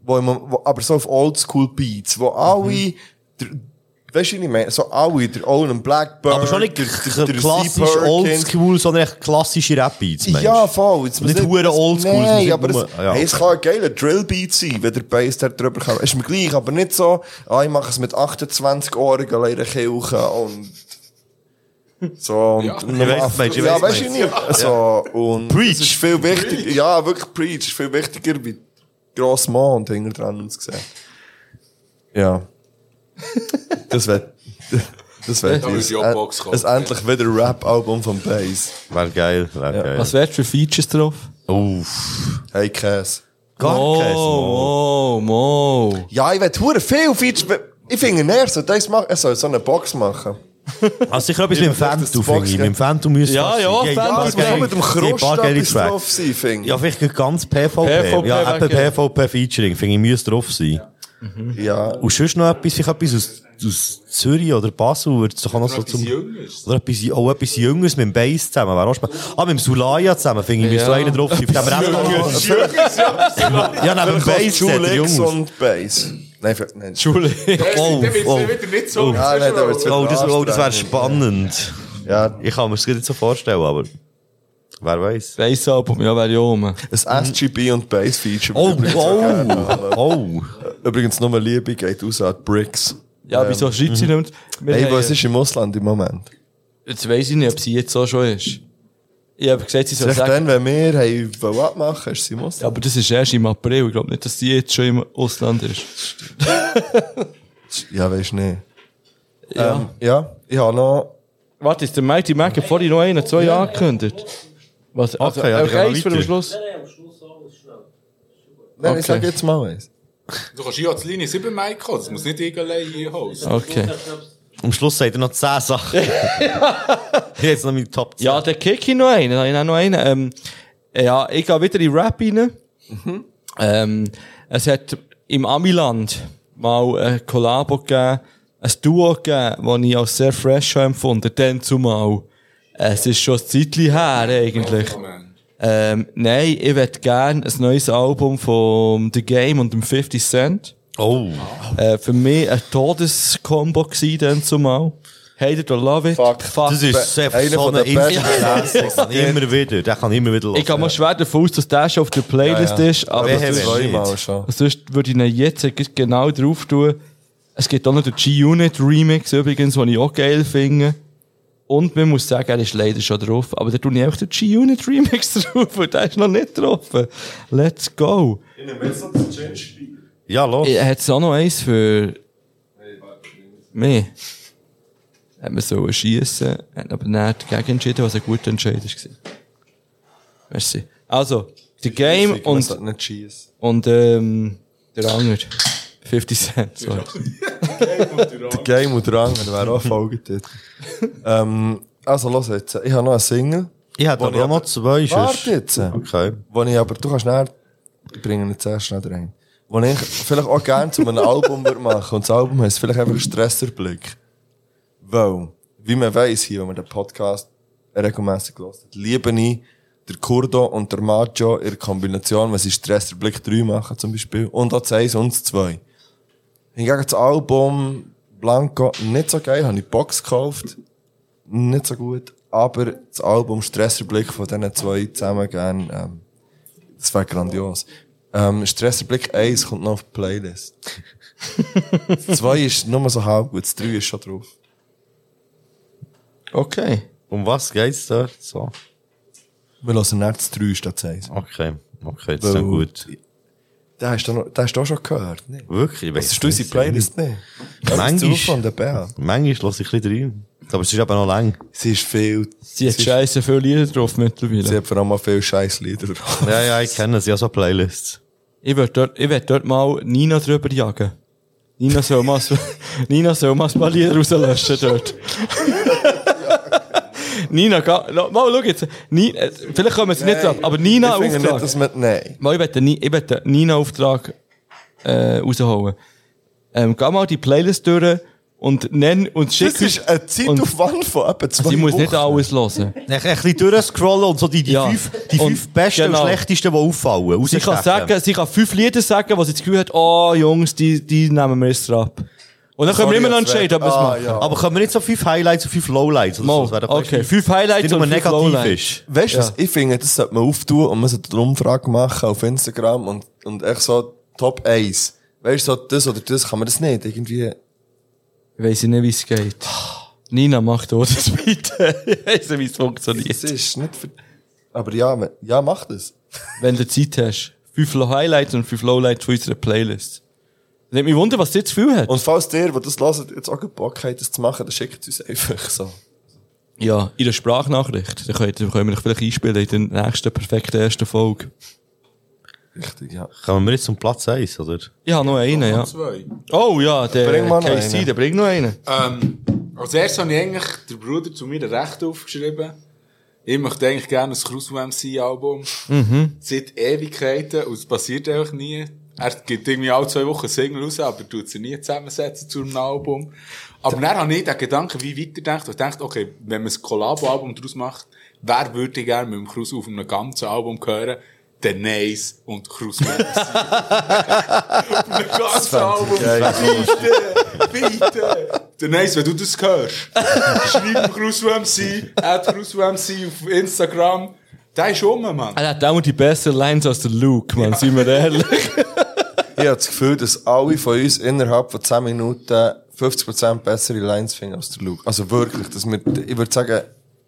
S4: wo, immer- wo, aber so auf Oldschool Beats, wo alle, der, weißt du, was ich meine, so alle, der Owen Blackburn,
S5: Aber schon nicht
S4: der, der, der
S5: klassisch
S4: Steve Perkins.
S5: oldschool, sondern echt klassische Rap-Beats, meinst du?
S4: Ja, voll. Jetzt muss
S5: Nicht hure oldschool, es muss
S4: Nein,
S5: nicht
S4: aber
S5: nur-
S4: es,
S5: ja.
S4: hey, es kann ein geiler Drillbeat sein, wenn der Bass da drüber kommt. Ist mir gleich, aber nicht so, ah, ich mache es mit 28 Ohren in einer Kirche und so und
S5: Ich weiss,
S4: acht-
S5: meinst du, ich
S4: ja,
S5: weiss,
S4: weißt du
S5: meinst
S4: nicht. Also, und preach. ist viel wichtiger. Ja, wirklich preach ist viel wichtiger wie gross Mann und hinter dran uns gesehen. Ja. Das wird das wird
S15: Da muss ich auch Box kaufen.
S4: es endlich wieder Rap Album von Bass.
S5: Wäre geil, wäre geil.
S7: Was wärst du für Features drauf?
S5: Uff.
S4: Hey, Käse.
S5: Gar
S7: Mo,
S5: keins,
S4: Oh,
S7: Mo, Mo.
S4: Ja, ich will hure viel Features. Ich finde, er soll das machen. Er soll so eine Box machen.
S5: Also sicher etwas mit dem Phantom, finde ich. Mit dem Phantom müsste
S7: Ja,
S5: es
S7: ja,
S5: sein. Die haben
S7: Phantom,
S5: ein paar
S7: ja,
S5: geile-
S4: mit dem
S5: die haben ein paar
S4: Krust
S5: geile
S4: etwas
S5: Tracks.
S4: drauf sein, finde ich.
S5: Ja, vielleicht ganz PvP.
S4: PvP
S5: ja, eben
S4: wäre geil.
S5: PvP-Featuring, finde ich, müsste drauf sein.
S4: Ja.
S5: Und sonst noch etwas, vielleicht etwas aus, aus Zürich oder Basel, würde es doch auch noch so
S15: etwas
S5: zum...
S15: Jüngeres.
S5: Oder etwas, auch etwas Jüngeres mit dem Bass zusammen, wäre auch spannend. Ah, mit dem Sulaya zusammen, finde ich, müsste so einer drauf sein. Der aber eben auch- Ja, neben dem Bass, der der
S4: Julix
S5: Jungs.
S4: und Bass. Nein, vielleicht nicht.
S7: Schule.
S5: Oh, oh.
S15: nicht
S5: Oh,
S4: Ja, nein, da wird's wieder
S5: oh, das, oh, das wäre
S4: anstrengend.
S5: spannend.
S4: Ja.
S5: Ich kann mir das nicht so vorstellen, aber wer weiß.
S7: Weiss Album, ja, wäre ja oben.
S4: Ein SGB und Bass Feature.
S5: Oh,
S4: Übrigens auch gerne.
S5: oh, oh.
S4: Übrigens, nur Liebe geht aus an die Bricks.
S7: Ja, wieso schreibt sie nicht? Wir
S4: Ey,
S7: haben-
S4: was ist im Ausland im Moment?
S7: Jetzt weiss ich nicht, ob sie jetzt auch schon ist. Ich habe gesagt, sie soll
S4: Vielleicht
S7: sagen...
S4: dann, wenn wir hey, wollen abmachen, ist sie im Ausland.
S7: Ja, aber das ist erst im April. Ich glaube nicht, dass die jetzt schon im Ausland ist.
S4: Ja, weisst du nicht.
S7: Ja.
S4: Ähm, ja, nou, ich habe noch...
S7: Warte, ist der Mighty Mac hat vorhin noch einen, zwei angekündigt? Was, also,
S5: Okay, ja,
S7: also
S5: dann gehen wir
S7: eins für
S5: weiter.
S7: den Schluss.
S4: Nein,
S7: Okay.
S4: ich sag jetzt mal eins.
S15: Du kannst hier als Linie 7 Mike kommen, das muss nicht ich allein hier holen.
S7: Okay.
S5: Am Schluss sagt er noch 10 Sachen. Hier jetzt noch meine Top 10.
S7: Ja, der Kiki noch einen, dann habe ich auch noch einen. Ähm, ja, ich gehe wieder in Rap rein. Ähm, es hat im Amiland mal ein Kollabo gegeben, ein Duo gegeben, das ich als sehr fresh habe empfunden dann zumal. Es ist schon ein Zeitchen her, eigentlich. Ähm, nein, ich würde gerne ein neues Album von The Game und dem 50 Cent.
S5: Oh.
S7: Äh, für mich ein Todeskombo gewesen, dann zumal. Hate it or love it. Fuck.
S5: Das ist sehr so eine Instant-Classic. Immer wieder. Den kann ich immer wieder
S7: Ich kann mal schwer davon aus, dass der schon auf der Playlist
S5: Ja, ja.
S7: ist, aber
S5: Ja, wir
S7: sonst-
S5: haben ihn zweimal schon.
S7: sonst würde ich ihn jetzt genau drauf tun. Es gibt auch noch den G-Unit Remix übrigens, den ich auch geil finde. Und man muss sagen, er ist leider schon drauf, aber da tue ich auch den G-Unit Remix drauf, weil der ist noch nicht drauf. Let's go.
S23: In der Messe des Change
S5: Ja, los.
S7: Hat es auch noch eins für mich? Hat man so schiessen, hat aber nicht dagegen entschieden, was ein guter Entscheid war. Merci. Also, The Game
S4: Musik, man
S7: und,
S4: sagt nicht schiessen.
S7: und ähm, der Anger. 50 Cent, sorry.
S4: Der Game und der Anger wäre auch folgt dort. ähm, also, los jetzt. Ich habe noch eine Single.
S5: Ich hätte
S4: Wo
S5: aber auch noch zwei, sonst-
S4: Warte jetzt.
S5: Okay.
S4: Wo ich aber, du kannst näher, ich bringe ihn zuerst schnell rein. Wo ich vielleicht auch gerne zu einem Album würde machen Und das Album heisst vielleicht einfach Stresserblick. Weil, wie man weiss hier, wenn man den Podcast regelmässig hört, liebe ich der Kurdo und der Macho in der Kombination, wenn sie Stresserblick 3 machen zum Beispiel. Und auch das 1 und das 2. Hingegen das Album Blanco nicht so geil, habe ich die Box gekauft. Nicht so gut. Aber das Album Stresserblick von diesen zwei zusammen gern, ähm, das wäre grandios. Ähm, Stresserblick 1 kommt noch auf die Playlist. das 2 ist nur so halb gut, das 3 ist schon drauf.
S7: Okay.
S5: Um was geht's da? So.
S4: Wir lassen nicht das 3 statt 1.
S5: Okay, okay, das ist
S4: Weil-
S5: dann gut.
S4: Den hast du noch- den hast du auch schon gehört. Ne?
S5: Wirklich, ich
S4: Das
S5: weiss
S4: ist unsere Playlist nicht. Das ist
S5: Manchmal.
S4: zu von der Bär.
S5: Manchmal lasse ich ein bisschen rein. Aber es ist eben noch lang.
S4: Sie ist viel.
S7: Sie hat scheiße viele Lieder drauf mittlerweile.
S4: Sie hat vor allem auch viele scheiß Lieder drauf.
S5: Ja, ja, ich kenne sie, ja so Playlists.
S7: Ich würde dort, ich würd dort mal Nina drüber jagen. Nina soll mal, so- Nina soll mal ein paar Lieder rauslöschen dort. Nina, ga, no, mal, schau jetzt. Ni, äh, vielleicht kommen sie nicht
S4: Nein,
S7: ab, aber Nina
S4: ich finde
S7: Auftrag.
S4: nicht, dass man- nein.
S7: Mal, ich werde ich will den Nina Auftrag, äh, rausholen. Ähm, geh mal die Playlist durch und nenn und schick
S4: Das ist ein Zeitaufwand von etwa zwei
S7: Sie muss nicht
S4: Wochen.
S7: alles hören.
S5: Dann Ein bisschen durchscrollen und so die, die
S7: Ja.
S5: fünf, die
S7: Und
S5: fünf besten
S7: genau.
S5: und schlechtesten, die auffallen.
S7: Sie kann,
S5: rausstechen.
S7: sagen, sie kann fünf Lieder sagen, wo sie das Gefühl hat, oh Jungs, die, die nehmen wir jetzt ab. Und dann können wir
S5: Sorry,
S7: immer noch
S5: jetzt
S7: entscheiden, ob wir
S5: weg.
S7: es
S5: Ah,
S7: machen.
S5: ja. Aber können wir nicht so fünf Highlights und fünf Lowlights? Oder
S7: Mal,
S5: so? Das wäre
S7: okay,
S5: vielleicht-
S7: fünf Highlights
S5: die nur
S7: und fünf
S5: negativ
S7: Lowlights.
S5: Ist.
S4: Weißt du, was ich finde, das sollte man auftun und man sollte eine Umfrage machen auf Instagram und, und echt so Top 1. Weißt du, so das oder das kann man das nicht irgendwie.
S7: Ich weiss nicht, wie es geht. Nina macht auch das bitte. Ich weiss nicht, wie es funktioniert.
S4: Es ist nicht ver- Aber ja, wenn- ja, mach das.
S7: Wenn du Zeit hast. Fünf Highlights und fünf Lowlights von unserer Playlist. Nimmt mich wunder, was sie zu viel hat.
S4: Und falls dir, die das hören, jetzt auch Bock hat, das zu machen, dann schickt es uns einfach so.
S7: Ja, in der Sprachnachricht. Dann könnt- dann können wir euch vielleicht einspielen in der nächsten perfekten ersten Folge.
S4: Richtig, ja.
S5: Kommen wir jetzt zum Platz 1, oder?
S7: Ich habe noch einen, ja.
S15: zwei.
S7: Oh ja, der
S15: Bring mal noch
S7: KC,
S15: einen.
S7: der bringt noch einen.
S15: Ähm, als erstes habe ich eigentlich den Bruder zu mir Recht aufgeschrieben. Ich möchte eigentlich gerne ein Cruise MC-Album.
S7: Mhm.
S15: Seit Ewigkeiten und es passiert einfach nie. Er gibt irgendwie alle zwei Wochen Single raus, aber tut sie nie zusammensetzen zu einem Album. Aber dann habe ich den Gedanken wie weitergedacht und dachte, okay, wenn man ein Collabo-Album daraus macht, wer würde gerne mit dem Cruise auf einem ganzen Album hören? The Nays und Cruise MC. auf einem ganzen Album. Bitte, bitte. The Nays, wenn du das hörst, schreib Cruise MC, add Cruise MC auf Instagram. Der ist um, Mann.
S4: Also-
S7: Er hat auch die besseren Lines als der Luke, man, sind wir ehrlich.
S4: Ich habe das Gefühl, dass alle von uns innerhalb von 10 Minuten 50% bessere Lines finden als der Luke. Also wirklich, dass wir, ich würde sagen,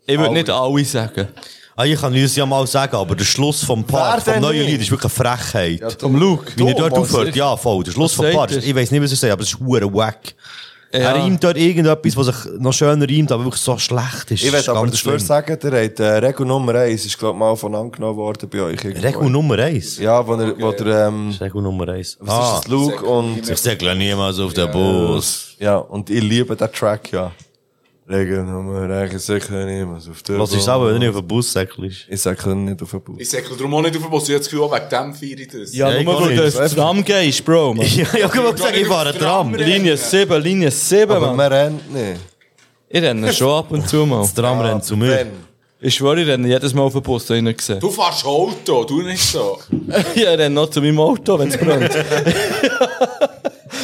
S7: Ich würde nicht alle sagen.
S5: Ah, ich kann es ja mal sagen, aber der Schluss vom Part,
S4: Wer
S5: vom
S4: denn
S5: neuen
S4: nicht?
S5: Lied, ist wirklich eine Frechheit.
S7: Tom Luke.
S5: Wie er
S7: Du,
S5: dort
S7: Mann,
S5: aufhört,
S7: sicher.
S5: ja, Dus voll. Der Schluss
S7: Was
S5: vom
S7: sagt
S5: Part,
S7: er?
S5: ist- ich weiß nicht, was er sagt, aber es ist hure wack. Er reimt dort irgendetwas, was sich noch schön reimt, aber wirklich so schlecht ist.
S4: Ich
S5: Ganz
S4: will aber
S5: schlimm.
S4: dafür sagen, der hat, äh, Regel Nummer 1 ist, glaube ich, mal von angenommen worden bei euch. irgendwo.
S5: Regel Nummer 1?
S4: Ja, wo er, wo der, ähm,
S5: Regel Nummer 1.
S4: Was ist das? Luke und...
S5: Ich säckle niemals auf den Bus.
S4: Ja, und ich liebe den Track, ja. Regel Nummer 1, ich säckle niemals auf den
S5: Was ist aber, wenn du nicht auf den Bus säckelst?
S4: Ich säckle nicht auf den Bus.
S15: Ich säckle darum auch nicht auf den Bus. Ich habe das Gefühl, auch wegen dem feiere ich das.
S7: Ja, ja nur weil du auf Tram gehst, Bro. Mann.
S5: ja, ich hab gerade gesagt, ich fahre Tram.
S7: Linie 7, Linie 7,
S4: Aber
S7: Mann.
S4: man rennt nicht.
S7: Ich renne schon ab und zu mal. Das
S5: Tram rennt zu mir.
S7: Ich schwöre, ich renne jedes Mal auf den Bus rein gesehen.
S15: Du fährst Auto, du nicht so.
S7: ich renne noch zu meinem Auto, wenn es brennt.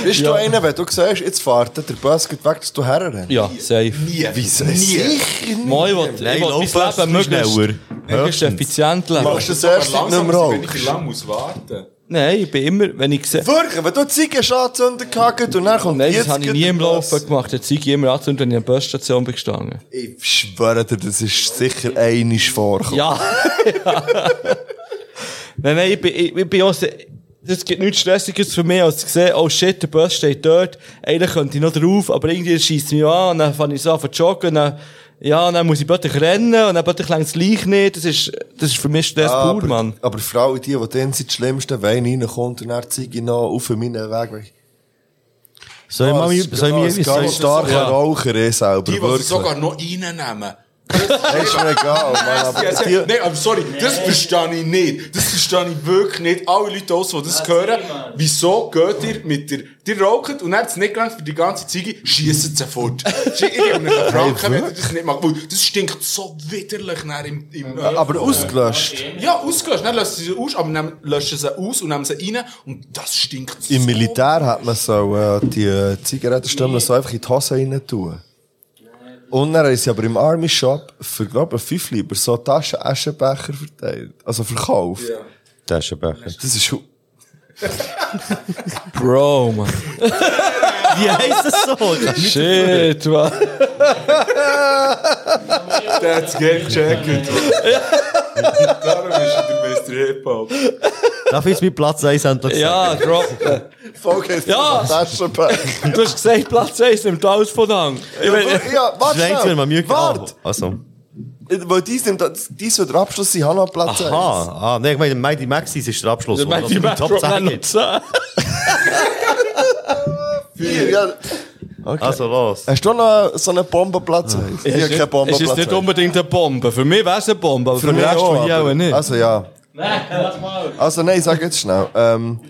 S4: Bist du einer, wenn du siehst, jetzt fährt der Bus geht weg, dass du herrennst?
S7: Ja, safe. Nie.
S4: Wie soll Sicher nie.
S7: Moi, ich will,
S4: Nein,
S7: ich will
S4: Laufplatz
S7: mein Leben
S4: ist schneller.
S7: möglichst, möglichst
S4: Höchstens.
S7: effizient leben.
S4: Machst du das erst seit nicht mehr
S15: Wenn ich hier
S4: rauchst?
S15: lang muss warten.
S7: Nein, ich bin immer, wenn ich sehe...
S4: Wirklich, wenn du Ziegen anzünden kannst und dann kommt
S7: Nein, das
S4: jetzt
S7: habe ich
S4: gerade
S7: nie im
S4: der Bus.
S7: Laufen gemacht. Jetzt zeige ich immer anzünden, wenn ich an der Busstation bin gestanden.
S4: Ich schwöre dir, das ist sicher einisch vorgekommen.
S7: Ja. nein, nein, ich bin, ich, ich bin auch sehr, das gibt nichts Stressiges für mich, als zu sehen, oh shit, der Bus steht dort, eigentlich könnte ich noch drauf, aber irgendwie schießt mich an, und dann fange ich so an zu joggen, und dann, ja, und dann muss ich plötzlich rennen, und dann plötzlich längt es gleich nicht, das ist, das ist für mich Stress pur,
S4: aber,
S7: Mann.
S4: Aber Frauen, die, die dann sind, die schlimmsten, wenn einer reinkommt und dann zeige ich noch auf meinen Weg. Weil
S5: Soll ich mal,
S4: Als-
S5: soll ich mal
S4: als
S5: etwas
S4: ganz starker
S5: Ja.
S4: Raucher ist selber,
S15: Die, die sie
S4: wirklich.
S15: sogar noch reinnehmen.
S4: ist mir egal, Mann, aber
S15: Ja,
S4: die,
S15: Nein, aber sorry, das verstehe ich nicht. Das verstehe ich wirklich nicht. Alle Leute aus, die das hören, wieso geht ihr mit der... Die rauchen und dann hat's nicht gelangt für die ganze Ziege, schiessen sie sofort. Schie- Ich nehme einen Franken, wenn ihr das nicht macht. weil Das stinkt so widerlich nach im... im
S4: aber ausgelöscht.
S15: Ja, ausgelöscht. Dann löschen sie sie aus, aber dann löschen sie aus und nehmen sie rein und das stinkt
S4: Im Militär hat man so äh, die äh, Zigarettenstummel so einfach in die Hose rein tun. Und dann ist sie aber im Army Shop für, glaube ich, fünf Lieber so Taschen Aschenbecher verteilt. Also verkauft.
S5: Taschenbecher.
S4: Das ist schon.
S7: Bro, Mann.
S5: Wie heisst das so?
S7: Shit, Mann.
S15: That's game checked. Darum ist er der Meister Hip-Hop.
S5: Darf ich jetzt mit Platz 1 endlich
S7: Ja,
S5: sagen?
S7: drop.
S4: Folge
S7: Ja.
S4: Taschenbecher.
S7: Du hast gesagt, Platz 1 nimmt alles von an. Ich meine,
S4: ja, nou?
S5: Das
S4: warte.
S5: ist eigentlich, wenn man Mühe
S4: schnell. Warte!
S5: Also.
S4: Weil dies nimmt, dies wird der Abschluss sein, Hanna Platz eins.
S5: Aha. Ah, nee, ich meine, Mighty Maxis ist der Abschluss.
S7: Der
S5: oder?
S7: Mighty
S5: Also,
S7: Max
S5: Top
S7: Drop
S5: 10
S7: Nano
S5: jetzt.
S7: 10.
S4: Vier, ja. Okay.
S5: Also los.
S4: Hast du noch so einen Bombenplatz? eins? Ich habe keinen
S7: Es ist
S4: Bombenplatz.
S7: nicht
S4: eins.
S7: unbedingt eine Bombe. Für mich wäre es eine Bombe, aber für, den
S4: mich
S7: Rest
S4: auch,
S7: von hier
S4: aber-
S7: auch nicht.
S4: Also ja. Also nein, sag jetzt schnell. Ähm,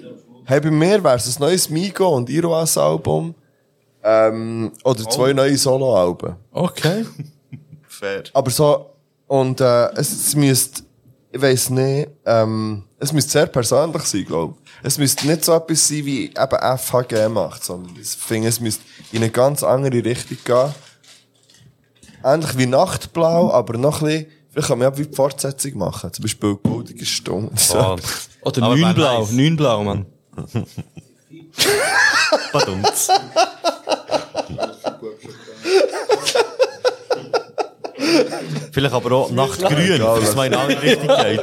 S4: hey, bei mir wäre es ein neues Migo und Iroas Album. Ähm, oder zwei neue Solo-Alben.
S7: Okay.
S5: Fair.
S4: Aber so, und äh, es, es müsste, ich weiss nicht, ähm, es müsste sehr persönlich sein, glaube ich. Es müsste nicht so etwas sein, wie eben FHG macht, sondern ich finde, es müsste in eine ganz andere Richtung gehen. Ähnlich wie Nachtblau, aber noch ein bisschen, vielleicht kann man ja wie die Fortsetzung machen. Zum Beispiel Goldige Stunde.
S5: Ah.
S7: Oder
S5: Aber wär
S7: Neunblau.
S5: nice.
S7: Neunblau, Mann.
S5: Verdammt. Vielleicht aber auch Nachtgrün,
S4: Egal,
S5: dass man in alle Richtungen geht.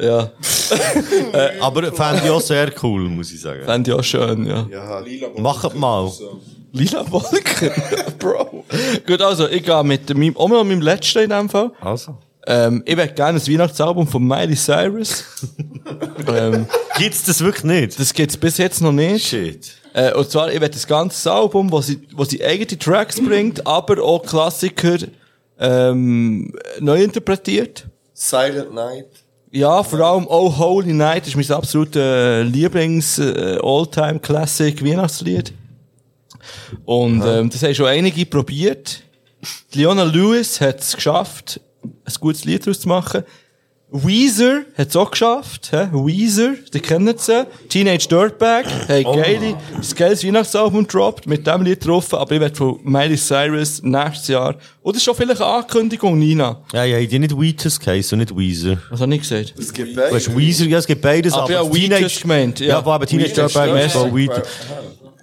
S7: Ja.
S5: Aber fände ich auch sehr cool, muss ich sagen.
S7: Fände ich auch schön, ja.
S5: Macht mal.
S7: Lila Wolken, Bro. Gut, also, ich gehe mit meinem, auch mit meinem letzten in dem Fall.
S5: Also.
S7: Ähm, ich werde gerne ein Weihnachtsalbum von Miley Cyrus. ähm,
S5: Gibt's das wirklich nicht?
S7: das gibt's bis jetzt noch nicht.
S5: Shit.
S7: Äh, und zwar, ich werde das ganze Album, wo sie, wo sie eigene Tracks bringt, aber auch Klassiker, ähm, neu interpretiert.
S4: Silent Night.
S7: Ja, vor allem Oh Holy Night ist mein absoluter äh, Lieblings-All-Time-Classic-Weihnachtslied. Und ähm, das haben schon einige probiert. Die Leona Lewis hat es geschafft, ein gutes Lied daraus zu machen. Weezer hat es auch geschafft. He? Weezer, die kennen sie. Teenage Dirtbag, hey, geile, ein geiles Weihnachtsalbum droppt, mit dem Lied drauf. Aber ich werde von Miley Cyrus nächstes Jahr, oder ist schon vielleicht eine Ankündigung, Nina?
S5: Ja, ja, die nicht Weezer Case und nicht Weezer.
S7: Was habe ich gesagt?
S4: Es gibt
S5: Du hast Weezer, ja, es gibt beides,
S7: Aber
S5: aber
S7: ja, Weed hast du gemeint, ja.
S5: Ja, wo aber Teenage
S7: Weed hast du
S5: Dirtbag ist
S7: gemeint.
S5: von Weed.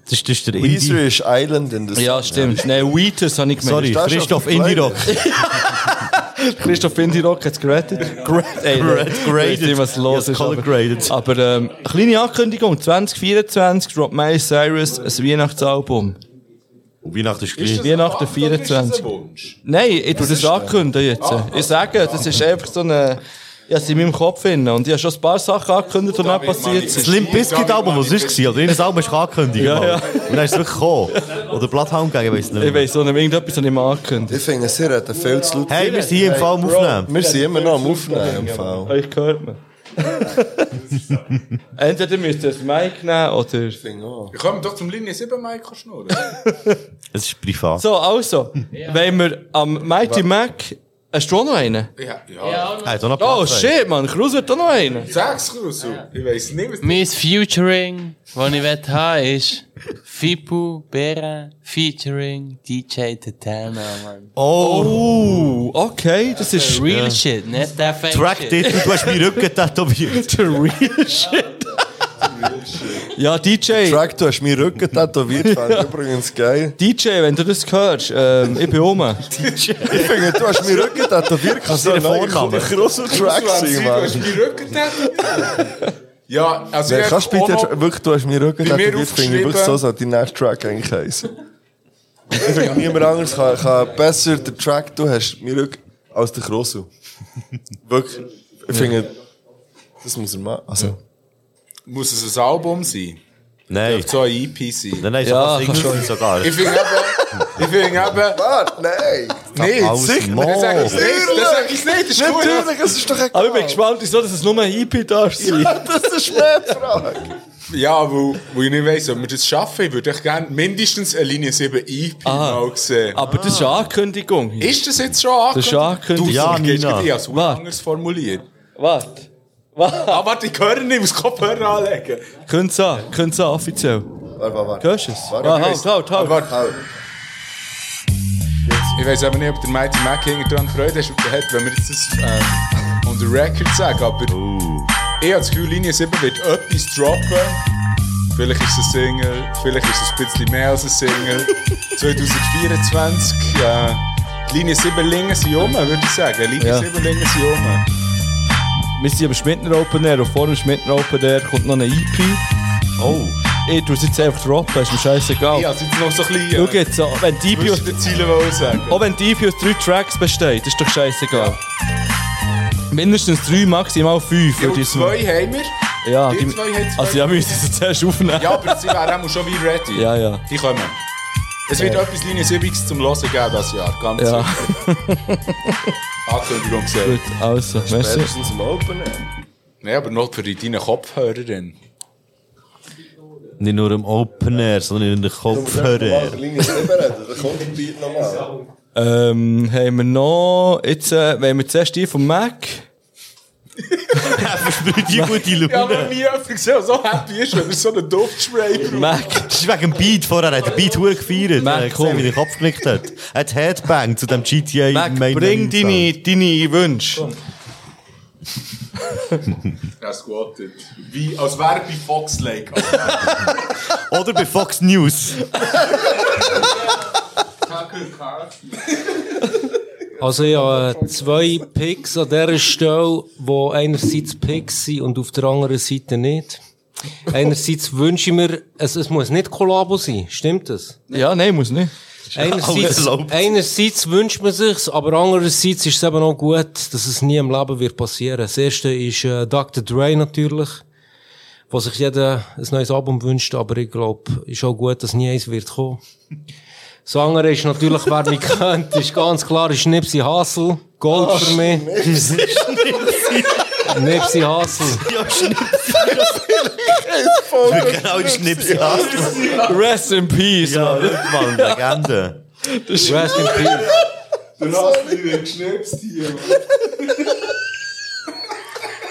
S5: Das, das ist der
S4: Weezer
S5: Indie.
S4: ist Island in the Sun.
S7: Ja, stimmt. Nein, Wheatus habe ich gemeint.
S5: Sorry,
S4: das schon
S5: Christoph
S4: verkleidet?
S5: Indie Rock.
S7: Christoph Findirock hat es gerettet. Great, ey,
S5: Graded.
S7: Ich weiß nicht, was los
S5: Ich hab's
S7: ist. Aber, aber ähm, eine kleine Ankündigung. 2024 droppt Miley Cyrus ein Weihnachtsalbum.
S5: Und Weihnachten ist
S7: gleich. Weihnachten 24.
S15: Wunsch.
S7: Nein, ich tue das ankündigen jetzt. Ich sage, das ist einfach so eine... Ja, sie in meinem Kopf hin. Und ich habe schon ein paar Sachen angekündigt, die dann passiert sind.
S5: Das Limp Bizkit Album, was es war, oder? Jedes Album ist angekündigt.
S7: Ja,
S5: Mann.
S7: ja.
S5: Und dann ist es wirklich gekommen. Oder Bloodhound gegangen, ich weiss nicht.
S7: Ich weiss auch nicht, irgendetwas habe ich mal angekündigt.
S4: Ich finde, sie reden viel zu laut.
S5: Hey, wir sind hier im Fall am
S4: Bro,
S5: Aufnehmen.
S4: Wir sind immer noch am Aufnehmen im Fall.
S7: Ich hört man. Entweder müsst ihr das Mic nehmen oder...
S15: Wir kommen doch zum Linie 7 Mike schnurren.
S5: Es ist privat.
S7: So, also, wenn wir am Mighty Mac... Hast du auch noch einen?
S15: ja, ja.
S5: Hey, da noch
S7: Oh shit, man, Cruz wird auch noch einen.
S15: Sag's, Krusu. Ich weiss nicht, was
S24: Mein Featuring, das ich will haben ist Fipu Bera featuring DJ Tatana, Mann.
S7: Oh, okay, das ist...
S24: Real shit, nicht der Fake shit.
S5: Track-Titel, du hast meinen Rücken tätowiert.
S7: The real shit. Ja, DJ.
S4: Track, du hast meinen Rücken tätowiert, fand ich übrigens geil.
S7: DJ, wenn du das hörst, ähm, ich bin oben.
S4: Ich finde, du hast meinen Rücken tätowiert, kann so ein großer Track sein,
S15: Du hast
S4: Mann.
S15: meinen Rücken tätowiert. Ja, also
S4: Nein,
S15: ich
S4: kannst
S15: hab
S4: bitte,
S15: auch noch-
S4: wirklich, du hast meinen Rücken
S15: Bei mir
S4: tätowiert, finde ich wirklich so,
S15: aufgeschrieben.
S4: sollte dein nächster Track eigentlich heißen. Ich finde, niemand anderes kann, kann besser den Track, du hast meinen Rücken, als der Krosu. Wirklich. Ich finde, das muss er machen. Also,
S15: Muss es ein Album sein?
S5: Nein.
S15: Dürfte so ein EP sein?
S5: Nein, nein, so Ja, was Singles kann schon. sogar.
S15: Ich finde eben... Ich finde eben...
S4: Warte, nein!
S15: Nein,
S7: Aus
S15: sicher.
S7: Maul.
S15: Das sag ich nicht, das sag ich nicht, das ist gut.
S4: Natürlich, es ist doch egal.
S7: Aber ich bin gespannt, wieso dass es nur ein E IP darf sein.
S4: das ist eine Frage.
S15: Ja, weil, weil ich nicht weiss, ob wir das schaffen. Ich würde euch gerne mindestens eine Linie 7 EP mal sehen.
S7: Aber das ist eine Ankündigung. hier.
S15: Ist das jetzt schon
S7: Ah. Das ist
S15: angekündigt?
S7: schon angekündigt.
S15: Du,
S7: Ja,
S15: ja, Nina.
S7: Nina.
S15: Ich habe es anders formuliert.
S7: Warte. Warte.
S15: Ah, warte, ich höre nicht, ich muss Kopfhörer anlegen.
S7: Könnt ihr an, könnt ihr an, offiziell.
S4: Warte, warte, warte.
S7: Hörst du es?
S15: Warte,
S7: Ah,
S15: ich
S7: halt,
S15: weiss.
S7: halt, halt.
S15: Warte, Ich weiss aber nicht, ob der Mighty Mac hinten dran Freude hat, wenn wir jetzt das ähm, on the record sagen, aber Oh. ich habe das Gefühl, Linie 7 wird etwas droppen. Vielleicht ist es ein Single, vielleicht ist es ein bisschen mehr als ein Single. 2024, äh, die Linie 7 Lingen sind um, würde ich sagen. Linie
S7: Ja.
S15: 7 Lingen sind um.
S7: Wir sind am Schmidtner Open Air und vor dem Schmidtner Open Air kommt noch eine EP.
S5: Oh.
S7: Ich tue es jetzt einfach droppen, ist mir scheißegal.
S15: Ja, es ist noch so klein.
S7: Schau jetzt, auch wenn die EP aus,
S15: Zwischen den Zielen wollte ich sagen.
S7: auch wenn die EP aus drei Tracks besteht, ist doch scheißegal. Mindestens drei, maximal fünf.
S15: Ja,
S7: würde
S15: und
S7: ich
S15: zwei
S7: sagen.
S15: haben wir.
S7: Ja,
S15: die
S7: die,
S15: zwei haben zwei.
S7: also ja, müssen sie zuerst aufnehmen.
S15: Ja, aber sie wären auch schon wie ready.
S7: Ja, ja.
S15: Die kommen. Es wird
S7: Ja.
S15: etwas Linie 7 zum Hören geben dieses Jahr. Ganz
S7: Ja.
S15: sicher. Ankündigung gesehen.
S7: Gut, also, merci.
S4: Spätestens im Open Air.
S15: Nein, aber noch für deine Kopfhörerin.
S5: Nicht nur im Open Air, sondern in den Kopfhörer.
S4: Linie 7 reden, dann kommt der Beat nochmal.
S7: Ähm, haben wir noch, jetzt, äh, wollen wir zuerst die vom Mac?
S5: Die gute
S15: Ja, aber
S5: Laune.
S15: nie jemand gesehen, der so happy ist, wenn er so einen Duftspray braucht.
S5: Das ist wegen dem Beat vorher, er hat den Beat hoch gefeiert.
S7: Mac,
S5: Mac, ich gesehen, wie der Kopf genickt hat. Er hat Headbang zu dem GTA Mac,
S7: Bring deine, deine Wünsche.
S15: Er squattet. Wie, als wäre er bei Fox Lake.
S5: Oder bei Fox News.
S12: Also ja, äh, zwei Picks an dieser Stelle, wo einerseits Picks sind und auf der anderen Seite nicht. Einerseits wünsche ich mir, es, es muss nicht Kollabo sein, stimmt das?
S7: Ja, nein, muss nicht.
S12: Einerseits, einerseits wünscht man sich's, aber andererseits ist es eben auch gut, dass es nie im Leben wird passieren. Das erste ist äh, Dr. Dre natürlich, was sich jeder ein neues Album wünscht, aber ich glaube, ist auch gut, dass nie eins wird kommen. Das andere ist natürlich, wer mich kennt, ist ganz klar, ist Nipsey Hassel. Gold für mich. Nipsey Hassel.
S5: Ja, Schnipsi.
S4: Voll
S5: Genau, die Schnipsi hast
S7: Rest in Peace,
S5: ja, Mann. Ja, Mann, Legende.
S12: Rest in Peace.
S15: Du hast ihn geschnipst hier.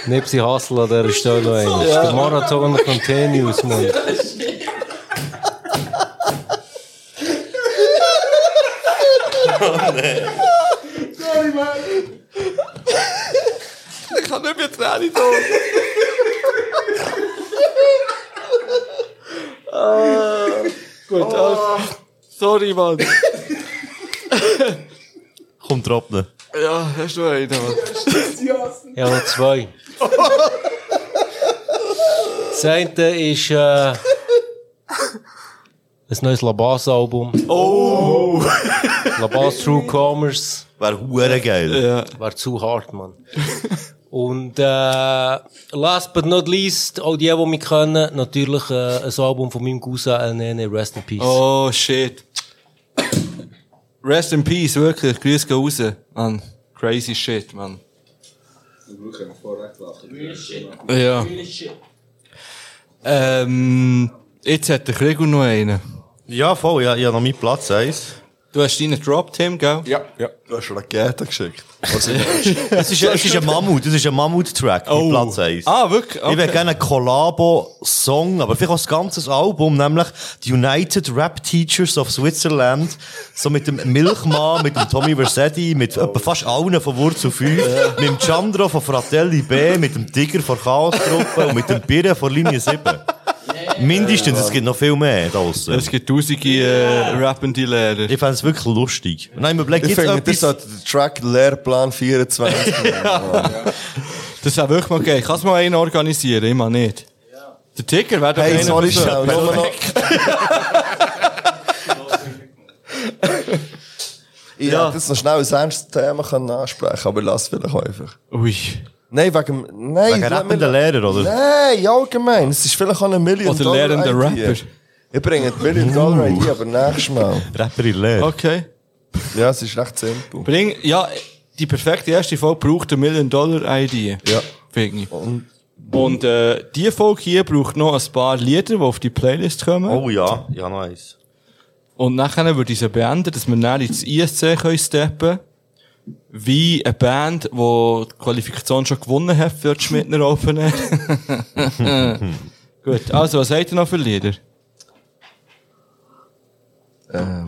S12: Nipsey Hassel an dieser Stelle noch einmal. Der Marathon continues, Mann.
S15: Sorry, Mann.
S7: Ich kann nicht mehr Tränen tun. Gut, also, sorry, Mann.
S5: Kommt trocknen.
S7: Äh, Ja, hast du einen?
S12: Ja, noch zwei. Das eine ist äh, ein neues Labas-Album.
S7: Oh!
S12: Labas True Commerce.
S5: Wäre hure geil.
S12: Ja. Wäre zu hart, Mann. Und äh, last but not least, all die, die mich kennen, natürlich äh, ein Album von meinem Cousin, äh, Nene, Rest in Peace.
S7: Oh, shit. Rest in peace, wirklich. Grüße gehen raus, Mann. Crazy shit, Mann. Ja. Ähm, jetzt hat der Gregor noch einen.
S5: Ja, voll, ja, ich habe noch meinen Platz eins.
S7: Du hast deinen Drop, Tim, gell?
S15: Ja, ja.
S4: Du hast Raketen geschickt. Was
S5: Das ist, das ist ein Mammut, das ist ein Mammut-Track,
S4: Oh.
S5: oh. Platz 1.
S4: Ah, wirklich?
S5: Ich
S4: Okay.
S5: will gerne einen Collabo-Song, aber vielleicht auch das ganze Album, nämlich die United Rap Teachers of Switzerland, so mit dem Milchmann, mit dem Tommy Versetti, mit etwa fast allen von Wurzel 5, mit dem Chandro von Fratelli B, mit dem Tiger von Chaos-Truppe und mit dem Birre von Linie 7. Mindestens, es gibt noch viel mehr draussen.
S7: Es gibt tausende äh, rappende Lehrer.
S5: Ich fände es wirklich lustig. Nein, wir bleiben
S4: Ich
S5: jetzt
S4: finde, das
S5: etwas...
S4: sollte der Track Lehrplan 24
S7: Das wäre wirklich mal geil. Kannst du mal einen organisieren? Immer nicht. Der Ticker wäre doch
S4: Hey,
S7: einer
S4: sorry,
S7: von so-
S4: schnell, nur noch- Ich
S7: Ja.
S4: hätte jetzt noch schnell ein ernstes Thema können ansprechen aber lass vielleicht auch einfach.
S7: Ui.
S4: Nein, wegen, dem- nein. lass
S5: Wegen
S4: mich-
S5: rappenden Lehrer, oder?
S4: Nein, allgemein. Es ist vielleicht auch eine Million
S5: Oder
S4: Dollar
S5: lehrender
S4: Idee.
S5: Rapper.
S4: Ich bringe die Million Dollar Idee, aber nächstes Mal.
S5: Rapperin Lehrer.
S7: Okay.
S4: Ja, es ist recht simpel.
S7: Bring, ja, die perfekte erste Folge braucht eine Million-Dollar-Idee. Ja. Finde ich. Und, äh, die Folge hier braucht noch ein paar Lieder, die auf die Playlist kommen.
S5: Oh ja, ja, noch eins.
S7: Und nachher würde ich sie beenden, dass wir dann ins ISC können steppen Wie eine Band, die die Qualifikation schon gewonnen hat für die Schmidtner Open Air. Gut, also, was habt ihr noch für Lieder?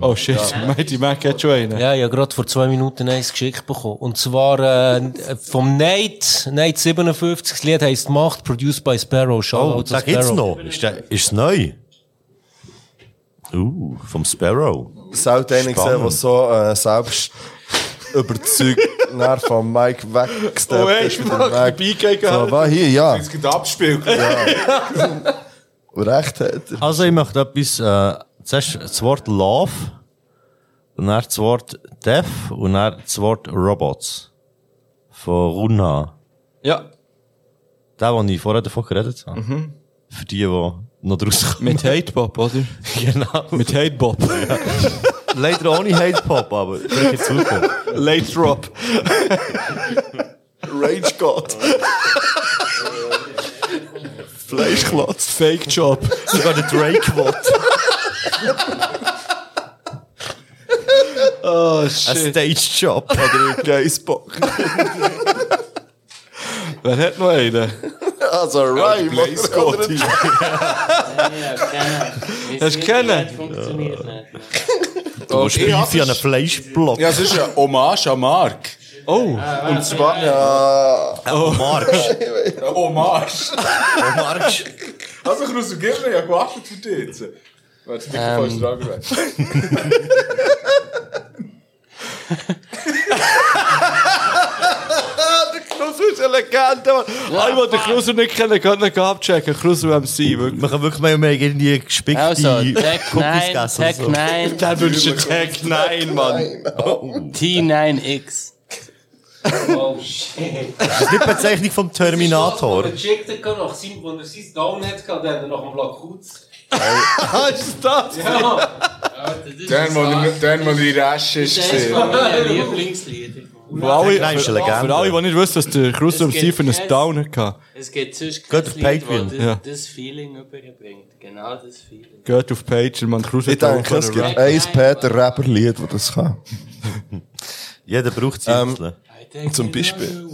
S7: oh shit, Mighty Mac hat schon einen.
S12: Ja, ich habe gerade vor zwei Minuten eins geschickt bekommen. Und zwar äh, vom Nate, Nate 57, das Lied heisst Macht, produced by Sparrow.
S5: Oh,
S12: Shoutout zu
S5: da gibt's
S12: Sparrow.
S5: noch. Ist, der, ist neu? Uh, vom Sparrow.
S4: Sollte einer sehen, der so äh, selbst überzeugt nach von Mike weggesteppt
S15: Oh, ey,
S4: ist. mit
S15: ich
S4: dem
S15: mag
S4: Weg.
S15: die Beigehen
S4: So,
S15: gehalten.
S4: war hier, ja.
S15: Es gibt Abspiel.
S4: Und recht hat er.
S5: Also, ich möchte etwas, äh, zuerst das Wort Love, und dann das Wort Death, und dann das Wort Robots. Von Runa.
S7: Ja.
S5: Der, den ich vorher davon geredet habe.
S7: Mhm.
S5: Für die, die noch draus
S7: Mit Hatepop, oder?
S5: genau.
S7: Mit Hatepop.
S5: Leider ohne Hatepop, aber vielleicht in Zukunft.
S7: Late Drop.
S4: Rage God. Fleischklotz.
S7: Fake Job.
S5: Sogar der Drake Watt.
S7: Oh
S5: Ein
S7: shit.
S5: Stage-Job. Oder ein
S4: Geissbock.
S7: Wer hat noch einen?
S4: Also, Rhyme.
S7: Blaze Gotti.
S15: Hast du kennen?
S25: Funktioniert nicht.
S5: Du musst
S15: ja,
S5: Beef an einen Fleischblock.
S15: Ja, es ist eine Hommage an Mark.
S7: Oh,
S15: und zwar.
S4: Ja.
S5: Oh, Marsch.
S15: Eine Hommage.
S5: Hommage.
S15: Also, ich muss geben, ich habe gewartet für dich jetzt. Warte, das Mikrofon
S4: Ähm.
S15: ist dran gewesen.
S7: der Knusser ist eine Legende. Mann. Alle, die den Knusser nicht kennen, können ihn abchecken. Knusser MC, wirklich.
S5: Man kann wirklich mal mehr irgendwie gespickte
S25: Also, Tech 9,
S5: gegessen
S25: Tech
S5: und so.
S25: 9.
S7: Dann wünschst du Tech 9, Mann.
S25: T9X.
S12: Oh shit.
S5: Das ist nicht die Bezeichnung vom Terminator.
S12: geschickt hat, nach seinem, wo er sein Down hat, dann hat er nach dem Lakutz.
S7: ist das?
S15: Dann, wo die- dann, wo die Asche ist. gesehen.
S25: Lieblingslied.
S7: Für alle,
S15: Nein, ist
S7: für,
S15: eine Legende.
S7: für alle, die nicht wissen, dass der Knusser
S25: Es
S7: MC
S25: gibt
S7: für einen
S25: kein-
S7: Down hatte.
S25: Es gibt sonst
S7: Geht auf Patreon,
S25: das,
S7: ja.
S25: das Feeling überbringt. Genau das Feeling.
S7: Geht auf Page, man Knusser
S4: Ich denke, es gibt ein Peter-Rapper-Lied, das das kann.
S5: Jeder braucht es
S4: Ähm,
S25: jetzt.
S4: Zum Beispiel.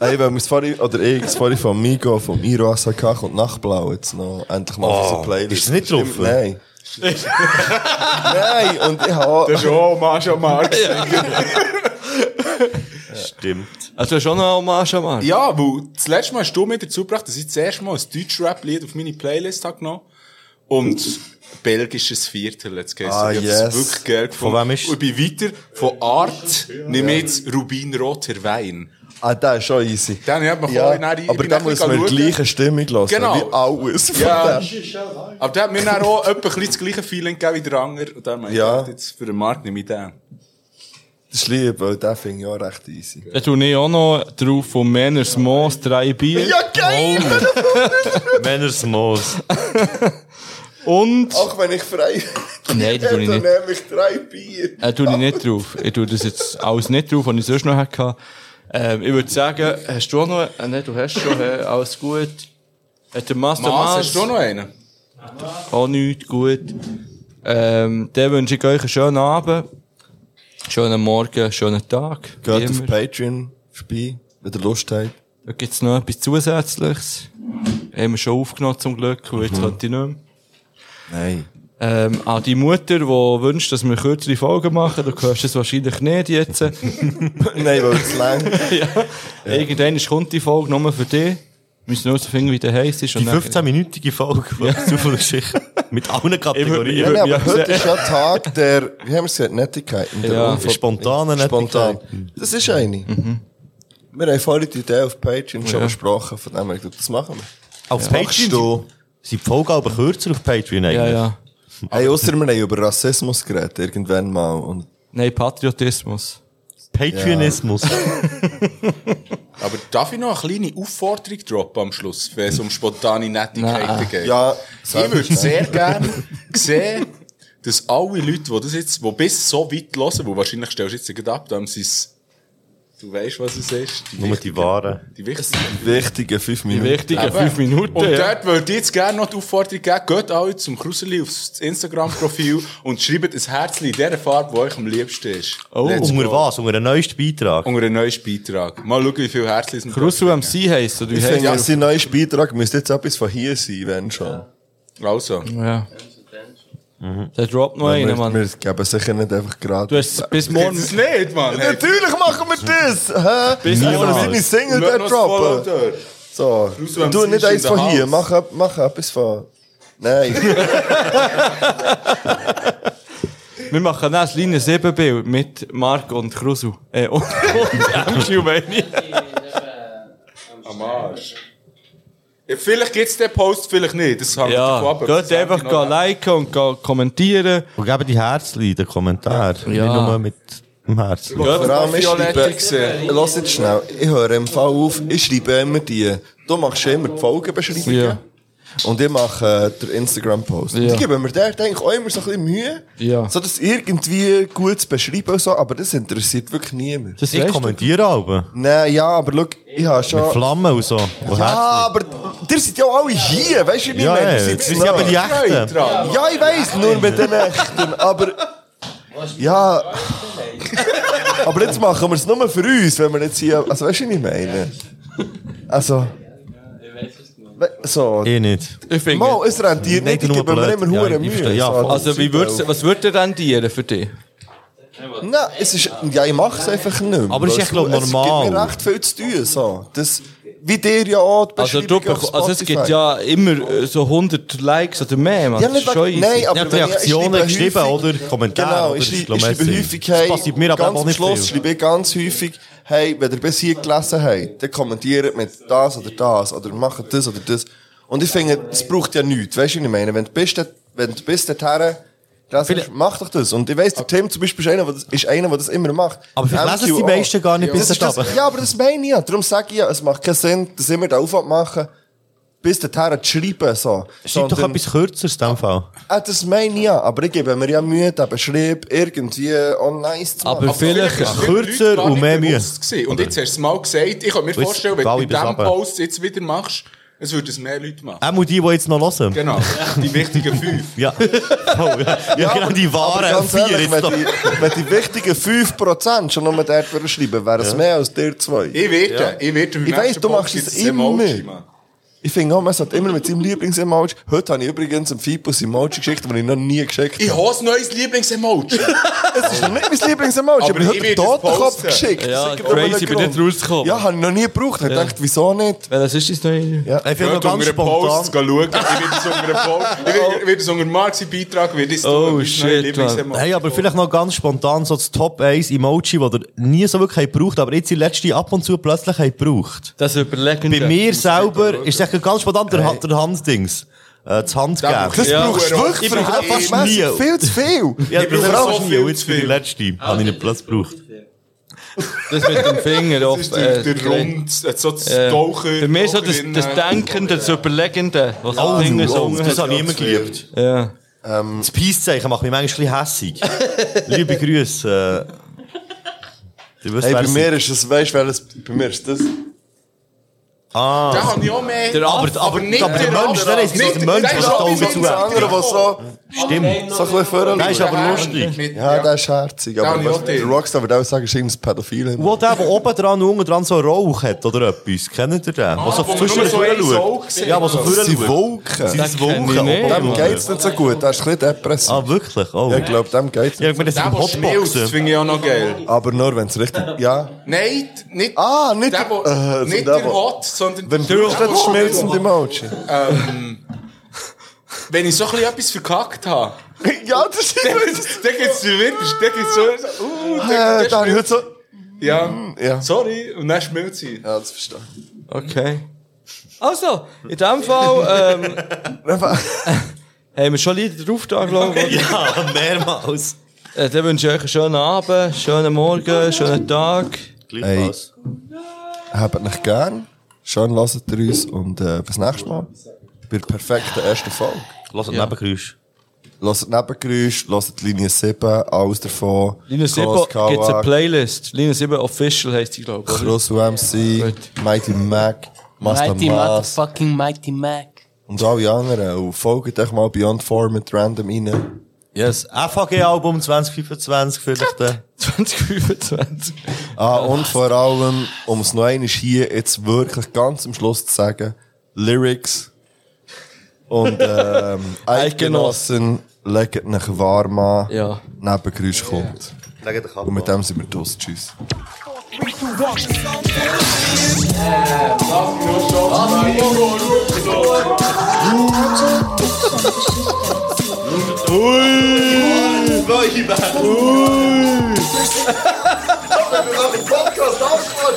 S4: Ey, weil wir es vorhin, oder ich, es vorhin von Migo, von Miro SK kommt Nachtblau jetzt noch endlich mal auf
S5: Oh,
S4: unsere Playlist.
S5: ist es nicht drauf?
S4: Nein. Nein, und ich habe...
S15: Das ist auch Hommage an Mark.
S5: Stimmt.
S7: Also schon eine Hommage an Mark.
S15: Ja, weil das letzte Mal hast du mir dazu gebracht, dass ich das erste Mal ein Deutsch-Rap-Lied auf meine Playlist habe genommen Und belgisches Viertel, jetzt geheißen.
S4: Ah,
S15: ich hab das
S4: yes.
S15: wirklich geil gefunden.
S4: Von wem ist-
S15: Und ich bin weiter von Art, nimm
S4: Ja.
S15: jetzt Rubinroter Wein.
S4: Ah, der ist schon easy.
S15: Dann hat man vorhin auch- ich
S4: aber
S15: bin
S4: da
S15: auch
S4: muss
S15: ein
S4: man die
S15: bisschen
S4: gleiche Stimmung hören.
S15: Genau.
S4: Wie alles von
S15: Ja.
S4: dem.
S15: Aber der hat mir dann auch etwa ein bisschen das gleiche Feeling gegeben wie der andere. Und dann meinte
S4: Ja.
S15: ich, jetzt für den Markt nehme ich den.
S4: Das ist lieb, weil den finde ich auch recht easy.
S7: Ich tue ich auch noch drauf von Männers Moos, drei Bier.
S4: Ja, geil!
S7: Männers Moos. Und.
S4: Auch wenn ich frei
S7: Nein, die tue
S4: Dann
S7: ich nicht.
S4: nehme ich drei Bier.
S7: Äh, tue ich nicht drauf. Ich tue das jetzt alles nicht drauf, was ich sonst noch hatte. Ähm, ich würde sagen, hast du auch noch einen? Äh, Nein, du hast schon, hey, alles gut. Äh, der Master
S15: Mas,
S7: Mas,
S15: hast du noch einen?
S7: Auch nichts, gut. Ähm, dann wünsche ich euch einen schönen Abend, schönen Morgen, schönen Tag.
S4: Geht auf Patreon vorbei, wenn ihr Lust habt.
S7: Da gibt's noch etwas Zusätzliches. Haben wir schon aufgenommen zum Glück, und jetzt
S4: Mhm.
S7: könnte ich nicht mehr.
S4: Nein.
S7: Ähm, an die Mutter, die wünscht, dass wir kürzere Folgen machen, du hörst es wahrscheinlich nicht jetzt. Nein,
S4: weil es lang.
S7: ja. Irgendwann kommt die Folge nur für dich. Wir müssen nur so finden, wie der heiß ist.
S5: Die 15-minütige Folge von ja. Zufallsgeschichten. Mit allen Kategorien.
S4: Ja, nein, aber heute ist ja Tag der, wie haben wir es gesagt, Nettigkeiten. Der
S5: Ja.
S4: Unver-
S5: Spontane
S4: Spontan.
S5: Nettigkeiten.
S4: Das ist eine. Wir haben vorhin die Idee auf Patreon schon
S5: Ja.
S4: besprochen, von dem her, ich glaube, das machen wir.
S5: Auf
S4: Ja.
S5: Patreon
S4: du?
S5: sind die Folgen aber kürzer auf Patreon eigentlich.
S4: Ja, ja. Hey, ausser wir haben über Rassismus geredet, irgendwann mal. Und
S7: Nein, Patriotismus.
S5: Patreonismus.
S15: Aber darf ich noch eine kleine Aufforderung droppen am Schluss, wenn es um spontane Nettigkeiten
S4: Nein.
S15: geht?
S4: Ja,
S15: ich würde
S4: selbstverständlich.
S15: sehr gerne sehen, dass alle Leute, die das jetzt, die bis so weit hören, wo wahrscheinlich stellst du jetzt gerade ab, dann sind es, du weißt, was es ist. Die
S5: Nur die Waren.
S15: Die wichtigen.
S4: Die wichtigen fünf Minuten.
S15: Eben.
S7: Minuten,
S15: Und
S7: ja.
S15: dort würde ich jetzt gerne noch die Aufforderung geben, geht alle zum Kruseli aufs Instagram-Profil und schreibt ein Herzchen in der Farbe, die euch am liebsten ist.
S5: Oh,
S15: Let's
S5: unter
S15: go.
S5: was? Unter den neuesten Beitrag?
S15: Unter den neuesten Beitrag. Mal schauen, wie viele Herzchen es
S7: Krusel am See heisst, oder
S4: ich
S7: wie
S4: finde,
S7: heisst
S4: ja.
S7: es?
S4: sein neues Beitrag müsste jetzt etwas von hier sein, wenn schon.
S15: Also.
S7: Ja. Der droppt noch
S4: Ja,
S7: einen,
S4: wir,
S7: Mann.
S4: Wir geben sicher nicht einfach gerade. Du
S7: hast bis morgen- Gibt's
S15: nicht, Mann.
S4: Ja, natürlich machen wir das. Hä? Bis
S7: Bis morgen.
S4: morgen. Wir sind Single
S7: Lass
S4: der
S7: noch das Follow
S4: droppen.
S7: dort.
S4: So.
S7: Raus, wenn
S4: Du
S7: es
S4: nicht
S7: ist,
S4: eins
S7: in den
S4: von hier.
S7: Hals.
S4: Mach, eb- mach etwas von. Nein.
S7: Wir machen dann ein kleines Siebenbild mit Marc und Krusel. Äh, und, und MQ, meine ich.
S15: Am Arsch. Ja, vielleicht gibt es den Post, vielleicht nicht. Das hängt davon
S7: Ja,
S15: ab. ob das
S7: geht einfach
S15: Handy noch
S7: gehen liken und gehen kommentieren.
S5: Und geben die Herzchen in den Kommentar.
S7: Ja.
S5: Nicht nur mit dem Herzen.
S4: Vor allem, ich schreibe.
S15: gesehen.
S4: Lass jetzt schnell. Ich höre im Fall auf. Ich schreibe immer eh, die. Du machst immer die Folgenbeschreibung.
S7: Ja.
S4: Und ich mache äh, den Instagram-Post.
S7: Ja.
S4: Ich gebe mir da eigentlich auch immer so ein bisschen Mühe,
S7: Ja.
S4: so das irgendwie gut zu beschreiben und so, aber das interessiert wirklich niemand.
S5: Das ich kommentiere aber.
S4: Nein, ja, aber schau, ich habe schon...
S5: Mit Flammen und so. Und
S4: Ja,
S5: Herzen.
S4: aber ihr seid ja alle hier, weißt du, wie ich
S5: Ja,
S4: meine?
S5: ja,
S4: Ihr seid
S5: wir sind aber die Echten.
S4: Ja, ich weiss, nur mit den Echten, aber... Ja... Aber jetzt machen wir es nur für uns, wenn wir jetzt hier... Also, weißt du, wie ich meine? Also... We- So...
S5: Ich nicht.
S7: Ich finde-
S4: Mal, es rentiert nicht, ich
S7: Nur
S4: gebe mir
S7: blöd.
S4: immer
S7: Ja,
S4: hure
S7: ich verstehe.
S4: Mühe.
S7: Ja,
S4: So,
S7: voll. also, wie würd's, was würde dir rentieren für dich?
S4: Nein, es ist, ja, ich mach's einfach nicht mehr.
S7: Aber es ist
S4: Weil
S7: ja, glaub,
S4: Es gibt mir
S7: normal.
S4: recht viel zu tun, so. Das, wie dir ja auch, die
S7: Also, du,
S4: Beschreibung auf
S7: bek- also es
S4: Spotify.
S7: gibt ja immer äh, so 100 Likes oder mehr, man.
S4: Ja, nicht wegen- nein, aber
S5: Ja, die
S4: wenn ich-
S5: Reaktionen
S4: ich schreibe
S5: geschrieben
S4: häufig-
S5: oder Kommentare,
S4: Genau,
S5: oder?
S4: ich
S5: Das ist
S4: schreibe,
S5: glaub
S4: ich
S5: ich
S4: schreibe
S5: Sinn.
S4: häufig,
S5: Das
S4: hey,
S5: passiert mir aber
S4: ganz
S5: auch
S4: am
S5: nicht
S4: Schluss
S5: viel.
S4: schreibe ich ganz häufig, hey, wenn ihr bis hier gelesen habt, dann kommentiert mit das oder das oder macht das oder das. Und ich finde, es braucht ja nichts, weißt du, was ich meine, wenn du bist, dort- wenn du bist dorthin, das hast, mach doch das. Und ich weiss, der Tim zum Beispiel ist einer, der das, ist einer, der das immer macht.
S5: Aber vielleicht
S4: Der
S5: lesen es die
S4: MQ
S5: meisten gar nicht
S4: Ja.
S5: bis
S4: Das ist
S5: dort
S4: das-
S5: runter.
S4: Ja, aber das meine ich ja. Darum sage ich ja, es macht keinen Sinn, dass ich mir den Aufwand mache, bis dorthin zu schreiben. So.
S5: Schreib doch
S4: Sondern-
S5: etwas Kürzeres in dem Fall.
S4: Ah, das meine ich ja, aber ich gebe mir ja Mühe, den Beschrieb irgendwie on nice zu machen.
S5: Aber vielleicht
S15: ist den Leuten
S5: kürzer
S15: gar
S5: und mehr
S15: nicht
S5: Mühe.
S15: bewusst gewesen. Und jetzt hast du es mal gesagt. Ich kann mir
S5: Weißt du,
S15: vorstellen, wenn du
S5: Gabi,
S15: mit
S5: bis
S15: diesem
S5: runter.
S15: Post jetzt wieder machst, es würden es mehr Leute machen.
S5: Auch die, die jetzt noch hören.
S15: Genau. Die wichtigen fünf.
S5: Ja. Oh, ja. ja, genau, die wahren
S4: ganz
S5: vier
S4: ehrlich,
S5: jetzt
S4: wenn,
S5: noch.
S4: die, wenn die wichtigen 5% schon nur dort würden schreiben, wäre es
S5: Ja.
S4: mehr als dir zwei.
S15: Ich werde, ich werde beim
S4: Ich weiss,
S15: nächsten
S4: du machst
S15: Podcast
S4: es
S15: ein Emoji
S4: immer.
S15: machen.
S4: Ich finde auch, man sollte nou, immer mit seinem Lieblingsemoji. Heute habe ich übrigens im Fipus Emoji geschickt, das ich noch nie geschickt habe.
S15: Ich habe ein neues Lieblingsemoji.
S4: Es ist noch nicht mein Lieblingsemoji,
S15: Aber
S4: aber ich
S15: ich
S4: habe einen
S15: werde es
S4: Totenkopf
S15: posten.
S4: geschickt.
S15: Ja,
S4: Das ist irgendwo
S15: crazy,
S4: ein
S15: bin
S4: Grund.
S15: nicht rausgekommen.
S4: genau. Ja, habe ich noch nie gebraucht. Ich dachte, wieso nicht?
S7: Weil das ist das neue.
S4: Ja.
S5: Ich finde noch ganz spontan.
S15: Post schauen. Ich werde es unter einem Post. Ich werde- Ich werde es unter einem Marzi-Beitrag. werde ich es tun, mein neues Lieblingsemoji.
S5: Hey, aber vielleicht noch ganz spontan so das Top 1 Emoji, das ihr nie so wirklich habt gebraucht, aber jetzt die letzte ab und zu plötzlich habt gebraucht.
S7: Das überlegen
S5: Bei mir selber ist es echt ganz spontan der, Hand- der Handdings. Äh, das Handgeben.
S4: Das brauchst du wirklich
S5: Ich brauche
S4: verhältnismäßig
S5: fast nie.
S4: viel zu viel.
S5: Ja,
S4: Ich
S5: das
S4: brauche
S5: brauchst
S4: so
S5: du nie.
S4: viel
S5: Und jetzt für die letzte habe ich einen Platz gebraucht.
S7: Das mit dem Finger äh,
S15: Das ist der, der Rund, so das Tauchen.
S7: Bei mir ist so das,
S4: eh,
S15: äh,
S7: das Denkende, das Überlegende, was
S5: Oh,
S7: der Finger
S5: oh,
S7: so
S5: das
S7: hat.
S5: habe ich immer geliebt.
S7: Ja.
S5: Das Peace-Zeichen macht mich manchmal ein bisschen hässig. Liebe Grüße. Äh, du wirst
S4: Hey, bei mir ist es, weißt du, welches- bei mir ist das.
S5: Ah.
S15: Da habe ich auch mehr.
S4: Der Aff,
S5: aber, aber,
S15: nicht
S5: aber der
S15: der
S5: Mensch, der
S15: Affe.
S5: ist der
S15: Nicht-
S5: Mensch,
S15: der
S5: der
S15: ist
S5: ist
S15: auch
S5: Augen
S15: wie
S5: zu.
S4: Das andere, was so.
S5: Stimmt.
S4: So ein bisschen vorne
S5: Der ist
S4: schaut.
S5: aber lustig.
S4: Ja, der ist herzig.
S5: Ja,
S4: Aber
S5: ich auch
S4: weißt du, der
S5: den.
S4: Rockstar würde auch sagen, ist irgendein Pädophile.
S5: Wo der, der oben dran und unten dran so Rauch hat oder etwas, kennt ihr den? was so
S4: Ah, wo man
S5: zwischen
S4: nur so
S5: den
S4: ein
S5: Füßen
S4: Auge
S5: schaut.
S4: sieht.
S5: Ja, was so
S4: Das sind
S5: vorne
S4: Wolken.
S5: Das
S4: Das
S5: sind
S4: kenn ich
S5: Wolken.
S4: nicht.
S5: oben
S4: Dem
S5: dran.
S4: geht's nicht so gut, der ist ein bisschen depressiv.
S5: Ah, wirklich? Oh.
S4: Ja, Ich glaube, dem geht's
S5: Ja, ich meine, das
S15: Der,
S5: sind
S15: der schmilzt,
S5: Hotboxen.
S15: das finde ich auch noch geil.
S4: Aber nur, wenn es richtig... Ja.
S15: Nein, nicht, ah, nicht der, wo,
S4: äh,
S15: nicht
S4: der,
S15: der,
S4: wo-
S15: Hot, sondern
S4: Wenn
S15: der,
S4: du
S15: wo-
S4: das schmelzende Emoji.
S15: Ähm, wenn ich so ein bisschen etwas verkackt habe.
S4: ja, das ist
S15: Dann gibt es wieder, dann gibt es so. Uh,
S4: Äh, da habe ich heute so...
S15: ja,
S4: ja.
S15: sorry, und dann schmilzt sie.
S4: Ja, das verstehe ich.
S7: Okay. Also, in dem Fall, ähm, haben wir schon Lieder drauf da, glaube ich.
S5: ja, mehrmals.
S7: Äh, dann wünsche ich euch einen schönen Abend, schönen Morgen, schönen Tag.
S4: Hey, habt mich gern. Schön lasst ihr uns und äh, bis nächstes Mal. Bei der perfekten ersten Folge.
S5: Lasst
S7: Ja.
S5: Nebengeräusche.
S4: Lasst Nebengeräusche, lasst Linie 7, alles davon.
S7: Linus Sippo
S4: Klaus
S7: gibt es eine
S4: Kauer,
S7: Playlist. Linus Sippo Official heisst die, glaube ich. oder?
S4: Chris MC, Mighty Mac, Master
S12: Mighty
S4: Mas
S12: Motherfucking Mighty Mac.
S4: und alle anderen. Und folgt euch mal Beyond Form mit Random rein.
S5: Yes, FHG-Album 2025 vielleicht. äh.
S7: 2025.
S4: Ah, und vor allem, um es noch einmal hier jetzt wirklich ganz am Schluss zu sagen, Lyrics und ähm, Eidgenossen, legt nach warm an,
S7: Ja.
S4: Nebengeräusch kommt.
S5: Legt euch ab.
S4: Und mit dem sind wir draus. Tschüss.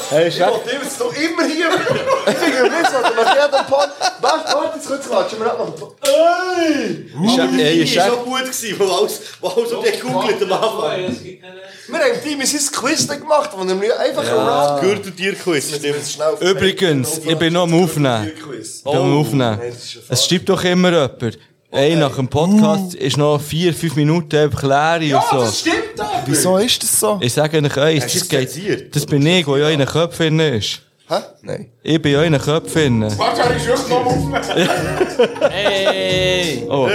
S5: Hey, Schatz.
S4: Ich bin doch immer hier. Ich finde, wir müssen nach jedem Pod... Was? Warte, jetzt kurz klatschen. Wir haben noch... Ey!
S7: Ey, ist echt-
S5: gut gewesen, wo alles, wo alles so gegoogelt am Anfang.
S4: Wir haben Team sein Quiz gemacht, wo wir einfach ja.
S5: Gürtel dir Quiz mit dem.
S7: Übrigens, ich bin noch am Aufnehmen. Oh. Ich
S4: Oh,
S7: bin am Aufnehmen. Es schreibt doch immer jemand. Ey, nach dem Podcast ist noch vier, fünf Minuten einfach leer und so.
S15: stimmt aber.
S4: Wieso ist das so?
S7: Ich sage euch eins,
S4: Hast du
S7: das,
S4: es
S7: geht,
S4: zensiert?
S7: das bin ich, der in euren Köpfen drin ist.
S4: Hä? Nein.
S7: Ich bin in euren Köpfen drin.
S15: Warte, habe ich schon mal aufgenommen.
S12: Hey!
S7: Oh,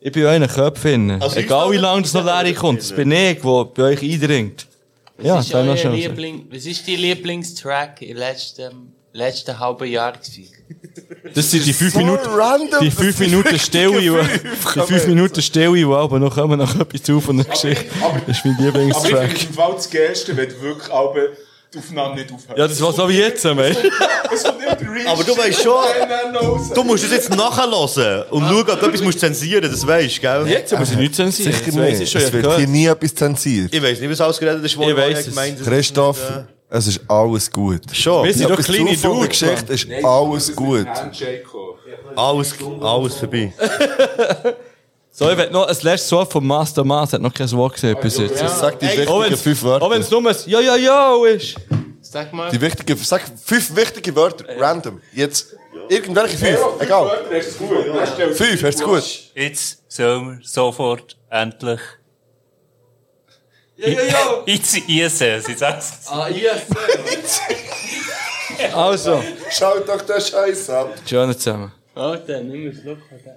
S7: Ich bin in euren Köpfen drin.
S12: Also
S7: Egal wie lange das noch leer kommt, das bin ich, der bei euch eindringt. Ja,
S12: was, ist
S7: das haben wir
S12: euer
S7: schon. gesagt.
S12: Liebling, was ist dein Lieblingstrack im letzten, letzten halben Jahr? gewesen?
S7: Das sind Dus die fünf Minuten,
S4: random,
S7: die fünf Minuten Stille, die fünf Minuten Stille, die aber noch kommen nach etwas auf und eine Geschichte. Das ist mein
S15: Aber ich finde
S7: Lieblingstrack.
S15: es im Fall das Geilste, wenn du wirklich aber die Aufnahme nicht aufhört.
S7: Ja, das war so wie jetzt, mei.
S15: Es kommt immer der Real
S5: Aber du
S15: Shit
S5: weißt schon,
S15: und dann noch raus.
S5: Du musst es jetzt nachhören und schauen, ob du etwas musst zensieren musst, das weißt du, gell?
S7: Jetzt muss ich nichts zensieren.
S4: Sicher
S7: Das weiss ich
S4: nicht.
S7: schon,
S4: Es
S7: ja,
S4: wird
S7: gehört.
S4: hier nie etwas zensiert.
S5: Ich weiß nicht, was alles geredet ist, wo
S7: Ich
S5: ich
S7: weiss es.
S5: gemeint habe.
S4: Christoph, es ist alles gut.
S5: Schon.
S7: Wir sind
S4: Ob
S7: doch
S4: es
S7: kleine
S4: Zufall oder
S7: Dudes,
S4: Geschichte
S7: Mann.
S4: ist alles gut.
S15: Handshake kommen.
S5: Alles, alles vorbei.
S7: So, ich will noch ein letztes Wort vom Master Mass, hat noch kein Wort gesehen bis jetzt.
S4: Das sagt die
S7: Ey,
S4: wichtigen
S7: auch wenn's-
S4: fünf
S7: Auch wenn
S4: Wörter.
S7: es nur ein Oh, Ja, ja, ja ist.
S12: Sag mal.
S4: Die wichtigen, sag fünf wichtige Wörter, random. Jetzt, irgendwelche fünf, egal.
S15: Wörter, hast du es gut. Dann stellst du-
S4: Fünf, hast du gut.
S3: Jetzt sollen wir sofort endlich.
S7: Ja, ja, ja.
S3: Jetzt ist es, jetzt sagst
S7: Ah, yes. Also,
S4: Schaut doch den Scheiß an.
S7: schön zusammen.
S12: Alter, nimm es locker.